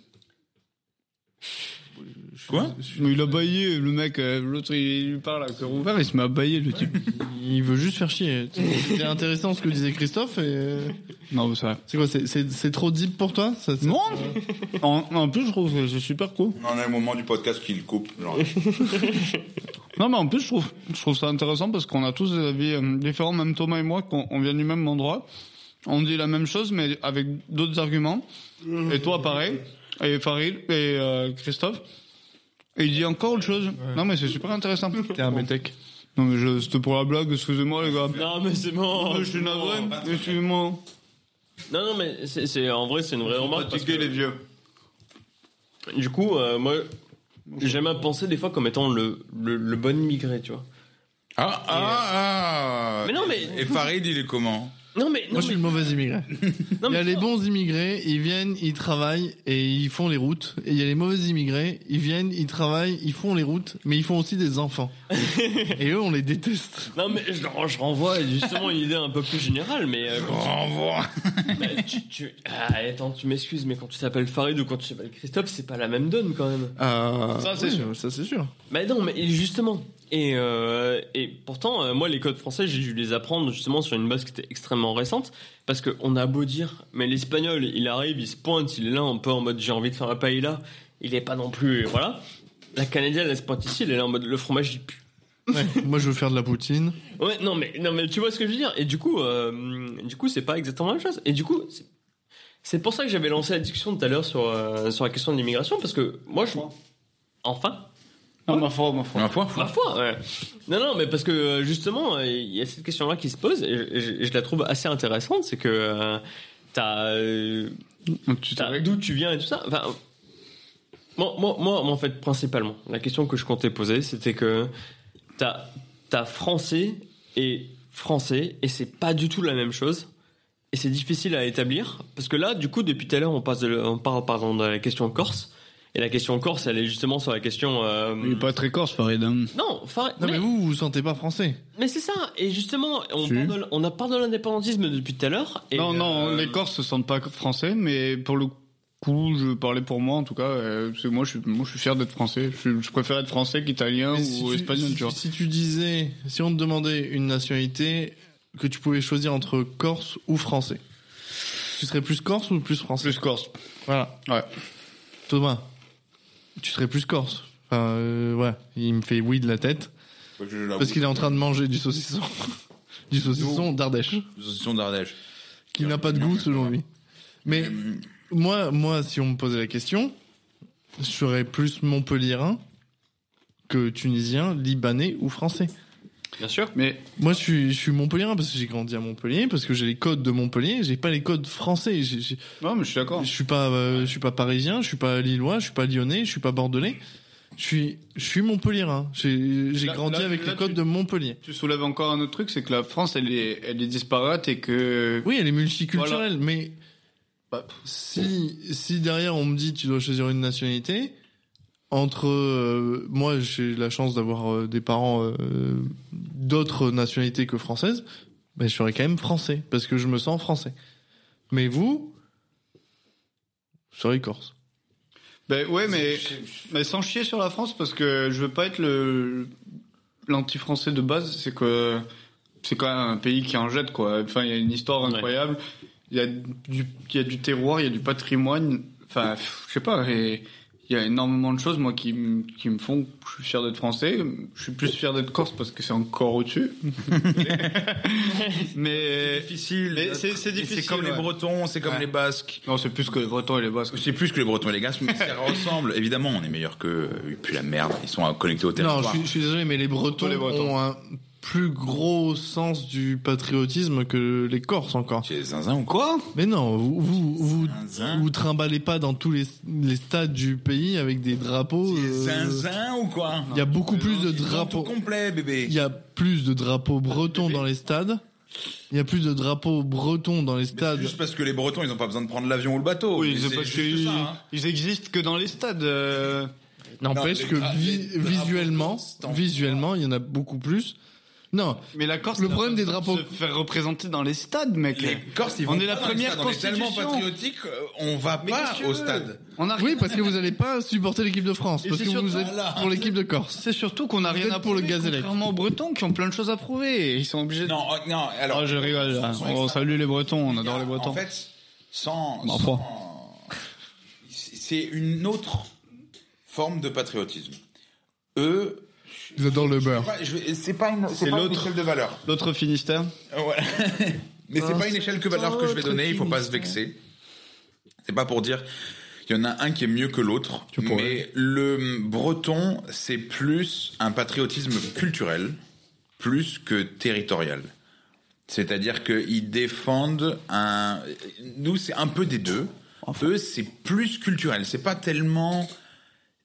A: Quoi
E: Mais il a baillé, le mec, euh, l'autre il lui parle à cœur ouvert, il se met à bailler le type.
C: Il veut juste faire chier. C'était intéressant ce que disait Christophe. Et...
E: Non, c'est vrai.
C: C'est quoi c'est- C'est c'est trop deep pour toi ça, ça-
E: Non en, en plus, je trouve que c'est super cool.
A: On en est au moment du podcast qu'il coupe. Genre.
E: Non, mais en plus, je trouve, je trouve ça intéressant parce qu'on a tous des avis euh, différents, même Thomas et moi, qu'on on vient du même endroit. On dit la même chose, mais avec d'autres arguments. Et toi, pareil. Et Farid et euh, Christophe. Et il dit encore autre chose. Non, mais c'est super intéressant.
C: T'es un métèque.
E: Non, mais je- c'était pour la blague, excusez-moi, les gars.
D: Non, mais c'est
E: Non,
D: bon.
E: mais je suis navré, excusez-moi.
D: Non, non, mais c'est c'est- en vrai, c'est une vraie remarque. parce que,
E: vieux.
D: Du coup, euh, moi, j'aime à penser des fois comme étant le, le, le bon immigré, tu vois.
A: Ah, ah, ah
D: Mais non, mais.
A: Et Farid, il est comment
D: Non, mais.
C: Moi,
D: Non,
C: je suis
D: mais,
C: le mauvais immigré.
D: non,
C: Il y a
D: mais-
C: les bons immigrés, ils viennent, ils travaillent et ils font les routes. Et il y a les mauvais immigrés, ils viennent, ils travaillent, ils font les routes, mais ils font aussi des enfants. et eux, on les déteste.
D: non, mais je, je renvoie justement une idée un peu plus générale, mais. euh,
A: Renvoie
D: Bah, tu, tu- Ah, attends, tu m'excuses, mais quand tu t'appelles Farid ou quand tu t'appelles Christophe, c'est pas la même donne quand même. Ah.
C: ça, c'est sûr. Ça, c'est sûr.
D: Bah non, mais justement. Et, euh, et pourtant, euh, moi, les codes français, j'ai dû les apprendre justement sur une base qui était extrêmement récente. Parce qu'on a beau dire, mais l'espagnol, il arrive, il se pointe, il est là un peu en mode j'ai envie de faire la paella. Il est pas non plus. Voilà. La canadienne, elle se pointe ici, elle est là en mode le fromage, il pue.
C: Ouais. Moi, je veux faire de la poutine.
D: Ouais, non mais, non, mais tu vois ce que je veux dire. Et du coup, euh, du coup, c'est pas exactement la même chose. Et du coup, c'est- c'est pour ça que j'avais lancé la discussion tout à l'heure sur, euh, sur la question de l'immigration, parce que moi, je. Enfin,
E: Non, ma foi, ma foi.
A: Ma foi.
D: ma foi ouais. Non, non, mais parce que euh, justement, euh, il y a cette question-là qui se pose, et je, et je la trouve assez intéressante, c'est que euh, t'as. euh,
E: Tu
D: T'as- D'où tu viens et tout ça. Enfin, moi, moi, moi, en fait, principalement, la question que je comptais poser, c'était que t'as as français et français, et c'est pas du tout la même chose. Et c'est difficile à établir. Parce que là, du coup, depuis tout à l'heure, on, passe de la- on parle pardon, de la question corse. Et la question corse, elle est justement sur la question. euh,
E: Il est pas très corse, Farid. hein.
D: Non, enfin,
C: Non, mais,
D: mais-
C: vous, vous vous sentez pas français.
D: mais c'est ça. Et justement, on,
E: Si.
D: parle de l- on a parlé de l'indépendantisme depuis tout à l'heure. et,
E: non, non,
D: euh,
E: les Corses se sentent pas français, mais pour le coup, je parlais pour moi en tout cas, euh, parce que moi je suis, moi, je suis fier d'être français. Je, suis- je préfère être français qu'italien
C: Mais
E: ou
C: si tu-
E: espagnol,
C: si
E: tu vois.
C: Si tu disais, si on te demandait une nationalité, que tu pouvais choisir entre corse ou français, tu serais plus corse ou plus français
E: Plus Corse.
C: Voilà.
E: Ouais.
C: Thomas, tu serais plus corse. Enfin, euh, ouais, il me fait oui de la tête
E: Ah
C: parce qu'il est en train de manger du saucisson, du saucisson d'Ardèche,
A: Association d'Ardèche.
C: qui n'a pas de goût selon lui. Mais
A: Hum,
C: moi, moi, si on me posait la question, je serais plus montpelliérain que tunisien, libanais ou français.
D: Bien sûr.
E: Mais
C: Moi, je suis, je suis Montpellierin parce que j'ai grandi à Montpellier, parce que j'ai les codes de Montpellier, j'ai pas les codes français. J'ai- j'ai-
E: non, mais je suis d'accord.
C: Je suis pas, euh, je suis pas parisien, je suis pas lillois, je suis pas lyonnais, je suis pas bordelais. Je suis, je suis Montpelliérain. J'ai j'ai
E: Là-
C: grandi
E: là-
C: avec
E: là,
C: les codes
E: tu-
C: de Montpellier.
E: Tu soulèves encore un autre truc, c'est que la France, elle est, elle est disparate et que.
C: Oui, elle est multiculturelle, mais
E: Bah, pff,
C: si, si derrière on me dit tu dois choisir une nationalité, entre euh, moi j'ai la chance d'avoir euh, des parents euh, d'autres nationalités que françaises, ben, je serais quand même français, parce que je me sens français. Mais vous, je serais corse.
E: Ben ouais, mais, mais sans chier sur la France, parce que je veux pas être le l'anti-français de base, c'est que c'est quand même un pays qui en jette, quoi. Enfin, il y a une histoire
D: Ouais.
E: incroyable, il y, a du- il y a du terroir, il y a du patrimoine, enfin, pff, je sais pas, et il y a énormément de choses, moi, qui, m- qui me font que je suis fier d'être français, je suis plus fier d'être corse parce que c'est encore au-dessus. mais...
A: Difficile.
E: Mais c'est- c'est
A: Et
E: difficile,
A: C'est comme les
E: ouais.
A: Bretons, c'est comme
E: Ouais.
A: les Basques.
E: Non, c'est plus que les Bretons et les Basques.
A: C'est plus que les Bretons et les Gasques, mais ça ressemble. Évidemment, on est meilleur que ils puent la merde. Ils sont euh, connectés au
C: Non, je
A: territoire.
C: suis, je suis désolé, mais les Bretons,
E: les Bretons.
C: ont un plus gros sens du patriotisme que les Corses encore.
A: Tu es zinzin ou quoi
C: Mais non, vous vous, vous,
A: Zinzin.
C: vous trimballez pas dans tous les, les stades du pays avec des drapeaux.
A: Tu es
C: euh,
A: zinzin ou quoi
C: Il y a beaucoup
E: Non,
C: plus de
E: ils
A: Ils sont tout
C: drapeaux.
A: complet, bébé.
C: Il y a plus de drapeaux bretons dans les stades. Il y a plus de drapeaux bretons dans les
A: Mais
C: stades.
A: c'est Juste parce que les Bretons, ils n'ont pas besoin de prendre l'avion ou le bateau.
E: Oui,
A: Mais
E: c'est parce
A: juste ça, hein.
E: qu'ils ils existent que dans les stades. euh.
C: N'empêche
A: Non, les
C: que
A: dra-
C: vi-
A: les drapeaux
C: visuellement,
A: constants.
C: visuellement, il y en a beaucoup plus. Non,
E: Mais la Corse,
C: Le
E: elle a
C: problème
E: pas
C: des
E: besoin de
C: drapeaux-
E: Se faire représenter dans les stades, mec.
A: Les Corses, ils vont
E: On est la
A: pas dans les
E: première
A: stades, on est tellement
E: constitution.
A: patriotique, euh, on va
E: Mais
A: pas
E: qu'est-ce que tu
A: au
E: veux
A: stade.
E: On a rien-
C: oui, parce que vous n'allez pas supporter l'équipe de France,
E: Et
C: parce
E: c'est
C: que vous
E: surtout-
C: êtes
A: Voilà.
C: pour l'équipe de Corse.
E: C'est surtout qu'on a rien
C: Peut-être
E: à
C: pour le
E: prouver,
C: Gazellec.
E: Contrairement aux Bretons qui ont plein de choses à prouver. Ils sont obligés.
A: Non, euh, non, alors.
E: Oh, je rigole.
A: là. Ils sont On
E: On
A: extra-
E: salue les Bretons. On adore les
A: En
E: Bretons.
A: fait, sans.
E: Ma
A: sans-
E: foi.
A: C'est une autre forme de patriotisme. Eux,
C: Ils adorent le
A: je
C: beurre.
A: sais pas, je vais- c'est pas une, c'est
E: C'est
A: pas une
E: l'autre.
A: échelle de valeur.
E: L'autre Finistère.
A: Euh, voilà. Mais c'est
C: Ah,
A: pas une échelle que valeur que je vais donner. Il faut pas se vexer. C'est pas pour dire. Il y en a un qui est mieux que l'autre,
E: pourrais.
A: mais le breton, c'est plus un patriotisme culturel, plus que territorial. C'est-à-dire qu'ils défendent un. Nous, c'est un peu des deux. Eux, c'est plus culturel. C'est pas tellement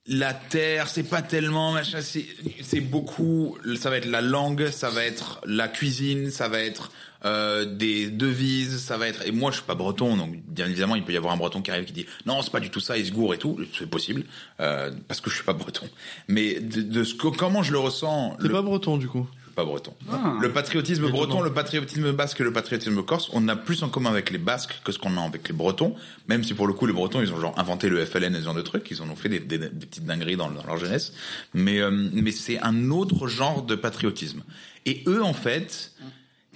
A: la terre, c'est pas tellement machin. C'est c'est beaucoup. Ça va être la langue, ça va être la cuisine, ça va être euh, des devises, ça va être. Et moi, je suis pas breton, donc bien évidemment, il peut y avoir un breton qui arrive qui dit non, c'est pas du tout ça, il se gourre et tout. C'est possible euh, parce que je suis pas breton. Mais de, de ce que, comment je le ressens,
C: T'es
A: le
C: pas breton du coup.
A: pas breton.
E: Ah.
A: Le patriotisme
C: Étonnant.
A: breton, le patriotisme basque et le patriotisme corse, on a plus en commun avec les basques que ce qu'on a avec les bretons, même si pour le coup les bretons ils ont genre inventé le FLN et ce genre de trucs, ils en ont fait des, des- des petites dingueries dans, dans leur jeunesse, mais, euh, mais c'est un autre genre de patriotisme. Et eux en fait,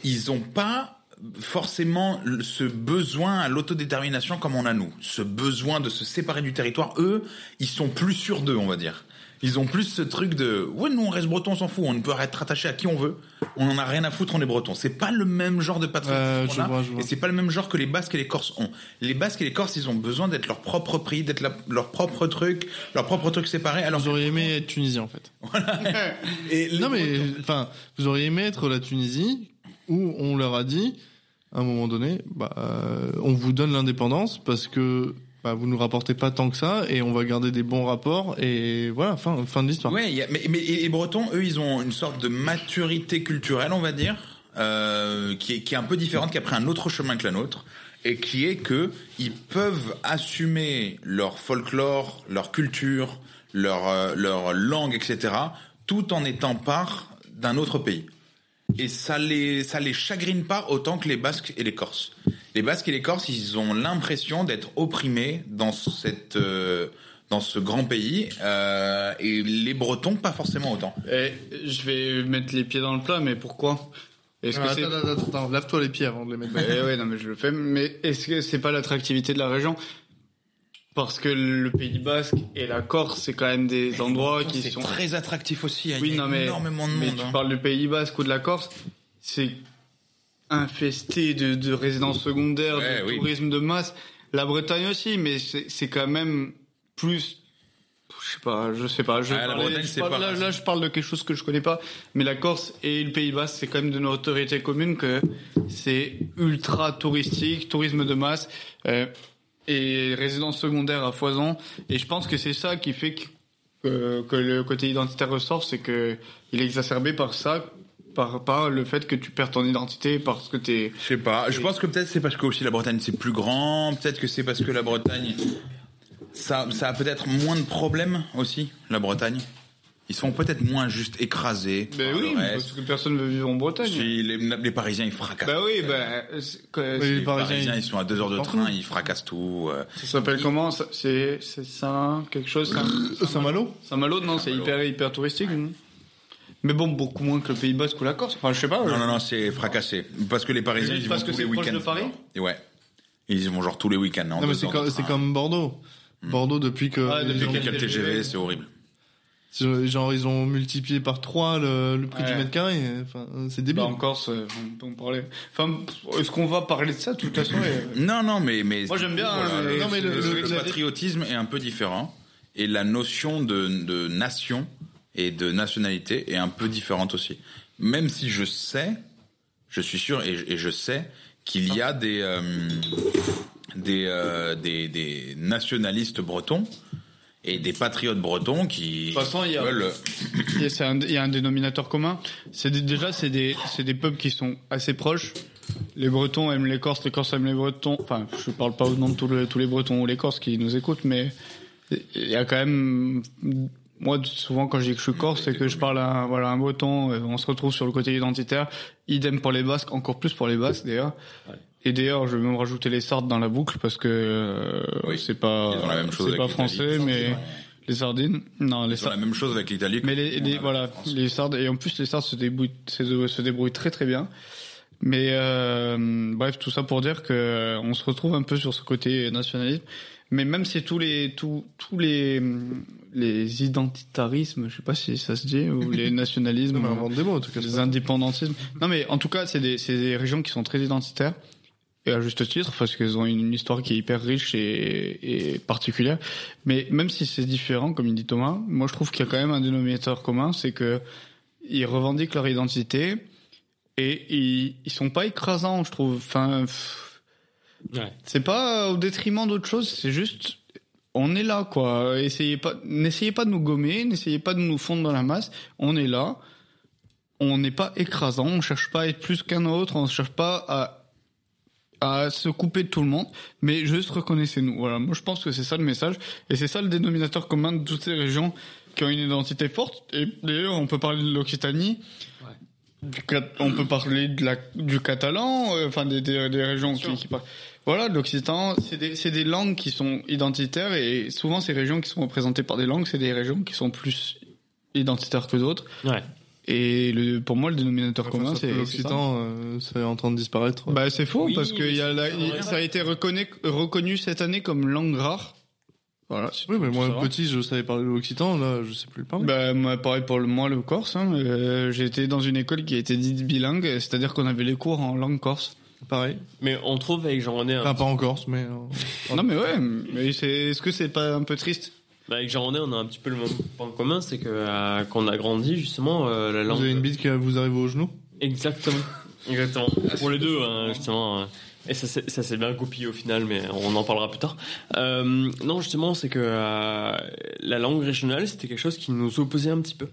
A: ils ont pas forcément le- ce besoin à l'autodétermination comme on a nous, ce besoin de se séparer du territoire, eux, ils sont plus sûrs d'eux, on va dire. Ils ont plus ce truc de ouais nous on reste breton, on s'en fout, on ne peut être attaché à qui on veut, on en a rien à foutre, on est breton. C'est pas le même genre de patriotisme
C: Euh,
A: qu'on
C: je
A: a,
C: vois, je vois.
A: et c'est pas le même genre que les Basques et les Corses ont. Les Basques et les Corses, ils ont besoin d'être leur propre pays, d'être la- leur propre truc, leur propre truc séparé. Alors
C: Vous auriez aimé être tunisien en fait.
A: et les
C: Non mais
A: Bretons-
C: enfin, vous auriez aimé être la Tunisie où on leur a dit à un moment donné, bah, euh, on vous donne l'indépendance parce que bah, vous nous rapportez pas tant que ça et on va garder des bons rapports et voilà fin fin de l'histoire.
A: Ouais, il y a- mais, mais et les Bretons, eux, ils ont une sorte de maturité culturelle, on va dire, euh, qui, est, qui est un peu différente, qui a pris un autre chemin que la nôtre, et qui est que ils peuvent assumer leur folklore, leur culture, leur, euh, leur langue, etc., tout en étant part d'un autre pays. Et ça les, ça les chagrine pas autant que les Basques et les Corses. Les Basques et les Corses, ils ont l'impression d'être opprimés dans cette, euh, dans ce grand pays, euh, et les Bretons pas forcément autant.
E: Et je vais mettre les pieds dans le plat, mais pourquoi Est-ce que
C: Ah,
E: c'est
C: attends, attends, attends, attends, lave-toi les pieds avant de les mettre.
E: Eh ouais, non, mais je le fais. Mais est-ce que c'est pas l'attractivité de la région Parce que le Pays Basque et la Corse, c'est quand même des endroits qui
A: C'est
E: sont.
A: très attractif aussi. hein,
E: Oui,
A: il y a
E: non, mais-
A: énormément de
E: Mais
A: monde.
E: tu
A: hein.
E: parles du Pays Basque ou de la Corse, c'est infesté de, de résidences secondaires,
A: Ouais,
E: de
A: oui.
E: tourisme de masse. La Bretagne aussi, mais c'est c'est quand même plus. Je sais pas, je sais pas. Je
A: Ah, la
E: parlais-
A: Bretagne,
E: je
A: c'est
E: parle-
A: pas-
E: là, là, je parle de quelque chose que je connais pas, mais la Corse et le Pays Basque, c'est quand même de nos autorités communes que c'est ultra touristique, tourisme de masse euh, et résidence secondaire à foison. Et je pense que c'est ça qui fait que, euh, que le côté identitaire ressort, c'est que il est exacerbé par ça, par, par le fait que tu perds ton identité parce que t'es
A: Je sais pas. Je pense que peut-être c'est parce que aussi la Bretagne c'est plus grand. Peut-être que c'est parce que la Bretagne ça, ça a peut-être moins de problèmes aussi la Bretagne. Ils sont peut-être moins juste écrasés.
E: Ben
A: par
E: oui,
A: le
E: parce
A: reste.
E: que personne veut vivre en Bretagne.
A: Si les, les Parisiens, ils fracassent.
E: Bah oui, bah, c'est- que-
C: Oui.
A: les,
C: les Parisiens,
A: Parisiens, ils sont à deux heures de
C: Par
A: train, ils fracassent tout. euh.
E: ça s'appelle comment ça- C'est c'est Saint quelque chose Saint-
C: Saint-Malo
E: Saint-Malo, non, c'est hyper hyper touristique. non Mais bon, beaucoup moins que le Pays Basque ou la Corse. Enfin, je sais pas.
A: Non,
E: je-
A: non, non, c'est fracassé. Parce que les Parisiens,
E: Juste
A: ils y
E: parce
A: vont
E: que
A: tous
E: c'est
A: les
E: proche
A: week-ends.
E: de Paris
A: Et ouais. Ils y vont genre tous les week-ends. en
C: Non, mais
A: deux
C: c'est
A: heures de
C: comme,
A: train.
C: c'est
A: Hmm.
C: comme Bordeaux. Bordeaux, depuis que.
E: Ah,
C: les
E: depuis
C: gens-
A: Depuis qu'il y a le TGV, c'est horrible.
C: Genre, genre, ils ont multiplié par 3 le, le prix
E: Ouais.
C: du mètre carré. Enfin, c'est
E: Bah,
C: débile.
E: en Corse, euh, on peut en parler. Enfin, est-ce qu'on va parler de ça toute euh, la soirée
A: Non, non, mais. mais
E: Moi, j'aime bien, hein, mais-
C: Non, mais le- le- la-
A: patriotisme est un peu différent. Et la notion de, de nation et de nationalité est un peu différente aussi. Même si je sais, je suis sûr et, je- et je sais qu'il y a des, euh, des, euh, des, des nationalistes bretons et des patriotes bretons qui.
E: De toute façon, il y a-
A: veulent-
E: Il y a- c'est un- il y a un dénominateur commun. C'est des- déjà c'est des c'est des peuples qui sont assez proches. Les Bretons aiment les Corses, les Corses aiment les Bretons. Enfin, je parle pas au nom de tous les, tous les Bretons ou les Corses qui nous écoutent, mais il y a quand même moi souvent quand je dis que je suis Corse, c'est que je parle à un- voilà un Breton. euh, On se retrouve sur le côté identitaire. Idem pour les Basques, encore plus pour les Basques d'ailleurs. Et d'ailleurs, je vais même rajouter les Sardes dans la boucle parce que euh,
A: Oui.
E: c'est pas
A: Ils ont la même chose
E: c'est
A: avec
E: pas
A: l'Italie.
E: français, mais les sardines. Non, les
A: Ils font la
E: Sardes.
A: même chose avec l'Italie. que
E: Mais
A: nous, on a
E: les, les-
C: Euh,
A: avec la
E: voilà,
A: France.
E: les Sardes, et en plus les Sardes se débrouillent, se, se débrouillent très très bien. Mais euh, bref, tout ça pour dire que euh, on se retrouve un peu sur ce côté nationalisme. Mais même si tous les tous tous les hum, les identitarismes, je sais pas si ça se dit, ou les nationalismes,
C: Non, mais
E: ou-
C: invente des mots, en tout cas.
E: les indépendantismes. Non, mais en tout cas, c'est des, c'est des régions qui sont très identitaires, et à juste titre, parce qu'elles ont une histoire qui est hyper riche et, et particulière. Mais même si c'est différent, comme il dit Thomas, moi je trouve qu'il y a quand même un dénominateur commun, c'est que ils revendiquent leur identité et ils, ils sont pas écrasants, je trouve. Enfin, pff,
D: Ouais.
E: c'est pas au détriment d'autre chose, c'est juste. On est là, quoi. Essayez pas, n'essayez pas de nous gommer, n'essayez pas de nous fondre dans la masse. On est là on n'est pas écrasant, on cherche pas à être plus qu'un autre, on cherche pas à, à se couper de tout le monde, mais juste reconnaissez-nous. Voilà, moi je pense que c'est ça le message, et c'est ça le dénominateur commun de toutes ces régions qui ont une identité forte, et d'ailleurs on peut parler de l'Occitanie, du Cat- on peut parler de la, du catalan, euh, enfin des, des, des régions qui, qui parlent. Voilà, de l'occitan, c'est des, c'est des langues qui sont identitaires, et souvent ces régions qui sont représentées par des langues, c'est des régions qui sont plus identitaires que d'autres.
D: Ouais.
E: Et le, pour moi, le dénominateur
C: Enfin,
E: commun,
C: sauf que
E: c'est c'est
C: L'Occitan, euh, c'est en train de disparaître.
E: ça. Bah, c'est faux
D: Oui,
E: parce que
D: mais
E: il y a la-
D: c'est
E: il-
D: vrai.
E: ça a été reconnu, reconnu cette année comme langue rare. Voilà. c'est
C: oui, mais
E: tout
C: moi,
E: ça.
C: petit, je savais parler l'Occitan, là, je sais plus le parler.
E: Bah, moi, pareil pour le, moi, le corse. Hein, euh, j'ai été dans une école qui a été dite bilingue, c'est-à-dire qu'on avait les cours en langue corse.
C: Pareil.
D: Mais on trouve avec Jean-René un,
C: Enfin, pas en Corse, mais. euh,
E: Non, mais ouais, mais c'est, est-ce que c'est pas un peu triste
D: bah, avec Jean-René, on a un petit peu le même point commun, c'est que euh, quand on a grandi, justement, euh, la
A: Bah,
D: langue.
C: Vous avez une bite qui vous arrive au genou
D: Exactement. Exactement. Pour les deux, hein, justement. euh, Et ça, s'est- ça s'est bien goupillé au final, mais on en parlera plus tard. Euh, non, justement, c'est que euh, la langue régionale, c'était quelque chose qui nous opposait un petit peu.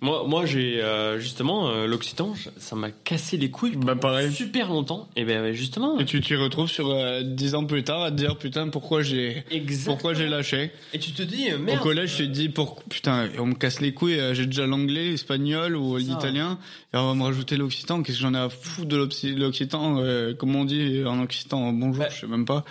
D: Moi, moi j'ai euh, justement euh, l'occitan, je- ça m'a cassé les couilles
E: Bah, pareil.
D: super longtemps. Et ben justement,
E: Et tu t'y retrouves sur euh, dix ans plus tard à te dire putain pourquoi j'ai
D: exact.
E: pourquoi j'ai lâché.
D: Et tu te dis, euh,
E: Au
D: merde.
E: collège, je te dis, pour... putain, on me casse les couilles, euh, j'ai déjà l'anglais, l'espagnol ou
D: C'est ça.
E: l'italien, et on va me rajouter l'occitan, qu'est-ce que j'en ai à foutre de l'occi- l'occitan, euh, comment on dit en occitan, bonjour,
D: Bah,
E: je sais même pas,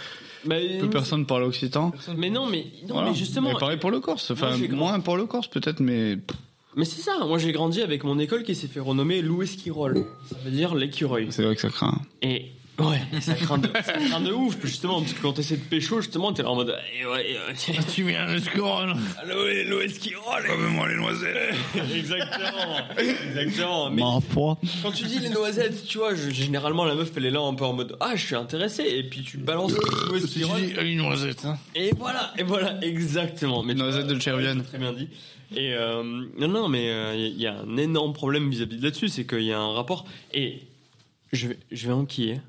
D: Bah,
E: peu personne parle occitan.
D: mais non, mais, non,
E: Voilà.
D: mais justement,
E: Et pareil pour le corse, enfin,
D: Moi, j'ai grand-
E: moins pour le corse peut-être, mais pff,
D: Mais c'est ça, moi j'ai grandi avec mon école qui s'est fait renommer l'ouesquirol. Ça veut dire l'écureuil.
E: c'est vrai que ça craint.
D: Et ouais, ça craint de, ça craint de ouf, justement, parce que quand t'essaies de pécho, justement, t'es là en mode. Eh ouais,
C: Tu viens le score,
D: euh, l'ouesquirol
A: Comme les noisettes.
D: Exactement Exactement Mais quand tu dis les noisettes, tu vois, je- généralement la meuf elle est là un peu en mode Ah, je suis intéressé, et puis tu balances l'ouesquirol.
C: une noisette, hein.
D: Et voilà, et voilà, exactement. Mais tu
E: Noisette de Chervienne.
D: Très bien dit. Et euh, non, non, mais il y, y a un énorme problème vis-à-vis de là-dessus, c'est qu'il y a un rapport. Et je vais, je vais enquiller.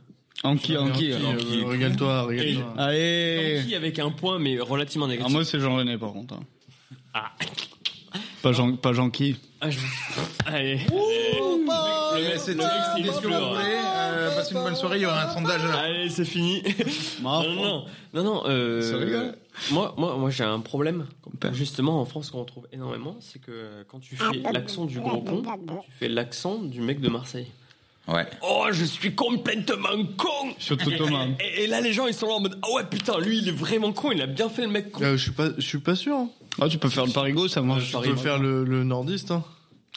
E: Anki, Anki.
C: euh,
E: alors.
A: Anki.
C: Régale-toi, régale-toi.
E: Allez
D: Enquille avec un point, mais relativement
E: Ah,
D: négatif.
E: Moi, c'est Jean-René par contre. hein.
D: Ah.
E: Pas Jean, pas Jean-Qui.
D: Ah, je... Allez. Le mec,
A: C'était
D: le mec, c'est une
A: qu'est-ce que vous
D: fleur.
A: voulez euh, Passez une bonne soirée, il y aura un sondage à la
D: Allez, c'est fini. non, non, non, non, non, euh,
E: Ça rigole.
D: Moi, moi, moi j'ai un problème.
E: père.
D: Justement, en France, qu'on retrouve énormément, c'est que euh, quand tu fais l'accent du gros con, tu fais l'accent du mec de Marseille.
A: Ouais.
D: Oh, je suis complètement con
E: Surtout Thomas.
D: et, et là, les gens, ils sont là en mode Ah ouais, putain, lui, il est vraiment con, il a bien fait le mec con.
C: Euh, je suis pas, je suis pas sûr. hein. Euh,
E: Ah, tu peux faire le parigo, ça
C: Je
E: marche.
C: tu peux faire le, le nordiste. Hein.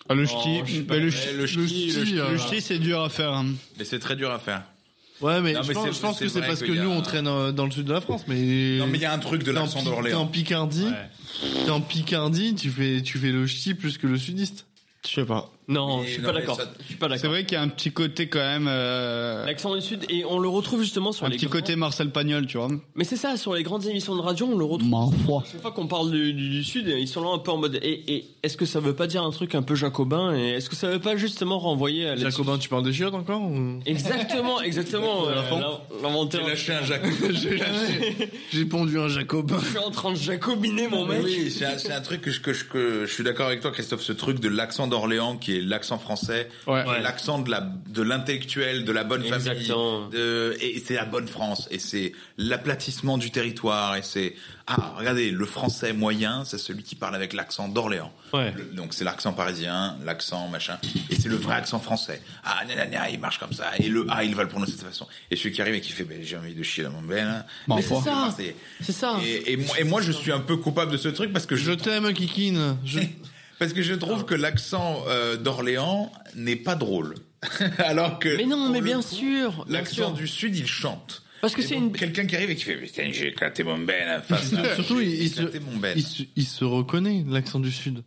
E: Ah, le
D: Oh,
E: ch'ti.
D: je suis pas
E: Mais Eh, le
D: prêt.
E: ch'ti-
A: Le ch'ti, le ch'ti,
E: le
C: euh,
E: ch'ti, c'est dur à faire. hein.
A: Mais c'est très dur à faire.
C: Ouais, mais,
A: Non,
C: je,
A: mais
C: pense,
A: c'est-
C: je pense
A: c'est
C: que c'est
A: vrai
C: parce que,
A: qu'il y a
C: nous
A: un-
C: on traîne euh, dans le sud de la France, mais.
A: Non, mais il y a un truc de
C: T'es en,
A: l'accent
C: Pi- t'es en
A: d'Orléans.
C: Picardie, t'es en Picardie, tu fais, tu fais le ch'ti plus que le sudiste.
E: Je sais pas.
D: Non,
A: Mais
D: je suis
A: non,
D: pas
A: mais
D: d'accord.
A: ça-
D: Je suis pas
E: C'est
D: d'accord.
E: vrai qu'il y a un petit côté quand même. euh,
D: L'accent du Sud, et on le retrouve justement sur
E: un
D: les.
E: petit
D: grands-
E: côté Marcel Pagnol, tu vois.
D: Mais c'est ça, sur les grandes émissions de radio, on le retrouve.
E: foi.
D: Chaque fois qu'on parle du, du- du Sud, ils sont là un peu en mode Et, et est-ce que ça veut pas dire un truc un peu jacobin Et est-ce que ça veut pas justement renvoyer à la-
C: Jacobin, tu parles des chiottes encore ou...
D: Exactement, exactement. euh, l'in- L'inventeur.
A: J'ai lâché un Jacques.
C: J'ai lâché- J'ai pondu un Jacobin.
D: Je suis en train de jacobiner mon mec.
A: Oui, c'est un, c'est un truc que je, que je, que je suis d'accord avec toi, Christophe, ce truc de l'accent d'Orléans qui est l'accent français,
E: Ouais.
A: qui est l'accent de la de l'intellectuel, de la bonne
D: Exactement.
A: famille, de- et c'est la bonne France, et c'est l'aplatissement du territoire, et c'est ah regardez le français moyen, c'est celui qui parle avec l'accent d'Orléans.
D: Ouais.
A: Le- Donc c'est l'accent parisien, l'accent machin, et c'est le vrai accent français. Ah gna, gna, gna, il marche comme ça, et le ah il va le prononcer de cette façon. Et celui qui arrive et qui fait ben, j'ai envie de chier dans mon bain. hein.
E: Bon,
A: Mais
E: enfin.
A: c'est le Marseillais.
D: C'est ça.
A: Et, et moi, et moi, je suis un peu coupable de ce truc parce que je,
C: Je Eh. t'aime, Kikine. Je...
A: parce que je
D: Ah.
A: trouve que l'accent euh, d'Orléans n'est pas drôle. Alors que
D: Mais non,
A: pour
D: mais
A: le
D: bien
A: coup,
D: sûr. bien
A: l'accent
D: sûr.
A: du sud, il chante.
D: Parce que
A: Et
D: c'est
A: donc,
D: une.
A: quelqu'un qui arrive et qui fait putain, j'ai éclaté mon ben. Enfin, ça,
C: Surtout,
A: j'ai
C: il- il se-
A: éclaté mon ben.
C: Il se, il se reconnaît, l'accent du sud.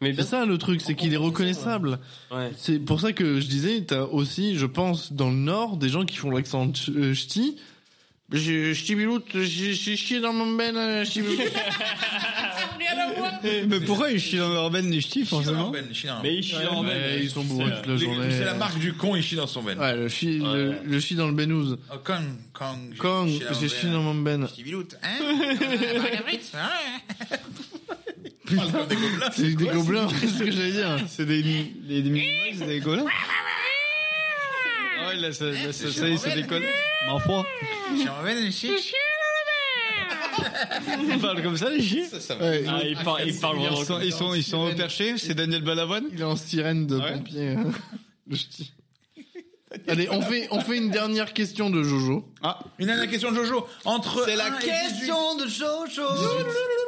D: Mais
C: C'est
D: bien
C: ça le truc, c'est qu'il est reconnaissable.
D: Ouais.
C: C'est pour ça que je disais, t'as aussi, je pense, dans le nord, des gens qui font l'accent ch- euh, ch'ti. J'ai ch'ti biloute, j'ai j'ai chié dans mon ben, euh, ch'ti biloute.
E: Mais Ah, bah. pourquoi il chie dans l'urbaine du ch'ti,
A: Chie dans
E: forcément
A: mon ben, chie dans mon
D: Mais
A: ben.
D: il chie en
C: Ouais, ils sont bourrés toute la
A: Les-
C: journée.
A: C'est la marque du con, il chie dans son ben.
C: Ouais, le chi, le, le chi dans le benouze.
A: Oh, con, con, j'ai
C: Quand
A: chié
C: j'ai
A: mon
C: chi
A: ben.
C: dans mon ben.
A: Petit biloute, hein Marguerite, hein Ils parlent comme des gobelins.
C: C'est des gobelins, c'est ce que j'allais dire.
E: C'est des des des mini-mics, des gobelins. Ah ouais, là, ça, là, ça, ça y est, ça déconne. Mais enfin,
A: Chie dans mon ben, chie.
E: ils parlent comme ça, les chiens.
A: Ça, ça va.
C: Ouais,
D: Ah, il parle, il parle vraiment.
E: Ils sont, ils sont, ils sont reperchés, c'est Daniel Balavoine.
C: Il est en sirène de
E: Ah Ouais.
C: pompier. hein. Le ch'ti. Allez, on fait, on fait une dernière question de Jojo.
E: Ah,
A: Une dernière question de Jojo. Entre
E: c'est la
A: 1 et 18.
E: question de Jojo.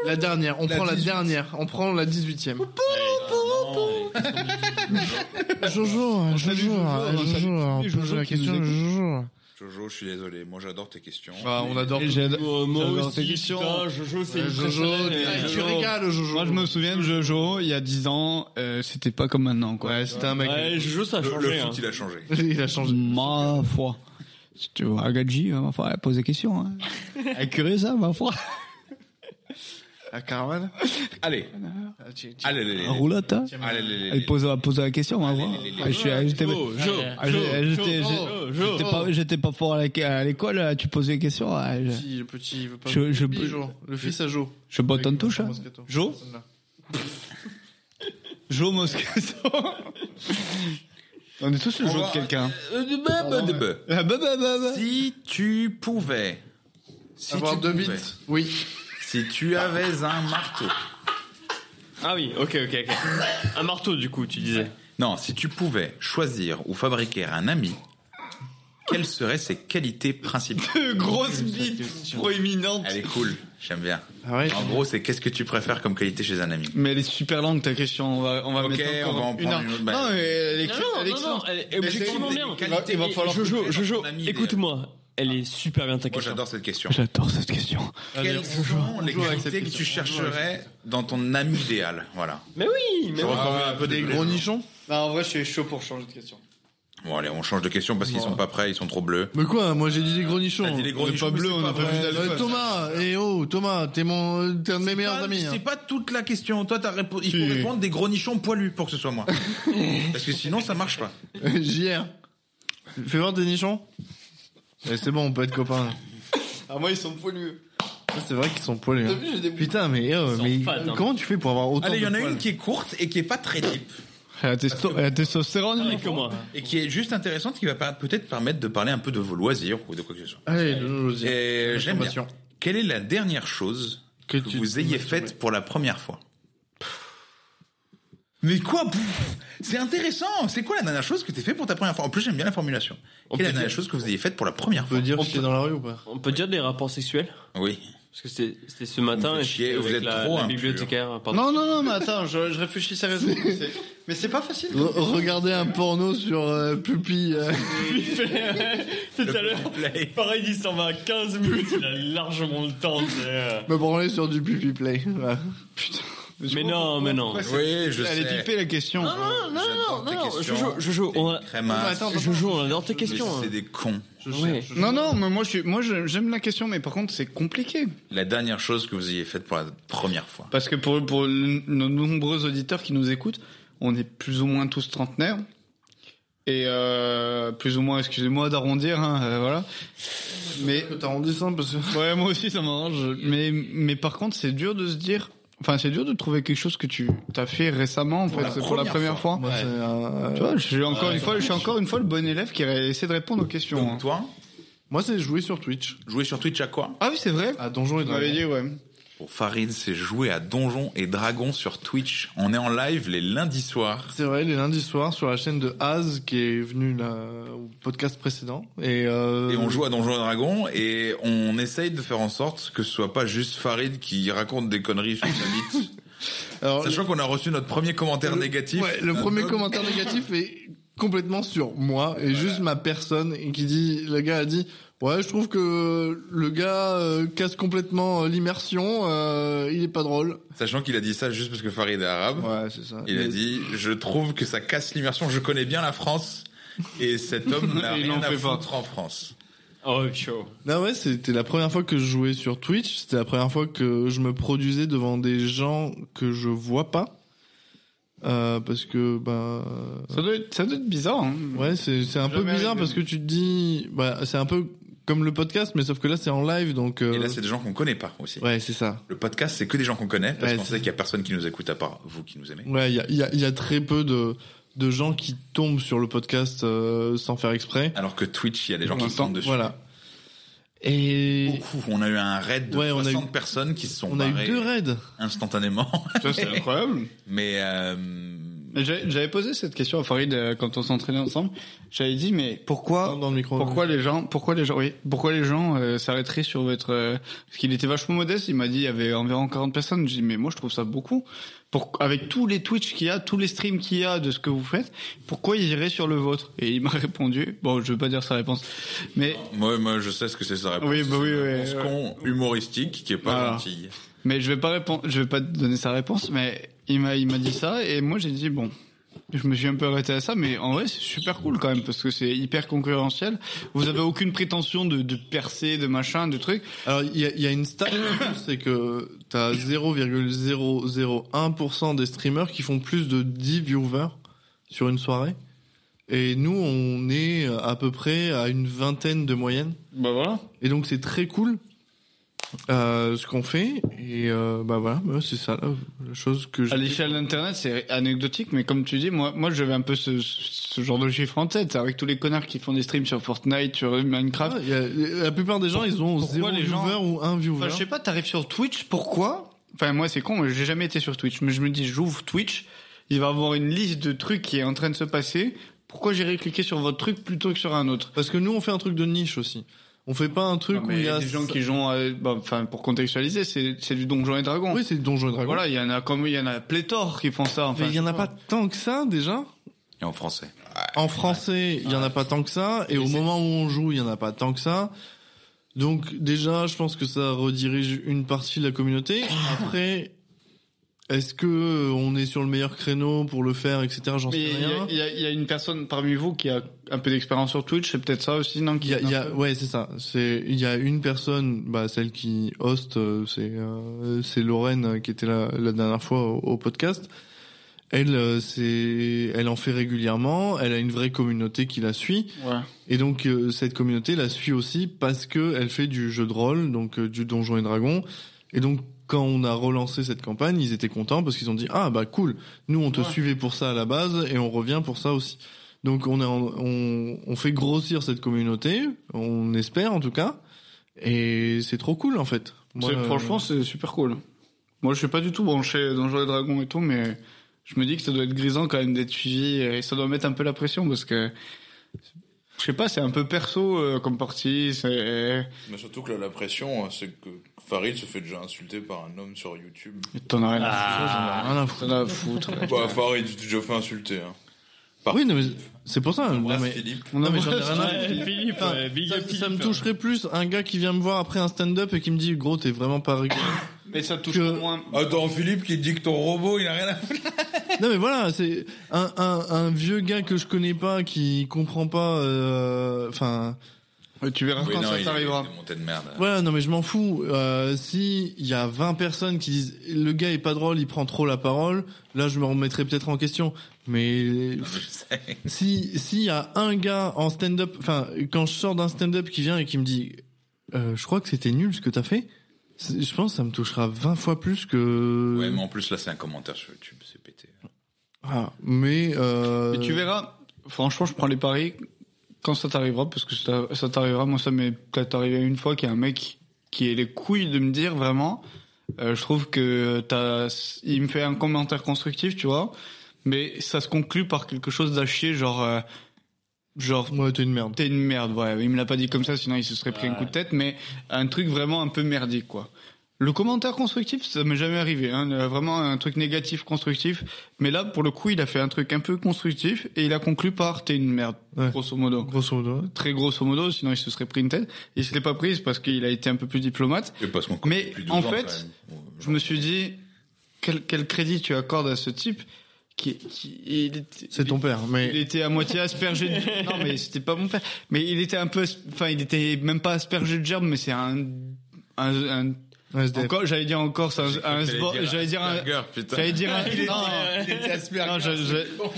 C: La dernière, on
A: La
C: prend la
A: 18e.
C: dernière, on prend la 18 e Jojo, euh,
E: salue
C: Jojo,
E: Jojo,
C: euh,
E: on
C: Jojo,
E: salue
C: euh,
E: tous les
C: pose
E: Jojo
C: la
E: qui nous
C: question de
E: écoutent.
C: Jojo. hein.
A: Jojo, je suis désolé, moi j'adore tes questions.
C: Ah, on adore.
E: Et j'adore-
D: moi
E: j'adore
D: aussi,
E: tes questions.
D: euh, putain, Jojo, c'est
C: Euh,
D: une
C: Jojo,
D: très
C: tu-
D: belle-
C: tu régales Jojo.
E: Moi, je me souviens de Jojo, il y a 10 ans, euh, c'était pas comme maintenant, quoi.
C: Ouais, c'était un mec.
D: Ouais, Jojo, ça a
A: Le, le
D: changé. hein.
A: foot, il a changé.
C: Il a changé.
E: Ma foi. Si tu vois Agadji, euh, ma foi, elle pose des questions. Hein. Elle curieuse, hein, ma foi.
C: La caravane
A: Allez,
C: Ah,
A: allez, allez, allez.
E: Elle roulotte, hein.
A: Allez, allez, allez,
E: Elle pose, elle pose la question, ma foi.
A: allez, allez.
E: Ah, je suis- J'étais
D: Jo, Jo,
E: ah, j'ai-
D: Jo,
E: j'étais-
D: Jo,
E: j'ai-
D: Jo,
E: j'étais pas- j'étais pas fort à la- à l'école, euh, tu posais des questions. ah, je-
C: Petit, le petit, il veut pas.
E: Je-
C: le,
E: je-
C: petit Jo, le fils à Jo.
E: Je botte en
C: Avec
E: touche. hein.
C: Moscato.
E: Jo Jo Moscato. On est tous le
A: On
E: Jo
A: va-
E: de quelqu'un.
A: Euh, de bœuf, de bœuf.
E: Ah, bah, bah, bah, bah.
A: Si tu pouvais. Si
C: Avoir
A: tu
C: deux
A: pouvais,
C: bits. Oui.
A: Si tu avais un marteau.
D: Ah oui, ok, ok, ok. Un marteau, du coup, tu disais.
A: Non, si tu pouvais choisir ou fabriquer un ami, quelles seraient ses qualités principales
E: Grosse bite proéminente.
A: Elle est cool, j'aime bien.
C: Ah ouais.
A: En gros, c'est qu'est-ce que tu préfères comme qualité chez un ami
E: Mais elle est super longue ta question. On va, on va
A: Ok,
E: mettre encore
A: on va en
E: une
A: prendre
E: heure.
A: une autre, bah.
E: Non, mais elle est,
D: Non, non,
E: elle est
D: non, non,
E: excellente.
D: elle est objectivement
A: c'est-
D: bien.
A: Il va- il va falloir
D: Jojo,
A: couper
D: Jojo,
A: ton ami,
D: écoute-moi. Elle est super bien ta
A: Moi,
D: question.
A: j'adore cette question.
E: J'adore cette question.
A: Quelles sont les
C: joue avec
A: qualités
C: cette
A: que tu
C: question.
A: chercherais dans ton ami idéal Voilà.
D: Mais oui, mais
A: Je
D: oui.
A: reformule
C: Ah,
A: un peu des
C: Gros nichon
E: Non, en vrai, je suis chaud pour changer de question.
A: Bon, allez, on change de question parce qu'ils sont pas prêts, ils sont trop bleus.
C: Mais quoi Moi j'ai dit des gros nichons.
A: T'as dit les gros
E: on est
A: nichons,
E: pas
A: mais
E: bleus,
A: c'est
E: on a pas
A: vrai.
E: vu
C: Euh, Thomas, eh oh, Thomas, t'es mon, t'es un de mes meilleurs
A: Pas-
C: amis. hein.
A: C'est pas toute la question. Toi, t'as répo- il faut
E: Si.
A: répondre des gros nichons poilus pour que ce soit moi. Parce que sinon, ça marche pas.
C: JR. hein. Fais voir tes nichons. Mais c'est bon, on peut être copains.
E: Ah, moi, ils sont poilus.
C: Ça, C'est vrai qu'ils sont poilus. hein.
E: T'as vu, j'ai des bouts.
C: Putain, mais, euh,
D: Ils sont
C: mais
D: fades, hein.
C: comment tu fais pour avoir autant
A: Allez, il
C: de
A: y en a
C: poils Eh,
A: une qui est courte et qui est pas très deep.
E: Elle a testo- elle a testostérone.
D: Avec
E: non
D: que moi.
A: Et qui est juste intéressante, qui va pas- peut-être permettre de parler un peu de vos loisirs ou de quoi que ce soit.
C: Allez, de nos loisirs.
A: Et j'aime bien.
C: Information.
A: Quelle est la dernière chose que,
C: Que tu-
A: vous ayez faite pour la première fois Mais quoi pff, C'est intéressant. C'est quoi la dernière chose que t'as fait pour ta première fois En plus, j'aime bien la formulation.
D: On
A: Quelle est la
D: peut
A: dernière
D: dire-
A: chose que vous ayez faite pour la première
C: On peut
A: fois
C: dire
D: On
C: que c'est
D: peut-
C: dans la rue ou pas
D: On peut dire des rapports sexuels
A: Oui.
D: Parce que c'était c'était ce matin
A: Vous
D: et
A: êtes chier,
D: j'étais
A: vous
D: avec
A: êtes
D: la,
A: trop
D: la
A: impur.
D: bibliothécaire. Pardon.
B: Non, non, non, mais attends, je, je réfléchis sérieusement. C'est- Mais c'est pas facile.
C: Re- Regarder un porno sur euh, pupille. euh,
D: Tout à l'heure,
A: Play.
D: pareil, il s'en va à 15 minutes, il a largement le temps.
C: me branler sur du pupi play. Voilà.
D: Mais non, mais non.
A: Oui, je
E: Elle est
A: sais.
E: pipée la question.
D: Non, non, non,
A: J'adore tes
D: non,
A: questions.
D: Jojo, Jojo, on a... hein.
A: Crémasse.
E: Attends,
D: Jojo, on adore tes
A: Mais
D: questions.
A: C'est des cons.
D: Ouais.
E: Non, non, mais moi, je suis, moi, je- j'aime la question, mais par contre, c'est compliqué.
A: La dernière chose que vous ayez faite pour la première fois.
E: Parce que pour, pour le- nos nombreux auditeurs qui nous écoutent, on est plus ou moins tous trentenaires. Et euh, plus ou moins, excusez-moi d'arrondir, hein, euh, voilà. Mais
C: T'as rendu ça parce que.
E: ouais, moi aussi, ça m'arrange. Mais, mais par contre, c'est dur de se dire. Enfin, c'est dur de trouver quelque chose que tu t'as fait récemment, en
A: Pour
E: fait,
A: la
E: c'est pour la
A: première
E: première fois.
C: Moi, c'est un-
E: Tu vois, je suis encore
D: Ouais,
E: une fois, je suis encore une fois le bon élève qui a essayé de répondre aux questions. hein.
A: Donc toi,
C: Moi, c'est jouer sur Twitch.
A: jouer sur Twitch à quoi
E: Ah oui, c'est vrai.
C: À Donjon et
E: Tu m'avais
C: Dragon.
E: dit, ouais.
A: Pour Farid, c'est jouer à Donjons et Dragons sur Twitch. On est en live les lundis soirs.
C: C'est vrai, les lundis soirs sur la chaîne de Az qui est venue là, au podcast précédent. Et, euh,
A: Et on joue à Donjons et Dragons et on essaye de faire en sorte que ce soit pas juste Farid qui raconte des conneries sur sa bite.
C: Alors,
A: Sachant qu'on a reçu notre premier commentaire
C: Oh, le-
A: négatif.
C: ouais, le
A: d'un
C: premier
A: homme.
C: commentaire négatif est complètement sur moi et juste ma personne et qui dit le gars a dit ouais je trouve que le gars euh, casse complètement euh, l'immersion euh, il est pas drôle
A: Sachant qu'il a dit ça juste parce que Farid est arabe.
C: ouais c'est ça
A: Il a dit, je trouve que ça casse l'immersion. Je connais bien la France et cet homme n'a
E: Il
A: rien
E: n'en
A: à
E: fait pas.
A: foutre en France.
D: Oh, chaud.
C: Non ouais, c'était la première fois que je jouais sur Twitch, c'était la première fois que je me produisais devant des gens que je vois pas. Euh, parce que bah
E: Ça doit être, ça doit être bizarre. hein.
C: ouais, c'est c'est un peu
E: Jamais
C: bizarre
E: arrivé.
C: parce que tu te dis bah c'est un peu comme le podcast mais sauf que là c'est en live donc euh,
A: Et là, c'est des gens qu'on connaît pas aussi.
C: Ouais, c'est ça.
A: Le podcast, c'est que des gens qu'on connaît parce
C: Ouais,
A: qu'on
C: c'est-
A: sait qu'il y a personne qui nous écoute à part vous qui nous aimez.
C: Ouais, il y a, il y, a, il y a très peu de de gens qui tombent sur le podcast euh, sans faire exprès.
A: Alors que Twitch, il y a des gens
E: Pour
A: qui
E: l'instant,
A: sont dessus.
C: Voilà. Et
A: Beaucoup. On a eu un raid de
C: Ouais, on a
A: 60
C: eu-
A: personnes qui se sont
C: on a eu
A: barrées
C: deux raids.
A: instantanément.
E: Ça, c'est incroyable.
A: Mais euh,
E: Mais J'avais j'avais posé cette question à Farid euh, quand on s'entraînait ensemble. J'avais dit mais pourquoi
C: hein, Dans le micro.
E: pourquoi les gens pourquoi les gens oui pourquoi les gens euh, s'arrêteraient sur votre euh, parce qu'il était vachement modeste. Il m'a dit il y avait environ 40 personnes. J'ai dit mais moi je trouve ça beaucoup. Pour, avec tous les Twitch qu'il y a, tous les streams qu'il y a de ce que vous faites, pourquoi ils iraient sur le vôtre Et il m'a répondu bon je veux pas dire sa réponse, mais
A: moi, moi, je sais ce que c'est sa réponse.
E: Oui, bah
A: C'est
E: oui,
A: une
E: ouais,
A: réponse
E: ouais.
A: con humoristique qui est pas
E: Voilà.
A: gentille.
E: mais je vais pas répondre je vais pas te donner sa réponse. Mais il m'a il m'a dit ça et moi j'ai dit bon Je me suis un peu arrêté à ça, mais en vrai, c'est super cool quand même, parce que c'est hyper concurrentiel. Vous avez aucune prétention de, de percer, de machin, de truc.
C: Alors, il y a, il y a une stat, c'est que t'as 0,001% des streamers qui font plus de 10 viewers sur une soirée. Et nous, on est à peu près à une vingtaine de moyenne.
E: Bah voilà.
C: Et donc, c'est très cool euh, ce qu'on fait. Et euh, bah voilà, bah, c'est ça là, la chose que
E: À
C: j'ai.
E: l'échelle d'Internet, c'est anecdotique, mais comme tu dis, moi, moi, j'avais un peu ce, ce genre de chiffre en tête, avec tous les connards qui font des streams sur Fortnite, sur
C: Ah,
E: Minecraft.
C: il y a- la plupart des gens, ils ont
E: Pourquoi
C: 0
E: les
C: viewer
E: gens-
C: ou 1 viewer.
E: Enfin, je sais pas, t'arrives sur Twitch, pourquoi Enfin, moi, c'est con, mais j'ai jamais été sur Twitch, mais je me dis, j'ouvre Twitch, il va avoir une liste de trucs qui est en train de se passer. Pourquoi j'irai cliquer sur votre truc plutôt que sur un autre
C: Parce que nous, on fait un truc de niche aussi. On fait pas un truc
E: Non,
C: où
E: mais
C: il y
E: y
C: a.
E: des gens qui jouent, à- bah, enfin pour contextualiser, c'est c'est du Donjon et Dragon.
C: Oui, c'est Donjons et Dragons.
E: Voilà, il y en a comme il y en a pléthore qui font ça. Enfin,
C: Mais il y en a pas tant que ça déjà.
A: Et en français.
C: En français, il y en a pas tant que ça, et au moment où on joue, il y en a pas tant que ça. Donc déjà, je pense que ça redirige une partie de la communauté.
E: Ah.
C: Après, est-ce que euh, on est sur le meilleur créneau pour le faire, etc. J'en
E: Mais
C: sais
E: il y a-
C: rien.
E: il y, a- il y a une personne parmi vous qui a un peu d'expérience sur Twitch, c'est peut-être ça aussi, non
C: Il
E: qui-
C: y a, il y a- ouais, c'est ça. C'est il y a une personne, bah celle qui host, euh, c'est euh, c'est Lorraine euh, qui était là la dernière fois au, au podcast. Elle, euh, c'est elle en fait régulièrement. Elle a une vraie communauté qui la suit.
E: Ouais.
C: Et donc euh, cette communauté la suit aussi parce que elle fait du jeu de rôle, donc euh, du Donjon et Dragon. Et donc quand on a relancé cette campagne, ils étaient contents parce qu'ils ont dit ah bah cool, nous on te
E: Ouais.
C: suivait pour ça à la base et on revient pour ça aussi. Donc on, est en- on, on fait grossir cette communauté, on espère en tout cas. Et c'est trop cool en fait. Moi,
E: C'est-
C: euh,
E: Franchement, c'est super cool. Moi, je suis pas du tout branché Donjons et Dragons et tout, mais je me dis que ça doit être grisant quand même d'être suivi et ça doit mettre un peu la pression parce que. Je sais pas, c'est un peu perso euh, comme partie. c'est-
F: Mais surtout que là, la pression, euh, c'est que Farid se fait déjà insulter par un homme sur YouTube.
E: T'en as rien à
C: Ah, rien à foutre.
E: T'en as à foutre.
F: bah, Farid, tu t'es déjà fait insulter. Hein.
C: Oui, non, mais c'est pour ça. Non,
F: Brasse
C: mais-
F: Philippe.
C: non, mais j'en ai rien à foutre.
D: Philippe,
C: Enfin,
D: ouais, big
C: ça,
D: up
C: ça
D: Philippe.
C: me toucherait plus un gars qui vient me voir après un stand-up et qui me dit gros t'es vraiment pas rigolo.
E: Mais ça touche
C: Que-
E: moins.
A: Attends, Philippe qui dit que ton robot, il a rien à foutre.
C: non mais voilà c'est un, un, un vieux gars que je connais pas qui comprend pas euh, enfin
E: Tu verras
A: Oui,
E: quand
A: non,
E: ça
A: il est-
E: t'arrivera.
A: il est monté de merde.
C: Voilà, non mais je m'en fous. Euh, si il y a 20 personnes qui disent le gars est pas drôle, il prend trop la parole, là je me remettrai peut-être en question. Mais
A: Je sais.
C: si s'il y a un gars en stand-up, enfin quand je sors d'un stand-up qui vient et qui me dit euh, je crois que c'était nul ce que t'as fait, c'est- je pense que ça me touchera 20 fois plus que.
A: Ouais, mais en plus, là, c'est un commentaire sur YouTube, c'est pété.
C: Ah, mais, euh,
E: Et tu verras, franchement, je prends les paris quand ça t'arrivera, parce que ça, ça t'arrivera. Moi, ça m'est peut-être arrivé une fois qu'il y a un mec qui ait les couilles de me dire vraiment, euh, je trouve que t'as, il me fait un commentaire constructif, tu vois, mais ça se conclut par quelque chose d'à chier, genre, euh, genre,
C: Ouais, t'es une merde.
E: t'es une merde, ouais. Il me l'a pas dit comme ça, sinon il se serait pris un coup de tête, mais un truc vraiment un peu merdique, quoi. Le commentaire constructif, ça m'est jamais arrivé, hein. Euh, Vraiment un truc négatif constructif. Mais là, pour le coup, il a fait un truc un peu constructif et il a conclu par t'es une merde,
C: Ouais.
E: grosso modo.
C: Grosso modo. ouais.
E: Très grosso modo, sinon il se serait pris une tête. Il se l'est pas prise parce qu'il a été un peu plus diplomate.
A: Et parce qu'on connaît
E: Mais,
A: depuis 12
E: en
A: ans,
E: fait,
A: quand même. Ouais,
E: Je
A: genre.
E: me suis dit, quel, quel crédit tu accordes à ce type qui, qui il était-
C: C'est ton père.
E: il
C: Mais
E: était à moitié aspergé. De... Non, mais c'était pas mon père. Mais il était un peu, as- enfin, il était même pas aspergé de germes, mais c'est un, un, un-
C: Ouais, SDF.
E: encore, j'allais dire encore, c'est un, un
A: J'allais
E: sbo- euh, j'allais dire un,
A: Asperger, putain.
E: j'allais dire un, non, non,
A: Asperger.
E: je-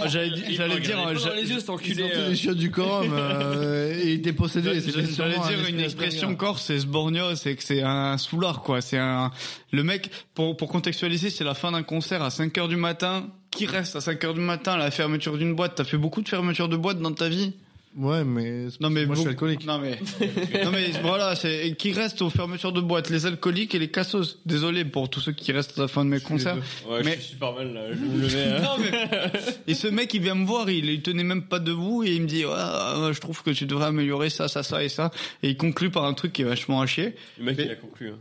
E: je- j'allais di- j'allais dire, un- j'a-
D: les yeux, cet
C: Ils sortaient les chiottes du quorum euh, et il était possédé. c'était
E: j'allais
C: sûrement un
E: dire une
C: esprit
E: expression
C: asperger.
E: corse, c'est sborgno, c'est que c'est un soulard, quoi. C'est un, le mec, pour, pour contextualiser, c'est la fin d'un concert à 5 heures du matin. Qui reste à 5 heures du matin à la fermeture d'une boîte? T'as fait beaucoup de fermetures de boîtes dans ta vie?
C: Ouais, mais c'est-
E: Non mais
C: moi je suis
E: beaucoup-
C: alcoolique.
E: Non mais non mais voilà, c'est et qui reste aux fermetures de boîtes, les alcooliques et les cassos. Désolé pour tous ceux qui restent à la fin de mes concerts.
D: Ouais,
E: Mais-
D: je suis super mal là, je vais me lever. hein.
E: Non, mais- Et ce mec, il vient me voir, il, il tenait même pas debout et il me dit, Ouais, euh, je trouve que tu devrais améliorer ça, ça, ça et ça. Et il conclut par un truc qui est vachement à chier.
D: Le mec,
E: Mais-
D: il a conclu. hein.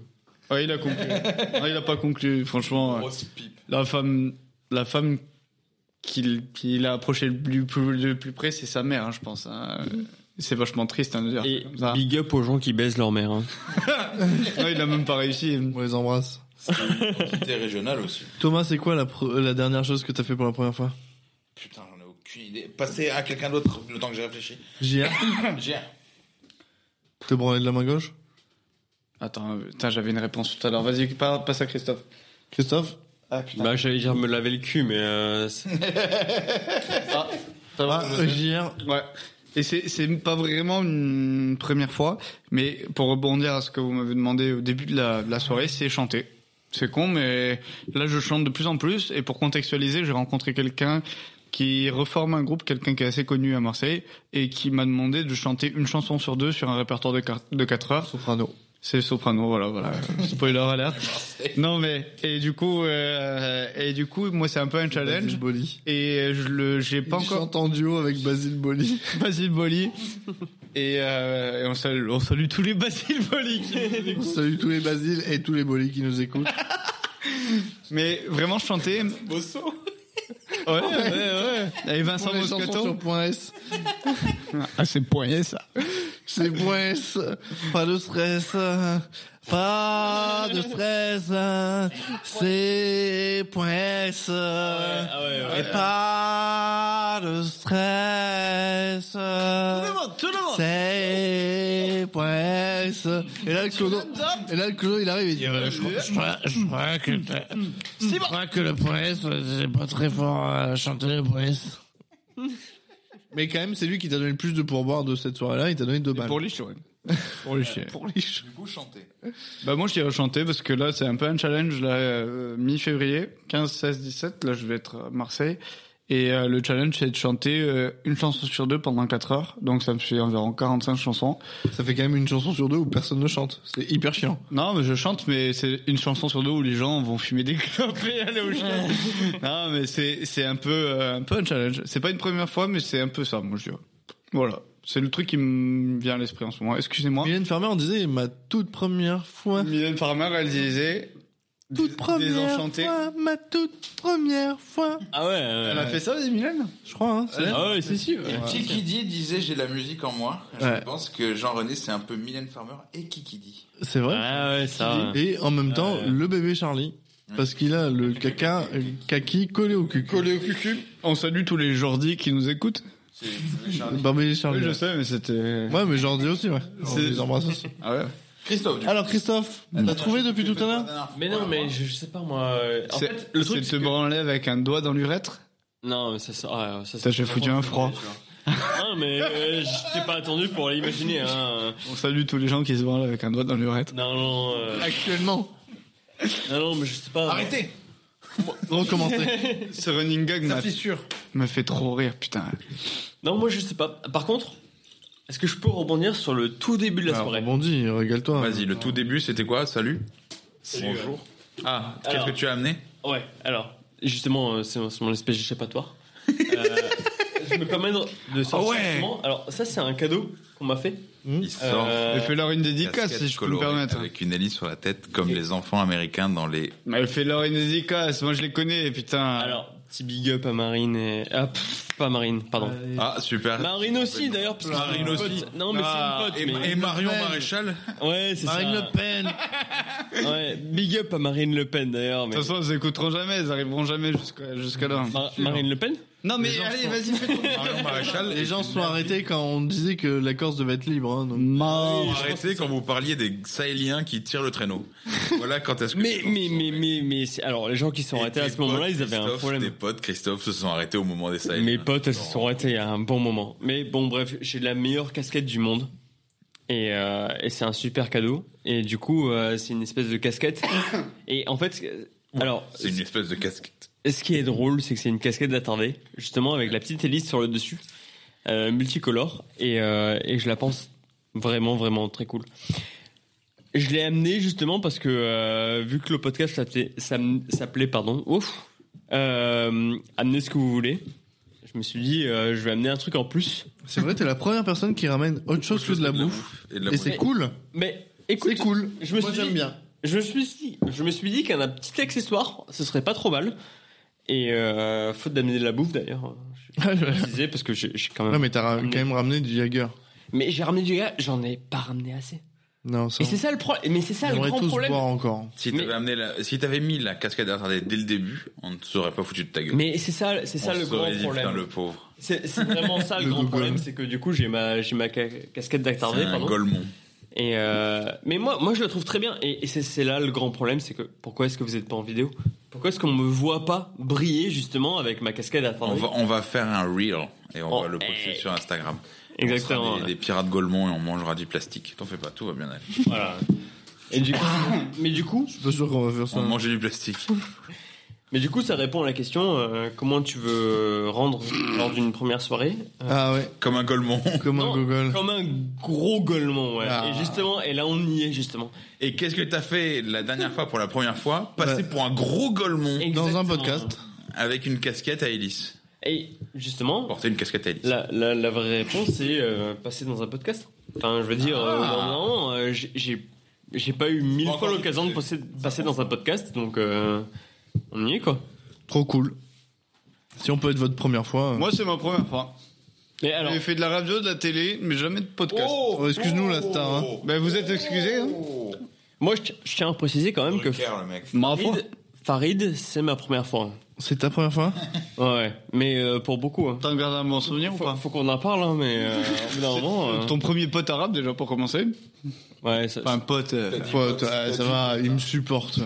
E: Ouais, il a conclu. Ouais, il a pas conclu, franchement.
F: Grosse pipe.
E: La femme, la femme qu'il qu'il a approché le plus, plus- le plus près, c'est sa mère, hein, je pense. hein.
C: Mm-hmm.
E: C'est vachement triste hein, de dire
D: Et
E: comme ça.
D: big up aux gens qui baisent leur mère. hein.
E: Ouais, il a même pas réussi.
C: On les embrasse.
F: C'est une identité régionale aussi.
C: Thomas, c'est quoi la, pre- la dernière chose que t'as fait pour la première fois
F: Putain, j'en ai aucune idée. Passer à quelqu'un d'autre le temps que j'ai réfléchi.
C: JR
F: J'ai un.
C: Te branler de la main gauche
E: Attends, euh, putain, j'avais une réponse tout à l'heure. Vas-y, par- passe à Christophe.
C: Christophe
E: Ah putain.
D: Bah, j'allais dire me laver le cul, mais euh, c'est-
C: Ah, euh, JR
E: Ouais. Et c'est c'est pas vraiment une première fois, mais pour rebondir à ce que vous m'avez demandé au début de la, de la soirée, c'est chanter. C'est con, mais là je chante de plus en plus. Et pour contextualiser, j'ai rencontré quelqu'un qui reforme un groupe, quelqu'un qui est assez connu à Marseille, et qui m'a demandé de chanter une chanson sur deux sur un répertoire de 4, de quatre heures.
C: Soprano.
E: C'est soprano, voilà, voilà. Spoiler alerte. Non mais et du coup euh, et du coup moi c'est un peu un challenge
C: Basile Boli.
E: et euh, je le j'ai pas
C: Il
E: encore
C: chante en duo avec Basile Boli.
E: Basile Boli et, euh, et on salue on salue tous les Basile Boli. qui nous écoutent.
C: Salut tous les Basile et tous les Boli qui nous écoutent.
E: Mais vraiment chanter.
F: Bosso.
E: Ouais ouais ouais. Et Vincent
C: Pour les chansons
E: Moscato.
C: sur point S.
E: Ah c'est poignet ça.
C: C'est point S. Pas de stress.
E: Oh,
C: Pas de stress. C'est point S.
D: Ah ouais, ouais.
C: Et pas de stress. C'est point S. Et là, le clodo, et là, le clodo, il arrive, il dit, Mmh. euh, je crois, je crois, je crois que, le- je crois que le point S, euh, c'est pas très fort à chanter le point S. Mais quand même, c'est lui qui t'a donné le plus de pourboire de cette soirée-là, il t'a donné deux balles.
E: Pour les chiens. Pour les chiens.
C: Pour les ch-
F: Du coup, chanter.
E: Bah moi je dirais chanter parce que là c'est un peu un challenge là euh, mi-février 15 16 17 là je vais être à Marseille Et euh, le challenge, c'est de chanter euh, une chanson sur deux pendant 4 heures. Donc ça me fait environ 45 chansons.
C: Ça fait quand même une chanson sur deux où personne ne chante. C'est hyper chiant.
E: Non, mais je chante, mais c'est une chanson sur deux où les gens vont fumer des clopes et aller au chien. non, mais c'est c'est un peu euh, un peu un challenge. C'est pas une première fois, mais c'est un peu ça, moi je dirais. Voilà, c'est le truc qui me vient à l'esprit en ce moment. Excusez-moi.
C: Mylène Farmer, on disait ma toute première fois.
E: Mylène Farmer, elle disait
C: Toute première
E: Désenchantée.
C: fois, ma toute première fois.
D: Ah ouais, euh,
E: Elle a fait ça, Mylène
C: Je crois, hein. c'est elle.
D: Ah ouais, c'est sûr.
A: Kikidi disait j'ai la musique en moi.
C: Ouais.
A: Je pense que Jean-René c'est un peu Mylène Farmer et Kikidi.
C: C'est vrai.
D: Ah ouais, ça.
C: Et en même temps,
D: ouais.
C: le bébé Charlie. Parce qu'il a le caca, euh, kaki collé au cul.
E: Collé au cucu. On salue tous les Jordi qui nous écoutent.
A: C'est c'est Charlie.
C: Bah, bébé
D: Ah,
C: Charlie.
E: Oui, je sais, mais c'était.
C: Ouais, mais j'en dis aussi, ouais. On
E: C'est-
C: les embrasse aussi.
E: Ah ouais.
A: Christophe, du
C: Alors, Christophe, t'as trouvé depuis tout à l'heure
D: Mais non, mais je, je sais pas moi. euh, En
E: C'est-
D: fait, le truc.
E: c'est
D: c'est
E: de te
D: que-
E: branler avec un doigt dans l'urètre.
D: Non, mais ça, ça, ah, ça,
E: Ça,
D: c'est-
E: j'ai foutu un froid.
D: Ah, mais euh, je t'ai pas attendu pour l'imaginer. Hein.
E: On salue tous les gens qui se branlent avec un doigt dans l'urètre.
D: Non, non, euh,
C: Actuellement.
D: non, non, mais je sais pas.
A: Arrêtez
C: Recommencer.
E: Ce running gag m'a-
A: sûr.
E: me fait trop rire, putain.
D: Non, moi je sais pas. Par contre, est-ce que je peux rebondir sur le tout début de la soirée
C: Bon dit, régale-toi.
A: Vas-y, le tout début c'était quoi Salut.
D: Bonjour.
A: Ah, qu'est-ce
D: Alors.
A: que tu as amené
D: Ouais, alors, justement, euh, c'est c'est mon espèce d'échappatoire. Euh, je me permets de- de
A: Ah
D: sortir.
A: ouais.
D: justement. Alors, ça, c'est un cadeau qu'on m'a fait.
A: Il sort.
D: Euh,
E: Elle fait leur une dédicace,
A: casquette
E: si je peux me
A: colorée
E: permettre.
A: Avec une hélice sur la tête comme les enfants américains dans les.
E: Mais Elle fait leur une dédicace, moi je les connais, putain.
D: Alors, petit big up à Marine et. Ah, pff, pas Marine, pardon.
A: Ah super.
D: Marine aussi, d'ailleurs, parce que c'est
A: Marine
D: une pote.
A: aussi.
D: Non, mais
A: Ah,
D: c'est une pote.
A: et, et Marion
C: Pen.
A: Maréchal
D: mais... Ouais, c'est ça.
C: Marine Le Pen.
D: Ouais, big up à Marine Le Pen, d'ailleurs.
E: de
D: Mais...
E: toute façon, ils écouteront jamais, ils arriveront jamais jusqu'à jusqu'à là.
D: Ma- Marine Le Pen
E: Non mais allez, vas-y, fais ton
A: Marion Maréchal
C: Les gens se sont arrêtés quand on disait que la Corse devait être libre. hein, donc.
A: Vous
E: mort.
A: arrêtez quand vous parliez des Sahéliens qui tirent le traîneau. voilà quand est-ce que.
D: mais, mais, mais, mais, mais, c'est- alors les gens qui se sont arrêtés à ce moment-là, ils avaient un
A: Des
D: problème.
A: potes, Christophe, se sont arrêtés au moment des hein. Sahéliens.
D: Mes potes, elles se
A: euh,
D: sont arrêtées à un bon moment. Mais bon, bref, j'ai la meilleure casquette du monde. Et, euh, et c'est un super cadeau. Et du coup, euh, c'est une espèce de casquette. et en fait, euh, alors,
A: C'est une espèce de casquette.
D: ce qui est drôle, c'est que c'est une casquette d'attardé, justement, avec la petite hélice sur le dessus, euh, multicolore, et, euh, et je la pense vraiment, vraiment très cool. Je l'ai amenée justement parce que, euh, vu que le podcast s'appelait- s'am- s'appelait, pardon, ouf, euh, amenez ce que vous voulez, je me suis dit, euh, je vais amener un truc en plus.
C: C'est vrai, t'es la première personne qui ramène autre chose que de la bouffe.
A: Et de la
C: Et c'est
A: bouffe.
C: cool.
D: Mais
C: C'est
D: écoute,
C: cool.
D: je me
C: Moi,
D: suis
C: j'aime
D: dit-
C: bien.
D: je me suis dit, je me suis dit qu'un petit accessoire, ce serait pas trop mal. Et euh, faute d'amener de la bouffe d'ailleurs, je précisais parce que j'ai j'ai quand même.
C: non, mais t'as ra- quand même ramené du Jagger.
D: Mais j'ai ramené du gars, j'en ai pas ramené assez.
C: Non, ça.
D: Et c'est ça le problème. Mais c'est ça le
C: On
D: grand
C: tous
D: problème.
C: boire encore.
A: Si
D: Mais-
A: t'avais amené la- si t'avais mis la casquette d'attardé dès le début, on ne serait pas foutu de ta gueule.
D: Mais c'est ça, c'est ça
A: On
D: le
A: se
D: grand
A: serait dit,
D: problème.
A: Putain, le pauvre.
D: C'est c'est vraiment ça le,
C: Le
D: grand
C: Google.
D: problème, c'est que du coup j'ai ma j'ai ma ca- casquette
A: C'est
D: d'actardé,
A: un
D: pardon.
A: golemon.
D: Et euh, mais moi moi je la trouve très bien. Et, et c'est- c'est là le grand problème, c'est que pourquoi est-ce que vous êtes pas en vidéo Pourquoi est-ce qu'on me voit pas briller justement avec ma casquette
A: On
D: d'actardé
A: va, on va faire un reel et on
D: Oh,
A: va le poster
D: eh.
A: sur Instagram. On
D: Exactement.
A: sera des, des pirates golemons et on mangera du plastique. T'en fais pas, tout va bien aller.
D: Voilà. Et du coup,
C: Ah.
D: mais du coup,
C: Je suis pas sûr qu'on va faire ça.
A: On mangeait du plastique.
D: mais du coup, ça répond à la question euh, comment tu veux rendre lors d'une première soirée euh,
C: Ah ouais,
A: Comme un golemon.
C: comme un
D: Non,
C: Google.
D: Comme un gros golemon, ouais.
C: Ah.
D: Et justement, et là on y est justement.
A: Et qu'est-ce que t'as fait la dernière fois pour la première fois Passer pour un gros golemon
C: Dans un
D: Exactement.
C: podcast.
A: avec une casquette à hélice.
D: Et justement,
A: Porter une casquette à hélice.
D: la, la, la vraie réponse c'est euh, passer dans un podcast. Enfin, je veux dire, euh,
A: Ah.
D: non, euh, j'ai- j'ai j'ai pas eu mille
A: Encore
D: fois
A: une
D: l'occasion de
A: fois.
D: passer, passer dans un podcast, donc euh, on y est quoi.
C: Trop cool. Si on peut être votre première fois. euh.
E: Moi c'est ma première fois.
D: Mais alors,
E: J'ai fait de la radio, de la télé, mais jamais de podcast.
C: Oh, excuse-nous, la star, hein.
E: Ben vous êtes excusés. Hein.
D: moi je, ti- je tiens à préciser quand même que
A: Drucker, Oh, le mec.
E: Ma foi.
D: Farid, Farid, c'est ma première fois.
C: C'est ta première fois
D: Ouais, mais euh, pour beaucoup. hein.
E: T'en gardes un bon souvenir ou
D: Faut,
E: pas
D: faut qu'on en parle, hein, mais euh, au bout d'un moment. euh,
E: Ton premier pote arabe déjà pour commencer.
D: ouais, ça-
E: Enfin un pote. euh,
C: Faut- ah, Ça va, il me supporte.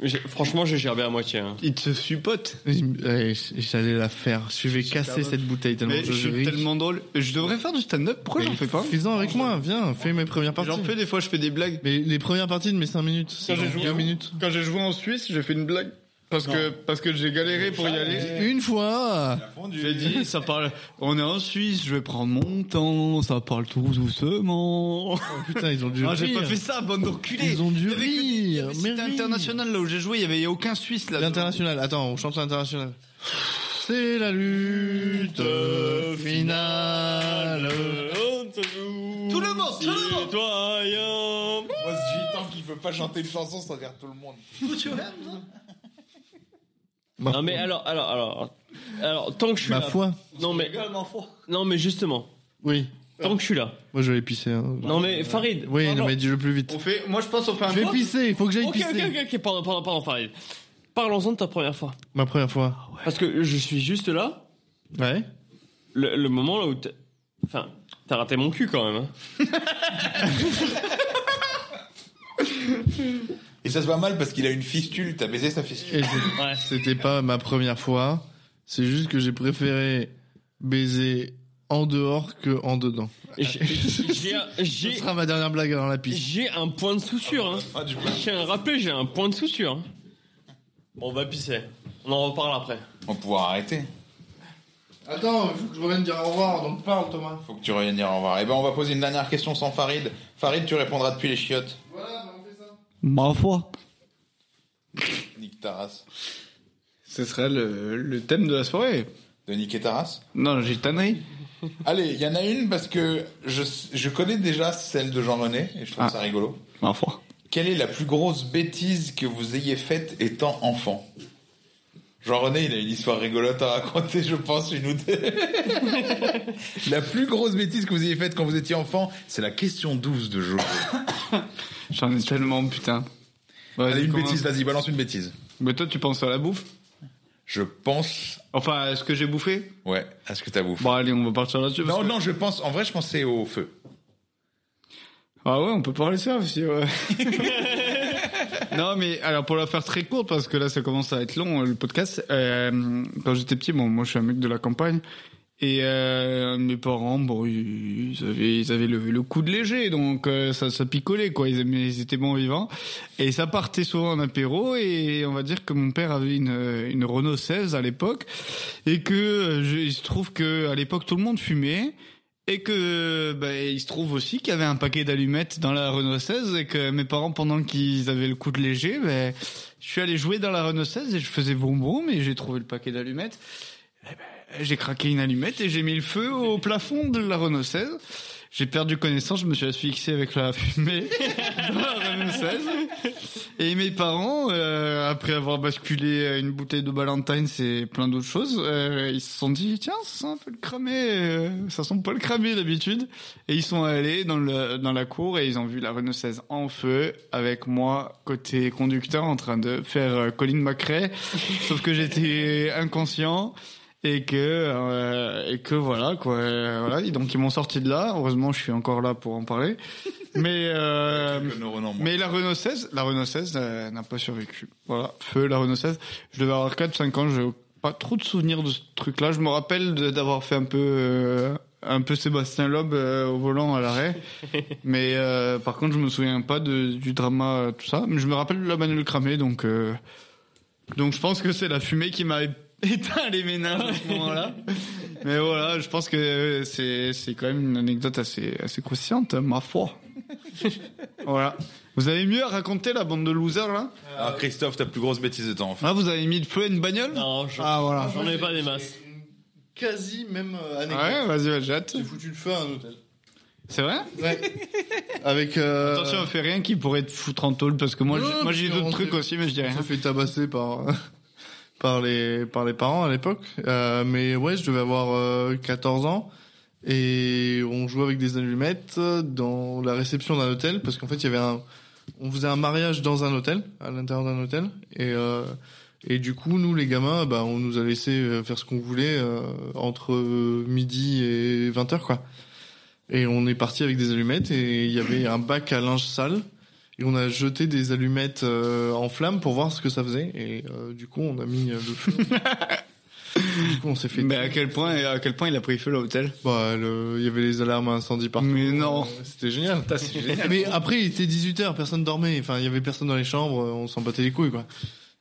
D: j'ai- franchement, j'ai gerbé à moitié. hein.
E: il te suppote.
C: Il me- ouais, Eh, J'allais la faire. Je vais casser cette bouteille tellement
E: Mais je suis
C: ris.
E: tellement drôle. Je devrais faire du stand-up. Pourquoi j'en fais pas
C: Fais-en avec moi, viens, fais mes premières parties.
E: J'en fais des fois, je fais des blagues.
C: Mais les premières parties de mes 5 minutes, c'est
E: j'ai
C: dans
E: joué
C: deux
E: au-
C: minutes.
E: Quand j'ai joué en Suisse, j'ai fait une blague. Parce que, parce que j'ai galéré pour y aller.
C: Une fois
E: J'ai dit, ça parle. On est en Suisse, je vais prendre mon temps, ça parle tout doucement.
C: Oh putain, ils ont dû
E: Ah, j'ai
C: rire.
E: pas fait ça, bande d'enculés.
C: Ils ont dû
E: Il y avait que- il y
C: rire.
E: avait-
C: Mais
E: C'était
C: oui.
E: international là où j'ai joué, il y avait aucun Suisse là.
C: L'international. Attends, on chante l'international. C'est la lutte
E: Euh,
C: finale.
E: Tout le monde, tout le monde.
F: Moi, ce gitan qui veut pas chanter une chanson, c'est-à-dire tout le monde.
D: Non mais alors, alors, alors, alors, tant que je suis
C: Ma
D: là.
C: foi.
D: Non mais, non mais justement,
C: Oui.
D: tant que je suis là.
C: Moi, je vais pisser. hein.
D: Non mais Farid.
C: Oui, non,
D: pardon.
C: mais dis-le plus vite.
E: On fait, moi je pense on fait un
C: Je vais
E: point.
C: pisser, il faut que j'aille
D: Ok, ok,
C: pisser.
D: ok, ok, pardon, pardon, pardon, Farid. Parlons-en de ta première fois.
C: Ma première fois.
D: Parce que je suis juste là,
C: Ouais.
D: le, le moment là où t'as... Enfin, t'as raté mon cul quand même. hein.
A: Et ça se voit mal parce qu'il a une fistule, t'as baisé sa fistule.
C: Et c'est-
D: Ouais.
C: c'était pas ma première fois. C'est juste que j'ai préféré baiser en dehors que en dedans.
D: J'ai- J'ai
C: Ce
D: j'ai-
C: sera ma dernière blague dans la piste.
D: j'ai un point de souture. Hein.
A: Ah, du coup,
D: Je tiens à rappeler, j'ai un point de souture. hein. Bon, on va pisser. On en reparle après.
A: on va pouvoir arrêter.
C: Attends, faut que je revienne dire au revoir, donc parle Thomas.
A: Faut que tu reviennes dire au revoir. Eh ben, on va poser une dernière question sans Farid. Farid, tu répondras depuis les chiottes.
E: Ma foi.
A: Nick Taras.
E: Ce serait le, le thème de la soirée.
A: De Nick et Taras
E: Non, j'ai tannerie.
A: Allez, il y en a une parce que je, je connais déjà celle de Jean-René et je trouve
E: Ah.
A: ça rigolo.
E: Ma foi.
A: Quelle est la plus grosse bêtise que vous ayez faite étant enfant Jean-René, il a une histoire rigolote à raconter, je pense, une ou deux. la plus grosse bêtise que vous ayez faite quand vous étiez enfant, c'est la question 12 de Joe.
E: J'en ai tellement, putain.
A: Allez,
E: Vas-y,
A: une
E: commence.
A: bêtise, vas-y, balance une bêtise.
E: Mais toi, tu penses à la bouffe
A: Je pense,
E: Enfin, à ce que j'ai bouffé
A: ouais, à ce que t'as bouffé.
E: Bon, allez, on va partir là-dessus. parce
A: Non,
E: que-
A: non, je pense, en vrai, je pensais au feu.
E: Ah ouais, on peut parler ça aussi, ouais. non, mais alors pour la faire très courte, parce que là ça commence à être long, euh, le podcast, euh, quand j'étais petit, bon, moi je suis un mec de la campagne, et euh, mes parents, bon, ils ils avaient, ils avaient le, le coup de léger, donc euh, ça, ça picolait, quoi, ils, aimaient- ils étaient bons vivants, et ça partait souvent en apéro, et on va dire que mon père avait une, une Renault 16 à l'époque, et que euh, je- il se trouve que à l'époque tout le monde fumait, et que bah, il se trouve aussi qu'il y avait un paquet d'allumettes dans la Renault 16 et que mes parents pendant qu'ils avaient le coup de léger, bah, je suis allé jouer dans la Renault 16 et je faisais bonbon mais j'ai trouvé le paquet d'allumettes. Eh ben, J'ai craqué une allumette et j'ai mis le feu au plafond de la Renault 16. J'ai perdu connaissance, je me suis asphyxié avec la fumée de la Renault 16. Et mes parents, euh, après avoir basculé une bouteille de Ballantine et plein d'autres choses, euh, ils se sont dit tiens ça sent un peu le cramé, euh, ça sent pas le cramé d'habitude. Et ils sont allés dans le dans la cour et ils ont vu la Renault 16 en feu avec moi côté conducteur en train de faire euh, Colin McRae, sauf que j'étais inconscient. Et que euh, et que voilà quoi euh, voilà Et donc ils m'ont sorti de là heureusement je suis encore là pour en parler mais euh,
A: Le neuron en moi.
E: mais la Renault 16, la Renault 16 euh, n'a pas survécu. Voilà, feu la Renault 16. Je devais avoir 4 5 ans, j'ai pas trop de souvenirs de ce truc là. Je me rappelle de- d'avoir fait un peu euh, un peu Sébastien Loeb euh, au volant à l'arrêt. mais euh, par contre, je me souviens pas de- du drama euh, tout ça, mais je me rappelle de la bagnole cramée donc euh, donc je pense que c'est la fumée qui m'a éteint les ménages à ce moment-là. mais voilà, je pense que euh, c'est c'est quand même une anecdote assez assez croustillante, hein, ma foi. Voilà. Vous avez mieux à raconter la bande de losers là
A: Alors, Ah, Christophe, ta plus grosse bêtise étant enfant.
E: Ah, vous avez mis le feu à une bagnole
D: Non, j'en
E: Ah voilà.
D: j'en ai pas des masses.
C: Quasi même euh, anecdote.
E: Ouais, vas-y, vas-y, j'ai hâte.
C: J'ai foutu le feu à un hôtel.
E: C'est vrai
C: Avec. euh,
E: Attention, on fait rien qui pourrait te foutre en tôle parce que moi,
C: Non,
E: j'ai- moi
C: parce
E: j'ai
C: que
E: d'autres
C: on
E: trucs
C: sait-
E: aussi, mais je dis
C: On
E: rien.
C: s'est fait tabasser par par les par les parents à l'époque. Euh, mais ouais, je devais avoir euh, 14 ans et on jouait avec des allumettes dans la réception d'un hôtel parce qu'en fait il y avait un on faisait un mariage dans un hôtel à l'intérieur d'un hôtel et euh, et du coup nous les gamins bah on nous a laissé euh, faire ce qu'on voulait euh, entre euh, midi et 20h quoi. Et on est parti avec des allumettes et il y avait un bac à linge sale et on a jeté des allumettes euh, en flammes pour voir ce que ça faisait. Et euh, du coup, on a mis euh, le feu. du coup, on s'est fait.
E: Mais à quel point, à quel point il a pris feu l'hôtel
C: Bah, le- il y avait les alarmes à incendie partout.
E: Mais non.
C: Euh, C'était génial.
E: c'est génial.
C: Mais après, il était 18h, personne dormait. Enfin, il y avait personne dans les chambres, on s'en battait les couilles, quoi.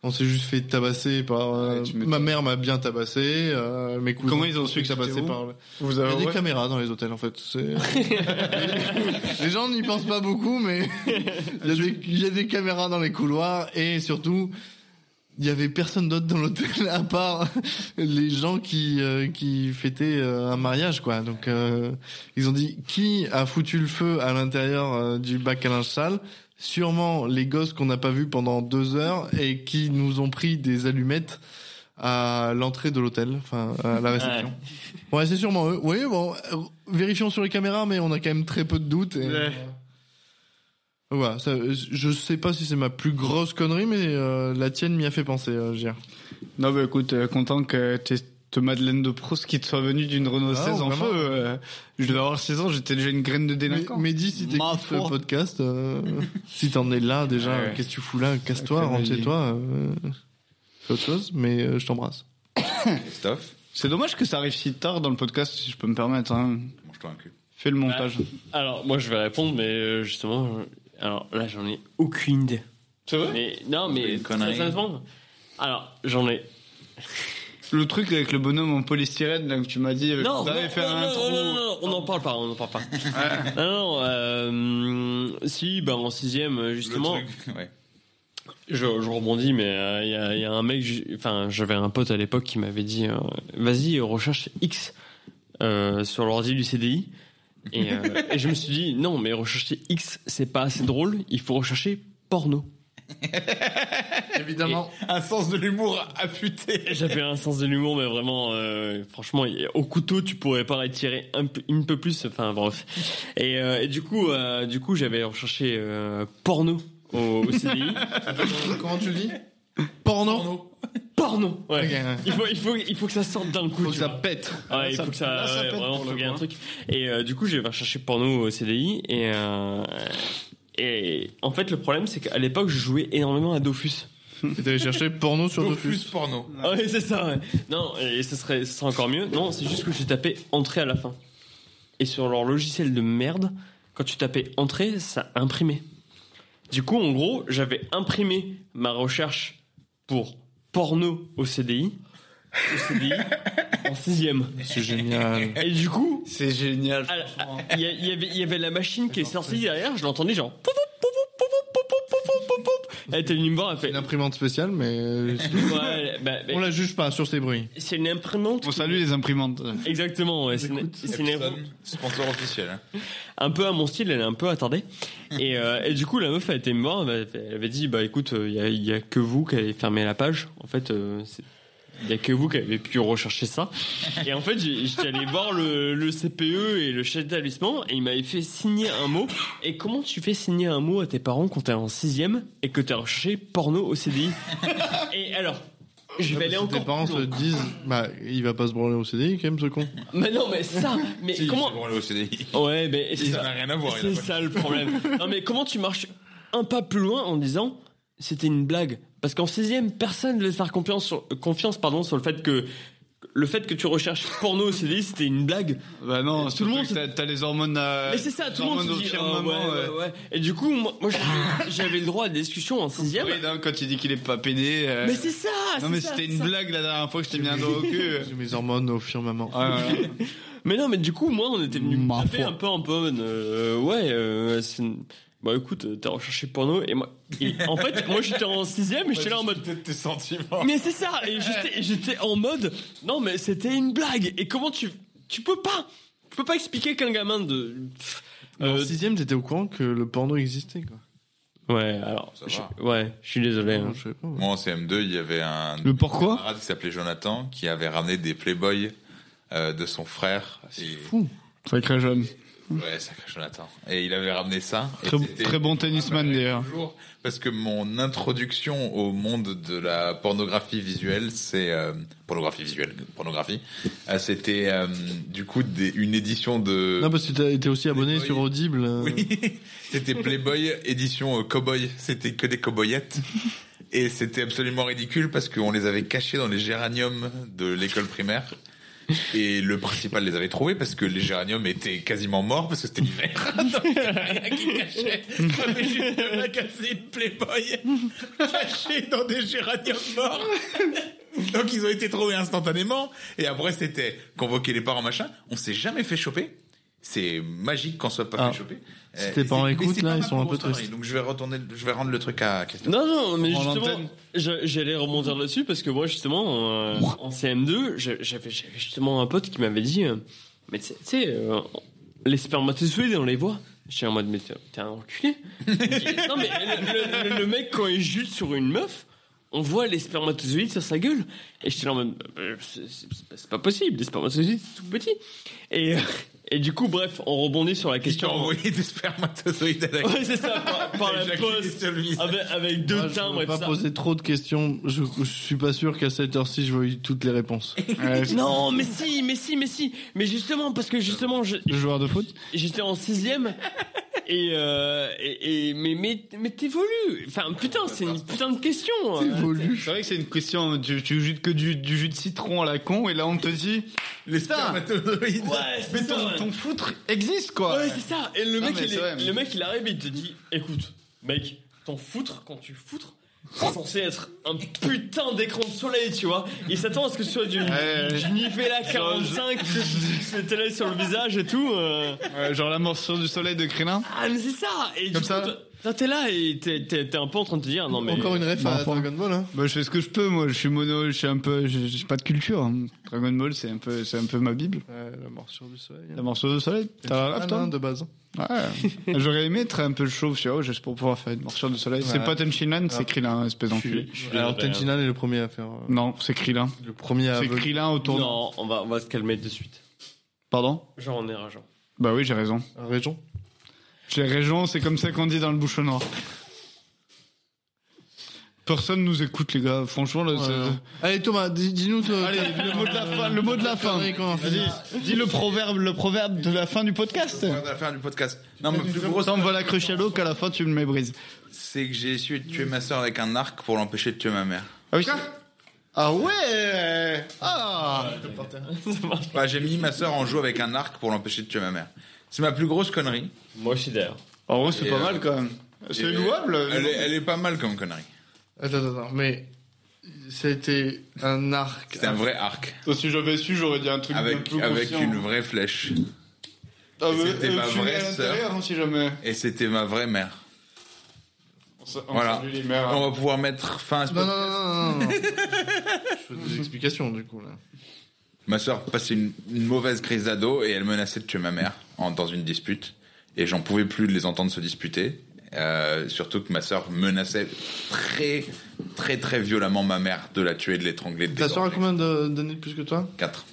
C: On s'est juste fait tabasser par. euh,
E: Ouais, tu m'étonnes.
C: ma mère m'a bien tabassé. euh, mes cousins
E: Comment ils ont su
C: fait
E: que c'était
C: tabasser
E: vous
C: par.
B: Vous
C: Il y a
B: avez
C: des
B: ouais.
C: caméras dans les hôtels en fait. c'est- euh, les gens n'y pensent pas beaucoup, mais il y, a des- il y a des caméras dans les couloirs et surtout, il y avait personne d'autre dans l'hôtel à part les gens qui euh, qui fêtaient euh, un mariage quoi. Donc euh, ils ont dit qui a foutu le feu à l'intérieur euh, du bac à linge sale. Sûrement les gosses qu'on n'a pas vus pendant deux heures et qui nous ont pris des allumettes à l'entrée de l'hôtel, enfin à la réception. Ouais, c'est sûrement eux. Oui, bon, euh, vérifions sur les caméras, mais on a quand même très peu de doutes. Et... euh,
E: Ouais.
C: Voilà, ça, euh, je sais pas si c'est ma plus grosse connerie, mais euh, la tienne m'y a fait penser, euh, Gérard.
E: Non, bah écoute, euh, content que t'aies cette Madeleine de Proust qui te soit venue d'une Renault
C: Ah,
E: 16 en
C: vraiment.
E: feu. euh, je devais avoir 16 ans, j'étais déjà une graine de
C: Mais,
E: délinquant.
C: mais dis si
E: Ma
C: t'écoutes le
E: foi.
C: podcast, euh, si t'en es là déjà,
E: Ouais.
C: qu'est-ce que tu fous là Casse-toi,
E: Sacré
C: rentre chez
E: Nelly.
C: toi, euh, fais autre chose, mais euh, je t'embrasse.
A: Christophe,
E: C'est dommage que ça arrive si tard dans le podcast, si je peux me permettre. hein.
A: mange-toi un cul.
E: Fais le montage.
D: Alors, moi, je vais répondre, mais euh, justement, euh, alors là, j'en ai aucune idée.
B: C'est vrai
D: Mais non, mais
A: Une connerie.
D: très honnêtement, alors j'en ai.
E: Le truc avec le bonhomme en polystyrène, là, que tu m'as dit, euh,
D: Non,
E: t'avais
D: non,
E: fait
D: non,
E: un
D: non,
E: trou.
D: non, non, non, on n'en parle pas, on n'en parle pas. non, non, euh, si, bah, en sixième, euh, justement.
A: Le truc, ouais.
D: Je, je rebondis, mais euh, il y a- il y, a un mec, ju- enfin, j'avais un pote à l'époque qui m'avait dit euh, Vas-y, recherche X euh, sur l'ordi du CDI. Et, euh, et je me suis dit Non, mais rechercher X, c'est pas assez drôle, il faut rechercher porno.
C: Évidemment.
A: Un sens de l'humour affûté.
D: Et J'avais un sens de l'humour, mais vraiment, euh, franchement, il- au couteau, tu pourrais pas retirer un peu, une peu plus. Enfin, bref. Et, euh, et du coup, euh, du coup, j'avais recherché euh, porno au, au CDI.
C: Comment tu le dis Porno.
D: porno. Ouais.
C: Ok, ouais.
D: Il faut, il faut, il faut que ça sorte d'un coup.
C: Faut que
D: tu
C: ça
D: vois.
C: pète.
D: Ouais, il
E: ça-
D: faut que ça,
E: là, ça
D: ouais,
E: pète
D: vraiment,
E: pour
D: faut
E: le
D: qu'il y ait un
E: coup,
D: truc.
C: hein.
D: Et euh, du coup, j'ai recherché porno au CDI et euh, et en fait, le problème, c'est qu'à l'époque, je jouais énormément à Dofus.
C: Et t'allais chercher porno sur Dofus.
A: Dofus porno.
D: Ouais, Ah c'est ça. ouais. Non, et ce serait, ce serait encore mieux. Non, c'est juste que j'ai tapé entrée à la fin. Et sur leur logiciel de merde, quand tu tapais entrée, ça imprimait. Du coup, en gros, j'avais imprimé ma recherche pour porno au CDI, au CDI en sixième.
C: C'est génial.
D: Et du coup,
E: C'est génial.
D: Ah, ah, Il y, a- il y avait- il y avait la machine qui est sortie derrière, je l'entendais genre. pou, pou, pou, pou, pou, pou, pou, pou, pou, pou. Elle était venue me voir, elle fait.
C: Une imprimante spéciale, mais euh,
D: Ouais, bah, bah,
C: on la juge pas sur ses bruits.
D: c'est une imprimante.
E: On salue les imprimantes.
D: Exactement, ouais, c'est une, c'est une
A: Epson,
D: imprimante.
A: sponsor officiel. hein.
D: un peu à mon style, elle est un peu attardée. Et, euh, et du coup, la meuf a été me voir, elle avait- elle avait dit Bah écoute, il y a, y a que vous qui avez fermé la page. En fait, il y a que vous qui avez pu rechercher ça. Et en fait, j'ai- j'étais allé voir le, le CPE et le chef d'établissement et il m'avait fait signer un mot. Et comment tu fais signer un mot à tes parents quand t'es en sixième et que t'as recherché porno au CDI Et alors je
A: Ah,
D: vais aller
C: si
D: encore.
C: tes parents
D: plus
C: se
D: loin.
C: disent, bah, il va pas se branler au CDI quand même, ce con.
D: Mais non, mais ça, mais
A: Si,
D: comment
A: c'est bon, le OCDI.
D: Ouais, mais c'est
A: Ça
D: ça.
A: n'a rien à voir. il a
D: C'est
A: pas-
D: ça le problème. non mais comment tu marches un pas plus loin en disant c'était une blague Parce qu'en sixième, personne ne devait faire confiance sur, euh, confiance pardon sur le fait que le fait que tu recherches porno au CDI, c'était une blague.
E: Bah non, tout le monde.
D: se-
E: T'as t'as les hormones. euh,
D: Mais c'est ça, tout le
E: hormones
D: monde se
E: au
D: dit.
E: pire
D: oh, ouais,
E: moment,
D: ouais,
E: ouais.
D: ouais. Et du coup, moi, moi, j'avais- j'avais le droit à des discussions en sixième.
E: Oui, non, quand il dit qu'il est pas pédé. euh,
D: Mais c'est ça. c'est
E: non, mais
D: ça,
E: c'était
D: c'est
E: une
D: ça.
E: blague la dernière fois que je t'ai mis un doigt au cul.
C: J'ai mes hormones au firmament.
E: Ah, ouais, ouais.
D: Mais non, mais du coup, moi, on était venu me
E: Ma
D: taper
E: foi.
D: un peu en pomme. ouais, euh, c'est une- bah écoute, euh, t'as recherché porno et moi. et en fait, moi, j'étais en sixième et j'étais là en mode.
A: Peut-être tes sentiments.
D: Mais c'est ça, et j'étais- j'étais en mode non mais c'était une blague. Et comment tu tu peux pas tu peux pas expliquer qu'un gamin de
C: En
D: Euh,
C: sixième, t'étais au courant que le porno existait, quoi.
D: ouais alors
A: Ça
D: je-
A: va.
D: ouais je suis désolé. hein.
C: Je sais pas.
A: Moi, en CM2, il y avait un
E: Le pourquoi
A: camarade qui s'appelait Jonathan qui avait ramené des Playboy euh, de son frère. Et...
E: Ah, Fou. Sacré jeune.
A: Ouais, sacré Jonathan. Et il avait ramené ça. et
E: Très,
A: c'était-
E: très bon tennisman d'ailleurs.
A: Toujours, Parce que mon introduction au monde de la pornographie visuelle, c'est euh, pornographie visuelle, pornographie. euh, C'était euh, du coup des- une édition de.
C: Non, parce que t'as- t'es aussi abonné sur Audible. euh,
A: Euh, Oui, c'était Playboy édition euh, cowboy. C'était que des cowboyettes. Et c'était absolument ridicule parce qu'on les avait cachés dans les géraniums de l'école primaire. Et le principal les avait trouvés parce que les géraniums étaient quasiment morts parce que c'était l'hiver. Donc, il y avait rien qui cachait. On avait juste le magazine Playboy caché dans des géraniums morts. Donc ils ont été trouvés instantanément. Et après c'était convoquer les parents machin. On s'est jamais fait choper. C'est magique qu'on soit pas
C: Ah.
A: fait choper.
C: Si
A: Euh,
C: tes
A: et
C: parents
A: c'est- mais
C: écoutent,
A: c'est
C: là,
A: pas
C: ils
A: ma
C: sont un peu
A: grosse connerie.
C: tristes.
A: Donc je vais retourner, je vais rendre le truc à Christophe.
D: Non, non, mais
E: Prends
D: justement,
E: l'antenne.
D: je- j'allais rebondir là-dessus parce que moi, justement, euh, en CM2, je- j'avais j'avais justement un pote qui m'avait dit, euh, mais tu sais- tu sais, euh, les spermatozoïdes, on les voit. J'étais en mode, mais t'es t'es un enculé. Il dit, non, mais le, le- le- le mec, quand il jute sur une meuf, on voit les spermatozoïdes sur sa gueule. Et j'étais là en mode, euh, c'est- c'est c'est pas possible, les spermatozoïdes, c'est tout petit. Et, euh, et du coup, bref, on rebondit sur la
A: Qui t'a
D: question.
A: envoyé des spermatozoïdes
C: Oh,
A: à la
D: Ouais, c'est ça, par, par la
A: Jacques
D: poste.
A: Christophe.
C: Ah,
D: Avec, avec deux
C: Moi, je
D: timbres
C: ne
D: et
C: pas
D: tout ça.
C: poser trop de questions. Je, je suis pas sûr qu'à cette heure-ci, je voyais toutes les réponses.
E: Ouais,
D: Non, mais si, mais si, mais si. Mais justement, parce que justement, je-
E: le joueur de foot
D: j'étais en sixième. Et, euh, et, et- mais mais mais t'évolues. Enfin putain, c'est une putain de question. hein.
E: C'est vrai que c'est une question. Tu, tu jutes que du, du jus de citron à la con et là on te dit.
A: Les
E: Putain.
A: spermatozoïdes.
D: Ouais,
E: Mais
D: c'est ça.
E: ton,
D: ouais.
E: ton foutre existe quoi
D: Ouais, c'est ça. Et le
E: Non,
D: mec,
E: mais
D: il
E: c'est
D: est-
E: vrai, mais-
D: le mec, il arrive et il te dit, écoute, mec, ton foutre quand tu foutres. C'est censé être un putain d'écran de soleil, tu vois. Il s'attend à ce que ce soit du
E: ouais.
D: du Nivella 45, le télé sur le visage et tout. euh.
E: Ouais, genre la morsure du soleil de Crélin.
D: Ah, mais c'est ça Et
E: Comme
D: du
E: ça.
D: coup, toi- toi, t'es là et t'es, t'es- t'es un peu en train de te dire, non mais...
C: Encore une ref à
E: Enfin.
C: Dragon Ball, hein.
E: Bah, je fais ce que je peux, moi. Je suis mono, je suis un peu, je- j'ai pas de culture. hein. Dragon Ball, c'est un peu, c'est un peu ma bible.
C: la morsure du soleil. hein.
E: La morsure Ah, de soleil. T'as la ref, toi
C: de base.
E: Ouais. J'aurais aimé être un peu chauve, tu vois, juste pour pouvoir faire une morsure de soleil. C'est
C: Ouais. Ah.
E: pas Tenchinan, c'est Krillin, espèce d'enculé.
C: Alors,
A: hein.
C: Tenchinan est le premier à faire. euh,
E: Non, c'est Krillin.
C: Le premier à.
E: C'est
C: aveugle.
E: Krillin autour. de-
D: Non, on va, on va se calmer de suite.
E: Pardon
D: Genre on est rageant.
E: Bah oui, j'ai raison.
C: Région.
E: J'ai raison, c'est comme ça qu'on dit dans le bouchon noir. Personne nous écoute, les gars. Franchement, là, c'est-
C: Ouais. Allez, Thomas, dis- dis-nous, toi.
E: Allez, le mot de la fin, le mot de la fin.
C: Connerie, comment on fait ça
E: Vas-y, dis le proverbe, le proverbe de la fin du podcast.
A: On va faire du podcast. Non, mais plus gros,
E: Autant me voilà crush à l'eau qu'à la fin tu me mébrises.
A: c'est que j'ai essayé de tuer ma sœur avec un arc pour l'empêcher de tuer ma mère.
E: Ah oui. c'est- Ah ouais. Ah.
A: Enfin, j'ai mis ma sœur en joue avec un arc pour l'empêcher de tuer ma mère. C'est ma plus grosse connerie.
D: Moi aussi d'ailleurs.
E: En vrai, c'est
A: Et
E: pas
A: euh,
E: mal quand même. C'est
A: Et euh,
E: louable.
A: Elle est, elle est pas mal comme connerie.
C: Attends, attends, attends, mais. C'était un arc.
A: C'était un vrai arc.
E: Toi, si j'avais su, j'aurais dit un truc de
A: Avec,
E: plus
A: avec
E: conscient.
A: une vraie flèche.
E: Ah, mais,
A: c'était
E: euh,
A: ma
E: tu mets
A: vraie
E: à l'intérieur, hein, si jamais.
A: Et c'était ma vraie mère.
E: On s- on
A: Voilà.
E: salue les mères, hein.
A: On va pouvoir mettre fin à ce
C: Non, non,
A: podcast.
C: non, non, non, non. Je veux des explications, du coup, là.
A: Ma sœur passait une, une mauvaise crise d'ado et elle menaçait de tuer ma mère en- dans une dispute. Et j'en pouvais plus de les entendre se disputer. Euh, surtout que ma sœur menaçait très, très, très violemment ma mère de la tuer, de l'étrangler, de
C: Ta soeur a
A: désordrer.
C: combien de- d'années de plus que toi
A: 4.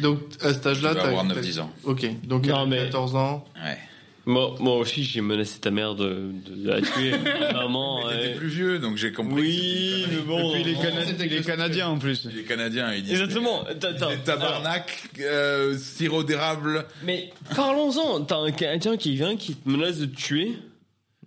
C: Donc, à cet
A: Je
C: âge-là,
A: dois avoir
C: t'as-
A: 9-10 ans.
C: Ok, donc
D: Non,
C: elle a
D: mais-
C: 14 ans.
A: Ouais.
D: Moi, moi aussi j'ai menacé ta mère de, de, de la tuer. Maman,
A: T'étais
D: ouais.
A: plus vieux, donc j'ai compris.
D: Oui, mais bon...
E: Puis les,
D: non.
E: Cana-
C: c'était
E: les
C: que-
E: Canadiens en plus.
A: Les Canadiens, ils disent.
D: Exactement. T'as- t'as-
A: Des tabarnak, euh, sirop d'érable.
D: alors, mais parlons-en. T'as un Canadien qui vient, qui te menace de te tuer.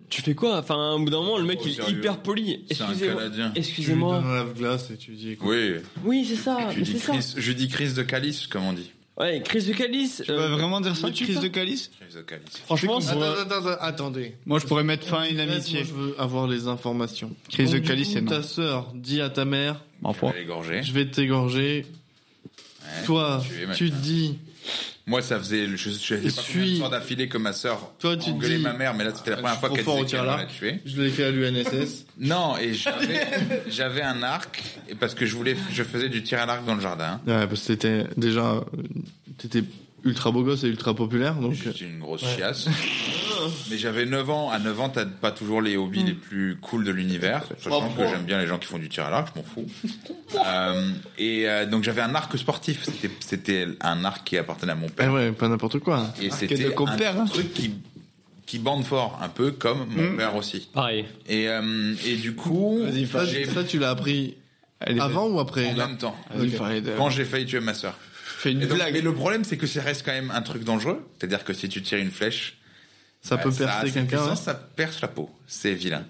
D: Tu fais quoi Enfin, au bout d'un moment, le mec
A: Oh,
D: il est
A: sérieux.
D: hyper poli.
A: C'est un
D: Excusez-moi.
A: Canadien.
C: Tu lui
D: Excusez-moi.
C: donnes un lave-glace et tu lui dis écoute,
A: Oui,
D: Oui, c'est ça.
A: je
D: Ah, mais C'est
A: dis,
D: ça.
A: crise, je dis crise de calice, comme on dit.
D: Ouais, crise du calice.
E: Tu vas vraiment dire ça,
D: me tue
E: crise
D: pas.
E: de calice
A: Crise de calice.
D: Franchement,
E: C'est
D: c'est-
E: con.
C: Attends, attends, attends, attendez.
E: Moi, je pourrais mettre fin à Ah, une
C: Là, moi,
E: amitié.
C: je veux avoir les informations.
E: Crise de
C: Donc, du
E: calice,
C: coup,
E: c'est non.
C: Ta sœur dit à ta mère
E: Enfin.
A: Elle est gorgée.
C: Je vais t'égorger.
A: Ouais.
C: Toi,
A: tu es ma-
C: tu te dis.
A: Moi, ça faisait, je, je, je
C: Et
A: sais pas combien de
C: suis-
A: fois d'affilée que ma sœur
C: Toi, tu
A: engueulait
C: dis-
A: ma mère, mais là, c'était la
C: Ah,
A: première
C: je
A: fois
C: suis
A: qu'elle
C: trop fort
A: disait
C: au
A: qu'elle
C: tir à
A: allait tuer.
C: Je l'ai fait à l'UNSS.
A: Non, et j'avais, j'avais un arc, et parce que je voulais, je faisais du tir à l'arc dans le jardin.
C: Ouais, parce que t'étais déjà. euh, T'étais ultra beau gosse et ultra populaire, donc.
A: J'étais une grosse chiasse. Mais j'avais 9 ans. À 9 ans, t'as pas toujours les hobbies
C: Hmm.
A: les plus cool de l'univers. Sachant que j'aime bien les gens qui font du tir à l'arc, je m'en fous. Euh, et euh, donc j'avais un arc sportif. C'était- C'était un arc qui appartenait à mon
C: Eh
A: père.
C: ouais, pas n'importe quoi.
A: Et
E: Arc
A: c'était
E: de compère,
A: un
E: hein.
A: truc qui, qui bande fort, un peu comme mon
C: Hmm.
A: père aussi.
D: pareil.
A: Et, euh, et du coup,
C: Vas-y, ça,
A: j'ai
C: ça, tu l'as appris
E: Allez,
C: avant ou après
A: en même temps.
E: Vas-y,
C: Ok.
E: Farid, euh,
A: Quand j'ai failli tuer ma sœur.
E: Fais une
A: Et donc- Mais
E: blague.
A: le problème, c'est que ça reste quand même un truc dangereux. C'est-à-dire que si tu tires une flèche,
C: Ça peut
A: Ouais, a
C: percer
A: cette
C: quelqu'un.
A: puissance, Ça perce la peau. C'est vilain.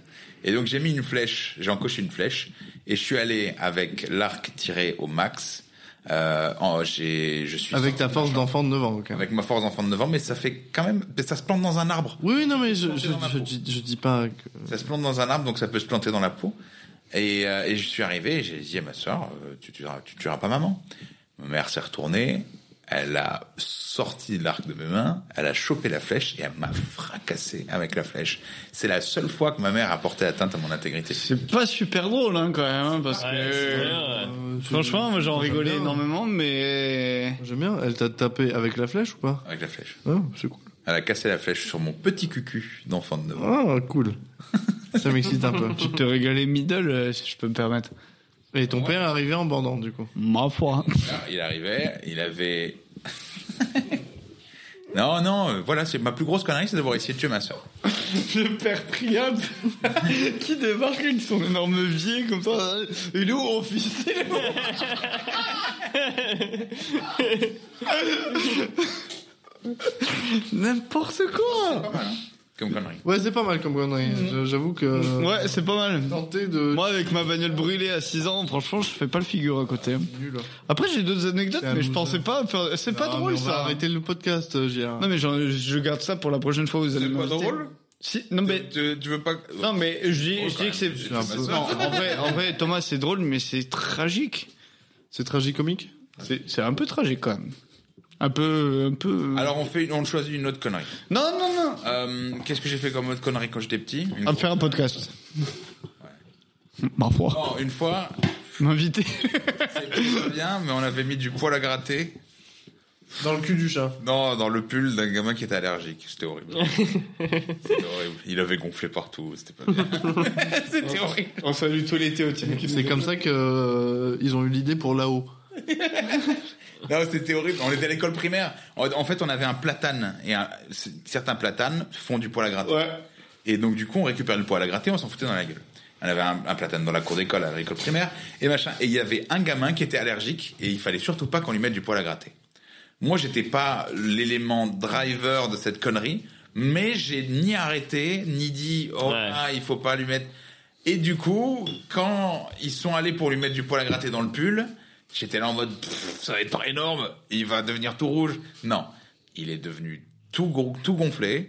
A: Et donc j'ai mis une flèche, j'ai encoché une flèche, et je suis allé avec l'arc tiré au max Euh, en- j'ai- je suis
C: hein, Avec ta force d'enfant de 9 ans, quand même.
A: avec ma force d'enfant de 9 ans, mais ça fait quand même, ça se plante dans un arbre.
C: Oui, oui, non, mais je,
A: Planté
C: je,
A: dans la
C: je
A: peau.
C: dis, je dis pas que...
A: Ça se plante dans un arbre, donc ça peut se planter dans la peau. Et, euh, et je suis arrivé, et j'ai dit à ma soeur, tu tueras, tu tueras pas maman. Ma mère s'est retournée, elle a sorti l'arc de mes mains, elle a chopé la flèche et elle m'a fracassé avec la flèche. C'est la seule fois que ma mère a porté atteinte à mon intégrité.
E: C'est pas super drôle, hein, quand même, hein, parce que.
C: Euh, je-
E: Franchement, moi j'en
C: j'aime
E: rigolais
C: bien. hein.
E: énormément, mais.
C: J'aime bien. Elle t'a tapé avec la flèche ou pas
A: Avec la flèche.
C: Ah, c'est cool.
A: Elle a cassé la flèche sur mon petit cucu d'enfant de 9 ans.
C: Ah, cool. Ça m'excite un peu.
E: Tu te régalais middle, euh, si je peux me permettre.
C: Et ton père arrivait en bandant, du coup.
E: Ma foi.
A: Alors, il arrivait, il avait... non, non, euh, voilà, c'est ma plus grosse connerie, c'est d'avoir essayé de tuer ma soeur.
E: Le père Priam qui débarque avec son énorme vieil comme ça. Il est où mon fils Il est où N'importe quoi
A: Comme connerie.
C: Ouais, c'est pas mal comme connerie. Je- J'avoue que...
E: Mhm. Euh, Ouais, c'est pas mal.
C: Tenter de...
E: Moi, avec ma bagnole brûlée à 6 ans, franchement, je fais pas le figure à côté.
C: Nul. hein.
E: Après, j'ai d'autres anecdotes,
C: C'est
E: mais je
C: amusant.
E: pensais pas faire. C'est pas
C: Non,
E: drôle
C: Ah, mais on va
E: ça.
C: Arrêtez le podcast, euh, JR.
E: Non, mais j'en- je garde ça pour la prochaine fois. Vous allez m'inviter. Si, non, Ah, mais.
A: Tu, tu veux pas...
E: Non, mais je dis,
A: Oh,
E: je
A: quand
E: dis que c'est.
A: même, c'est
E: Non,
A: pas ça.
E: en vrai, en vrai, Thomas, c'est drôle, mais c'est tragique.
C: C'est tragicomique
E: C'est c'est un peu tragique quand même. Un peu. Un peu.
A: Alors on fait, on choisit une autre connerie.
E: Non, non, non
A: Euh, Qu'est-ce que j'ai fait comme autre connerie quand j'étais petit une,
E: On va faire un podcast. Ma foi.
A: Oh, une fois,
E: M'inviter.
A: c'est pas bien, mais on avait mis du poil à gratter
C: Dans le cul du chat.
A: dans, dans le pull d'un gamin qui était allergique. C'était horrible. C'était horrible. Il avait gonflé partout. C'était pas bien. C'était horrible.
E: hein. On salue tous les théotiens.
C: C'est comme ça que euh, ils ont eu l'idée pour là-haut.
A: Non, c'était horrible. On était à l'école primaire. En, en fait, on avait un platane et un- c- certains platanes font du poil à gratter.
E: Ouais.
A: Et donc, du coup, on récupère le poil à gratter, on s'en foutait dans la gueule. On avait un, un platane dans la cour d'école, à l'école primaire, et machin. Et il y avait un gamin qui était allergique, et il fallait surtout pas qu'on lui mette du poil à gratter. Moi, j'étais pas l'élément driver de cette connerie, mais j'ai ni arrêté, ni dit, oh,
D: Ouais.
A: ah, il faut pas lui mettre. Et du coup, quand ils sont allés pour lui mettre du poil à gratter dans le pull, j'étais là en mode, Pff, ça va être énorme, il va devenir tout rouge. Non. Il est devenu tout, gros- tout gonflé.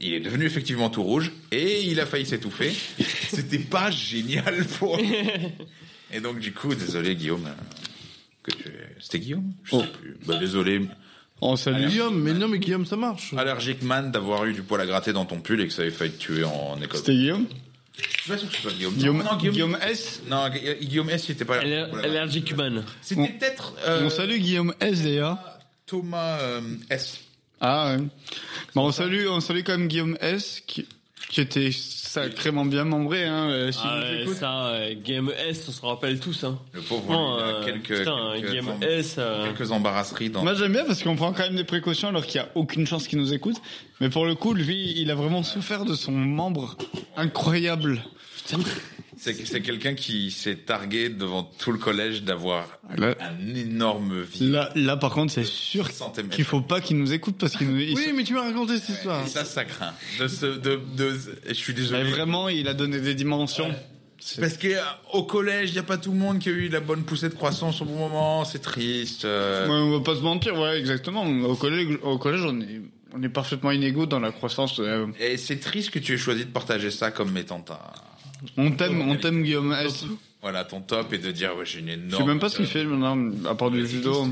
A: Il est devenu effectivement tout rouge et il a failli s'étouffer. C'était pas génial pour lui. Et donc, du coup, désolé, Guillaume. euh, que tu- C'était Guillaume Je sais plus. Bah, désolé,
E: On salue.
C: Guillaume, mais non, mais Guillaume, ça marche.
E: Ah,
A: allergique man d'avoir eu du poil à gratter dans ton pull et que ça avait failli te tuer en école.
E: C'était Guillaume
A: Je suis pas sûr que ce soit Guillaume.
E: Guillaume,
A: non, non, Guillaume.
E: Guillaume S.
A: Non, Gu- Guillaume S, il était pas allergique au poil à gratter.
D: Allergic human.
A: C'était
E: On-
A: peut-être euh,
E: On salue Guillaume S d'ailleurs.
A: Thomas euh, S.
E: Ah ouais. Bon, on salue, on salue quand même Guillaume S qui, qui était sacrément bien membré. Hein, euh, si
D: Ah
E: vous
D: ouais,
E: écoutez.
D: ça, euh, Guillaume S, on se rappelle tous. Hein.
A: Le pauvre,
D: Non,
A: lui, il a
D: euh,
A: quelques,
D: putain,
A: quelques,
D: Guillaume
A: embar-
D: S. euh,
A: quelques embarrasseries dans.
E: Moi j'aime bien parce qu'on prend quand même des précautions alors qu'il y a aucune chance qu'il nous écoute. Mais pour le coup, lui, il a vraiment souffert de son membre incroyable.
A: C'est c'est quelqu'un qui s'est targué devant tout le collège d'avoir
E: Là,
A: un énorme vide.
E: là, là, par contre, c'est sûr
A: centimètres.
E: qu'il faut pas qu'il nous écoute parce qu'il nous. il
C: Oui,
E: se-
C: mais tu m'as raconté cette histoire.
A: Et ça, ça craint. De ce, de, de, je suis
E: mais
A: désolé.
E: vraiment, il a donné des dimensions.
A: Parce que euh, au collège, il y a pas tout le monde qui a eu la bonne poussée de croissance au bon moment. C'est triste. euh.
E: Ouais, on va pas se mentir, ouais, exactement. Au collège, au collège, on est, on est parfaitement inégaux dans la croissance. euh,
A: Et c'est triste que tu aies choisi de partager ça comme étant ta,
E: On t'aime, on t'aime, Guillaume Eh, S.
A: voilà, ton top et de dire, ouais, j'ai une
E: Je
A: énorme. euh,
E: sais même pas ce qu'il fait maintenant, à part du judo.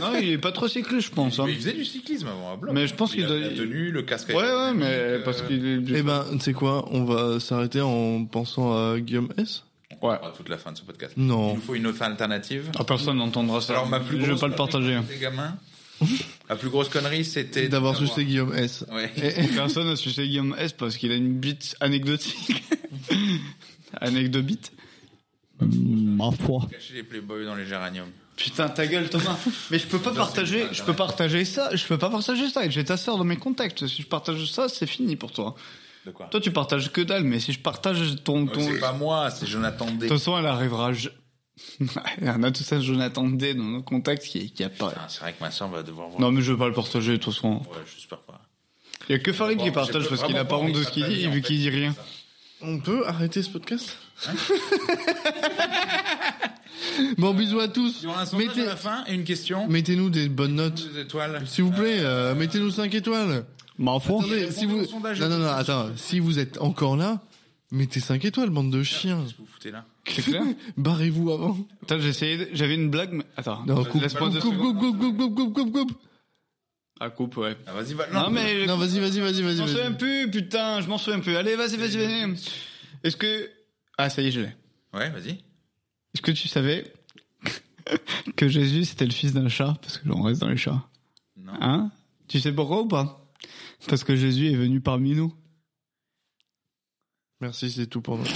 E: non, il est pas trop cycliste, je pense. hein.
A: Mais il faisait du cyclisme avant à bloc.
E: Mais je pense
A: Il
E: qu'il
A: a
E: doit-
A: la tenue, le casque.
E: Ouais, ouais, mais
A: Euh,
E: parce qu'il est.
C: Eh ben, tu sais quoi, on va s'arrêter en pensant à Guillaume S
E: Ouais.
A: à toute la fin de ce podcast. Il
C: Non.
A: nous faut une autre alternative.
E: Ah, personne n'entendra ça.
A: Alors ma plus
E: je vais
A: grosse
E: pas le
A: connerie
E: partager. hein.
A: quand j'étais gamin, ma plus grosse connerie c'était
C: C'est d'avoir sucé Guillaume S.
A: Ouais.
E: Personne n'a sucé Guillaume S parce qu'il a une bite anecdotique. Anecdobite. Ma foi.
A: Cacher les Playboy dans les géraniums.
E: Putain, ta gueule, Thomas. Mais je peux pas
A: Non, c'est
E: partager,
A: pas
E: je peux partager ça, je peux pas partager ça. Et J'ai ta sœur dans mes contacts. Si je partage ça, c'est fini pour toi.
A: De quoi
E: Toi, tu partages que dalle, mais si je partage ton,
A: Euh,
E: ton,
A: C'est pas moi, c'est Jonathan D.
E: De toute façon, elle arrivera. Je... on a tout ça, Jonathan D dans nos contacts qui, qui apparaît.
A: Putain, Ah, C'est vrai que ma soeur va devoir voir.
E: Non, mais je vais pas le partager, de toute façon.
A: Ouais, j'espère pas.
E: Il y a que Farid
A: Bon,
E: qui
A: j'ai
E: partage parce qu'il
A: vraiment
E: a pas honte
A: envie
E: de
A: que ça
E: ce qu'il dit,
A: t'aille, en
E: vu
A: fait.
E: qu'il dit rien.
C: On peut arrêter ce podcast Bon, bisous à tous.
A: Il y aura un sondage
C: Mettez-
A: à la fin et une question.
C: Mettez-nous des bonnes notes.
A: Des étoiles.
C: S'il vous plaît, euh, mettez-nous 5 étoiles.
E: Bah, au fond.
C: Attendez, si vous...
A: au sondage.
C: Non, non, non, attends. Si vous êtes encore là, mettez 5 étoiles, bande de chiens.
A: Qu'est-ce que vous foutez là
E: C'est clair
C: Barrez-vous avant.
E: Attends, j'ai essayé. de- J'avais une blague, mais. Attends.
C: Non, coupe,
E: Laisse-moi
C: coupe,
E: deux
C: coupe,
E: secondes.
C: coupe, coupe, coupe, coupe, coupe, coupe, coupe.
E: Ah, coupe, ouais.
A: Ah, Vas-y, va.
E: Non, mais.
C: Non, vas-y, vas-y, vas-y, vas-y.
E: Je m'en
C: vas-y.
E: souviens plus, putain, je m'en souviens plus. Allez, vas-y, vas-y, vas-y. Est-ce que. Ah, ça y est, je l'ai.
A: Ouais, vas-y.
E: Est-ce que tu savais que Jésus c'était le fils d'un chat Parce que l'on reste dans les chats.
A: Non.
E: Hein Tu sais pourquoi ou pas Parce que Jésus est venu parmi nous.
C: Merci, c'est tout pour moi.